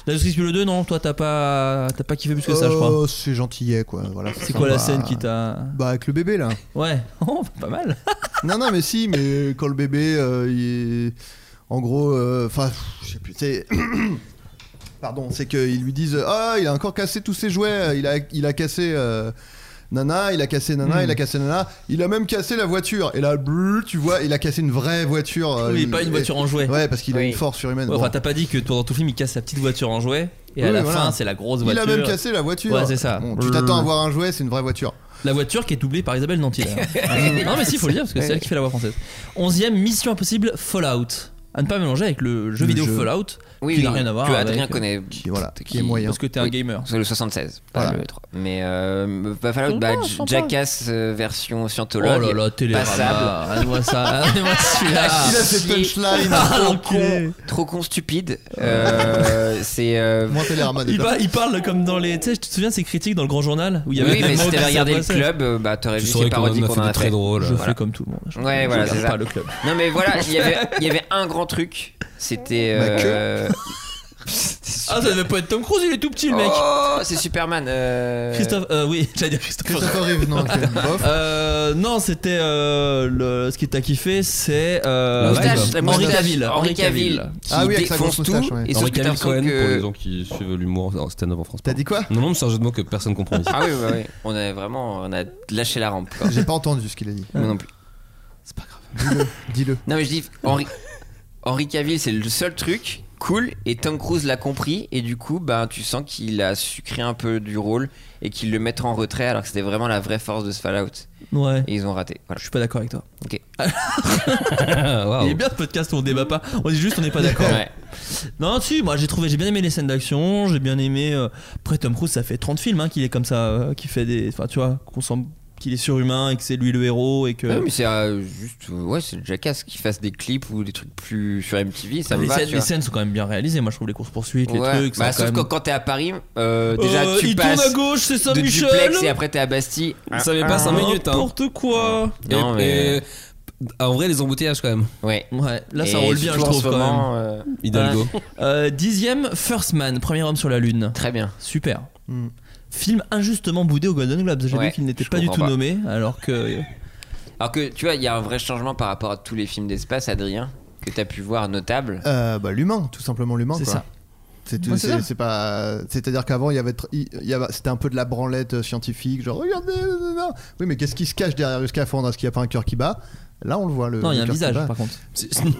Speaker 7: L'Indestructible 2, non, toi t'as pas, t'as pas kiffé plus que ça, je crois.
Speaker 8: Oh, c'est gentillet quoi. Voilà,
Speaker 7: C'est quoi la
Speaker 8: sympa.
Speaker 7: scène qui t'a.
Speaker 8: Bah avec le bébé là.
Speaker 7: Ouais, oh, pas mal.
Speaker 8: Non, non, mais si, mais quand le bébé, euh, il est- en gros, euh, enfin, pff, je sais plus, c'est. Pardon, c'est qu'ils lui disent Ah, il a encore cassé tous ses jouets, il a, il a cassé. euh, Nana, il a cassé Nana,
Speaker 7: Hmm.
Speaker 8: il a cassé Nana, il a même cassé la voiture. Et là, bleu, tu vois, il a cassé une vraie voiture. euh,
Speaker 7: Oui,
Speaker 8: il-
Speaker 7: pas une voiture en jouet.
Speaker 8: Ouais, parce qu'il a
Speaker 9: Oui.
Speaker 8: une force surhumaine.
Speaker 7: Ouais,
Speaker 8: Bon.
Speaker 7: Enfin, t'as pas dit que toi, dans tout film, il casse sa petite voiture en jouet. Et à
Speaker 8: Oui,
Speaker 7: la
Speaker 8: voilà.
Speaker 7: fin, c'est la grosse
Speaker 8: Il
Speaker 7: voiture.
Speaker 8: a même cassé la voiture.
Speaker 7: Ouais, c'est ça.
Speaker 8: Bon, tu t'attends à voir un jouet, c'est une vraie voiture.
Speaker 7: La voiture qui est doublée par Isabelle Nanty. d'ailleurs. non, mais si, faut le dire, parce que c'est elle qui fait la voix française. Onzième, Mission Impossible Fallout. À ne pas mélanger avec le jeu
Speaker 8: Le
Speaker 7: vidéo
Speaker 8: jeu.
Speaker 7: Fallout,
Speaker 9: Oui,
Speaker 7: qui
Speaker 9: oui,
Speaker 7: n'a rien à voir
Speaker 9: Que
Speaker 7: avec- euh,
Speaker 9: Adrien connaît.
Speaker 8: Qui, voilà,
Speaker 9: Qui-
Speaker 8: qui est moyen.
Speaker 7: Parce que t'es un
Speaker 9: Oui.
Speaker 7: gamer.
Speaker 9: C'est le 76, pas
Speaker 8: Voilà.
Speaker 9: le 3. Mais euh, Buffalo, bah,
Speaker 7: Sympa, sympa.
Speaker 9: Jackass euh, version
Speaker 7: Oh
Speaker 9: scientologue.
Speaker 7: là là, Télérama.
Speaker 9: Passable.
Speaker 7: Allez-moi ça. Allez-moi
Speaker 8: Ah, Il
Speaker 7: celui-là.
Speaker 8: a ses
Speaker 9: Si.
Speaker 8: punchlines
Speaker 7: Ah,
Speaker 8: trop
Speaker 7: l'enculé.
Speaker 8: con.
Speaker 9: Trop con, stupide. Euh, c'est. euh,
Speaker 8: Moins Télérama
Speaker 7: Il,
Speaker 8: déjà.
Speaker 7: va- il parle comme dans les. Tu sais, tu te souviens de ces critiques dans le grand journal où il y avait
Speaker 9: oui, mais
Speaker 7: des
Speaker 9: si
Speaker 7: mots
Speaker 9: t'avais
Speaker 7: qui
Speaker 9: regardé le
Speaker 7: s'adressaient.
Speaker 9: club, euh, bah t'aurais
Speaker 2: Tu
Speaker 9: vu
Speaker 2: saurais
Speaker 9: ces
Speaker 2: qu'on en
Speaker 9: parodies
Speaker 2: a
Speaker 9: qu'on en
Speaker 2: fait
Speaker 9: a
Speaker 2: des très
Speaker 9: fait.
Speaker 2: drôles.
Speaker 7: Je
Speaker 9: Voilà.
Speaker 7: fais comme tout le monde. Je,
Speaker 9: Ouais,
Speaker 7: je
Speaker 9: voilà,
Speaker 7: regarde
Speaker 9: c'est
Speaker 7: pas
Speaker 9: ça.
Speaker 7: le club.
Speaker 9: Non, mais voilà, il y avait, il y avait un grand truc. C'était.
Speaker 8: Ma queue.
Speaker 9: euh,
Speaker 7: Ah, ça devait pas être Tom Cruise, il est tout petit le mec.
Speaker 9: Oh, c'est Superman. euh,
Speaker 7: Christophe, euh, oui, j'allais dire Christophe.
Speaker 8: Christopher Reeve, non, quel bof.
Speaker 7: Euh, non, c'était euh, le- ce qui t'a kiffé, c'est euh,
Speaker 2: La
Speaker 9: Moustache, la
Speaker 7: Henri
Speaker 9: moustache.
Speaker 7: Cavill.
Speaker 9: Henri Cavill. qui
Speaker 8: Ah oui, avec sa
Speaker 9: défonce
Speaker 8: grosse
Speaker 9: tout,
Speaker 8: moustache, ouais.
Speaker 9: Et sauf
Speaker 2: Henri
Speaker 9: que t'as
Speaker 2: Cavill
Speaker 9: l'impression
Speaker 2: Cohen,
Speaker 9: que-
Speaker 2: pour les gens qui suivent l'humour en stand-up en France.
Speaker 8: T'as dit quoi
Speaker 2: Non, non, mais c'est un jeu de mots que personne comprend ici.
Speaker 9: Ah oui, bah oui. On a vraiment on a lâché la rampe. Quoi.
Speaker 8: J'ai pas entendu ce qu'il a dit.
Speaker 9: Moi non plus.
Speaker 8: Dis-le.
Speaker 9: Non mais je dis Henri Henri Cavill, c'est le seul truc cool et Tom Cruise l'a compris et du coup, bah tu sens qu'il a sucré un peu du rôle et qu'il le mettra en retrait alors que c'était vraiment la vraie force de ce Fallout
Speaker 7: Ouais.
Speaker 9: et ils ont raté. Voilà.
Speaker 7: Je suis pas d'accord avec toi.
Speaker 2: Waouh.
Speaker 7: Il est bien ce podcast où on débat pas. On dit juste on n'est pas d'accord.
Speaker 9: Ouais.
Speaker 7: Non, si, moi j'ai trouvé, j'ai bien aimé les scènes d'action, j'ai bien aimé. euh, Après, Tom Cruise, ça fait 30 films hein, qu'il est comme ça, euh, qu'il fait des. Enfin, tu vois, qu'on sent qu'il est surhumain et que c'est lui le héros et que.
Speaker 9: Non, mais c'est euh, juste euh, ouais, c'est le Jackass qui fasse des clips ou des trucs plus sur MTV, ça me
Speaker 7: les,
Speaker 9: va.
Speaker 7: scènes,
Speaker 9: tu
Speaker 7: les
Speaker 9: vois.
Speaker 7: scènes sont quand même bien réalisées, moi je trouve les courses poursuites, les
Speaker 9: Ouais.
Speaker 7: trucs. ça
Speaker 9: Bah,
Speaker 7: a
Speaker 9: sauf
Speaker 7: quand
Speaker 9: que
Speaker 7: même-
Speaker 9: quand t'es à Paris, euh, déjà
Speaker 7: Euh,
Speaker 9: tu
Speaker 7: il
Speaker 9: passes
Speaker 7: tourne à gauche, c'est
Speaker 9: de
Speaker 7: Saint-Michel.
Speaker 9: duplex et après t'es à Bastille.
Speaker 2: Ça met
Speaker 9: Ah.
Speaker 2: pas 5 minutes. hein.
Speaker 7: N'importe quoi.
Speaker 2: Et-
Speaker 9: Non, mais-
Speaker 2: et- ah, en vrai, les embouteillages quand même.
Speaker 9: Ouais.
Speaker 7: Ouais, là
Speaker 9: Et
Speaker 7: ça roule bien, je
Speaker 9: surtout en
Speaker 7: trouve
Speaker 9: ce
Speaker 7: quand même.
Speaker 9: moment, euh,
Speaker 2: Hidalgo.
Speaker 7: Euh, dixième, First Man, premier homme sur la Lune.
Speaker 9: Très bien.
Speaker 7: Super.
Speaker 8: Hmm.
Speaker 7: Film injustement boudé au Golden Globes. J'ai
Speaker 9: Ouais,
Speaker 7: vu qu'il n'était
Speaker 9: je
Speaker 7: pas du
Speaker 9: comprends
Speaker 7: tout
Speaker 9: pas.
Speaker 7: nommé, alors que. euh,
Speaker 9: Alors que tu vois, il y a un vrai changement par rapport à tous les films d'espace, Adrien, que t'as pu voir notable.
Speaker 8: Euh, bah, l'humain, tout simplement l'humain.
Speaker 7: C'est
Speaker 8: quoi.
Speaker 7: ça.
Speaker 8: C'est
Speaker 7: Ouais, c'est
Speaker 8: c'est-
Speaker 7: ça.
Speaker 8: c'est pas. C'est-à-dire qu'avant, il y avait, tr- il il y avait- c'était un peu de la branlette euh, scientifique, genre regardez, nan, nan, nan. oui, mais qu'est-ce qui se cache derrière le scaphandre Est-ce qu'il n'y a pas un cœur qui bat Là, on le voit. Le,
Speaker 7: non, il y a
Speaker 8: le
Speaker 7: un
Speaker 8: cœur qui
Speaker 7: visage
Speaker 8: bat.
Speaker 7: par contre.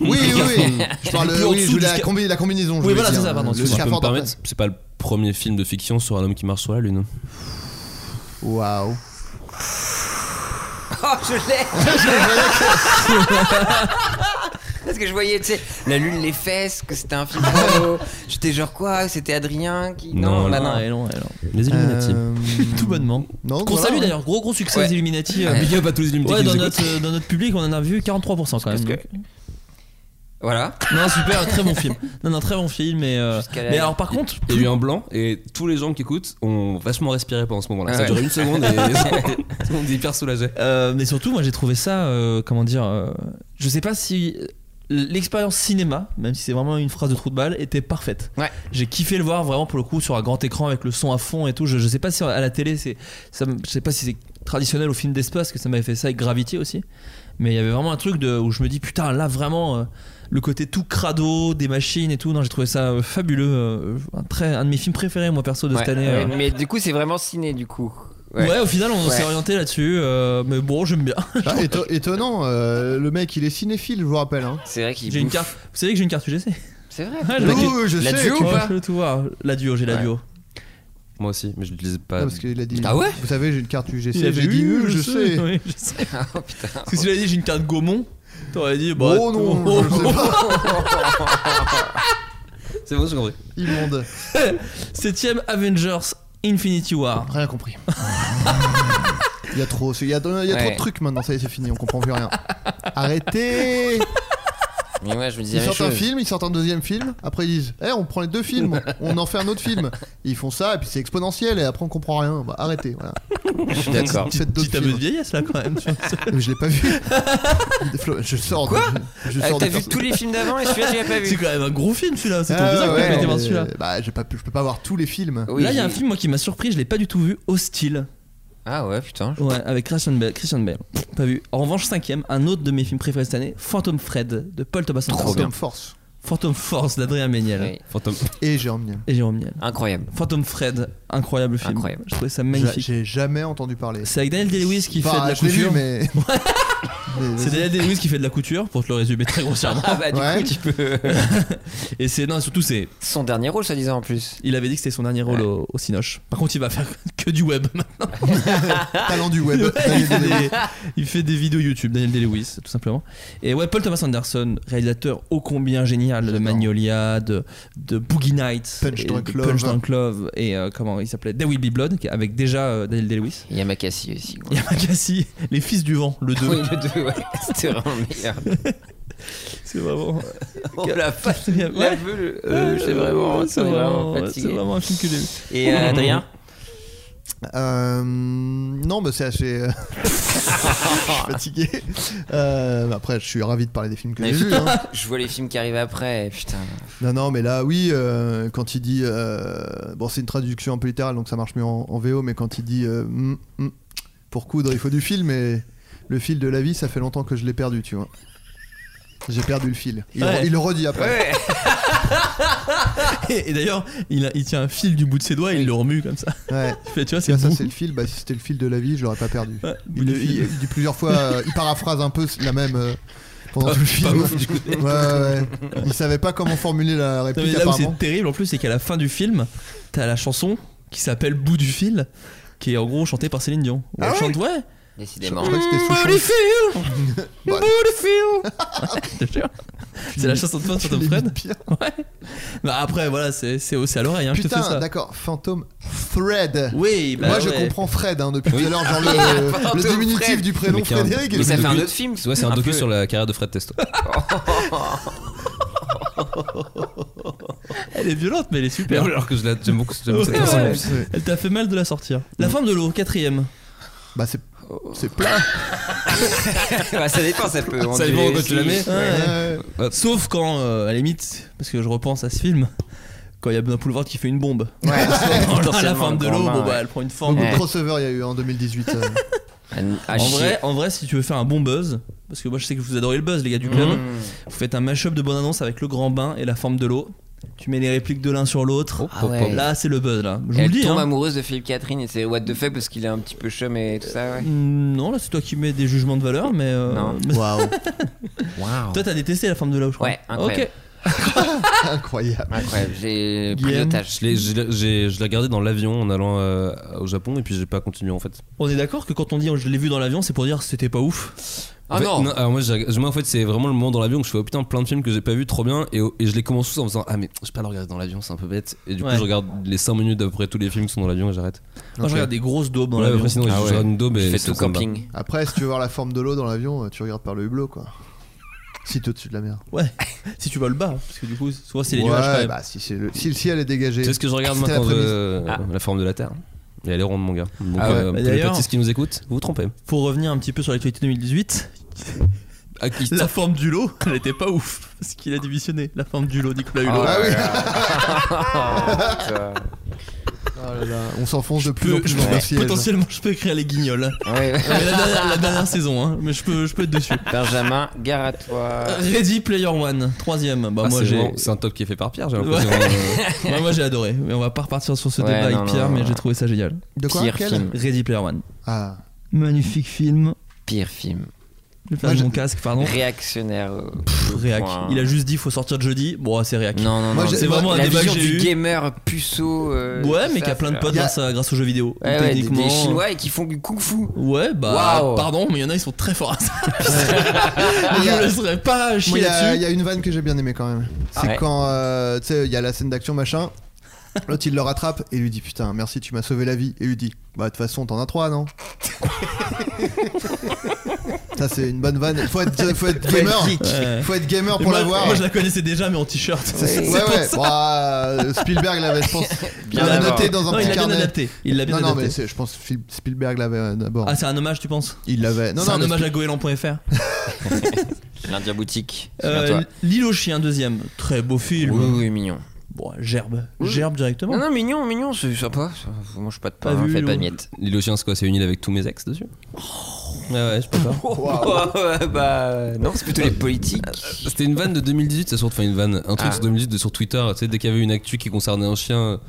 Speaker 8: Oui, oui, oui. Je parle.
Speaker 7: Plus en
Speaker 8: Oui,
Speaker 7: dessous
Speaker 8: je
Speaker 7: du
Speaker 8: voulais la,
Speaker 7: sca-
Speaker 8: combi- la combinaison. je
Speaker 7: Oui,
Speaker 8: voulais
Speaker 7: voilà,
Speaker 8: dire.
Speaker 7: c'est ça, pardon,
Speaker 8: Le
Speaker 2: Si je peux me
Speaker 8: scaphandre.
Speaker 2: permettre, c'est pas le premier film de fiction sur un homme qui marche sur la lune. hein.
Speaker 8: Waouh.
Speaker 9: Oh, je l'ai Parce que je voyais, tu sais, la lune, les fesses, que c'était un film. porno. J'étais genre quoi C'était Adrien qui. Non,
Speaker 2: Non,
Speaker 9: bah
Speaker 7: non,
Speaker 9: non.
Speaker 7: elle est long, elle est long.
Speaker 2: Les Illuminati.
Speaker 8: Euh,
Speaker 7: Tout bonnement.
Speaker 8: Non,
Speaker 7: Qu'on
Speaker 8: voilà.
Speaker 7: salue d'ailleurs, gros gros succès
Speaker 9: Ouais.
Speaker 7: des Illuminati. euh,
Speaker 2: Big up à tous les Illuminati
Speaker 7: Ouais,
Speaker 2: qui
Speaker 7: dans
Speaker 2: nous
Speaker 7: notre, euh, dans notre public, on en a vu 43% quand même.
Speaker 9: que- Voilà.
Speaker 7: Non, super, très bon film. Non, non, très bon film. Mais, euh,
Speaker 9: Jusqu'à la-
Speaker 7: mais alors, par contre,
Speaker 2: Il y a eu un blanc et tous les gens qui écoutent ont vachement respiré pendant ce moment-là.
Speaker 9: Ah
Speaker 2: ça a
Speaker 9: ouais.
Speaker 2: duré une seconde et tout le monde est hyper soulagé.
Speaker 7: Euh, mais surtout, moi j'ai trouvé ça, euh, comment dire, euh, je sais pas si l'expérience cinéma, même si c'est vraiment une phrase de trou de balle, était parfaite.
Speaker 9: Ouais.
Speaker 7: J'ai kiffé le voir vraiment pour le coup sur un grand écran avec le son à fond et tout. Je, je sais pas si à la télé, c'est, ça, me- je sais pas si c'est traditionnel au film d'espace que ça m'avait fait ça avec Gravity aussi. Mais il y avait vraiment un truc de, où je me dis putain là vraiment. euh, le côté tout crado des machines et tout, non, j'ai trouvé ça euh, fabuleux. euh, un, très, un de mes films préférés, moi perso, de
Speaker 9: Ouais.
Speaker 7: cette année. euh.
Speaker 9: Ouais, Mais du coup, c'est vraiment ciné, du coup.
Speaker 7: Ouais.
Speaker 9: Ouais.
Speaker 7: au final, on
Speaker 9: Ouais.
Speaker 7: s'est orienté là-dessus. euh, mais bon, j'aime bien.
Speaker 8: Ah, éto- étonnant, euh, le mec il est cinéphile, je vous rappelle. Hein.
Speaker 9: C'est vrai qu'il.
Speaker 7: J'ai une
Speaker 9: bouffe.
Speaker 7: carte. Vous savez que j'ai une carte UGC
Speaker 9: C'est vrai.
Speaker 7: Ouais,
Speaker 8: Oui,
Speaker 7: la duo,
Speaker 8: oui, Ah, je
Speaker 9: la
Speaker 8: sais.
Speaker 9: duo hein.
Speaker 8: tu vois.
Speaker 9: ou pas
Speaker 7: je peux tout voir. La duo, j'ai la
Speaker 9: Ouais.
Speaker 7: duo.
Speaker 2: Moi aussi, mais je l'utilise pas.
Speaker 8: Non, parce qu'il a dit.
Speaker 9: Ah ouais
Speaker 8: Vous savez, j'ai une carte UGC.
Speaker 7: Il avait
Speaker 8: J'ai dit,
Speaker 7: eu,
Speaker 8: euh, je sais. Ah,
Speaker 7: Oui, je sais.
Speaker 9: Oh putain.
Speaker 7: Parce que si j'avais dit j'ai une carte Gaumont, t'aurais dit bah.
Speaker 8: Oh non,
Speaker 7: oh,
Speaker 8: je sais pas.
Speaker 2: C'est bon, j'ai compris.
Speaker 8: Immonde.
Speaker 7: Septième Avengers Infinity War.
Speaker 8: Rien compris. Il y a trop, il y a, il y a trop
Speaker 9: Ouais.
Speaker 8: de trucs maintenant, ça y est, c'est fini, on comprend plus rien. Arrêtez
Speaker 9: Mais ouais, je me disais
Speaker 8: Ils
Speaker 9: la même
Speaker 8: sortent un
Speaker 9: chose.
Speaker 8: film, ils sortent un deuxième film, après ils disent Eh, on prend les deux films, on en fait un autre film. Ils font ça, et puis c'est exponentiel, et après on comprend rien. Bah, arrêtez, voilà.
Speaker 9: Je suis d'accord.
Speaker 8: Faites d'autres
Speaker 7: Petit aveu de
Speaker 8: films.
Speaker 7: vieillesse là quand même. tu vois.
Speaker 8: Mais je l'ai pas vu. Flo, Je sors de-
Speaker 9: Quoi
Speaker 8: je, je
Speaker 7: Eh,
Speaker 9: Ah,
Speaker 8: sors
Speaker 9: T'as
Speaker 8: de
Speaker 9: vu
Speaker 8: faire-
Speaker 9: tous les films d'avant et celui-là, tu l'as pas
Speaker 7: C'est
Speaker 9: vu.
Speaker 7: quand même un gros film celui-là. C'est
Speaker 8: Ah,
Speaker 7: trop bizarre que
Speaker 8: ouais,
Speaker 7: vous mettez
Speaker 8: mais-
Speaker 7: par celui-là.
Speaker 8: Bah, j'ai pas pu, je peux pas voir tous les films.
Speaker 9: Oui,
Speaker 7: là, il y a un
Speaker 9: j'ai-
Speaker 7: film moi qui m'a surpris, je l'ai pas du tout vu, Hostile.
Speaker 9: Ah ouais, putain.
Speaker 7: Ouais, avec Christian Bale. Christian Bale. Pff, Pas vu. En revanche, cinquième, un autre de mes films préférés cette année, Phantom Fred de Paul Thomas
Speaker 8: Trop
Speaker 7: Anderson.
Speaker 8: bien. Force.
Speaker 7: Phantom Force d'Adrien Méniel
Speaker 9: Oui.
Speaker 2: Fantôme.
Speaker 8: Et Jérôme Niel.
Speaker 7: et Jérôme Niel.
Speaker 9: Incroyable.
Speaker 7: Phantom Fred, incroyable film.
Speaker 9: Incroyable.
Speaker 7: Je trouvais ça
Speaker 8: J'a-
Speaker 7: magnifique.
Speaker 8: J'ai jamais entendu parler.
Speaker 7: C'est avec Daniel Day-Lewis qui
Speaker 8: Bah,
Speaker 7: fait de la
Speaker 8: je l'ai vu,
Speaker 7: couture.
Speaker 8: mais.
Speaker 7: C'est Daniel Day-Lewis qui fait de la couture, pour te le résumer très grossièrement.
Speaker 9: Ah bah du
Speaker 8: Ouais.
Speaker 9: coup tu peux.
Speaker 7: Et c'est non, surtout c'est,
Speaker 9: Son dernier rôle, soi-disant en plus.
Speaker 7: il avait dit que c'était son dernier rôle au, au Cinoche. Par contre, il va faire que du web.
Speaker 8: Talent du web.
Speaker 7: il, fait des, il fait des vidéos YouTube, Daniel Day-Lewis, tout simplement. Et ouais, Paul Thomas Anderson, réalisateur ô combien génial de
Speaker 8: J'adore.
Speaker 7: Magnolia, de, de Boogie Nights,
Speaker 8: Punch
Speaker 7: et
Speaker 8: Drunk
Speaker 7: de
Speaker 8: Love.
Speaker 7: Punch Drunk Love, et euh, comment il s'appelait There Will Be Blood, qui- avec déjà euh, Daniel Day-Lewis.
Speaker 9: Il y a Makassi aussi.
Speaker 7: Il y a Macassi, Les Fils du Vent, le 2.
Speaker 9: Oui, le deux, ouais. C'était vraiment le meilleur.
Speaker 7: C'est vraiment.
Speaker 9: Oh la face.
Speaker 7: Ouais.
Speaker 9: La vue, euh, c'est vraiment,
Speaker 7: c'est
Speaker 9: on est vraiment
Speaker 7: vraiment-
Speaker 9: fatigué.
Speaker 7: c'est vraiment un film que j'ai vu.
Speaker 9: Et euh, Adrien
Speaker 8: Euh, non, mais c'est assez. euh, je suis fatigué. Euh, mais après, je suis ravi de parler des films que j'ai vus. hein.
Speaker 9: Je vois les films qui arrivent après, et putain.
Speaker 8: Non, non, mais là, oui, euh, quand il dit. euh, bon, c'est une traduction un peu littérale, donc ça marche mieux en, en VO, mais quand il dit. euh, Mm, mm, pour coudre, il faut du fil, mais le fil de la vie, ça fait longtemps que je l'ai perdu, tu vois. J'ai perdu le fil. Il,
Speaker 7: Ouais.
Speaker 8: il le redit après.
Speaker 7: Et, et d'ailleurs, il, a- il tient un fil du bout de ses doigts et il le remue comme ça.
Speaker 8: Ouais.
Speaker 7: Il fait, tu vois,
Speaker 8: Tu
Speaker 7: c'est
Speaker 8: vois, ça,
Speaker 7: bout.
Speaker 8: c'est le fil. Bah, si c'était le fil de la vie, je l'aurais pas perdu.
Speaker 7: Ouais, bout
Speaker 8: Il,
Speaker 7: du
Speaker 8: il-
Speaker 7: fil.
Speaker 8: il dit plusieurs fois, euh, il paraphrase un peu la même euh, pendant tout le film.
Speaker 7: Ah, ouf, du
Speaker 8: Ouais, ouais, ouais. Il savait pas comment formuler la
Speaker 7: Non,
Speaker 8: réplique
Speaker 7: mais là où
Speaker 8: apparemment.
Speaker 7: c'est terrible en plus, c'est qu'à la fin du film, t'as la chanson qui s'appelle Bout du fil, qui est en gros chantée par Céline Dion. Où
Speaker 8: Ah
Speaker 7: elle
Speaker 8: ouais
Speaker 7: chante, ouais.
Speaker 8: Je
Speaker 9: Décidément.
Speaker 8: crois que c'était
Speaker 7: Bout du
Speaker 8: Souchon.
Speaker 7: fil Bout
Speaker 8: Bah,
Speaker 7: du fil Je te jure. C'est la chanson de fin sur Tom
Speaker 8: limite
Speaker 7: Fred.
Speaker 8: pire.
Speaker 7: Ouais. Bah après, voilà, c'est c'est- c'est à l'oreille, hein, je te fais
Speaker 8: Putain,
Speaker 7: ça.
Speaker 8: d'accord, fantôme Fred.
Speaker 7: Oui, bah
Speaker 8: Moi je
Speaker 7: ouais.
Speaker 8: comprends Fred hein, depuis tout à l'heure, genre le, le
Speaker 9: Fantôme
Speaker 8: diminutif
Speaker 9: Fred.
Speaker 8: du prénom
Speaker 2: Mais qui est un-
Speaker 8: Frédéric.
Speaker 2: mais
Speaker 9: Mais ça
Speaker 2: le
Speaker 9: fait un
Speaker 2: docu-
Speaker 9: autre film.
Speaker 2: Ouais, c'est un, docu
Speaker 9: peu.
Speaker 2: sur la carrière de Fred Testo.
Speaker 7: Elle est violente, mais elle est super.
Speaker 2: alors que je la- j'aime beaucoup, j'aime beaucoup cette
Speaker 7: Ouais,
Speaker 2: chanson.
Speaker 7: ouais.
Speaker 8: C'est- Mm.
Speaker 7: Elle t'a fait mal de la sortir. La forme de l'eau, quatrième.
Speaker 8: Bah c'est c'est plat.
Speaker 9: Bah, ça dépend, ça peut.
Speaker 2: Ça dépend quand tu la mets.
Speaker 7: Ah Ouais.
Speaker 8: Ouais.
Speaker 7: Sauf quand, euh, à la limite, parce que je repense à ce film, quand il y a Benoît Poulvard qui fait une bombe.
Speaker 9: Ouais,
Speaker 7: Dans la forme de l'eau, bon bah elle prend une forme.
Speaker 8: Beaucoup de
Speaker 9: Ouais.
Speaker 8: crossover il y a eu en 2018. euh.
Speaker 9: À
Speaker 7: En
Speaker 9: chier.
Speaker 7: vrai, en vrai, si tu veux faire un bon buzz, parce que moi je sais que vous adorez le buzz, les gars du club,
Speaker 9: Mmh.
Speaker 7: vous faites un mashup de bonne annonce avec le grand bain et la forme de l'eau. Tu mets les répliques de l'un sur l'autre.
Speaker 9: Ah ouais.
Speaker 7: Là, c'est le buzz là. Je vous le
Speaker 9: Elle
Speaker 7: dis.
Speaker 9: tombe
Speaker 7: hein.
Speaker 9: amoureuse de Philippe Catherine et c'est what the fuck parce qu'il est un petit peu chum et tout ça, ouais.
Speaker 7: Mm, Non, là c'est toi qui mets des jugements de valeur, mais. euh,
Speaker 9: Non.
Speaker 7: mais-
Speaker 8: Waouh,
Speaker 9: Waouh.
Speaker 7: Toi, t'as détesté la forme de l'eau, je crois.
Speaker 9: Ouais, incroyable.
Speaker 7: Ok.
Speaker 8: incroyable.
Speaker 9: Incroyable, j'ai pris
Speaker 7: Guillaume.
Speaker 9: l'otage.
Speaker 2: Je l'ai- je l'ai- j'ai- je l'ai gardé dans l'avion en allant euh, au Japon et puis j'ai pas continué en fait.
Speaker 7: On est d'accord que quand on dit je l'ai vu dans l'avion, c'est pour dire c'était pas ouf.
Speaker 2: En
Speaker 9: Ah
Speaker 2: fait,
Speaker 9: non.
Speaker 2: alors moi, j'ai- moi, en fait c'est vraiment le moment dans l'avion que je fais oh putain plein de films que j'ai pas vu trop bien et, et je les commence tous en me disant ah mais je vais pas le regarder dans l'avion c'est un peu bête et du coup
Speaker 7: Ouais.
Speaker 2: je regarde les 5 minutes d'après tous les films qui sont dans l'avion et j'arrête.
Speaker 7: Moi, je regarde des grosses daubes dans
Speaker 2: Ouais,
Speaker 7: l'avion.
Speaker 2: après, sinon
Speaker 9: Ah
Speaker 2: je
Speaker 9: ouais.
Speaker 2: regarde une daube
Speaker 9: Je
Speaker 2: et
Speaker 9: fais
Speaker 2: ça-
Speaker 9: tout
Speaker 2: ça me va.
Speaker 9: camping.
Speaker 8: Après si tu veux voir la forme de l'eau dans l'avion, euh, tu regardes par le hublot quoi. Si t'es au-dessus de la mer.
Speaker 7: Si tu vas le bas, hein, parce que du coup, souvent c'est les
Speaker 8: Ouais,
Speaker 7: nuages quand même.
Speaker 8: bah si, c'est le... si le ciel est dégagé.
Speaker 2: Tu sais ce que je regarde
Speaker 8: C'était
Speaker 2: maintenant
Speaker 8: la prémisse.
Speaker 2: euh, La forme de la Terre. Et elle est ronde mon gars. Donc
Speaker 7: Ah ouais.
Speaker 2: euh,
Speaker 7: Bah,
Speaker 2: pour les
Speaker 7: d'ailleurs-
Speaker 2: petits qui nous écoutent vous vous trompez.
Speaker 7: Pour revenir un petit peu sur l'actualité 2018,
Speaker 2: Ah, qui-
Speaker 7: la forme du lot, elle était pas ouf. Parce qu'il a démissionné, la forme du lot, Nicolas Hulot.
Speaker 8: Ah oui.
Speaker 9: Ah,
Speaker 8: Oh là là, on s'enfonce de plus
Speaker 7: Peu-
Speaker 8: en plus
Speaker 7: je
Speaker 8: dans
Speaker 7: peux-
Speaker 8: le siège.
Speaker 7: potentiellement, je peux écrire les guignols.
Speaker 9: putain. Ouais, ouais.
Speaker 7: Non, mais la, dernière, la dernière saison, hein, mais je peux, je peux être dessus.
Speaker 9: Benjamin, gare à toi.
Speaker 7: Ready Player One, troisième. Bah,
Speaker 2: Ah,
Speaker 7: moi,
Speaker 2: c'est
Speaker 7: j'ai,
Speaker 2: vraiment- c'est un top qui est fait par Pierre j'ai l'impression. euh,
Speaker 7: bah, moi j'ai adoré. Mais on va pas repartir sur ce
Speaker 9: Ouais,
Speaker 7: débat
Speaker 9: non,
Speaker 7: avec Pierre,
Speaker 9: non,
Speaker 7: mais
Speaker 9: non.
Speaker 7: j'ai trouvé ça génial.
Speaker 8: De quoi
Speaker 9: Pire
Speaker 8: Quel
Speaker 9: film.
Speaker 7: Ready Player One.
Speaker 8: Ah.
Speaker 7: Magnifique film.
Speaker 9: Pire film.
Speaker 7: Je vais faire
Speaker 8: Moi, j'ai-
Speaker 7: mon casque, pardon.
Speaker 9: Réactionnaire. euh, au
Speaker 7: Réac.
Speaker 9: point.
Speaker 7: Il a juste dit faut sortir jeudi. Bon, c'est réac.
Speaker 9: Non, non,
Speaker 8: Moi,
Speaker 9: non.
Speaker 8: j'ai-
Speaker 7: C'est
Speaker 8: moi,
Speaker 7: vraiment un
Speaker 9: la
Speaker 7: débat que
Speaker 9: vision
Speaker 7: j'ai
Speaker 9: du
Speaker 7: eu.
Speaker 9: gamer puceau. euh,
Speaker 7: Ouais,
Speaker 9: tout
Speaker 7: mais
Speaker 9: ça,
Speaker 7: qui a plein de
Speaker 9: ça.
Speaker 7: potes
Speaker 8: Y a-
Speaker 7: grâce, à, grâce aux jeux vidéo.
Speaker 9: Ouais, ouais, des,
Speaker 7: techniquement. euh.
Speaker 9: des Chinois et qui font du kung fu.
Speaker 7: Ouais, bah,
Speaker 9: Waouh.
Speaker 7: pardon, mais il y en a, ils sont très forts à ça.
Speaker 8: Ah,
Speaker 7: Je me laisserai pas
Speaker 8: Moi,
Speaker 7: chier
Speaker 8: Il y, a- il
Speaker 7: là-dessus.
Speaker 8: y a une vanne que j'ai bien aimée quand même.
Speaker 7: Ah
Speaker 8: C'est
Speaker 9: ouais.
Speaker 8: quand euh, tu sais, il y a la scène d'action machin. L'autre il le rattrape et lui dit putain merci tu m'as sauvé la vie et lui dit bah de toute façon t'en as trois non ça c'est une bonne vanne faut être faut être gamer
Speaker 7: Ouais.
Speaker 8: faut être gamer
Speaker 7: Et
Speaker 8: pour
Speaker 7: moi,
Speaker 8: la voir
Speaker 7: moi, je la connaissais déjà, mais en t-shirt.
Speaker 8: ouais
Speaker 7: C'est
Speaker 8: ouais,
Speaker 7: pour ça.
Speaker 8: Bah, euh, Spielberg l'avait je pense
Speaker 9: Bien
Speaker 8: l'avait
Speaker 9: avant.
Speaker 8: noté dans
Speaker 7: Non,
Speaker 8: un petit
Speaker 7: il l'a bien
Speaker 8: carnet
Speaker 7: adapté. Il l'a bien
Speaker 8: non non
Speaker 7: adapté.
Speaker 8: mais c'est- je pense que Phil- Spielberg l'avait euh, d'abord
Speaker 7: ah, c'est un hommage, tu penses
Speaker 8: il l'avait non
Speaker 7: C'est
Speaker 8: non
Speaker 7: un
Speaker 8: mais
Speaker 7: hommage à goéland.fr.
Speaker 9: L'Indien boutique.
Speaker 7: Euh, L'île aux chiens, deuxième. Très beau film.
Speaker 9: Oui, oui, mignon.
Speaker 7: Bon, gerbe.
Speaker 9: Oui.
Speaker 7: Gerbe directement.
Speaker 9: Non, non, mignon, mignon, c'est sympa. ça. Vous mangez pas de
Speaker 7: Pas
Speaker 9: pain,
Speaker 7: vu,
Speaker 9: faites pas de
Speaker 7: non.
Speaker 9: miettes.
Speaker 2: L'île aux chiens c'est quoi C'est une île avec tous mes ex dessus
Speaker 7: Ouais, ouais, je peux pas.
Speaker 9: bah, non, c'est plutôt les politiques.
Speaker 2: C'était une vanne de 2018, ça sort, enfin une vanne, un truc
Speaker 9: Ah.
Speaker 2: sur 2018 de sur Twitter, tu sais, dès qu'il y avait une actu qui concernait un chien.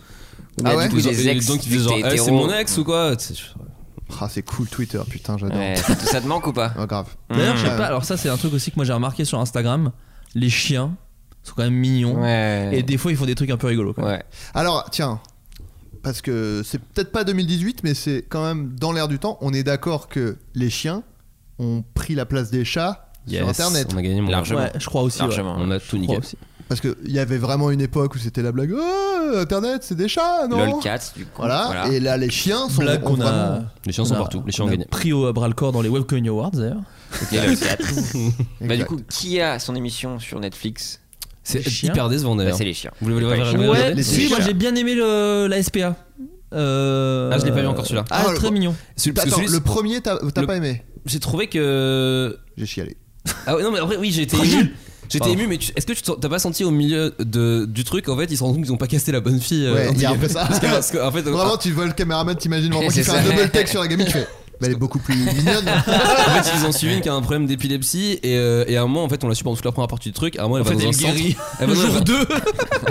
Speaker 8: Ah ouais
Speaker 2: du coup,
Speaker 9: Des
Speaker 2: genre-
Speaker 9: ex,
Speaker 2: donc il
Speaker 9: vu
Speaker 2: faisait
Speaker 9: que
Speaker 2: genre,
Speaker 9: t'es
Speaker 2: Ah, c'est
Speaker 9: hétéro.
Speaker 2: mon ex ou quoi Tu sais, je-
Speaker 8: Ah, c'est cool Twitter, putain,
Speaker 7: Ah,
Speaker 8: j'adore.
Speaker 9: Ouais, ça, te- ça te manque ou pas
Speaker 8: Ah, grave.
Speaker 7: D'ailleurs, je sais
Speaker 8: Ouais.
Speaker 7: pas, alors ça, c'est un truc aussi que moi j'ai remarqué sur Instagram. Les chiens sont quand même mignons.
Speaker 9: Ouais.
Speaker 7: Et des fois, ils font des trucs un peu rigolos. quoi.
Speaker 9: Ouais.
Speaker 8: Alors, tiens, parce que c'est peut-être pas 2018, mais c'est quand même dans l'air du temps. On est d'accord que les chiens ont pris la place des chats sur
Speaker 2: Yes,
Speaker 8: Internet.
Speaker 2: On a gagné mon
Speaker 9: Largement.
Speaker 7: Ouais, je crois aussi. ouais.
Speaker 9: Largement.
Speaker 2: On a tout
Speaker 7: Je crois
Speaker 2: nickel.
Speaker 7: aussi.
Speaker 8: Parce qu'il y avait vraiment une époque où c'était la blague Oh, Internet, c'est des chats, non
Speaker 9: LOL 4, du coup.
Speaker 8: voilà. et là, les chiens sont.
Speaker 7: Blague
Speaker 8: ont
Speaker 7: qu'on a,
Speaker 8: vraiment-
Speaker 2: Les chiens sont
Speaker 7: qu'on a-
Speaker 2: partout. Les chiens
Speaker 7: qu'on
Speaker 2: ont
Speaker 7: a
Speaker 2: gagné.
Speaker 7: Pris au à bras le corps dans les Webcoin Awards d'ailleurs.
Speaker 9: Et LOL 4. bah, du
Speaker 8: Exact.
Speaker 9: coup, qui a son émission sur Netflix
Speaker 2: C'est
Speaker 7: Les chiens.
Speaker 2: hyper décevant
Speaker 9: Bah,
Speaker 2: d'ailleurs.
Speaker 9: C'est les chiens.
Speaker 2: Vous voulez le voir
Speaker 9: Ouais,
Speaker 2: vous voulez le regarder
Speaker 9: les
Speaker 7: si,
Speaker 9: chiens.
Speaker 7: moi j'ai bien aimé le, la SPA. Euh,
Speaker 2: Ah, je l'ai pas vu encore, celui-là.
Speaker 7: Ah,
Speaker 8: Ah, le-
Speaker 7: très mignon.
Speaker 2: Celui- parce que
Speaker 8: Attends,
Speaker 2: celui-
Speaker 8: le premier, t'as t'as
Speaker 2: le-
Speaker 8: pas aimé
Speaker 2: J'ai trouvé que
Speaker 8: J'ai chialé.
Speaker 2: Ah ouais, non, mais après, oui, j'ai été
Speaker 7: Oh,
Speaker 2: ému.
Speaker 7: nul.
Speaker 2: J'étais
Speaker 7: Pardon.
Speaker 2: ému, mais tu- est-ce que tu t'en- t'as pas senti au milieu de, du truc, en fait, ils se rendent compte qu'ils ont pas casté la bonne fille euh,
Speaker 8: Ouais,
Speaker 2: en
Speaker 8: il y a un
Speaker 2: direct.
Speaker 8: peu ça.
Speaker 2: Parce que- parce que, en fait, ah,
Speaker 8: Vraiment, tu vois le caméraman, t'imagines vraiment
Speaker 9: C'est
Speaker 8: qu'il fait un
Speaker 9: ça.
Speaker 8: double take sur la gamine, tu fais. Bah, elle est beaucoup plus mignonne.
Speaker 2: en fait, ils en suivent une qui a un problème d'épilepsie, et, euh, et à un moment, en fait, on la suit pendant toute la première partie du truc. À un moment, elle
Speaker 7: En
Speaker 2: va
Speaker 7: fait,
Speaker 2: dans un
Speaker 7: elle
Speaker 2: centre.
Speaker 7: guérit.
Speaker 2: Elle va, dans-
Speaker 7: Jour
Speaker 2: elle va-
Speaker 7: 2.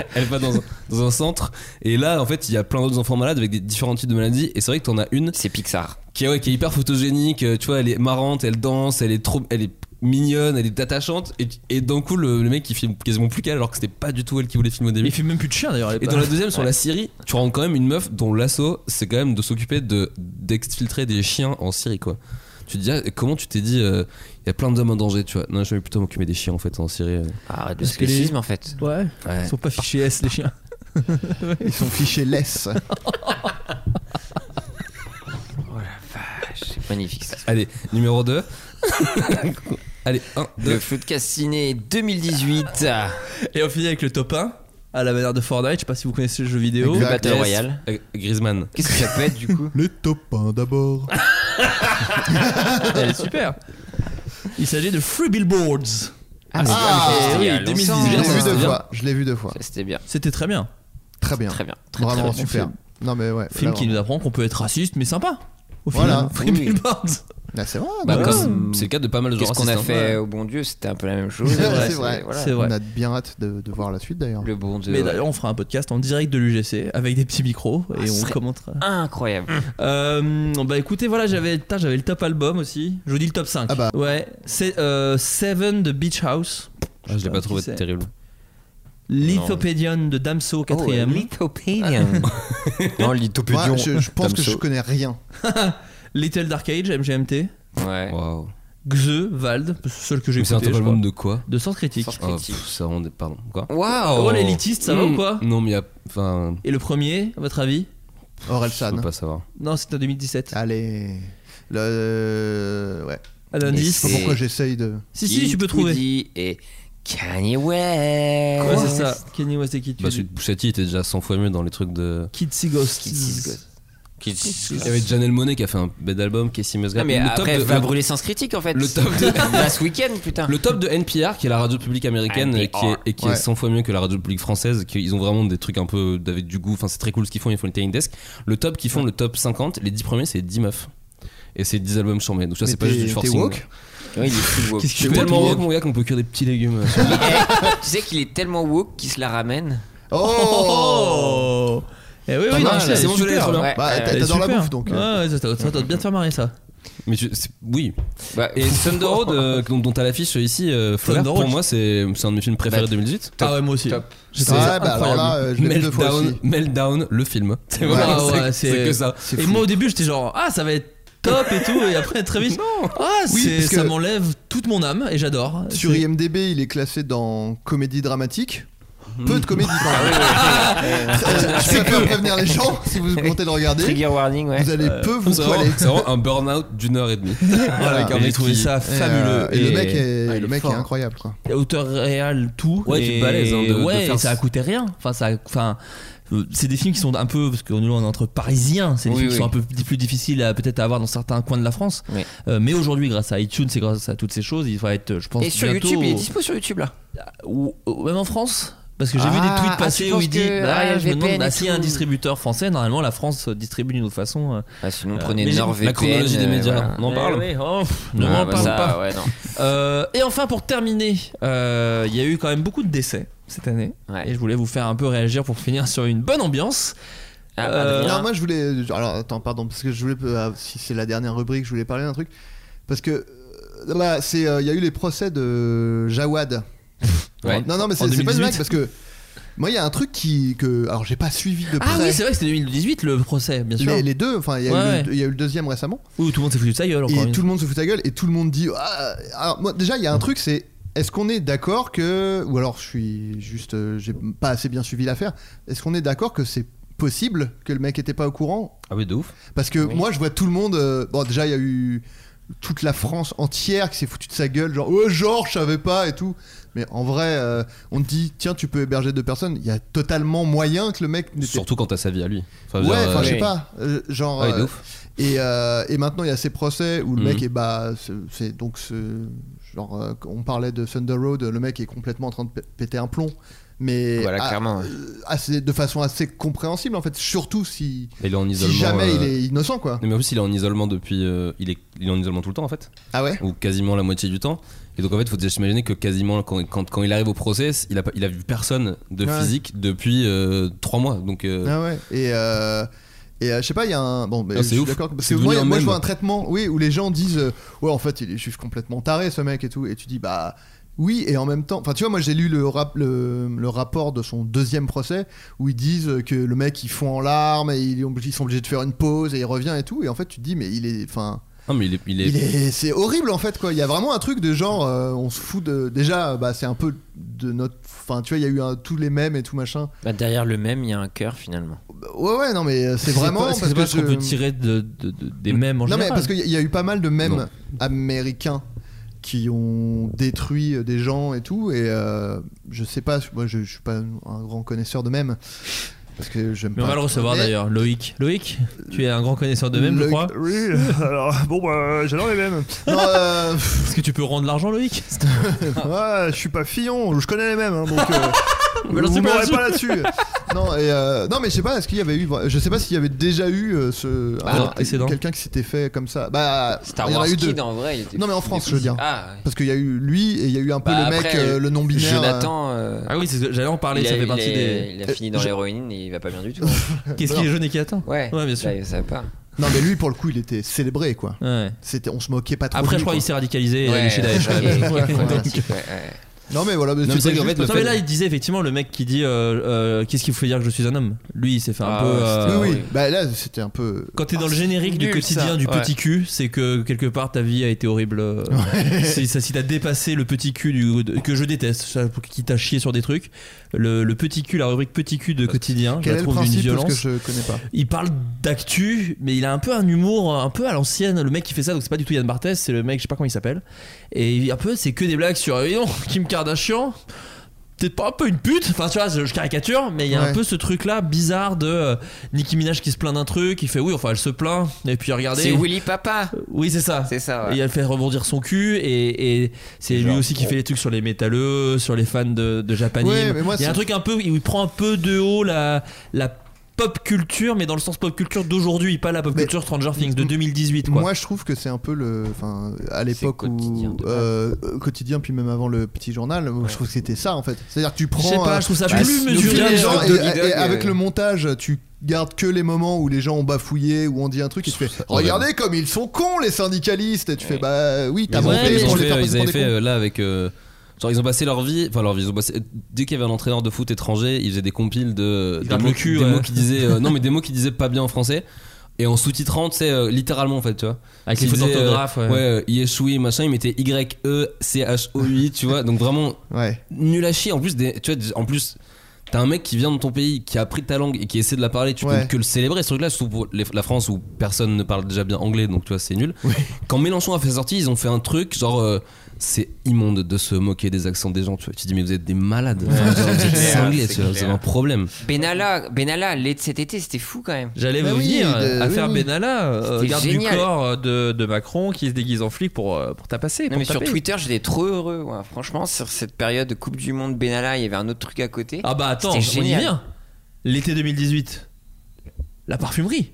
Speaker 2: elle va dans, un, dans un centre, et là, en fait, il y a plein d'autres enfants malades avec des différents types de maladies, et c'est vrai que t'en as une
Speaker 9: C'est Pixar.
Speaker 2: qui est, ouais, qui est hyper photogénique, euh, tu vois, elle est marrante, elle danse, elle est trop. Elle est mignonne, elle est attachante et, et d'un coup le, le mec il filme quasiment plus qu'elle alors que c'était pas du tout elle qui voulait filmer au début.
Speaker 7: Il fait même plus de chien d'ailleurs. elle est
Speaker 2: Et
Speaker 7: pas-
Speaker 2: dans la deuxième, sur la Syrie, tu rends quand même une meuf dont l'assaut, c'est quand même de s'occuper de d'exfiltrer des chiens en Syrie, quoi. Tu te dis, ah, comment tu t'es dit, il y a plein d'hommes en danger, tu vois. Non, je vais plutôt m'occuper des chiens, en fait, en Syrie. euh.
Speaker 9: Ah, Arrête de
Speaker 7: Parce que les-
Speaker 9: spécisme en fait.
Speaker 7: Ouais.
Speaker 2: Ouais.
Speaker 7: Ils sont pas fichés S les chiens.
Speaker 8: Ils sont fichés less.
Speaker 9: Ah, C'est magnifique ça.
Speaker 2: Allez, numéro 2. Allez, 1,
Speaker 9: Le
Speaker 2: 2.
Speaker 9: Floodcast Ciné 2018. ah,
Speaker 7: Et on finit avec le top 1 à la manière de Fortnite. Je sais pas si vous connaissez le jeu vidéo.
Speaker 9: Le
Speaker 8: Exact.
Speaker 9: Battle
Speaker 8: Yes.
Speaker 9: Royale.
Speaker 2: Euh, Griezmann.
Speaker 9: Qu'est-ce que ça peut être du coup
Speaker 8: Les topins d'abord.
Speaker 7: Elle est super. Il s'agit de Free Billboards.
Speaker 9: Ah, mais
Speaker 8: Ah,
Speaker 9: c'était il y a
Speaker 7: oui,
Speaker 9: longtemps.
Speaker 7: 2018.
Speaker 8: Je l'ai
Speaker 7: Bien,
Speaker 8: vu
Speaker 7: ça,
Speaker 8: deux
Speaker 7: bien.
Speaker 8: fois. Je l'ai vu deux fois.
Speaker 9: Ça, C'était bien.
Speaker 7: C'était très bien.
Speaker 8: Très bien.
Speaker 9: Très bien. Très, très
Speaker 8: Vraiment
Speaker 9: bien.
Speaker 8: super. Non mais ouais.
Speaker 7: Film
Speaker 8: vraiment.
Speaker 7: qui nous apprend qu'on peut être raciste mais sympa. Au
Speaker 8: Voilà.
Speaker 7: final, Free
Speaker 9: Oui.
Speaker 7: Billboards.
Speaker 8: Ah, c'est vrai.
Speaker 2: Bah,
Speaker 8: non,
Speaker 7: comme-
Speaker 8: ouais.
Speaker 2: comme c'est le cas de pas mal de gens
Speaker 9: Qu'est-ce qu'on a
Speaker 2: racistes, hein.
Speaker 9: fait au bon Dieu C'était un peu la même chose.
Speaker 8: C'est vrai,
Speaker 9: Voilà,
Speaker 8: c'est vrai.
Speaker 9: voilà.
Speaker 7: C'est vrai.
Speaker 8: On a bien hâte de, de voir la suite d'ailleurs.
Speaker 9: Le bon Dieu.
Speaker 7: Mais
Speaker 9: ouais.
Speaker 7: d'ailleurs, on fera un podcast en direct de l'UGC avec des petits micros
Speaker 9: Ah,
Speaker 7: et
Speaker 9: ce
Speaker 7: on
Speaker 9: serait-
Speaker 7: commentera.
Speaker 9: Incroyable.
Speaker 7: Euh, bah écoutez, voilà, j'avais putain, j'avais le top album aussi. Je vous dis le top 5.
Speaker 8: Ah bah.
Speaker 7: Ouais, c'est euh, Seven de Beach House,
Speaker 2: Ah, je l'ai pas trouvé
Speaker 7: Qui c'est
Speaker 2: terrible.
Speaker 7: Lithopédion de
Speaker 8: Oh,
Speaker 7: Damso quatrième,
Speaker 9: Lithopédion. non,
Speaker 8: Moi,
Speaker 9: Lithopédion.
Speaker 8: je, je pense que
Speaker 9: Damso.
Speaker 8: je connais rien.
Speaker 7: Little Dark Age MGMT,
Speaker 9: Ouais.
Speaker 2: Waouh.
Speaker 7: Xe Vald, seul que j'ai
Speaker 2: Mais C'est un
Speaker 7: écouté,
Speaker 2: top
Speaker 7: je
Speaker 2: album
Speaker 7: crois.
Speaker 2: de quoi
Speaker 7: de Sens Critique.
Speaker 9: Sens
Speaker 2: Oh,
Speaker 9: Critique.
Speaker 2: pff, ça rend des- Pardon. Quoi Hmm.
Speaker 9: Waouh.
Speaker 7: Oh, l'élitiste, ça va
Speaker 8: Mm.
Speaker 7: ou quoi
Speaker 2: Non, mais il y a. Enfin.
Speaker 7: Et le premier, à votre avis
Speaker 8: Aurel
Speaker 2: Je peux
Speaker 8: San.
Speaker 2: pas savoir.
Speaker 7: Ah, Non, c'était en 2017.
Speaker 8: Ah, Allez. Le... Ouais.
Speaker 7: À l'indice.
Speaker 8: Je sais pas pourquoi j'essaye de.
Speaker 7: Si si, tu peux
Speaker 9: Kid
Speaker 7: trouver.
Speaker 9: Cudi et Kanye West.
Speaker 7: Ouais, c'est ça. Kenny West et Kid
Speaker 2: Bah,
Speaker 7: Cudi.
Speaker 2: celui de Bouchati était déjà 100 fois mieux dans les trucs de.
Speaker 7: Kids et Ghosts.
Speaker 9: Kid Cudi, Ghost. Kid Cudi.
Speaker 2: Il y avait Janelle Monet qui a fait un bel album, Casey Musgrave.
Speaker 9: Non, mais
Speaker 2: le,
Speaker 9: après,
Speaker 2: top de,
Speaker 9: va brûler Sens Critique en fait.
Speaker 2: Le top de-
Speaker 9: Bah, ce week-end, putain.
Speaker 2: le top de NPR, qui est la radio publique américaine
Speaker 9: Ah,
Speaker 2: et qui, est, et qui est
Speaker 9: oh,
Speaker 8: Ouais.
Speaker 2: 100 fois mieux que la radio publique française. Qui, ils ont vraiment des trucs un peu avec du goût. Enfin, c'est très cool ce qu'ils font. Ils font une tiny desk. Le top qu'ils font, le top 50, les 10 premiers, c'est 10 meufs. Et c'est 10 albums chambés. Donc, ça,
Speaker 8: Mais
Speaker 2: c'est pas
Speaker 8: t'es-
Speaker 2: juste du
Speaker 8: t'es
Speaker 2: forcing.
Speaker 8: woke
Speaker 9: Ouais, il est fou, woke.
Speaker 2: Qu'est-ce que
Speaker 9: Il
Speaker 2: tu
Speaker 9: est
Speaker 2: fais tellement
Speaker 9: woke.
Speaker 2: woke, mon gars, qu'on peut cuire des petits légumes. euh,
Speaker 9: Tu sais qu'il est tellement woke qu'il se la ramène. Ah,
Speaker 8: Oh
Speaker 7: Oh. Eh oui, oui,
Speaker 8: mal,
Speaker 7: non,
Speaker 8: là,
Speaker 7: c'est
Speaker 8: c'est
Speaker 2: bon, je l'ai,
Speaker 7: super.
Speaker 2: trop bien.
Speaker 9: Ouais, euh,
Speaker 8: Bah,
Speaker 9: ouais,
Speaker 8: t'as-
Speaker 7: Elle est
Speaker 8: t'as dans la
Speaker 7: super.
Speaker 8: bouffe donc.
Speaker 7: Ouais, ouais, ça, ça, ça doit bien te faire marrer ça.
Speaker 2: mais je- c'est- oui.
Speaker 9: bah,
Speaker 2: Et Thunder Road, euh, dont, dont t'as l'affiche ici, euh, Flaubert,
Speaker 7: Thunder
Speaker 2: pour
Speaker 7: Road,
Speaker 2: moi, c'est c'est un de mes films
Speaker 9: Bah,
Speaker 2: préférés de 2018.
Speaker 7: ah ouais, moi aussi.
Speaker 9: top.
Speaker 7: Je
Speaker 8: Ouais,
Speaker 7: trouve ça
Speaker 8: bah, alors là,
Speaker 7: incroyable.
Speaker 8: euh, je l'ai vu deux fois
Speaker 2: Meltdown,
Speaker 8: aussi. Ah
Speaker 2: Meltdown, le film. C'est vraiment-
Speaker 7: Ouais, ouais,
Speaker 2: c'est- c'est que ça.
Speaker 7: Et moi au début j'étais genre ah ça va être top et tout et après très vite ah
Speaker 8: Oui,
Speaker 7: c'est-
Speaker 8: parce que-
Speaker 7: ça m'enlève toute mon âme et j'adore.
Speaker 8: Sur
Speaker 7: C'est-
Speaker 8: IMDb, il est classé dans comédie dramatique.
Speaker 7: Mhm.
Speaker 8: Peu de comédie quand même.
Speaker 7: Ah
Speaker 8: Euh, Je préfère prévenir les gens si vous comptez le regarder.
Speaker 9: Trigger warning, ouais.
Speaker 8: Vous allez peu vous
Speaker 2: C'est vraiment,
Speaker 8: poiler.
Speaker 2: c'est vraiment un burn-out d'une heure et demie. Avec un
Speaker 7: J'ai
Speaker 2: mec
Speaker 7: trouvé
Speaker 2: qui-
Speaker 7: ça
Speaker 8: Et,
Speaker 7: fabuleux.
Speaker 8: euh, Et, le mec est,
Speaker 7: Ah, il
Speaker 8: le
Speaker 7: est
Speaker 8: mec est
Speaker 7: fort.
Speaker 8: incroyable quoi.
Speaker 7: Auteur réel, tout.
Speaker 2: Ouais, tu
Speaker 7: et...
Speaker 2: te balaises, hein, de- de
Speaker 7: ouais,
Speaker 2: faire
Speaker 7: et ça a
Speaker 2: ce-
Speaker 7: coûté rien. Enfin, ça a- enfin, euh, c'est des films qui sont un peu. Parce que nous, on est entre parisiens. C'est des
Speaker 9: Oui,
Speaker 7: films
Speaker 9: oui.
Speaker 7: qui sont un peu di- plus difficiles à peut-être à avoir dans certains coins de la France.
Speaker 9: Oui.
Speaker 7: Euh, mais aujourd'hui, grâce à iTunes et grâce à toutes ces choses, il va être, je pense,
Speaker 9: Et sur
Speaker 7: bientôt-
Speaker 9: YouTube, il est dispo sur YouTube là.
Speaker 7: ou, ou même en France parce que j'ai vu
Speaker 9: Ah,
Speaker 7: des
Speaker 9: ah,
Speaker 7: tweets
Speaker 9: tu
Speaker 7: passer où
Speaker 9: penses
Speaker 7: il dit
Speaker 9: que-
Speaker 7: bah,
Speaker 9: ah,
Speaker 7: je me demande
Speaker 9: VPN et
Speaker 7: bah, s'il y a un
Speaker 9: tout.
Speaker 7: distributeur français normalement la France euh, distribue d'une autre façon euh.
Speaker 9: Ah, sinon,
Speaker 7: Euh,
Speaker 9: prenez
Speaker 7: mais j'ai-
Speaker 9: NordVPN.
Speaker 2: La chronologie des
Speaker 9: euh,
Speaker 2: médias,
Speaker 9: voilà.
Speaker 2: on en parle.
Speaker 7: Eh oui, oh, pff, ne
Speaker 9: Ah,
Speaker 7: m'en
Speaker 9: bah,
Speaker 7: parle
Speaker 9: ça,
Speaker 7: pas
Speaker 9: ouais, non.
Speaker 7: Euh, et enfin pour terminer euh, il y a eu quand même beaucoup de décès cette année
Speaker 9: Ouais.
Speaker 7: et je voulais vous faire un peu réagir pour finir sur une bonne ambiance
Speaker 9: Ah,
Speaker 8: Euh,
Speaker 9: Adrien.
Speaker 8: Non, moi je voulais. Alors attends, pardon, parce que je voulais. euh, si c'est la dernière rubrique, je voulais parler d'un truc. Parce que euh, là, c'est. euh, Il y a eu les procès de Jawad.
Speaker 2: Ouais.
Speaker 8: Non, non, mais
Speaker 2: En
Speaker 8: c'est c'est pas une
Speaker 2: 2018.
Speaker 8: blague parce que. Moi, il y a un truc qui. Que, alors, j'ai pas suivi de près.
Speaker 7: Ah oui, c'est vrai que c'était 2018 le procès, bien sûr.
Speaker 8: les, les deux, enfin, il y, a eu
Speaker 7: Ouais,
Speaker 8: le- il y a eu le deuxième récemment.
Speaker 7: Où tout le monde s'est foutu de sa gueule encore.
Speaker 8: et
Speaker 7: une
Speaker 8: tout le monde se fout de ta gueule et tout le monde dit. Ah, alors, moi, déjà, il y a un truc, c'est. Est-ce qu'on est d'accord que. Ou alors, je suis juste. euh, J'ai pas assez bien suivi l'affaire. Est-ce qu'on est d'accord que c'est possible que le mec était pas au courant
Speaker 7: fois. Ah oui, de ouf.
Speaker 8: parce que moi, je vois tout le monde. euh, bon, déjà, il y a eu toute la France entière qui s'est foutue de sa gueule, genre, oh, genre, je savais pas et tout. Mais en vrai, euh, on te dit, tiens, tu peux héberger deux personnes. Il y a totalement moyen que le mec n'était
Speaker 2: Surtout quand t'as sa vie à lui. Enfin, je veux
Speaker 8: Ouais,
Speaker 2: dire,
Speaker 8: enfin, je
Speaker 2: euh,
Speaker 8: sais pas. euh, genre.
Speaker 2: ah oui, de
Speaker 8: euh,
Speaker 2: ouf.
Speaker 8: et, euh, et maintenant, il y a ces procès où le
Speaker 2: Mhm.
Speaker 8: mec est bah, c'est- c'est donc ce genre, euh, on parlait de Thunder Road, le mec est complètement en train de p- péter un plomb, mais
Speaker 9: Voilà,
Speaker 8: à-
Speaker 9: clairement.
Speaker 8: euh, assez- de façon assez compréhensible en fait, surtout si,
Speaker 2: Il est en
Speaker 8: si
Speaker 2: isolement.
Speaker 8: jamais
Speaker 2: euh,
Speaker 8: il est innocent quoi.
Speaker 2: non, mais en plus, il est en isolement depuis. euh, il, est, il est en isolement tout le temps en fait,
Speaker 8: Ah ouais.
Speaker 2: ou quasiment la moitié du temps. Et donc en fait, faut déjà s'imaginer que quasiment quand, quand, quand il arrive au procès, il a, pas- il a vu personne de
Speaker 8: Ouais.
Speaker 2: physique depuis euh, trois mois. Donc euh,
Speaker 8: Ah ouais. Et euh, et euh, je sais pas, il y a un bon, mais
Speaker 2: Ah,
Speaker 8: je
Speaker 2: c'est
Speaker 8: suis
Speaker 2: ouf.
Speaker 8: d'accord parce
Speaker 2: C'est
Speaker 8: que moi,
Speaker 2: devenu un
Speaker 8: moi, je
Speaker 2: mème.
Speaker 8: vois un traitement, oui, où les gens disent, euh, ouais, en fait, il est juif complètement taré ce mec et tout, et tu dis bah. Oui, et en même temps, enfin tu vois, moi j'ai lu le, rap- le, le rapport de son deuxième procès où ils disent euh, que le mec il fond en larmes et ils, ont- ils sont obligés de faire une pause et il revient et tout, et en fait tu te dis mais il est, enfin,
Speaker 2: non, mais il est, il est-
Speaker 8: il est, c'est horrible en fait quoi. Il y a vraiment un truc de genre, euh, on se fout de, déjà, bah c'est un peu de notre, enfin tu vois, il y a eu un- tous les mêmes et tout machin.
Speaker 9: Bah, derrière le même, il y a un cœur finalement.
Speaker 8: Ouais, ouais, non, mais euh, c'est vraiment.
Speaker 7: pas,
Speaker 8: parce
Speaker 7: pas
Speaker 8: que
Speaker 7: ce qu'on peut
Speaker 8: je-
Speaker 7: tirer de, de- de- des mêmes en
Speaker 8: Non, mais
Speaker 7: général.
Speaker 8: parce qu'il y a- il y a eu pas mal de mèmes
Speaker 2: Non.
Speaker 8: américains qui ont détruit euh, des gens et tout. Et euh, je sais pas, moi je, je suis pas un grand connaisseur de mèmes. Parce que j'aime
Speaker 7: Mais on
Speaker 8: pas.
Speaker 7: va le recevoir
Speaker 8: Mais-
Speaker 7: d'ailleurs, Loïc. Loïc, tu es un grand connaisseur de mêmes, je
Speaker 8: Le-
Speaker 7: crois.
Speaker 8: Oui, alors bon, bah j'adore les mèmes. Non, euh, pff,
Speaker 7: Est-ce que tu peux rendre l'argent, Loïc
Speaker 8: ouais, Ah, je suis pas Fillon, je connais les mèmes, hein, donc. euh,
Speaker 7: Mais alors,
Speaker 8: vous
Speaker 7: c'est pas
Speaker 8: m'aurez
Speaker 7: là-dessus.
Speaker 8: pas là-dessus. non, et, euh, non, mais je sais pas, est-ce qu'il y avait eu. Je sais pas s'il y avait déjà eu euh, ce.
Speaker 7: Ah,
Speaker 8: un-
Speaker 7: précédent.
Speaker 8: Quelqu'un qui s'était fait comme ça. Bah,
Speaker 9: Star
Speaker 8: il y en
Speaker 9: Wars
Speaker 8: a eu deux.
Speaker 9: Kid en vrai. il était-
Speaker 8: Non, mais en France, je veux dire.
Speaker 9: Ah, oui.
Speaker 8: Parce qu'il y a eu lui et il y a eu un peu
Speaker 9: Bah,
Speaker 8: le mec,
Speaker 9: après,
Speaker 8: euh, le non-binaire.
Speaker 9: Jonathan. euh,
Speaker 7: Ah oui, c'est ce que- j'allais en parler,
Speaker 9: il a-
Speaker 7: ça fait
Speaker 9: il
Speaker 7: partie
Speaker 9: est-
Speaker 7: des.
Speaker 9: il a fini dans
Speaker 8: je-
Speaker 9: l'héroïne et il va pas bien du tout.
Speaker 7: Qu'est-ce qui est jaune et qui attend
Speaker 9: Ouais,
Speaker 7: Ouais, bien sûr.
Speaker 9: Là, ça va pas.
Speaker 8: euh, Non, mais lui, pour le coup, il était célébré, quoi.
Speaker 7: Ouais.
Speaker 8: C'était, on se moquait pas trop. de
Speaker 7: Après,
Speaker 8: lui,
Speaker 7: je crois qu'il
Speaker 8: quoi.
Speaker 7: s'est radicalisé euh, et
Speaker 9: Ouais,
Speaker 7: allé chez Daesh.
Speaker 9: ouais, ouais, ouais, ouais,
Speaker 7: Donc,
Speaker 9: ouais, ouais.
Speaker 8: Non, mais voilà. mais
Speaker 2: Non, mais
Speaker 8: c'était
Speaker 2: c'est qu'en
Speaker 8: juste
Speaker 2: fait, le
Speaker 8: parce
Speaker 7: Non
Speaker 8: que-
Speaker 7: mais là il disait effectivement le mec qui dit euh, euh, qu'est-ce qu'il faut dire que je suis un homme lui il s'est fait un
Speaker 9: Ah,
Speaker 7: peu
Speaker 9: ouais,
Speaker 7: euh,
Speaker 8: Oui, oui. Bah là, c'était un peu.
Speaker 7: quand t'es dans le générique du
Speaker 9: Ah, nul,
Speaker 7: quotidien
Speaker 9: ça.
Speaker 7: du
Speaker 9: Ouais.
Speaker 7: petit cul c'est que quelque part ta vie a été horrible euh, c'est ça si t'as dépassé le petit cul du- de- que je déteste ça, qui t'a chié sur des trucs le, le petit cul la rubrique petit cul de quotidien je
Speaker 8: Quel
Speaker 7: la
Speaker 8: est le
Speaker 7: trouve d'une
Speaker 8: principe Parce
Speaker 7: violence
Speaker 8: que je connais pas.
Speaker 7: il parle d'actu mais il a un peu un humour euh, un peu à l'ancienne le mec qui fait ça donc c'est pas du tout Yann Barthès c'est le mec je sais pas comment il s'appelle et il- un peu c'est que des blagues sur euh, non, Kim Kardashian T'es pas un peu une pute Enfin, tu vois, je je caricature, mais il y a
Speaker 8: Ouais.
Speaker 7: un peu ce truc-là bizarre de euh, Nicki Minaj qui se plaint d'un truc, il fait oui, enfin, elle se plaint, et puis regardez.
Speaker 9: C'est Willy Papa.
Speaker 7: Oui, c'est ça.
Speaker 9: C'est ça. ouais.
Speaker 7: Et euh, elle fait rebondir son cul, et, et c'est lui aussi qui fait les trucs sur les métalleux, sur les fans de, de Japanime.
Speaker 8: Ouais, mais moi,
Speaker 7: il y a un
Speaker 8: c'est-
Speaker 7: truc un peu où il prend un peu de haut la, la pop culture, mais dans le sens pop culture d'aujourd'hui, pas la pop
Speaker 8: Mais-
Speaker 7: culture Stranger Things de 2018. Quoi.
Speaker 8: Moi, je trouve que c'est un peu le. Enfin, à l'époque
Speaker 9: quotidien
Speaker 8: où.
Speaker 9: de
Speaker 8: euh, quotidien, puis même avant le petit journal, je trouve que c'était ça, en fait. C'est-à-dire que tu
Speaker 7: je sais
Speaker 8: prends.
Speaker 7: pas,
Speaker 8: euh,
Speaker 7: je trouve ça
Speaker 8: tu
Speaker 7: plus
Speaker 8: nous fais
Speaker 7: mesuré.
Speaker 8: les
Speaker 9: le
Speaker 8: gens,
Speaker 9: truc
Speaker 8: et,
Speaker 9: de Doggy
Speaker 8: et-
Speaker 9: Dog,
Speaker 8: et avec
Speaker 9: euh.
Speaker 8: le montage, tu gardes que les moments où les gens ont bafouillé, où on dit un truc, et tu fais Regardez comme ils sont cons, les syndicalistes Et tu fais Bah oui, t'as
Speaker 2: Ils ont
Speaker 7: Ah Ouais,
Speaker 2: fait-
Speaker 8: monté
Speaker 2: ils
Speaker 8: pour
Speaker 2: ont
Speaker 8: les
Speaker 2: fait-
Speaker 8: faire
Speaker 2: ils
Speaker 8: passer pour
Speaker 2: avaient
Speaker 8: des
Speaker 2: fait
Speaker 8: cons.
Speaker 2: euh, là avec. euh, Genre ils ont passé leur vie, enfin leur vie, ils ont passé. Dès qu'il y avait un entraîneur de foot étranger, ils faisaient des compiles de
Speaker 7: Ils
Speaker 2: des,
Speaker 7: gardent
Speaker 2: mots,
Speaker 7: le cul,
Speaker 2: des
Speaker 7: ouais.
Speaker 2: mots qui disaient euh, non mais des mots qui disaient pas bien en français et en sous-titrant, tu sais euh, littéralement en fait, tu vois.
Speaker 7: Avec
Speaker 2: Ils
Speaker 7: les fautes
Speaker 2: disaient, euh,
Speaker 7: d'orthographe, ouais.
Speaker 2: Ouais, euh, Yeshui machin, ils mettaient Y E C H O I, tu vois. Donc vraiment
Speaker 8: Ouais.
Speaker 2: nul à chier. En plus, des, tu vois, des- en plus, t'as un mec qui vient de ton pays, qui a appris ta langue et qui essaie de la parler. Tu
Speaker 8: Ouais.
Speaker 2: peux que le célébrer. Ce truc-là, surtout pour les- la France où personne ne parle déjà bien anglais, donc tu vois, c'est nul. Quand Mélenchon a fait sortie, ils ont fait un truc genre. euh, c'est immonde de se moquer des accents des gens, tu vois. Tu dis, mais vous êtes des malades. Enfin, genre, vous êtes
Speaker 9: clair,
Speaker 2: cinglés,
Speaker 9: c'est
Speaker 2: tu vois, vous
Speaker 9: clair.
Speaker 2: avez un problème.
Speaker 9: Benalla, Benalla, l'été de cet été, c'était fou quand même.
Speaker 7: J'allais
Speaker 8: Bah
Speaker 7: vous
Speaker 8: oui,
Speaker 7: venir
Speaker 8: de-
Speaker 7: à faire
Speaker 8: oui, oui.
Speaker 7: Benalla, euh,
Speaker 9: C'était
Speaker 7: garde
Speaker 9: génial.
Speaker 7: du corps euh, de, de Macron qui se déguise en flic pour, euh, pour tapasser.
Speaker 9: Non,
Speaker 7: pour
Speaker 9: mais sur
Speaker 7: taper.
Speaker 9: Twitter, j'étais trop heureux. ouais. Franchement, sur cette période de Coupe du Monde, Benalla, il y avait un autre truc à côté.
Speaker 7: Ah bah attends, on
Speaker 9: C'était
Speaker 7: y
Speaker 9: génial.
Speaker 7: vient. L'été 2018, la parfumerie.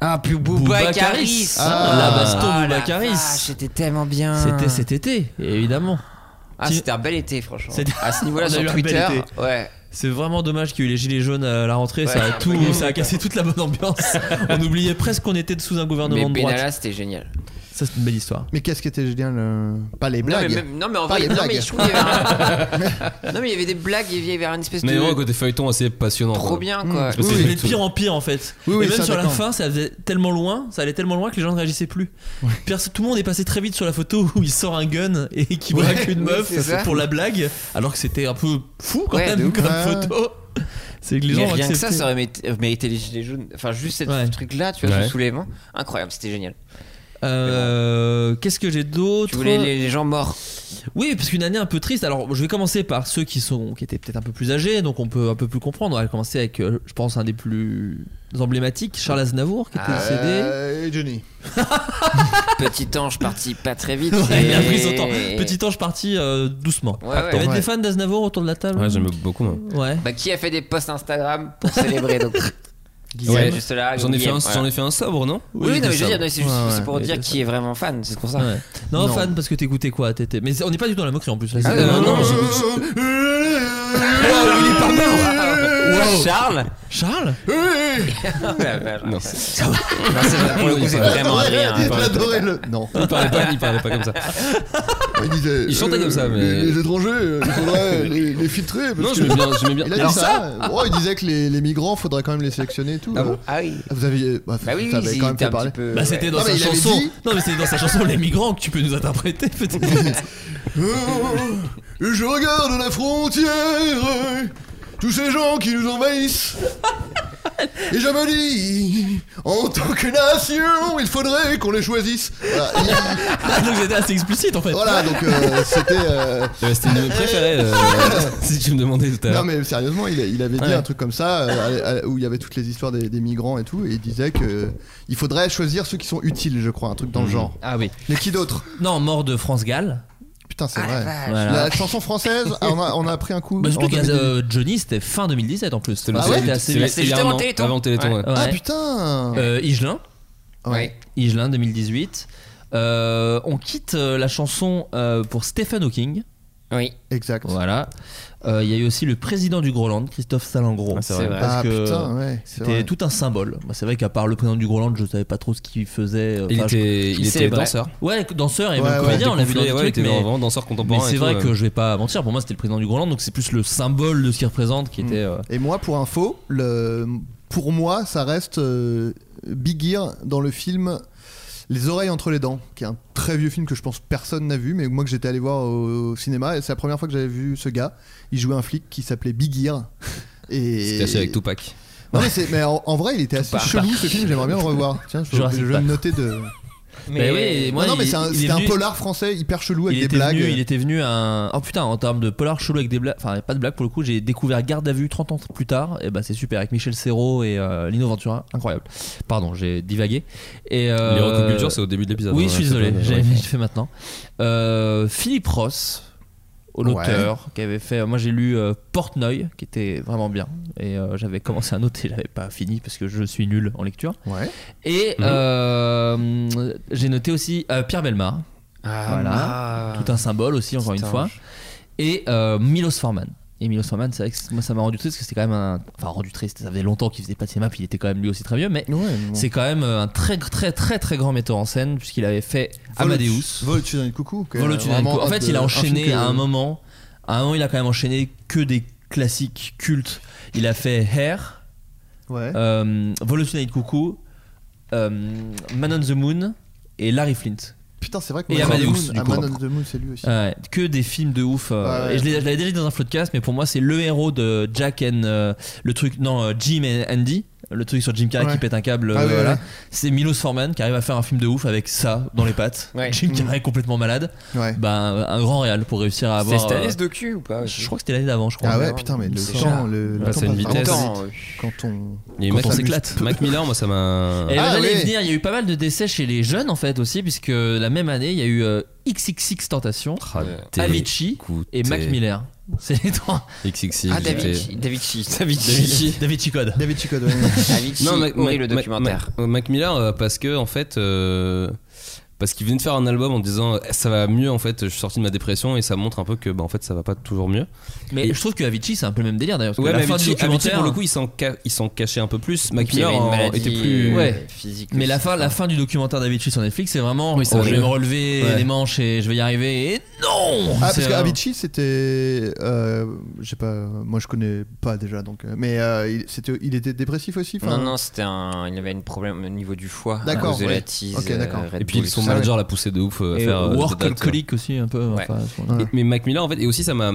Speaker 9: Ah, puis
Speaker 7: Boubacaris.
Speaker 9: Boubacaris.
Speaker 7: Ah,
Speaker 8: la
Speaker 7: baston
Speaker 9: Ah,
Speaker 7: Boubacaris.
Speaker 9: la vache, C'était tellement bien.
Speaker 7: C'était cet été, évidemment.
Speaker 9: Ah,
Speaker 7: Ti-
Speaker 9: c'était un bel été, franchement.
Speaker 7: C'était-
Speaker 9: À ce niveau-là,
Speaker 7: On a eu
Speaker 9: sur
Speaker 7: un bel
Speaker 9: Twitter,
Speaker 7: été.
Speaker 9: ouais.
Speaker 7: C'est vraiment dommage qu'il y ait eu les gilets jaunes à la rentrée.
Speaker 9: Ouais,
Speaker 7: ça, a
Speaker 9: c'est un
Speaker 7: tout,
Speaker 9: peu
Speaker 7: ça a cassé toute la bonne ambiance. On oubliait presque qu'on était sous un
Speaker 9: Mais
Speaker 7: gouvernement de droite.
Speaker 9: Benalla, c'était génial.
Speaker 7: Ça, c'est une belle histoire.
Speaker 8: Mais qu'est-ce qui était génial euh, Pas les
Speaker 9: Non mais,
Speaker 8: blagues.
Speaker 9: même- non, mais en
Speaker 8: Pas
Speaker 9: vrai,
Speaker 8: les
Speaker 9: non,
Speaker 8: blagues.
Speaker 9: mais je trouve qu'il y avait un- non mais il y avait des blagues, il y avait un espèce
Speaker 2: Mais
Speaker 9: de
Speaker 2: vraiment, côté feuilleton assez passionnant.
Speaker 9: trop
Speaker 2: quoi.
Speaker 9: bien
Speaker 8: Mmh.
Speaker 9: quoi.
Speaker 2: Je
Speaker 7: Oui,
Speaker 2: sais
Speaker 7: oui,
Speaker 2: pas
Speaker 7: mais
Speaker 2: du
Speaker 7: de
Speaker 2: tout.
Speaker 7: pire en pire en fait.
Speaker 8: Oui, oui,
Speaker 7: et même
Speaker 8: ça,
Speaker 7: sur la
Speaker 8: d'accord.
Speaker 7: fin, ça faisait tellement loin, ça allait tellement loin que les gens ne réagissaient plus. Perso- tout le monde est passé très vite sur la photo où il sort un gun et qui
Speaker 8: Ouais,
Speaker 7: braque une
Speaker 9: oui,
Speaker 7: meuf
Speaker 9: c'est ça.
Speaker 7: pour la blague, alors que c'était un peu fou quand
Speaker 9: Ouais, de
Speaker 7: même
Speaker 9: ouf.
Speaker 7: comme
Speaker 8: Ouais.
Speaker 7: photo. C'est que les
Speaker 9: Mais
Speaker 7: gens
Speaker 9: rien que ça,
Speaker 7: acceptaient.
Speaker 9: ça aurait mérité, mérité les gilets jaunes. Enfin, juste ce
Speaker 7: Ouais.
Speaker 9: truc-là, tu vois,
Speaker 2: Ouais.
Speaker 9: ce soulèvement. Incroyable, c'était génial.
Speaker 7: Euh, Qu'est-ce que j'ai d'autre
Speaker 9: Tu voulais les, les gens morts.
Speaker 7: Oui, parce qu'une année un peu triste. Alors, je vais commencer par ceux qui sont qui étaient peut-être un peu plus âgés, donc on peut un peu plus comprendre. On va commencer avec, euh, je pense, un des plus emblématiques, Charles
Speaker 8: Ah
Speaker 7: Aznavour, qui était décédé.
Speaker 8: Euh, Johnny.
Speaker 9: Petit ange parti pas très vite.
Speaker 7: Ouais, il a
Speaker 9: et-
Speaker 7: pris son temps. Petit ange parti euh, doucement.
Speaker 9: Ouais, ouais.
Speaker 7: Il y avait
Speaker 8: Ouais.
Speaker 7: des fans d'Aznavour autour de la table
Speaker 2: Ouais, j'aime beaucoup. moi.
Speaker 7: Ouais.
Speaker 9: Bah, qui a fait des posts Instagram pour célébrer donc
Speaker 2: Ouais.
Speaker 9: C'est juste là.
Speaker 2: J'en ai, fait
Speaker 9: Guillaume,
Speaker 2: un-
Speaker 9: voilà.
Speaker 2: j'en ai fait un sobre, non
Speaker 9: Oui, non, mais je veux dire,
Speaker 7: Ouais,
Speaker 9: non, c'est juste
Speaker 7: ouais,
Speaker 9: c'est pour
Speaker 7: ouais,
Speaker 9: dire
Speaker 7: c'est
Speaker 9: qui est vraiment fan, c'est pour ça.
Speaker 7: Ouais. Non,
Speaker 8: Non. Ah,
Speaker 7: fan parce que t'écoutais quoi t'étais- Mais on n'est pas du tout dans la moquerie en plus. euh, Là, c'est-
Speaker 9: non, non,
Speaker 7: je-
Speaker 9: Oh, il est pas mort Charles
Speaker 7: Charles
Speaker 9: Ouais, bah,
Speaker 2: Non,
Speaker 9: Non, c'est vrai, pour le coup, c'est vraiment Adrien. hein.
Speaker 8: J'adorais le. Non.
Speaker 2: il parlait pas, il parlait pas comme ça.
Speaker 8: Il disait.
Speaker 2: Il chantait comme ça, mais-
Speaker 8: Les, les étrangers, euh, il faudrait les, les filtrer. Parce
Speaker 2: Non,
Speaker 8: que...
Speaker 2: je mets bien, je mets bien.
Speaker 8: Il a
Speaker 2: Alors,
Speaker 8: dit ça. Ouais, il disait que les, les migrants, faudrait quand même les sélectionner et tout.
Speaker 2: Ah bon
Speaker 9: Ah oui.
Speaker 8: Ah, Vous aviez. Bah,
Speaker 9: Bah oui,
Speaker 8: ça
Speaker 9: oui,
Speaker 8: avait
Speaker 9: c'est
Speaker 8: quand même
Speaker 9: un
Speaker 8: fait
Speaker 9: petit
Speaker 8: parler.
Speaker 9: peu.
Speaker 7: Bah,
Speaker 9: ouais.
Speaker 7: c'était dans
Speaker 8: Non,
Speaker 7: sa
Speaker 8: mais il avait
Speaker 7: chanson.
Speaker 8: dit-
Speaker 7: Non, mais c'était dans sa chanson Les migrants que tu peux nous interpréter peut-être.
Speaker 8: Ah, Et je regarde la frontière, euh, tous ces gens qui nous envahissent. Et je me dis, en tant que nation, il faudrait qu'on les choisisse. Voilà, il-
Speaker 7: Ah, donc c'était assez explicite en fait.
Speaker 8: voilà, donc euh, c'était. euh,
Speaker 2: euh, c'était une de mes préférées, euh, si tu me demandais tout à
Speaker 7: Euh,
Speaker 8: Non
Speaker 2: l'heure.
Speaker 8: mais sérieusement, il, il avait dit
Speaker 2: Ouais.
Speaker 8: un truc comme ça euh, à- à- où il y avait toutes les histoires des, des migrants et tout, et il disait que il faudrait choisir ceux qui sont utiles, je crois, un truc dans le genre.
Speaker 7: Ah oui.
Speaker 8: Mais qui d'autre
Speaker 7: Non, mort de France Gall.
Speaker 8: Putain, c'est vrai.
Speaker 7: Voilà.
Speaker 8: La chanson française, ah, on, a, on a pris un coup.
Speaker 7: Bah,
Speaker 8: en
Speaker 7: surtout que
Speaker 8: 2018.
Speaker 7: euh, Johnny, c'était fin 2017 en plus.
Speaker 2: le
Speaker 7: Ah
Speaker 8: ouais
Speaker 7: c'était assez vite.
Speaker 9: c'est juste avant Téléthon.
Speaker 2: Avant Téléthon, ouais.
Speaker 9: Ouais.
Speaker 8: Ah
Speaker 7: Ouais.
Speaker 8: putain
Speaker 7: Euh, Higelin.
Speaker 9: Ouais.
Speaker 7: Higelin 2018. Euh, on quitte euh, la chanson euh, pour Stephen Hawking.
Speaker 9: Oui.
Speaker 8: Exact.
Speaker 7: Voilà. Euh, Il y a eu aussi le président du Groenland, Christophe Salengro.
Speaker 2: Ah, c'est
Speaker 9: vrai.
Speaker 7: Parce
Speaker 8: ah
Speaker 7: que
Speaker 8: putain, ouais. c'est
Speaker 7: C'était
Speaker 8: vrai.
Speaker 7: tout un symbole. Bah, c'est vrai qu'à part le président du Groenland, je savais pas trop ce qu'il faisait. euh,
Speaker 2: Il
Speaker 7: enfin, je-
Speaker 2: était, il était
Speaker 9: célébrait.
Speaker 2: danseur.
Speaker 7: Ah Ouais, danseur et
Speaker 8: Ouais,
Speaker 7: même
Speaker 8: ouais,
Speaker 7: comédien,
Speaker 8: il
Speaker 7: on l'a vu dans
Speaker 2: Gonflé,
Speaker 7: le
Speaker 2: ouais, il était
Speaker 7: mais...
Speaker 2: vraiment danseur
Speaker 7: mais
Speaker 2: contemporain. et
Speaker 7: c'est
Speaker 2: tout,
Speaker 7: vrai
Speaker 2: ouais.
Speaker 7: que je vais pas mentir, pour moi c'était le président du Groenland, donc c'est plus le symbole de ce qu'il représente qui
Speaker 8: Mm.
Speaker 7: était. euh,
Speaker 8: Et moi, pour info, le... pour moi, ça reste euh, Big Ear dans le film Les oreilles entre les dents, qui est un très vieux film que je pense personne n'a vu, mais moi que j'étais allé voir au, au cinéma, et c'est la première fois que j'avais vu ce gars. Il jouait un flic qui s'appelait Big Ear. Et...
Speaker 2: C'était assez avec Tupac.
Speaker 8: Non, mais, c'est- mais en, en vrai, il était assez
Speaker 9: Tupac.
Speaker 8: chelou ce film, j'aimerais bien le revoir. Tiens, je,
Speaker 7: Jurassic
Speaker 8: je vais
Speaker 7: Park.
Speaker 8: me noter de.
Speaker 7: Mais Ben oui, moi,
Speaker 8: non, non, mais
Speaker 7: il-
Speaker 8: c'est un,
Speaker 7: il est
Speaker 8: c'était un
Speaker 7: venu-
Speaker 8: polar français hyper chelou avec
Speaker 7: il
Speaker 8: des
Speaker 7: était
Speaker 8: blagues.
Speaker 7: Venu, il était venu à un. Oh putain, en termes de polar chelou avec des blagues. Enfin, pas de blagues pour le coup, j'ai découvert Garde à vue 30 ans plus tard. Et bah, c'est super avec Michel Serrault et euh, Lino Ventura. Incroyable. Pardon, j'ai divagué. Et, euh,
Speaker 2: Les recoupe c'est au début de l'épisode.
Speaker 7: Oui,
Speaker 2: hein,
Speaker 7: je suis
Speaker 2: c'est
Speaker 7: désolé,
Speaker 2: pas-
Speaker 7: j'ai
Speaker 2: ouais.
Speaker 7: j'ai fait maintenant. Euh, Philippe Ross, l'auteur, qui avait fait. Moi j'ai lu euh, Portnoy, qui était vraiment bien. Et euh, j'avais commencé à noter, j'avais pas fini parce que je suis nul en lecture.
Speaker 8: Ouais.
Speaker 7: Et
Speaker 2: Mhm.
Speaker 7: euh, j'ai noté aussi euh, Pierre Belmar,
Speaker 9: Ah,
Speaker 7: Voilà.
Speaker 9: ah.
Speaker 7: tout un symbole aussi, encore une
Speaker 9: putain.
Speaker 7: fois. Et euh, Milos Forman. Et Milos Forman, c'est vrai que moi ça m'a rendu triste parce que c'était quand même un. Enfin, rendu triste, ça faisait longtemps qu'il faisait pas de cinéma, puis il était quand même lui aussi très vieux, mais.
Speaker 8: Ouais, mais bon.
Speaker 7: C'est quand même euh, un très très très très grand metteur en scène puisqu'il avait fait Amadeus.
Speaker 8: Vol au-dessus d'un nid de coucou. que-
Speaker 7: Vol au-dessus d'un
Speaker 8: vraiment
Speaker 7: coup. En
Speaker 8: hâte
Speaker 7: fait,
Speaker 8: de-
Speaker 7: il a
Speaker 8: film
Speaker 7: enchaîné
Speaker 8: que-
Speaker 7: à un moment. À un moment, il a quand même enchaîné que des classiques cultes. Il a fait Hair,
Speaker 8: Ouais.
Speaker 7: euh, Vol au-dessus d'un nid de coucou, euh, Man on the Moon et Larry Flint.
Speaker 8: Putain, c'est vrai que
Speaker 7: Et
Speaker 8: Man on the
Speaker 7: Amadeus,
Speaker 8: Moon-
Speaker 7: du
Speaker 8: ah,
Speaker 7: coup.
Speaker 8: Man on the Moon, c'est lui aussi.
Speaker 7: Ouais, Euh, que des films de ouf. euh,
Speaker 8: Ouais, ouais.
Speaker 7: Et je l'ai- je l'avais déjà dit dans un podcast, mais pour moi, c'est le héros de Jack and euh, le truc. Non, euh, Jim et Andy. Le truc sur Jim Carrey
Speaker 8: Ouais.
Speaker 7: qui pète un câble,
Speaker 8: Ah
Speaker 7: euh,
Speaker 8: oui,
Speaker 7: voilà.
Speaker 8: ouais.
Speaker 7: c'est Milos Forman qui arrive à faire un film de ouf avec ça dans les pattes.
Speaker 9: Ouais.
Speaker 7: Jim
Speaker 8: Mm.
Speaker 7: Carrey complètement malade,
Speaker 8: Ouais.
Speaker 7: ben un grand réal pour réussir à
Speaker 9: C'était
Speaker 7: avoir.
Speaker 9: cette année
Speaker 7: euh,
Speaker 9: ce docu ou pas
Speaker 7: Je crois que c'était l'année d'avant, je crois.
Speaker 8: Ah ouais, putain, mais le
Speaker 9: C'est
Speaker 8: temps, le,
Speaker 7: Bah,
Speaker 8: le
Speaker 2: Ouais,
Speaker 8: temps
Speaker 2: c'est une
Speaker 8: passe vraiment
Speaker 2: vitesse.
Speaker 8: vite.
Speaker 9: Attends, euh,
Speaker 8: Quand on.
Speaker 2: Il y a
Speaker 7: Quand
Speaker 2: Mac-
Speaker 7: on s'éclate.
Speaker 2: Mac Miller, moi ça m'a.
Speaker 7: Et
Speaker 8: Ah
Speaker 7: j'allais
Speaker 8: ouais.
Speaker 7: y venir, il y a eu pas mal de décès chez les jeunes en fait aussi, puisque la même année, il y a eu euh, XXX Tentation,
Speaker 2: Ah, t'es-
Speaker 7: Avicii et
Speaker 2: t'es-
Speaker 7: Mac Miller. C'est les trois.
Speaker 2: XXX.
Speaker 9: Ah,
Speaker 2: j'étais-
Speaker 9: Davichi. Davichi.
Speaker 7: David David Code.
Speaker 8: David Chicode. ouais.
Speaker 9: Davichi.
Speaker 2: Non,
Speaker 9: Non,
Speaker 2: Mac,
Speaker 9: horrible
Speaker 2: Mac-
Speaker 9: documentaire.
Speaker 2: Mac- Mac Miller, euh, parce que en fait. euh, parce qu'il venait de faire un album en disant euh, ça va mieux en fait, je suis sorti de ma dépression et ça montre un peu que bah, en fait ça va pas toujours mieux.
Speaker 7: Mais
Speaker 2: Et-
Speaker 7: je trouve que Avicii, c'est un peu le même délire d'ailleurs. parce que
Speaker 2: Ouais,
Speaker 7: la
Speaker 2: mais
Speaker 7: fin
Speaker 2: Avicii,
Speaker 7: du documentaire, hein.
Speaker 2: Avicii, pour le coup, il s'en ca- il s'en cachait un peu plus. Mac
Speaker 9: Il y
Speaker 2: Miller
Speaker 9: avait une
Speaker 2: en-
Speaker 9: maladie,
Speaker 2: était plus.
Speaker 9: euh,
Speaker 7: Ouais.
Speaker 9: physique.
Speaker 7: Mais
Speaker 9: aussi.
Speaker 7: la fin, la fin du documentaire d'Avicii sur Netflix, c'est vraiment
Speaker 1: Oui, c'est
Speaker 7: oh, je vais
Speaker 1: horrible.
Speaker 7: me relever
Speaker 1: Ouais.
Speaker 7: les manches et je vais y arriver. Et non
Speaker 8: Ah,
Speaker 7: C'est
Speaker 8: parce
Speaker 7: un-
Speaker 8: qu'Avicii, c'était. euh, je sais pas, moi je connais pas déjà, donc. euh, Mais euh, il, c'était- il était dépressif aussi enfin,
Speaker 9: Non, non, c'était un. Il avait un problème au niveau du foie. à
Speaker 8: D'accord,
Speaker 9: cause de
Speaker 8: ouais.
Speaker 9: la tease.
Speaker 8: Ok, d'accord.
Speaker 9: euh, Red
Speaker 2: Et puis
Speaker 9: Bull,
Speaker 2: son
Speaker 9: tout ça.
Speaker 2: manager l'a poussé de ouf euh, à
Speaker 7: Et
Speaker 2: faire. euh, des dates, euh.
Speaker 7: workaholic aussi un peu.
Speaker 9: Ouais.
Speaker 7: enfin, à ce moment-là.
Speaker 8: Ouais.
Speaker 2: Mais Mac Miller, en fait, et aussi ça m'a.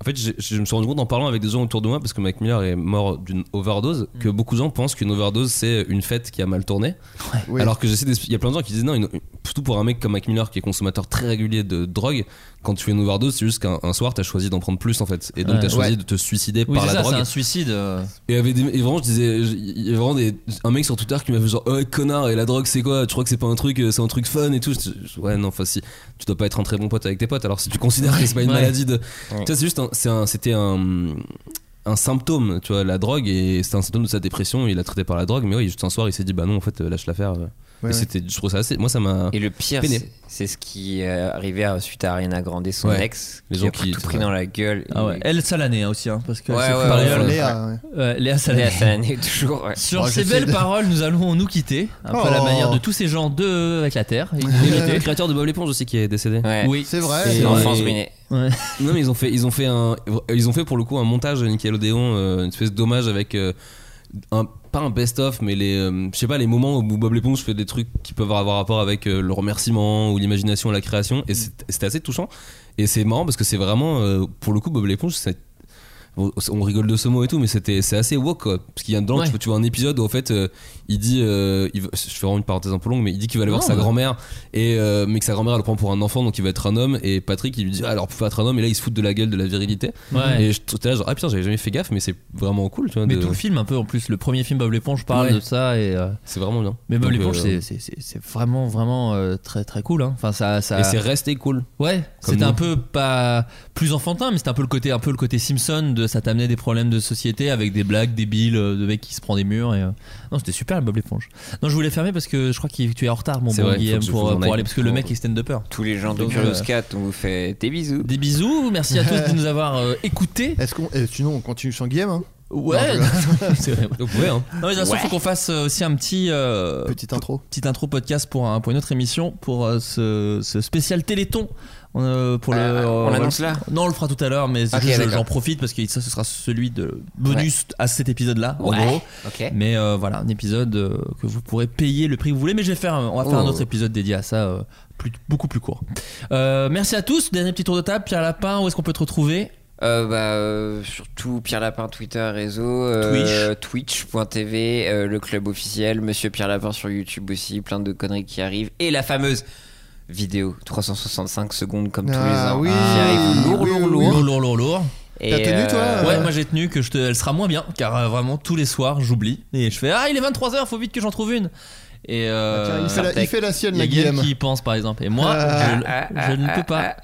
Speaker 2: En fait, je, je me suis rendu compte en parlant avec des gens autour de moi, parce que Mac Miller est mort d'une overdose,
Speaker 7: Mm.
Speaker 2: que beaucoup de gens pensent qu'une overdose c'est une fête qui a mal tourné.
Speaker 7: Ah,
Speaker 8: Oui.
Speaker 2: Alors que j'essaie d'expliquer. Il y a plein de gens qui disent non, une- surtout pour un mec comme Mac Miller qui est consommateur très régulier de drogue, quand tu fais une overdose, c'est juste qu'un un soir t'as choisi d'en prendre plus en fait. Et donc
Speaker 7: Ouais.
Speaker 2: t'as choisi
Speaker 8: Ouais.
Speaker 2: de te suicider
Speaker 7: Oui,
Speaker 2: par
Speaker 7: c'est
Speaker 2: la
Speaker 7: ça, c'est
Speaker 2: drogue.
Speaker 7: un suicide. euh.
Speaker 2: Et, il y avait des- et vraiment, je disais, je- il y avait vraiment des- un mec sur Twitter qui m'avait genre, oh connard, et la drogue c'est quoi Tu crois que c'est pas un truc, euh, c'est un truc fun et tout Je- je- Ouais, non, enfin si, tu dois pas être un très bon pote avec tes potes, alors si tu considères que c'est pas une
Speaker 7: Ouais.
Speaker 2: maladie de. Tu sais, c'est juste, un- c'est un- c'était un, un symptôme, tu vois, la drogue, et c'était un symptôme de sa dépression, il a traité par la drogue, mais oui, juste un soir, il s'est dit, bah non, en fait, euh, lâche l'affaire.
Speaker 8: Ouais,
Speaker 2: et
Speaker 8: ouais.
Speaker 2: c'était, je trouve ça assez. Moi, ça m'a.
Speaker 9: Et le pire,
Speaker 2: Peiné.
Speaker 9: c'est- c'est ce qui est arrivé à- suite à Ariana Grande, son
Speaker 2: Ouais.
Speaker 9: ex,
Speaker 2: Les
Speaker 9: qui
Speaker 2: gens
Speaker 9: a
Speaker 2: qui-
Speaker 9: tout pris dans la gueule.
Speaker 7: Ah ouais.
Speaker 9: Et-
Speaker 7: Elle, Salané hein, aussi, hein, parce que
Speaker 9: Ouais,
Speaker 7: c'est
Speaker 9: ouais,
Speaker 7: plus pareil,
Speaker 9: ouais,
Speaker 7: elle-
Speaker 8: Léa, ouais.
Speaker 7: Ouais, Léa Salané.
Speaker 9: Léa Salamé, toujours. ouais.
Speaker 7: Sur
Speaker 8: Oh,
Speaker 7: ces
Speaker 8: j'essaie
Speaker 7: belles
Speaker 8: de-
Speaker 7: paroles, nous allons nous quitter, un peu à la
Speaker 8: Oh.
Speaker 7: manière de tous ces gens de avec la terre.
Speaker 2: Et le créateur de Bob l'éponge aussi qui est décédé.
Speaker 9: Ouais.
Speaker 7: Oui,
Speaker 8: C'est vrai.
Speaker 9: C'est
Speaker 8: c'est
Speaker 2: Et-
Speaker 8: vrai.
Speaker 9: l'enfance ruinée.
Speaker 2: Non mais ils ont fait ils ont fait un ils ont fait pour le coup un montage à Nickelodeon euh, une espèce d'hommage avec euh, un pas un best of mais les euh, je sais pas les moments où Bob l'éponge fait des trucs qui peuvent avoir rapport avec euh, le remerciement ou l'imagination la création et c'est- c'était assez touchant et c'est marrant parce que c'est vraiment euh, pour le coup Bob l'éponge c'est on on rigole de ce mot et tout mais c'était c'est assez woke quoi. parce qu'il y a dedans
Speaker 7: Ouais.
Speaker 2: tu, vois- tu vois un épisode où en fait euh, il dit euh, il va- je fais vraiment une parenthèse un peu longue mais il dit qu'il va aller voir
Speaker 7: Non,
Speaker 2: sa
Speaker 7: mais-
Speaker 2: grand-mère et euh, mais que sa grand-mère elle le prend pour un enfant donc il va être un homme et Patrick il lui dit ah, alors pour être un homme et là il se fout de la gueule de la virilité
Speaker 7: Ouais.
Speaker 2: et je j'étais là genre ah putain j'avais jamais fait gaffe mais c'est vraiment cool tu vois
Speaker 7: mais
Speaker 2: de-
Speaker 7: tout le film un peu en plus, le premier film Bob l'éponge parle
Speaker 2: Ouais.
Speaker 7: de ça et. euh,
Speaker 2: c'est vraiment bien
Speaker 7: Mais Bob
Speaker 2: Donc,
Speaker 7: l'éponge,
Speaker 2: euh,
Speaker 7: c'est- c'est- c'est c'est vraiment vraiment euh, très très cool. hein. Enfin ça ça.
Speaker 2: et c'est resté cool
Speaker 7: Ouais,
Speaker 2: Comme
Speaker 7: c'était
Speaker 2: nous.
Speaker 7: un peu pas plus enfantin, mais c'était un peu le côté un peu le côté Simpson de ça t'amenait des problèmes de société avec des blagues débiles euh, de mecs qui se prend des murs et euh, non c'était super le Bob l'éponge. Non je voulais fermer parce que je crois que tu es en retard mon
Speaker 2: C'est
Speaker 7: bon
Speaker 2: vrai, faut
Speaker 7: Guillaume
Speaker 2: que je-
Speaker 7: pour,
Speaker 2: faut que j'en
Speaker 7: pour
Speaker 2: aille.
Speaker 7: aller parce que le mec est stand peur.
Speaker 9: Tous les gens de
Speaker 7: Donc,
Speaker 9: Curious
Speaker 7: euh,
Speaker 9: Cat, on vous fait des bisous.
Speaker 7: Des bisous, merci à tous de nous avoir euh, écoutés.
Speaker 8: Est-ce qu'on. eh, Sinon, on continue sans Guillaume. hein
Speaker 7: Ouais, c'est vrai.
Speaker 2: vous pouvez hein
Speaker 7: Non mais de toute façon faut qu'on fasse euh, aussi un petit euh,
Speaker 8: Petite intro.
Speaker 7: petite intro podcast pour un pour une autre émission pour euh, ce, ce spécial Téléthon. Euh, pour le,
Speaker 9: Euh, on
Speaker 7: euh,
Speaker 9: l'annonce là
Speaker 7: Non, on le fera tout à l'heure, mais c'est
Speaker 9: Ok,
Speaker 7: juste,
Speaker 9: d'accord.
Speaker 7: j'en profite parce que ça, ce sera celui de bonus à cet épisode-là, en
Speaker 9: Ouais.
Speaker 7: gros.
Speaker 9: Ok.
Speaker 7: Mais euh, voilà, un épisode euh, que vous pourrez payer le prix que vous voulez. Mais je vais faire, un- on va faire un
Speaker 9: Oh.
Speaker 7: autre épisode dédié à ça, euh, plus, beaucoup plus court. Euh, merci à tous. Dernier petit tour de table. Pierre Lapin, où est-ce qu'on peut te retrouver
Speaker 9: Euh, bah, euh, surtout Pierre Lapin, Twitter, réseau, euh, Twitch.tv, euh, le club officiel, Monsieur Pierre Lapin sur YouTube aussi, plein de conneries qui arrivent, et la fameuse vidéo 365 secondes comme tous les
Speaker 8: Ah
Speaker 9: ans
Speaker 8: oui.
Speaker 9: qui arrive lourd,
Speaker 8: Oui,
Speaker 9: lourd,
Speaker 8: oui,
Speaker 9: lourd.
Speaker 8: oui.
Speaker 7: Euh, Lourd, lourd, lourd, lourd.
Speaker 9: Et,
Speaker 8: T'as tenu, toi,
Speaker 9: euh,
Speaker 7: Ouais, moi j'ai tenu que je te, elle sera moins bien, car euh, vraiment tous les soirs j'oublie et je fais ah il est 23 h faut vite que j'en trouve une. Et euh,
Speaker 8: Bah, Tiens, il, fait la, il fait la sienne,
Speaker 7: Il y a
Speaker 8: la
Speaker 7: Guillaume
Speaker 8: Guillaume.
Speaker 7: qui y pense par exemple et moi
Speaker 8: Ah.
Speaker 7: je, je ne peux pas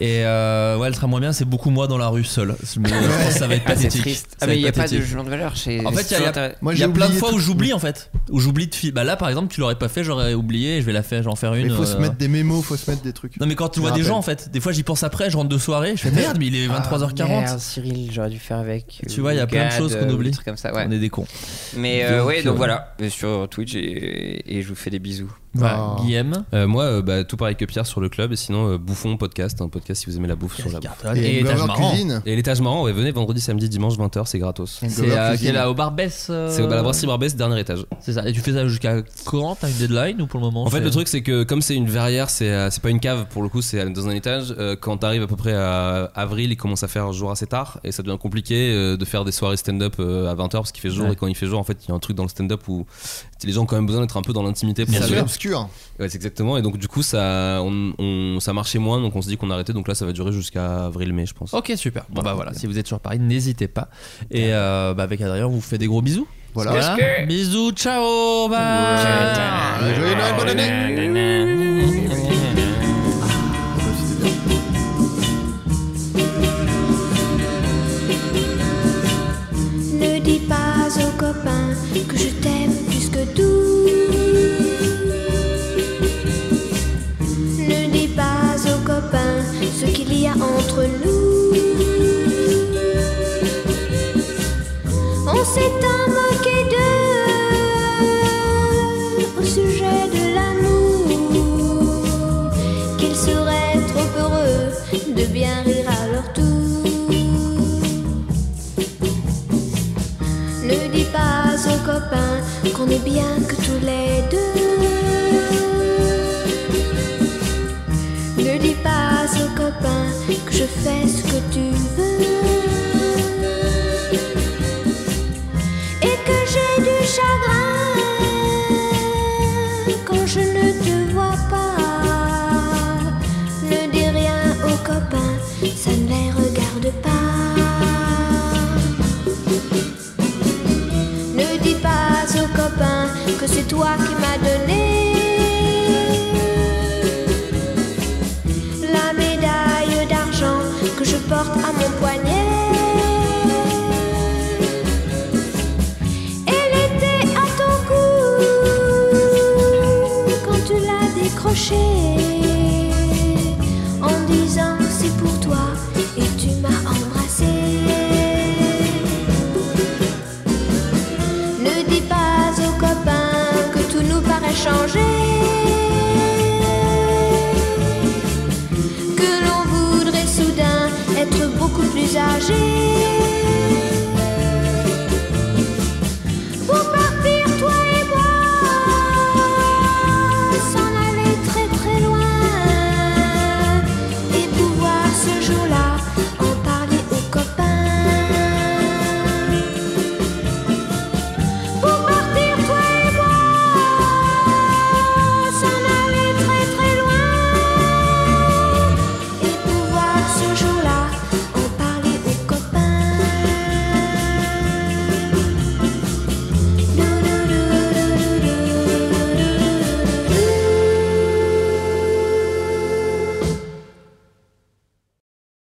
Speaker 7: et euh, ouais elle sera moins bien c'est beaucoup moi dans la rue seul je me- je pense que ça va être
Speaker 9: Ah, c'est
Speaker 7: pathétique
Speaker 9: triste.
Speaker 7: Ça
Speaker 9: Ah,
Speaker 7: va
Speaker 9: mais il
Speaker 7: être
Speaker 9: n'y a pas de
Speaker 7: pathétique.
Speaker 9: jugement de valeur chez.
Speaker 7: En fait,
Speaker 9: c'est
Speaker 7: il y a-
Speaker 9: toujours intéressant.
Speaker 8: Moi,
Speaker 7: il y
Speaker 8: j'ai
Speaker 7: a plein de
Speaker 8: oublié
Speaker 7: fois
Speaker 8: tout.
Speaker 7: où j'oublie en fait où j'oublie de fi- bah là par exemple tu l'aurais pas fait j'aurais oublié je vais la faire j'en faire une
Speaker 8: Il faut se
Speaker 7: euh,
Speaker 8: mettre des mémos, faut se mettre des trucs.
Speaker 7: non mais quand tu
Speaker 8: Je
Speaker 7: vois des
Speaker 8: rappelle. Ah,
Speaker 7: gens en fait des fois j'y pense après je rentre de soirée je fais merde mais il est 23h40
Speaker 9: Ah, Merde, Cyril, j'aurais dû faire avec.
Speaker 7: Tu vois, il y a plein de
Speaker 9: Gad,
Speaker 7: choses qu'on
Speaker 9: euh, ou des
Speaker 7: oublie.
Speaker 9: trucs comme ça, ouais.
Speaker 7: on est des cons
Speaker 9: Mais euh,
Speaker 7: Donc,
Speaker 9: ouais, donc
Speaker 7: euh,
Speaker 9: voilà, Et sur Twitch et, et je vous fais des bisous.
Speaker 7: voilà
Speaker 8: Oh.
Speaker 7: Bah, Guillaume
Speaker 2: Euh, moi euh, bah, tout pareil que Pierre sur le club et sinon euh, Bouffon podcast un podcast si vous aimez la bouffe sur la bouffe
Speaker 8: Et,
Speaker 7: et
Speaker 8: une
Speaker 7: étage
Speaker 8: Glover
Speaker 7: marrant
Speaker 8: Cuisine.
Speaker 2: et l'étage marrant ouais, venez vendredi samedi dimanche 20h c'est gratos
Speaker 8: Une
Speaker 7: c'est
Speaker 8: Glover
Speaker 7: à
Speaker 8: Cuisine.
Speaker 7: quelle au Barbès euh,
Speaker 2: c'est bah, la brasserie Barbès dernier étage
Speaker 7: c'est ça et tu fais ça jusqu'à quand t'as une deadline ou pour le moment
Speaker 2: En fait,
Speaker 7: c'est-
Speaker 2: le truc, c'est que comme c'est une verrière, c'est euh, c'est pas une cave pour le coup, c'est dans un étage. euh, quand t'arrives à peu près à avril, il commence à faire jour assez tard et ça devient compliqué euh, de faire des soirées stand-up euh, à 20h parce qu'il fait jour
Speaker 7: Ouais.
Speaker 2: et quand il fait jour, en fait, il y a un truc dans le stand-up où les gens ont quand même besoin d'être un peu dans l'intimité pour
Speaker 8: Ça
Speaker 2: se-
Speaker 8: devient obscur.
Speaker 2: Ouais, c'est exactement. Et donc, du coup, ça, on, on- ça marchait moins, donc on se dit qu'on arrêtait. Donc là, ça va durer jusqu'à avril-mai, je pense.
Speaker 7: Ok, super. Bon, bah voilà, si vous êtes sur Paris, n'hésitez pas. Et euh, bah, avec Adrien, on vous fait des gros bisous.
Speaker 8: Voilà.
Speaker 7: Bisous, ciao, bye.
Speaker 8: Allez, joyeux Noël, bonne année. Ah bah, c'était bien.
Speaker 10: Ne dis pas aux copains que je t'aime plus que tout.
Speaker 8: je la décrochais en disant c'est pour toi et tu m'as embrassé. Ne dis pas aux copains que tout nous paraît changer. Que l'on voudrait soudain être beaucoup plus âgé.